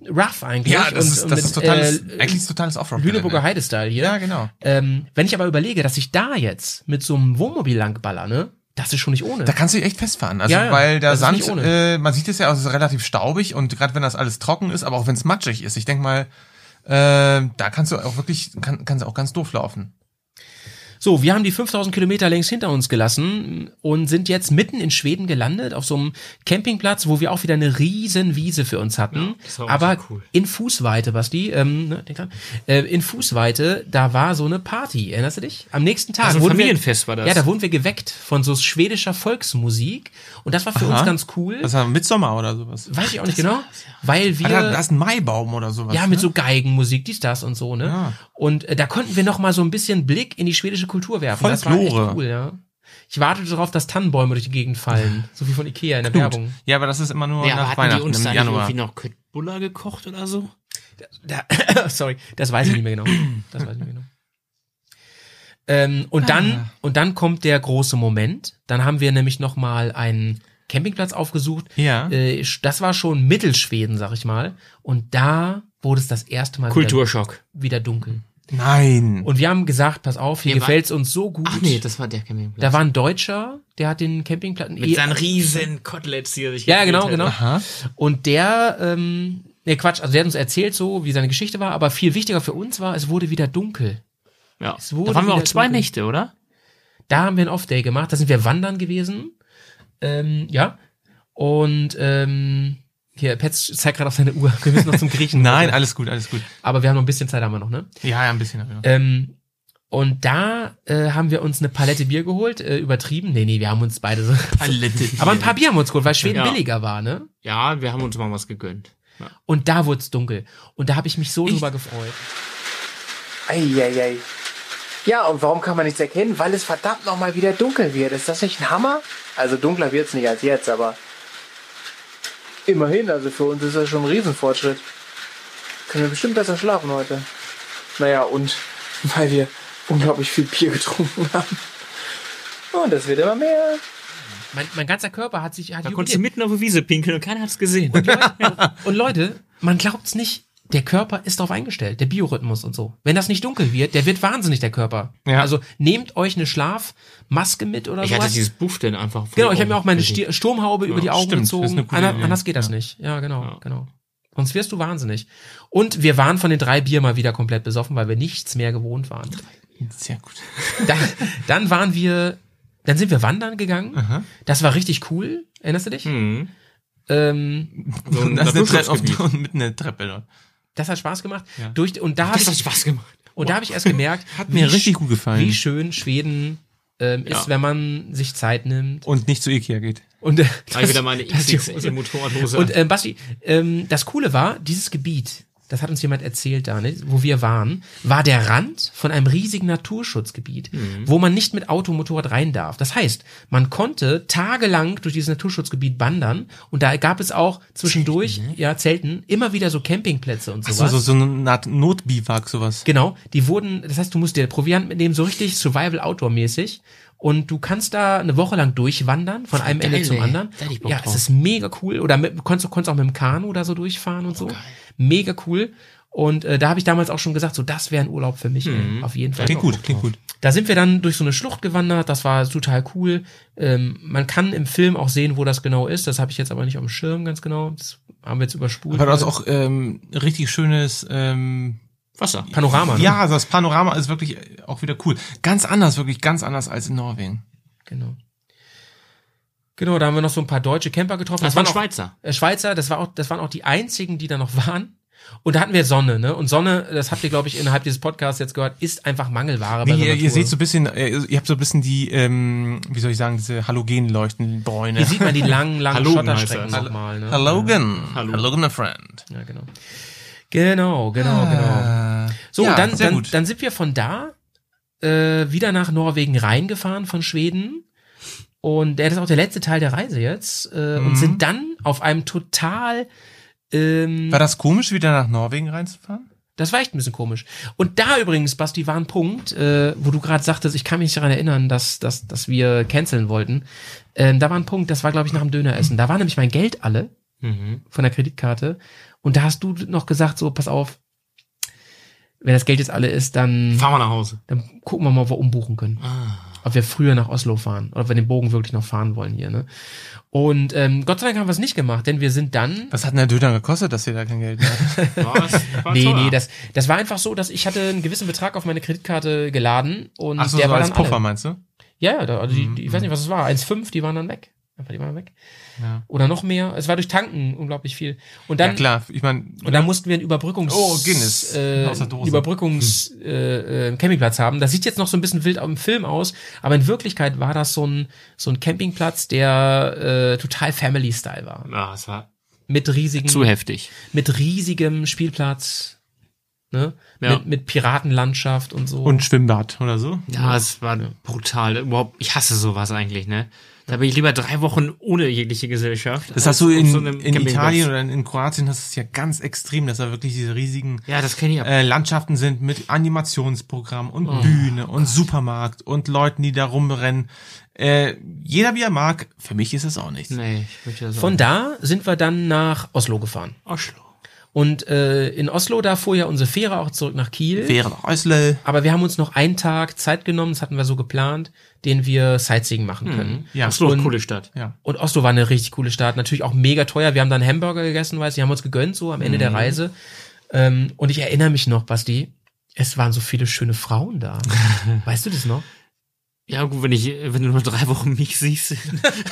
rough eigentlich.
ja, das
und,
ist,
und
das
mit,
ist totales,
äh,
eigentlich ist totales Offroad.
Lüneburger
ne?
Heide-Style hier.
Ja, genau.
Ähm, wenn ich aber überlege, dass ich da jetzt mit so einem Wohnmobil langballer, ne, das ist schon nicht ohne.
Da kannst du echt festfahren. Also
Ja, ja,
weil der
das ist
Sand,
nicht ohne.
äh, man sieht es ja, also es ist relativ staubig und gerade wenn das alles trocken ist, aber auch wenn es matschig ist, ich denk mal, äh, da kannst du auch wirklich, kann, kannst du auch ganz doof laufen.
So, wir haben die 5000 Kilometer längst hinter uns gelassen und sind jetzt mitten in Schweden gelandet, auf so einem Campingplatz, wo wir auch wieder eine riesen Wiese für uns hatten.
das war auch
Aber
so cool.
in Fußweite, Basti, ähm, ne, denk dran, äh, in Fußweite, da war so eine Party, erinnerst du dich? Am nächsten Tag.
Also ein
Ah, wurden
Familienfest
wir,
war das.
Ja, da wurden wir geweckt von so schwedischer Volksmusik und das war für
Aha.
uns ganz cool.
Also
Das war Mitsommer oder sowas.
Weiß ich auch nicht genau,
Ah,
weil wir...
Alter, Ah, da ist ein Maibaum oder sowas. ne?
Ja, mit so Geigenmusik, dies, das und so, ne?
Ja.
Und äh, da konnten wir noch mal so ein bisschen Blick in die schwedische Kultur werfen. Das war
Folklore.
echt cool, ja. Ich wartete darauf, dass Tannenbäume durch die Gegend fallen. so wie von Ikea in der Werbung.
Ja, aber das ist immer nur
Ja, aber
nach
hatten die
Weihnachten
uns
im
da nicht
Januar.
irgendwie noch Köttbullar gekocht oder so?
Da, sorry, das weiß ich nicht mehr genau. Das weiß ich nicht mehr genau. Ähm, und dann
Ah.
und dann kommt der große Moment. Dann haben wir nämlich noch mal einen Campingplatz aufgesucht.
Ja.
Äh, das war schon Mittelschweden, sag ich mal. Und da wurde es das erste Mal
Kulturschock.
wieder, wieder dunkel.
Äh, Nein.
Und wir haben gesagt, pass auf, hier
Nee, wa-
gefällt's uns so gut.
Ach nee, das war der Campingplatz.
Da war ein Deutscher, der hat den Campingplatz.
mit halt. seinen riesen Koteletts hier. sich
ja,
gegrillt
genau,
hat.
genau. Und der, ähm, nee, Quatsch, also der hat uns erzählt so, wie seine Geschichte war, aber viel wichtiger für uns war, es wurde wieder dunkel.
Ja.
genau. Es wurde
Da waren wir auch
wieder
zwei
dunkel.
Nächte, oder?
Da haben wir einen Off-Day gemacht, da sind wir wandern gewesen. Ähm, ja. Und ähm, hier, Petz zeigt gerade auf seine Uhr. Wir müssen noch zum Griechen.
Nein, alles gut, alles gut.
Aber wir haben noch ein bisschen Zeit, haben wir noch, ne?
Ja, ja, ein bisschen. Ja.
Ähm, und da äh, haben wir uns eine Palette Bier geholt, äh, übertrieben. Nee, nee, wir haben uns beide so. Aber ein paar Bier haben wir uns geholt, weil Schweden
Ja.
billiger war, ne?
Ja, wir haben uns mal was gegönnt. Ja.
Und da wurde es dunkel. Und da habe ich mich so drüber gefreut.
Eieiei. Ja, und warum kann man nichts erkennen? Weil es verdammt nochmal wieder dunkel wird. Ist das nicht ein Hammer? Also dunkler wird's nicht als jetzt, aber immerhin, also für uns ist das schon ein Riesenfortschritt. Können wir bestimmt besser schlafen heute. Naja, und weil wir unglaublich viel Bier getrunken haben. Und das wird immer mehr.
Mein, mein ganzer Körper hat sich hat
Da konntest du
jubiliert.
mitten auf der Wiese pinkeln und keiner hat's gesehen.
Und Leute, man glaubt's nicht. Der Körper ist darauf eingestellt, der Biorhythmus und so. Wenn das nicht dunkel wird, der wird wahnsinnig, der Körper.
Ja.
Also nehmt euch eine Schlafmaske mit oder
ich
sowas.
hatte dieses Buff denn einfach. vor
genau,
die
ich habe mir
Augen
auch meine
gelegt.
Stir Sturmhaube über die Augen
stimmt, das ist eine
gezogen.
gute
Ander-
Idee.
Anders geht das nicht. Ja, genau, genau. Sonst wirst du wahnsinnig. Und wir waren von den drei Bier mal wieder komplett besoffen, weil wir nichts mehr gewohnt waren.
Sehr gut.
Da, dann waren wir, dann sind wir wandern gegangen. Das war richtig cool. Erinnerst du dich?
Mhm.
Ähm,
So ein das ist eine Treppe, auf,
Naturschutzgebiet.
mitten in der Treppe dort.
das hat Spaß gemacht.
Ja.
Durch, und da habe ich,
Spaß gemacht.
und da habe ich erst gemerkt,
Hat mir
wie,
richtig gut gefallen.
wie schön Schweden ähm, ist,
Ja.
wenn man sich Zeit nimmt.
Und nicht zu Ikea geht.
Und äh,
Habe wieder meine
das- die Hose.
XXL-Motorradhose.
Und ähm, Basti, ähm, das Coole war, dieses Gebiet, das hat uns jemand erzählt da, ne, wo wir waren, war der Rand von einem riesigen Naturschutzgebiet,
Mhm.
wo man nicht mit Auto, Motorrad rein darf. Das heißt, man konnte tagelang durch dieses Naturschutzgebiet wandern und da gab es auch zwischendurch, ja, Zelten, immer wieder so Campingplätze und sowas.
ne? So, so, so eine Art Notbiwak, sowas.
Genau, die wurden, das heißt, du musst dir Proviant mitnehmen, so richtig Survival Outdoor mäßig. Und du kannst da eine Woche lang durchwandern, von einem Ende zum anderen. Ja, es ist mega cool. Oder mit, konntest, du- konntest auch mit dem Kanu da so durchfahren und so. Mega cool. Und äh, da habe ich damals auch schon gesagt, so das wäre ein Urlaub für mich, ey, auf jeden Fall.
Klingt gut, klingt gut.
Da sind wir dann durch so eine Schlucht gewandert, das war total cool. Ähm, man kann im Film auch sehen, wo das genau ist. Das habe ich jetzt aber nicht auf dem Schirm ganz genau. Das haben wir jetzt überspult.
Aber du hast auch ähm, richtig schönes ähm,
Wasser.
Panorama. Ne?
Ja, also das Panorama ist wirklich äh, auch wieder cool. Ganz anders, wirklich ganz anders als in Norwegen.
Genau. Genau, da haben wir noch so ein paar deutsche Camper getroffen.
Das waren
auch,
Schweizer.
Äh, Schweizer, das, war auch, das waren auch die einzigen, die da noch waren. Und da hatten wir Sonne, ne? Und Sonne, das habt ihr, glaube ich, innerhalb dieses Podcasts jetzt gehört, ist einfach Mangelware.
Nee,
so
ihr,
einer
ihr
Tour.
seht so ein bisschen, äh, ihr habt so ein bisschen die, ähm, wie soll ich sagen, diese Halogenleuchtenbräune.
Hier sieht man die langen, langen
Hallogen
Schotterstrecken
heißt das.
nochmal, ne?
Halogen. Halogen, a friend.
Ja, genau. Genau, genau, genau.
Äh,
So,
ja,
dann,
sehr
dann,
gut.
dann sind wir von da äh, wieder nach Norwegen reingefahren von Schweden. Und äh, das ist auch der letzte Teil der Reise jetzt. Äh,
Mhm.
Und sind dann auf einem total ähm,
War das komisch, wieder nach Norwegen reinzufahren?
Das war echt ein bisschen komisch. Und da übrigens, Basti, war ein Punkt, äh, wo du gerade sagtest, ich kann mich nicht daran erinnern, dass, dass, dass wir canceln wollten. Ähm, da war ein Punkt, das war, glaube ich, nach dem Döneressen. Da war nämlich mein Geld alle
Mhm.
von der Kreditkarte. Und da hast du noch gesagt, so, pass auf, wenn das Geld jetzt alle ist, dann,
Fahren wir nach Hause.
dann gucken wir mal, ob wir umbuchen können.
Ah.
Ob wir früher nach Oslo fahren oder ob wir den Bogen wirklich noch fahren wollen hier. Ne? Und ähm, Gott sei Dank haben wir es nicht gemacht, denn wir sind dann
Was hat denn der Döner gekostet, dass ihr da kein Geld mehr hattet?
Nee, nee, das, das war einfach so, dass ich hatte einen gewissen Betrag auf meine Kreditkarte geladen und
Ach so,
der
so
war
als
dann alle.
Puffer, Mhm, meinst du?
Ja, ja, da, also die, die, ich weiß nicht, was es war. 1,5, die waren dann weg. Einfach, die waren weg.
Ja.
Oder noch mehr. Es war durch Tanken unglaublich viel. Und
Ja
dann,
klar, ich meine,
und dann mussten wir einen Überbrückungs,
Oh, Guinness.
äh,
Aus der Dose. Hm.
Überbrückungs, äh, äh, Campingplatz haben. Das sieht jetzt noch so ein bisschen wild im Film aus, aber in Wirklichkeit war das so ein, so ein Campingplatz, der, äh, total Family-Style war.
Ah, es war
Mit riesigen,
zu heftig.
mit riesigem Spielplatz, ne?
Ja.
Mit, mit Piratenlandschaft und so.
und Schwimmbad oder so.
Ja, es war brutal. Überhaupt, ich hasse sowas eigentlich, ne? Da bin ich lieber drei Wochen ohne jegliche Gesellschaft.
Das
als
hast du
auf
in,
so einem
in
Campingplatz.
Italien oder in, in Kroatien, das ist ja ganz extrem, dass da wirklich diese riesigen
Ja, Oh das kenne ich auch.
äh, Landschaften sind mit Animationsprogramm und Bühne und Supermarkt und Leuten, die da rumrennen. Äh, jeder wie er mag, für mich ist es auch nichts.
nee, ich möchte das
Von da sind wir dann nach Oslo gefahren.
Oslo.
Und äh, in Oslo, da fuhr ja unsere Fähre auch zurück nach Kiel.
Wäre doch Oslo.
Aber wir haben uns noch einen Tag Zeit genommen, das hatten wir so geplant, den wir Sightseeing machen
Hm.
können.
Ja,
Oslo, eine coole Stadt.
Und Oslo war eine richtig coole Stadt, natürlich auch mega teuer. Wir haben dann Hamburger gegessen, weißt du, die haben uns gegönnt so am Ende
Mhm.
der Reise. Ähm, und ich erinnere mich noch, Basti, es waren so viele schöne Frauen da. weißt du das noch?
Ja, gut, wenn ich, wenn du nur drei Wochen mich siehst.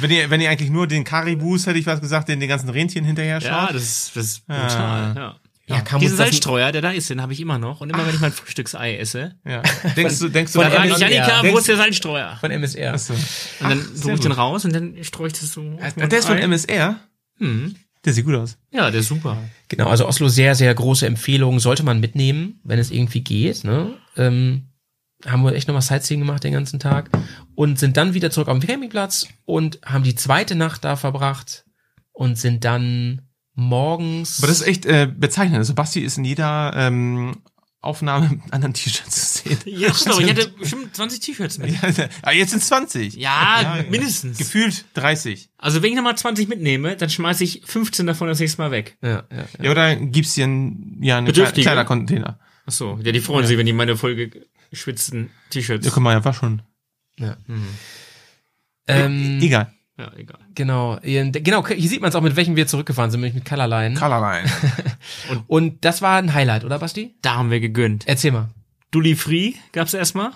Wenn ihr, wenn ihr eigentlich nur den Karibus, hätte ich was gesagt, den den ganzen Rentieren hinterher schaut.
ja, das ist, das ist brutal. Ja.
Ja, kam
Diesen
das nicht-
Salzstreuer, der da ist, den habe ich immer noch. Und immer wenn ich mein Frühstücksei esse,
Ja. Denkst du, denkst du,
von
da frage ich
Amazon-
Janika,
Ja.
wo ist der Salzstreuer?
von MSR.
Achso.
Und dann suche ich den raus und dann streue ich das so. auf mein
Der ist von
Ei.
MSR.
Hm.
Der sieht gut aus.
Ja, der ist super.
Genau, also Oslo sehr, sehr große Empfehlung, sollte man mitnehmen, wenn es irgendwie geht. Ne? Ähm, haben wir echt nochmal Sightseeing gemacht den ganzen Tag und sind dann wieder zurück auf den Campingplatz und haben die zweite Nacht da verbracht und sind dann morgens.
Aber das ist echt äh, bezeichnend. Also Basti ist in jeder ähm, Aufnahme mit einem anderen T-Shirt zu sehen.
Ja, Oslo, ich hatte bestimmt 20 T-Shirts mit.
ah, jetzt sind 20.
Ja, mindestens.
Gefühlt 30.
Also wenn ich nochmal 20 mitnehme, dann schmeiße ich 15 davon das nächste Mal weg.
ja, ja, ja.
Ja, oder gibst dir einen, ja, einen
Bedürftige.
kleiner Container.
Ach so, ja, die freuen sich, wenn die meine vollgeschwitzten T-Shirts.
Ja, guck mal, ja, war schon. Äh,
Ähm,
Egal.
Ja, egal.
genau, Ian- genau, hier sieht man es auch, mit welchem wir zurückgefahren sind, nämlich mit Colorline.
Colorline.
Und das war ein Highlight, oder Basti?
Da haben wir gegönnt.
Erzähl mal.
Dully Free gab's erstmal.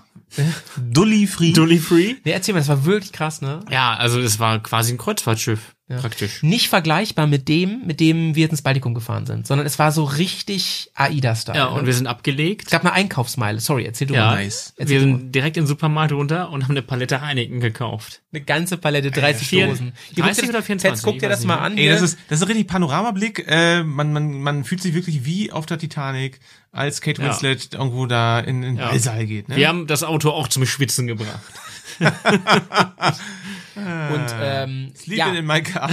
Dully Free.
Dully Free.
Nee, erzähl mal, das war wirklich krass, ne?
Ja, also es war quasi ein Kreuzfahrtschiff praktisch.
Nicht vergleichbar mit dem, mit dem wir ins Baltikum gefahren sind, sondern es war so richtig AIDA-Style.
Ja, und wir sind abgelegt.
Es gab eine Einkaufsmeile. Sorry, erzähl du
Ja,
mal.
wir
Erzähl du mal.
sind direkt in den Supermarkt runter und haben eine Palette Heineken gekauft.
Eine ganze Palette, 30
Vier-
Dosen.
30
guckt
oder
dir-
24,
Jetzt guck
ich
dir
weiß
das
nicht.
mal an.
Ey, das
ne?
ist, das ist richtig Panoramablick. Äh, man, man, man fühlt sich wirklich wie auf der Titanic, als Kate
Ja.
Winslet irgendwo da in in den
Ja.
Ballsaal geht. Ne?
Wir haben das Auto auch zum Schwitzen gebracht.
und,
äh,
ähm,
Sleeping
ja.
in my car.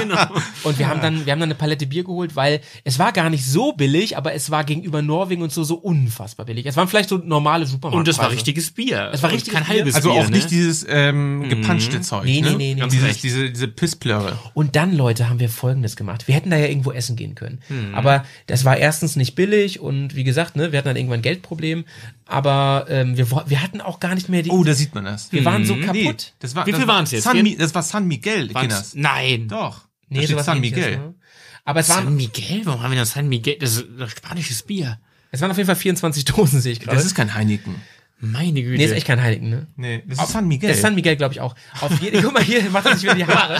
genau.
Und wir haben dann, wir haben dann eine Palette Bier geholt, weil es war gar nicht so billig, aber es war gegenüber Norwegen und so so unfassbar billig. Es waren vielleicht so normale Supermarktpreise.
Und das war richtiges Bier.
also Es war
Und
richtiges
kein
Bier.
halbes
Also
Bier.
auch nicht
ne?
dieses ähm, gepanschte Zeug.
Nee,
ne?
nee, nee, nee,
Ganz Dieses,
recht.
diese diese Pissplörre.
Und dann, Leute, haben wir Folgendes gemacht. Wir hätten da ja irgendwo essen gehen können.
Mhm.
Aber das war erstens nicht billig und wie gesagt, ne, wir hatten dann irgendwann ein Geldproblem. Aber ähm, wir, wo- wir hatten auch gar nicht mehr die.
Oh, da sieht man das.
wir waren so
Nee,
kaputt.
das war,
Mhm. Wie
das
viel
war
waren's jetzt?
San,
Wir-
Mi- das war San Miguel, Kinders.
Nein.
Doch.
Nee,
da steht
sowas
San
ähnliches,
Miguel.
ne? Aber es
San
waren,
Miguel? Warum haben wir das San Miguel? Das ist doch spanisches Bier.
es waren auf jeden Fall 24 Dosen, sehe ich gerade.
Das ist kein Heineken.
Meine Güte.
nee, ist echt kein Heiligen, ne?
Nee, das ist San Miguel.
Das ist San Miguel, glaube ich, auch. Auf jeden, guck mal, hier macht er sich wieder die Haare.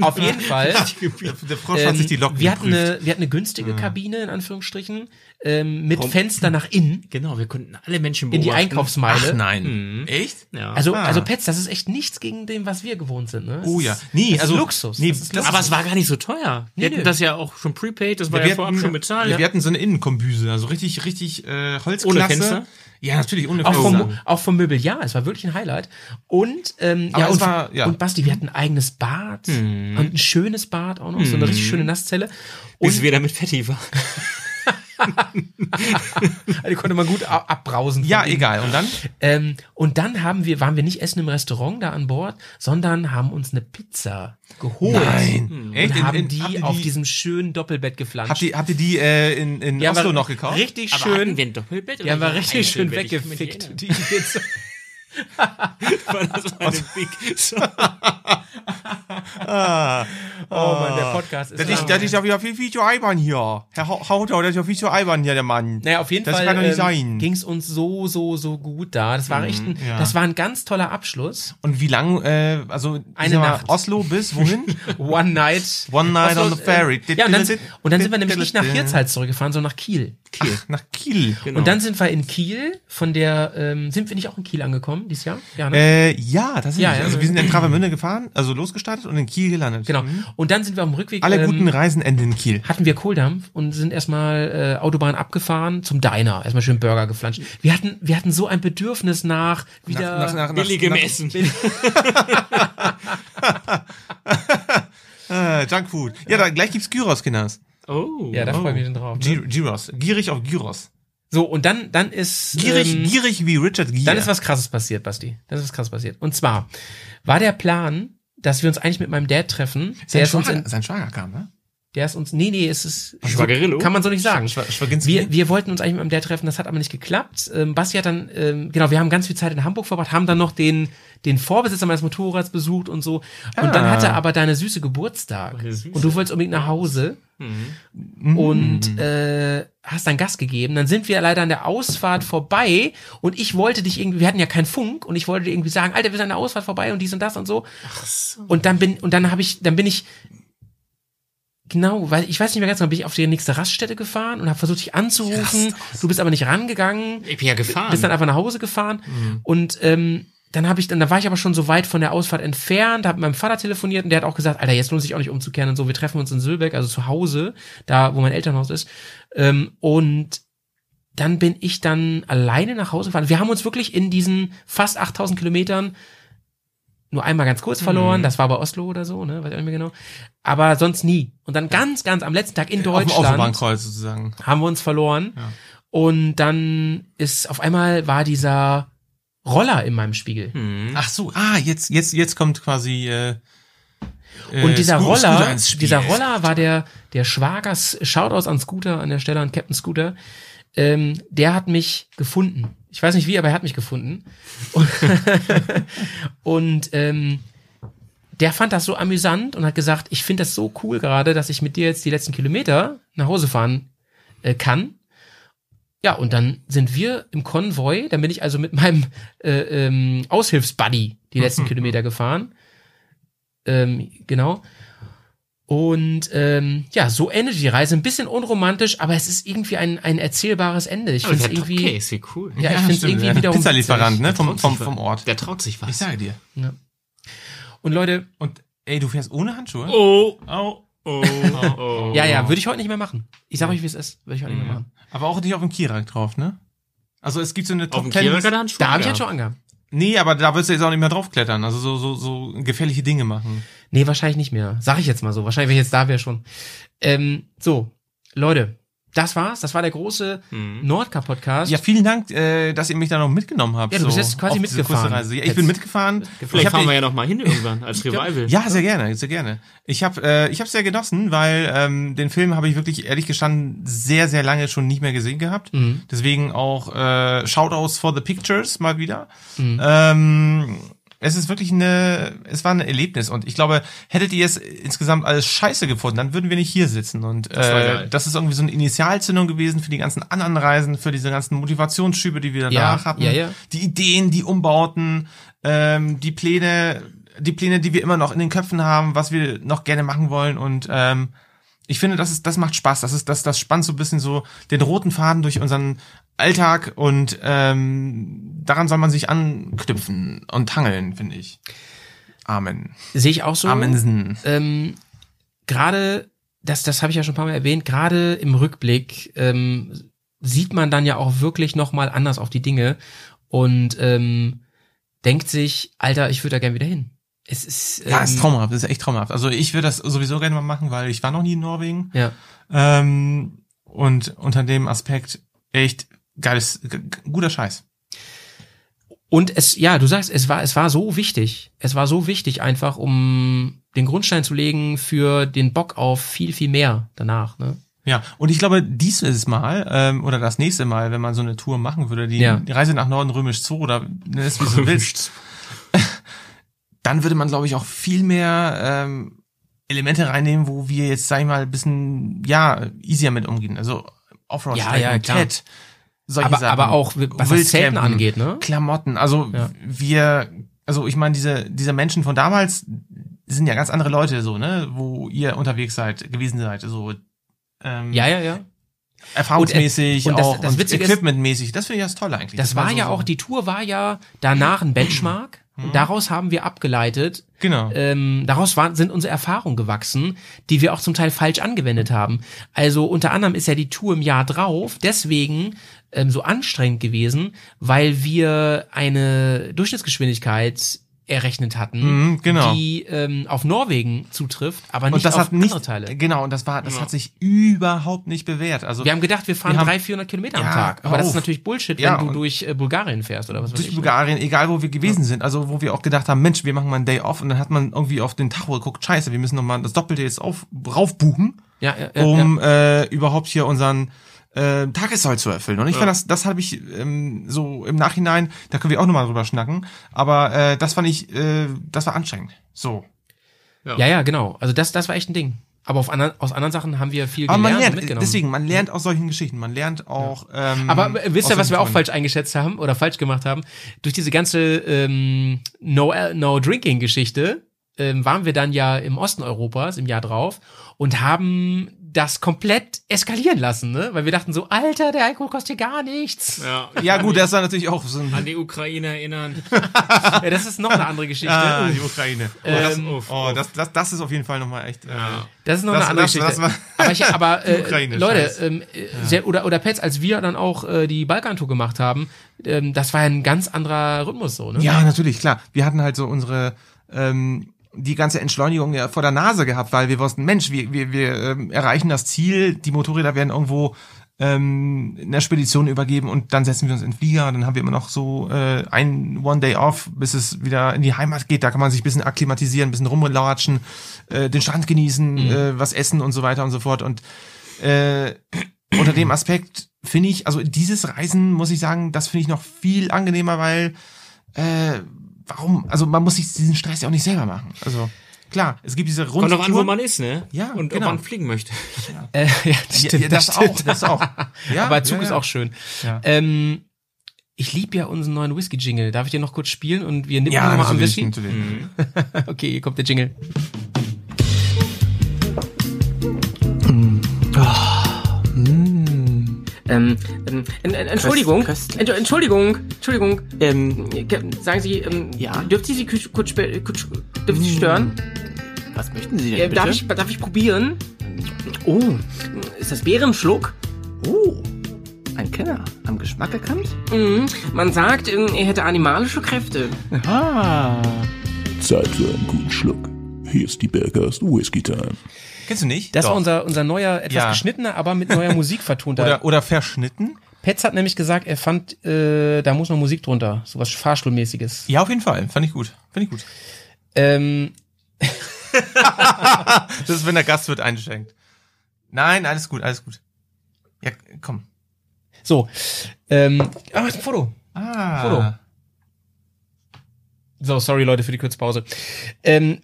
Auf jeden Fall.
der, der Frosch
Ähm,
hat sich die Locken
wir, hatten
geprüft.
eine, wir hatten eine günstige Kabine, in Anführungsstrichen, ähm, mit Fenster nach innen,
Genau, wir konnten alle Menschen
in
beobachten. Hm.
die Einkaufsmeile.
Oh, Ach
Hm.
nein. Echt?
Ja.
Also,
Ah.
also Pets, das ist echt nichts gegen dem, was wir gewohnt sind. Ne? Das
Oh
ist-
ja. Nee,
das
also-
ist Luxus.
nee,
das ist
das-
Luxus.
aber es war gar nicht so teuer. Wir
Nee,
hatten
nee.
das ja auch schon prepaid, das war ja vorab schon bezahlt.
wir hatten so eine Innenkombüse, also richtig, richtig äh, Holzklasse.
Ohne Fenster?
Ja, natürlich, ohne
auch,
Fenster.
vom, auch vom Möbel, ja, es war wirklich ein Highlight. Und, ähm,
Aber
ja,
es
und,
war- ja. Hm.
und Basti, wir hatten ein eigenes Bad und ein schönes Bad auch noch, so eine richtig schöne Nasszelle.
bis
Und
wir damit fertig waren.
die konnte man gut a- abbrausen. von
ja,
innen.
egal. Und dann?
Ähm, und dann haben wir, waren wir nicht essen im Restaurant da an Bord, sondern haben uns eine Pizza geholt.
Nein.
Hm. Und
In-
haben
in-
die,
habt ihr
auf diesem schönen Doppelbett geflanscht.
Habt ihr, habt ihr die äh, in, in
Die haben
Oslo
wir
noch gekauft?
Richtig
Aber
schön.
hatten wir ein Doppelbett?
Die haben
oder
wir richtig schön
Einzelbett? Ich kann mich nicht
weggefickt, die Pizza.
erinnern. War das eine Big
Oh Mann, der Podcast ist
Das ist, das ist ja wieder viel, viel zu albern hier. Herr Hau- Hauter, das ist ja viel zu albern hier, der Mann.
Naja, auf jeden
das
Fall
Das kann doch nicht
ähm,
sein. Mhm,
ging es uns so, so, so gut da. Das war echt ein,
ja.
das war ein ganz toller Abschluss.
Und wie lang, äh, also
Eine
sag mal,
Nacht.
Oslo bis wohin?
One night.
One night on
Oslo,
the ferry.
Äh, ja, und dann, sind- und dann sind wir nämlich nicht nach Genau. Hirtshals zurückgefahren, sondern nach Kiel.
Kiel. Nach Kiel.
Und dann sind wir in Kiel, von der, ähm, sind wir nicht auch in Kiel angekommen dieses Jahr? Ja, ne?
Äh, ja, tatsächlich.
Ja, ja.
Also wir sind in Travemünde gefahren, also losgestartet und in Kiel gelandet.
genau.
Mhm.
Und dann sind wir am Rückweg.
Alle
ähm,
guten Reisen enden in Kiel.
hatten wir Kohldampf und sind erstmal äh, Autobahn abgefahren zum Diner, erstmal schön Burger geflanscht. Wir hatten wir hatten so ein Bedürfnis nach wieder
billigem Essen.
Äh, Junkfood. Ja, da gleich gibt's Gyros, Kinders.
Oh.
ja, da freue ich mich schon drauf. Ne?
Gy- Gyros. Gierig auf Gyros.
So und dann dann ist
Gierig,
ähm,
gierig wie Richard Gere.
dann ist was krasses passiert, Basti. Dann ist was krasses passiert. Und zwar war der Plan, dass wir uns eigentlich mit meinem Dad treffen. Der
sein,
ist uns
Schwager,
in,
sein Schwager kam, ne?
der ist uns nee, nee, es ist
Schwagerillo?
kann man so nicht sagen.
Schwaginski.
Wir, wir wollten uns eigentlich mit einem Dad treffen, das hat aber nicht geklappt. Ähm, Basti hat dann, ähm, genau, wir haben ganz viel Zeit in Hamburg verbracht, haben dann noch den, den Vorbesitzer meines Motorrads besucht und so. Und dann hatte aber deine süße Geburtstag.
Süße.
Und du wolltest unbedingt nach Hause. Und äh, hast dann Gas gegeben. Dann sind wir leider an der Ausfahrt vorbei und ich wollte dich irgendwie, wir hatten ja keinen Funk und ich wollte dir irgendwie sagen, Alter, wir sind an der Ausfahrt vorbei und dies und das und so. Und dann bin, und dann habe ich, dann bin ich Genau, weil ich weiß nicht mehr ganz genau, bin ich auf die nächste Raststätte gefahren und habe versucht, dich anzurufen. Du bist aber nicht rangegangen,
Ich bin ja gefahren.
bist dann einfach nach Hause gefahren
Mhm.
und ähm, dann habe ich, dann da war ich aber schon so weit von der Ausfahrt entfernt, habe mit meinem Vater telefoniert und der hat auch gesagt, Alter, jetzt lohnt sich auch nicht umzukehren und so. Wir treffen uns in Sülbeck, also zu Hause, da wo mein Elternhaus ist. Ähm, und dann bin ich dann alleine nach Hause gefahren. Wir haben uns wirklich in diesen fast 8000 Kilometern nur einmal ganz kurz
Mhm.
verloren. Das war bei Oslo oder so, ne? Weiß ich auch nicht mehr genau. Aber sonst nie. Und dann ganz, ganz am letzten Tag in
Auf dem
Deutschland
Autobahnkreuz sozusagen.
haben wir uns verloren. Und dann ist auf einmal war dieser Roller in meinem Spiegel.
Hm. Ach so, ah, jetzt, jetzt, jetzt kommt quasi. Äh, äh,
Und dieser
Sco- Scooter
Roller,
ins Spiel.
dieser Roller war der, der Schwagers, Shoutouts an Scooter, an der Stelle an Captain Scooter, ähm, der hat mich gefunden. Ich weiß nicht wie, aber er hat mich gefunden. Und, und ähm, der fand das so amüsant und hat gesagt, ich finde das so cool gerade, dass ich mit dir jetzt die letzten Kilometer nach Hause fahren äh, kann. Ja, und dann sind wir im Konvoi, dann bin ich also mit meinem äh, ähm, Aushilfsbuddy die letzten Kilometer gefahren. Ähm, genau. Und ähm, ja, so endet die Reise. Ein bisschen unromantisch, aber es ist irgendwie ein, ein erzählbares Ende. Ich finde es irgendwie.
Okay, ist wie cool.
Ja, ich finde es
stimmt,
irgendwie
der
wiederum. witzig.
Pizzalieferant, ne? Vom, vom, vom Ort.
Der traut sich was.
Ich sage dir.
Und Leute,
Und ey, du fährst ohne Handschuhe?
Oh,
Au.
oh, oh.
ja, ja, würde ich heute nicht mehr machen. Ich sag euch, wie es ist. Würde ich heute nicht mehr machen.
Aber auch nicht auf dem Kirak drauf, ne? Also es gibt so eine
Auf dem
Top Ten.
Kierer Handschuhe.
Da habe ich jetzt schon angehabt.
Nee, aber da willst du jetzt auch nicht mehr draufklettern. Also so, so, so gefährliche Dinge machen.
Nee, wahrscheinlich nicht mehr. Sag ich jetzt mal so. Wahrscheinlich, wenn ich jetzt da wäre schon. Ähm, so, Leute, das war's. Das war der große
Mhm.
Nordkap-Podcast.
Hm? Ja, vielen Dank, äh, dass ihr mich da noch mitgenommen habt.
Ja, du
so
bist jetzt quasi
auf diese kurze
mitgefahren.
Reise. Ja, ich
Jetzt.
bin mitgefahren. Ich
Vielleicht
hab
fahren
die-
wir ja noch mal hin irgendwann als Revival.
Ja, sehr gerne, sehr gerne. Ich habe äh, ich habe sehr genossen, weil ähm, den Film habe ich wirklich ehrlich gestanden sehr sehr lange schon nicht mehr gesehen gehabt.
Mhm.
Deswegen auch äh, Shoutouts for the Pictures mal wieder.
Mhm.
Ähm, es ist wirklich eine, es war ein Erlebnis und ich glaube, hättet ihr es insgesamt alles scheiße gefunden, dann würden wir nicht hier sitzen und das,
war
äh,
geil.
das ist irgendwie so eine Initialzündung gewesen für die ganzen anderen Reisen, für diese ganzen Motivationsschübe, die wir danach hatten
ja, ja.
die Ideen, die Umbauten, ähm, die Pläne, die Pläne, die wir immer noch in den Köpfen haben, was wir noch gerne machen wollen und ähm, ich finde, das ist, das macht Spaß. Das ist, das, das spannt so ein bisschen so den roten Faden durch unseren Alltag und ähm, daran soll man sich anknüpfen und hangeln, finde ich. Amen.
Sehe ich auch so.
Amensen.
ähm, gerade, das, das habe ich ja schon ein paar Mal erwähnt, gerade im Rückblick ähm, sieht man dann ja auch wirklich nochmal anders auf die Dinge und ähm, denkt sich, Alter, ich würde da gern wieder hin. Es ist, ähm,
Ja, ist traumhaft, ist echt traumhaft. Also ich würde das sowieso gerne mal machen, weil ich war noch nie in Norwegen.
Ja.
Ähm, und unter dem Aspekt echt geiles, g- g- guter Scheiß.
Und es, ja, du sagst, es war, es war so wichtig. Es war so wichtig einfach, um den Grundstein zu legen für den Bock auf viel, viel mehr danach. Ne?
Ja, und ich glaube, dieses Mal ähm, oder das nächste Mal, wenn man so eine Tour machen würde, die,
Ja.
die Reise nach Norden Römisch 2 oder ne, ist wie so willst, dann würde man, glaube ich, auch viel mehr ähm, Elemente reinnehmen, wo wir jetzt, sag ich mal, ein bisschen, ja, easier mit umgehen. Also Offroad,
Ja, ja, klar.
Ted, solche
Aber,
Sachen.
aber auch, was das Zelten
Wildcampen,
angeht, ne?
Klamotten. Also
Ja.
wir, also ich meine, diese, diese Menschen von damals sind ja ganz andere Leute, so, ne, wo ihr unterwegs seid, gewesen seid, so. Ähm,
Ja, ja, ja.
erfahrungsmäßig
Und, äh, und das-
auch
das Witzige ist-
equipmentmäßig. Das finde ich das toll eigentlich.
Das, war,
so-
ja
so-
auch, die Tour war ja danach ein Benchmark. Und daraus haben wir abgeleitet,
Genau.
ähm, daraus waren, sind unsere Erfahrungen gewachsen, die wir auch zum Teil falsch angewendet haben. Also unter anderem ist ja die Tour im Jahr drauf deswegen ähm, so anstrengend gewesen, weil wir eine Durchschnittsgeschwindigkeit errechnet hatten,
Mhm, genau.
die ähm, auf Norwegen zutrifft, aber nicht
und das
auf
hat nicht,
andere Teile.
genau, und das war, das hat sich überhaupt nicht bewährt. Also,
Wir haben gedacht, wir fahren
Wir haben-
300, 400 Kilometer
Ja,
am Tag. Aber
hör
das
auf.
ist natürlich Bullshit,
Ja,
wenn du
und-
durch äh, Bulgarien fährst oder was weiß
durch
ich. ne?
Bulgarien, egal wo wir gewesen sind, also wo wir auch gedacht haben, Mensch, wir machen mal einen Day off und dann hat man irgendwie auf den Tacho geguckt, scheiße, wir müssen nochmal das Doppelte jetzt auf, raufbuchen,
Ja, ja, ja, ja.
um Äh, überhaupt hier unseren äh, Tagessoll zu erfüllen. Und ich fand, das, das habe ich ähm, so im Nachhinein, da können wir auch nochmal drüber schnacken, aber äh, das fand ich, äh, das war anstrengend. So.
Ja, ja, genau. Also das, das war echt ein Ding. Aber auf anderen, aus anderen Sachen haben wir viel
Aber
gelernt
man
und
lernt,
mitgenommen.
deswegen, man lernt aus solchen Geschichten, man lernt auch. Ähm,
Aber äh, wisst ihr,
aus
was wir auch
solchen
falsch eingeschätzt haben oder falsch gemacht haben? Durch diese ganze ähm, No, Al- no Drinking-Geschichte ähm, waren wir dann ja im Osten Europas im Jahr drauf und haben das komplett eskalieren lassen, ne? Weil wir dachten so, Alter, der Alkohol kostet hier gar nichts.
Ja.
Gründen. Ja, gut, das war natürlich auch so
An
ein.
die Ukraine erinnern.
Ja, das ist noch eine andere Geschichte.
Ah, die Ukraine. Oh, das,
Ähm, uff,
oh, das, das, das ist auf jeden Fall nochmal echt. Äh,
Das ist noch
Das-
eine andere
das-
Geschichte.
das war-
aber ich, aber äh,
Ukraine,
Leute,
scheiß.
ähm, äh, sehr, oder oder Pets, als wir dann auch äh, die Balkantour gemacht haben, ähm, das war ja ein ganz anderer Rhythmus so, ne?
Ja, natürlich, klar. Wir hatten halt so unsere. Ähm, die ganze Entschleunigung ja vor der Nase gehabt, weil wir wussten, Mensch, wir, wir, wir ähm, erreichen das Ziel, die Motorräder werden irgendwo ähm, in der Spedition übergeben und dann setzen wir uns in den Flieger, dann haben wir immer noch so äh, ein One Day Off, bis es wieder in die Heimat geht, da kann man sich ein bisschen akklimatisieren, ein bisschen rumlatschen, äh, den Strand genießen, äh, was essen und so weiter und so fort und äh, unter dem Aspekt finde ich, also dieses Reisen, muss ich sagen, das finde ich noch viel angenehmer, weil äh, warum, also man muss sich diesen Stress ja auch nicht selber machen. Also Klar, es gibt diese
Kommt
Rundtouren.
drauf an, wo man ist, ne?
Ja,
Und
genau.
ob man fliegen möchte.
Äh, ja, das
Ja,
stimmt.
ja, das auch, das auch. Ja,
Aber Zug
ja,
ist
ja.
auch schön.
Ja.
Ähm, ich liebe ja unseren neuen Whisky-Jingle. Darf ich den noch kurz spielen und wir nippen
Ja,
nochmal am
natürlich,
Whisky?
natürlich.
okay, hier kommt der Jingle.
Mm.
Ähm, ähm, en- en- Entschuldigung,
Köst-
Entsch- Entschuldigung, Entschuldigung.
Ähm,
Ke- Sagen Sie, ähm,
Ja?
dürfte ich Sie kurz, kurz, spä- kurz dürfte ich Sie stören?
Mm. Was möchten Sie denn
Äh,
bitte?
darf, ich, darf ich probieren?
Oh,
Ist das Bärenschluck?
oh, ein Kenner. Am Geschmack erkannt?
Mhm. Man sagt, ähm, er hätte animalische Kräfte.
Ah.
Zeit für einen guten Schluck. Hier ist die Bergers Whisky Time.
Kennst du nicht?
Das
Doch.
war unser, unser neuer, etwas
Ja.
geschnittener, aber mit neuer Musik vertonter.
Oder, oder verschnitten?
Petz hat nämlich gesagt, er fand, äh, da muss noch Musik drunter. Sowas Fahrstuhlmäßiges.
Ja, auf jeden Fall. Fand ich gut. Finde ich gut.
Ähm,
Das ist, wenn der Gast wird eingeschenkt. Nein, alles gut, alles gut. Ja, komm.
so. Ähm, ah, ein Foto.
Ah.
Foto. So, sorry Leute für die kurze Pause. Ähm,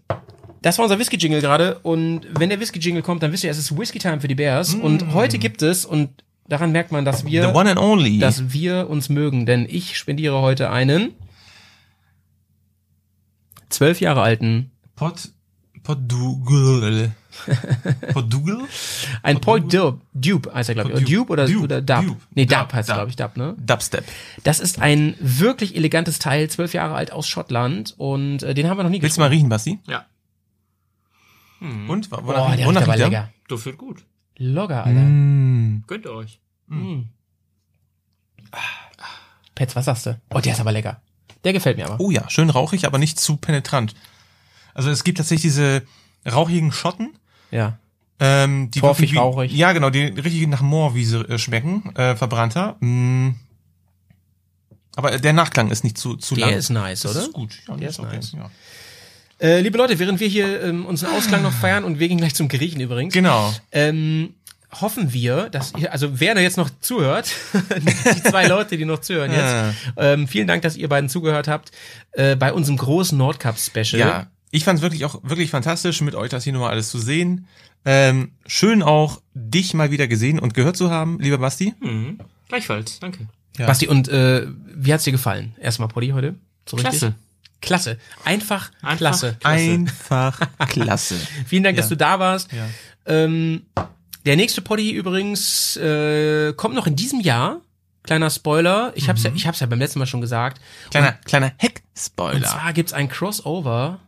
das war unser Whisky-Jingle gerade und wenn der Whisky-Jingle kommt, dann wisst ihr, es ist Whisky-Time für die Bears und heute gibt es und daran merkt man, dass wir
Mm. The one and only.
dass wir uns mögen, denn ich spendiere heute einen zwölf Jahre alten
Pot, Podugal. Podugal?
ein Point Dub, Dupe heißt er glaube ich, oder
Dupe.
Dupe oder,
Dupe.
oder Dub.
Dupe.
Nee, Dub,
Dub,
heißt er
Dub.
glaube ich, Dub, ne?
Dubstep.
Das ist ein wirklich elegantes Teil, zwölf Jahre alt aus Schottland und äh, den haben wir noch nie
Willst du mal riechen, Basti?
Ja. Hm.
Und? Wo-
Boah, der riecht aber lecker.
Duftet gut.
Logger, Alter.
Mhm. Hm.
Gönnt euch.
Mm. Petz, was sagst du? Oh, der ist aber lecker. Der gefällt mir aber.
Oh ja, schön rauchig, aber nicht zu penetrant. Also es gibt tatsächlich diese rauchigen Schotten,
Ja.
ähm, die
Torfig,
wirklich wie-
rauchig.
Ja, genau, die richtig nach Moorwiese äh, schmecken, äh, verbrannter. Mm. Aber äh, der Nachklang ist nicht zu zu
Der
lang.
ist nice,
das
oder?
Ist gut. Ja,
Der
das
ist
okay.
nice.
Ja.
Äh, liebe Leute, während wir hier ähm, unseren Ausklang noch feiern und wir gehen gleich zum Griechen übrigens.
Genau.
Ähm, hoffen wir, dass ihr, also wer da jetzt noch zuhört, die zwei Leute, die noch zuhören
Ah.
jetzt, ähm, vielen Dank, dass ihr beiden zugehört habt äh, bei unserem großen Nordcup-Special.
Ja, ich fand es wirklich auch wirklich fantastisch, mit euch das hier nochmal alles zu sehen. Ähm, schön auch dich mal wieder gesehen und gehört zu haben, lieber Basti.
Mhm. Gleichfalls, danke.
Ja.
Basti, und äh, wie hat's dir gefallen? Erstmal Poddy heute? So richtig?
Klasse.
Klasse. Einfach,
Einfach
klasse.
Einfach klasse.
Vielen Dank, dass du da warst.
Ja.
Ähm, der nächste Poddy übrigens äh, kommt noch in diesem Jahr. Kleiner Spoiler. Ich
Mhm.
hab's ja, ich hab's ja beim letzten Mal schon gesagt.
Kleiner, kleiner
Und
Heck-Spoiler.
zwar gibt's ein Crossover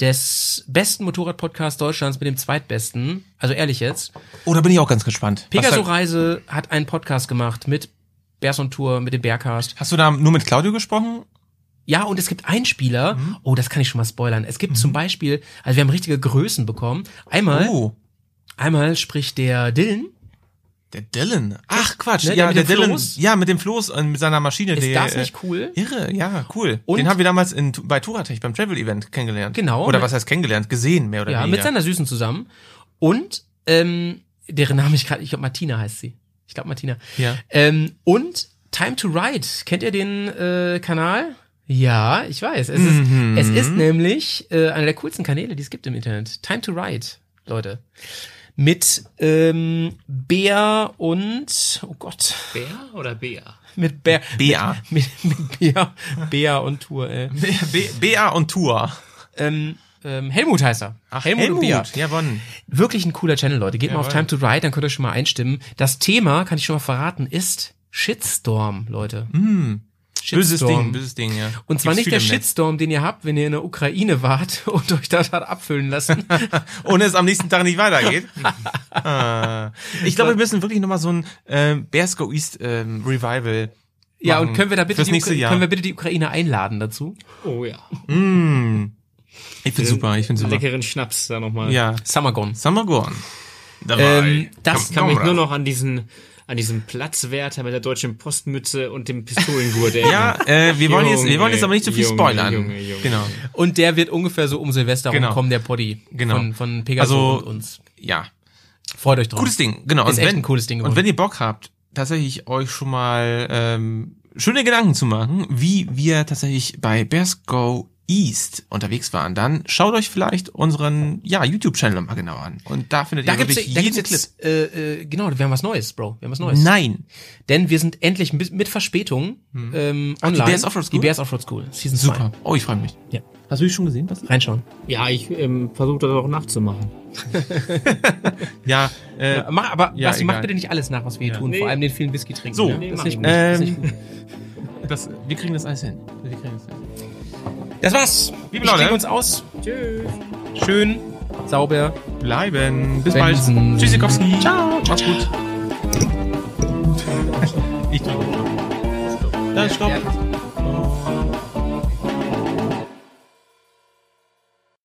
des besten Motorrad-Podcasts Deutschlands mit dem zweitbesten. Also ehrlich jetzt.
Oh, da bin ich auch ganz gespannt. Was
Pegaso
da-
Reise hat einen Podcast gemacht mit Bärs on Tour, mit dem Bärcast.
Hast du da nur mit Claudio gesprochen?
Ja, und es gibt einen Spieler.
Mhm.
Oh, das kann ich schon mal spoilern. Es gibt zum Beispiel, also wir haben richtige Größen bekommen. Einmal,
Oh,
einmal spricht der Dylan.
der Dylan. Ach Quatsch,
Ne, der
ja,
mit
der,
dem
Dylan.
Floß?
Ja, mit dem Floß und mit seiner Maschine.
Ist
der,
das nicht cool?
Äh, irre, ja, cool.
Und-
Den haben wir damals in, bei Touratech beim Travel Event kennengelernt.
Genau.
Oder
Mit-
was heißt kennengelernt? Gesehen, mehr oder
Ja,
weniger.
mit seiner Süßen zusammen. Und ähm, deren Name ich gerade, ich glaube Martina heißt sie. Ich glaube Martina.
Ja.
Ähm, und Time to Ride. Kennt ihr den äh, Kanal? Ja, ich weiß. Es,
Mhm.
ist, es ist nämlich äh, einer der coolsten Kanäle, die es gibt im Internet. Time to Ride, Leute. Mit ähm, Bea und oh Gott,
Bär oder Bär?
mit Bea.
Bea.
Mit, mit Bea, Bea und Tour, ey.
B- Bea und Tour.
Ähm, ähm, Helmut heißt er.
Ach,
und Bea.
Jawohl.
Wirklich ein cooler Channel, Leute. Geht mal auf
Jawohl.
Time to Ride, dann könnt ihr schon mal einstimmen. Das Thema, kann ich schon mal verraten, ist Shitstorm, Leute.
Mm. Böses
Shitstorm.
Ding, böses Ding, ja.
Und zwar
Gibt's
nicht der
viel im Netz.
Shitstorm, den ihr habt, wenn ihr in der Ukraine wart und euch das hat abfüllen lassen.
Ohne es am nächsten Tag nicht weitergeht. Ah. ich glaube, wir müssen wirklich nochmal so ein ähm, Bears Go East ähm, Revival.
ja,
machen
und können wir da bitte
fürs
die,
nächste
Ukra-
Jahr.
können wir bitte die Ukraine einladen dazu?
Oh ja.
Mm. Ich finde super, ich finde super.
Leckeren Schnaps da nochmal.
Ja,
Samagon.
Summergorn.
Ähm, das
Kann mich nur noch an diesen, an diesen Platzwärter mit der deutschen Postmütze und dem Pistolengurt erinnern.
Ja, äh, wir wollen jetzt, wir wollen jetzt aber nicht zu so viel
Junge,
spoilern.
Junge, Junge.
Genau,
Und der wird ungefähr so um Silvester
Genau.
rumkommen, der Poddy.
Genau.
Von, von Pegasus
Also-
und uns.
ja.
Freut euch drauf.
Cooles Ding, genau.
Ist echt ein cooles Ding geworden.
Und wenn ihr Bock habt, tatsächlich euch schon mal ähm, schöne Gedanken zu machen, wie wir tatsächlich bei Bears Go East unterwegs waren, dann schaut euch vielleicht unseren ja, YouTube-Channel mal genau an. Und da findet
Da
ihr
gibt's,
wirklich
da
jeden
gibt's
Clip.
jetzt, äh, äh, genau, wir haben was Neues, Bro. Wir haben was Neues.
Nein.
Denn wir sind endlich mit mit Verspätung
Hm.
ähm,
Ach, die
online.
Bears Offroad School?
Die Bears Offroad School, Season 2.
Super. Oh, ich freue mich.
Ja.
Hast du die schon gesehen?
Reinschauen.
Ja, ich ähm, versuche das auch nachzumachen.
Ja, äh,
Ja, mach, aber
ja,
Basti, mach
egal.
bitte nicht alles nach, was wir hier
Ja.
tun.
Nee.
Vor allem den vielen Whisky trinken.
So,
ja. das, ist nicht gut. das ist nicht
ähm,
gut.
das, wir kriegen das alles hin. Wir kriegen das hin.
Das war's.
Liebe
Wir
Leute.
legen uns aus. Tschüss. Schön, sauber.
Bleiben. Bis bald.
Benson.
Tschüssikowski. Ciao. Macht's gut. ich drücke. Dann stopp.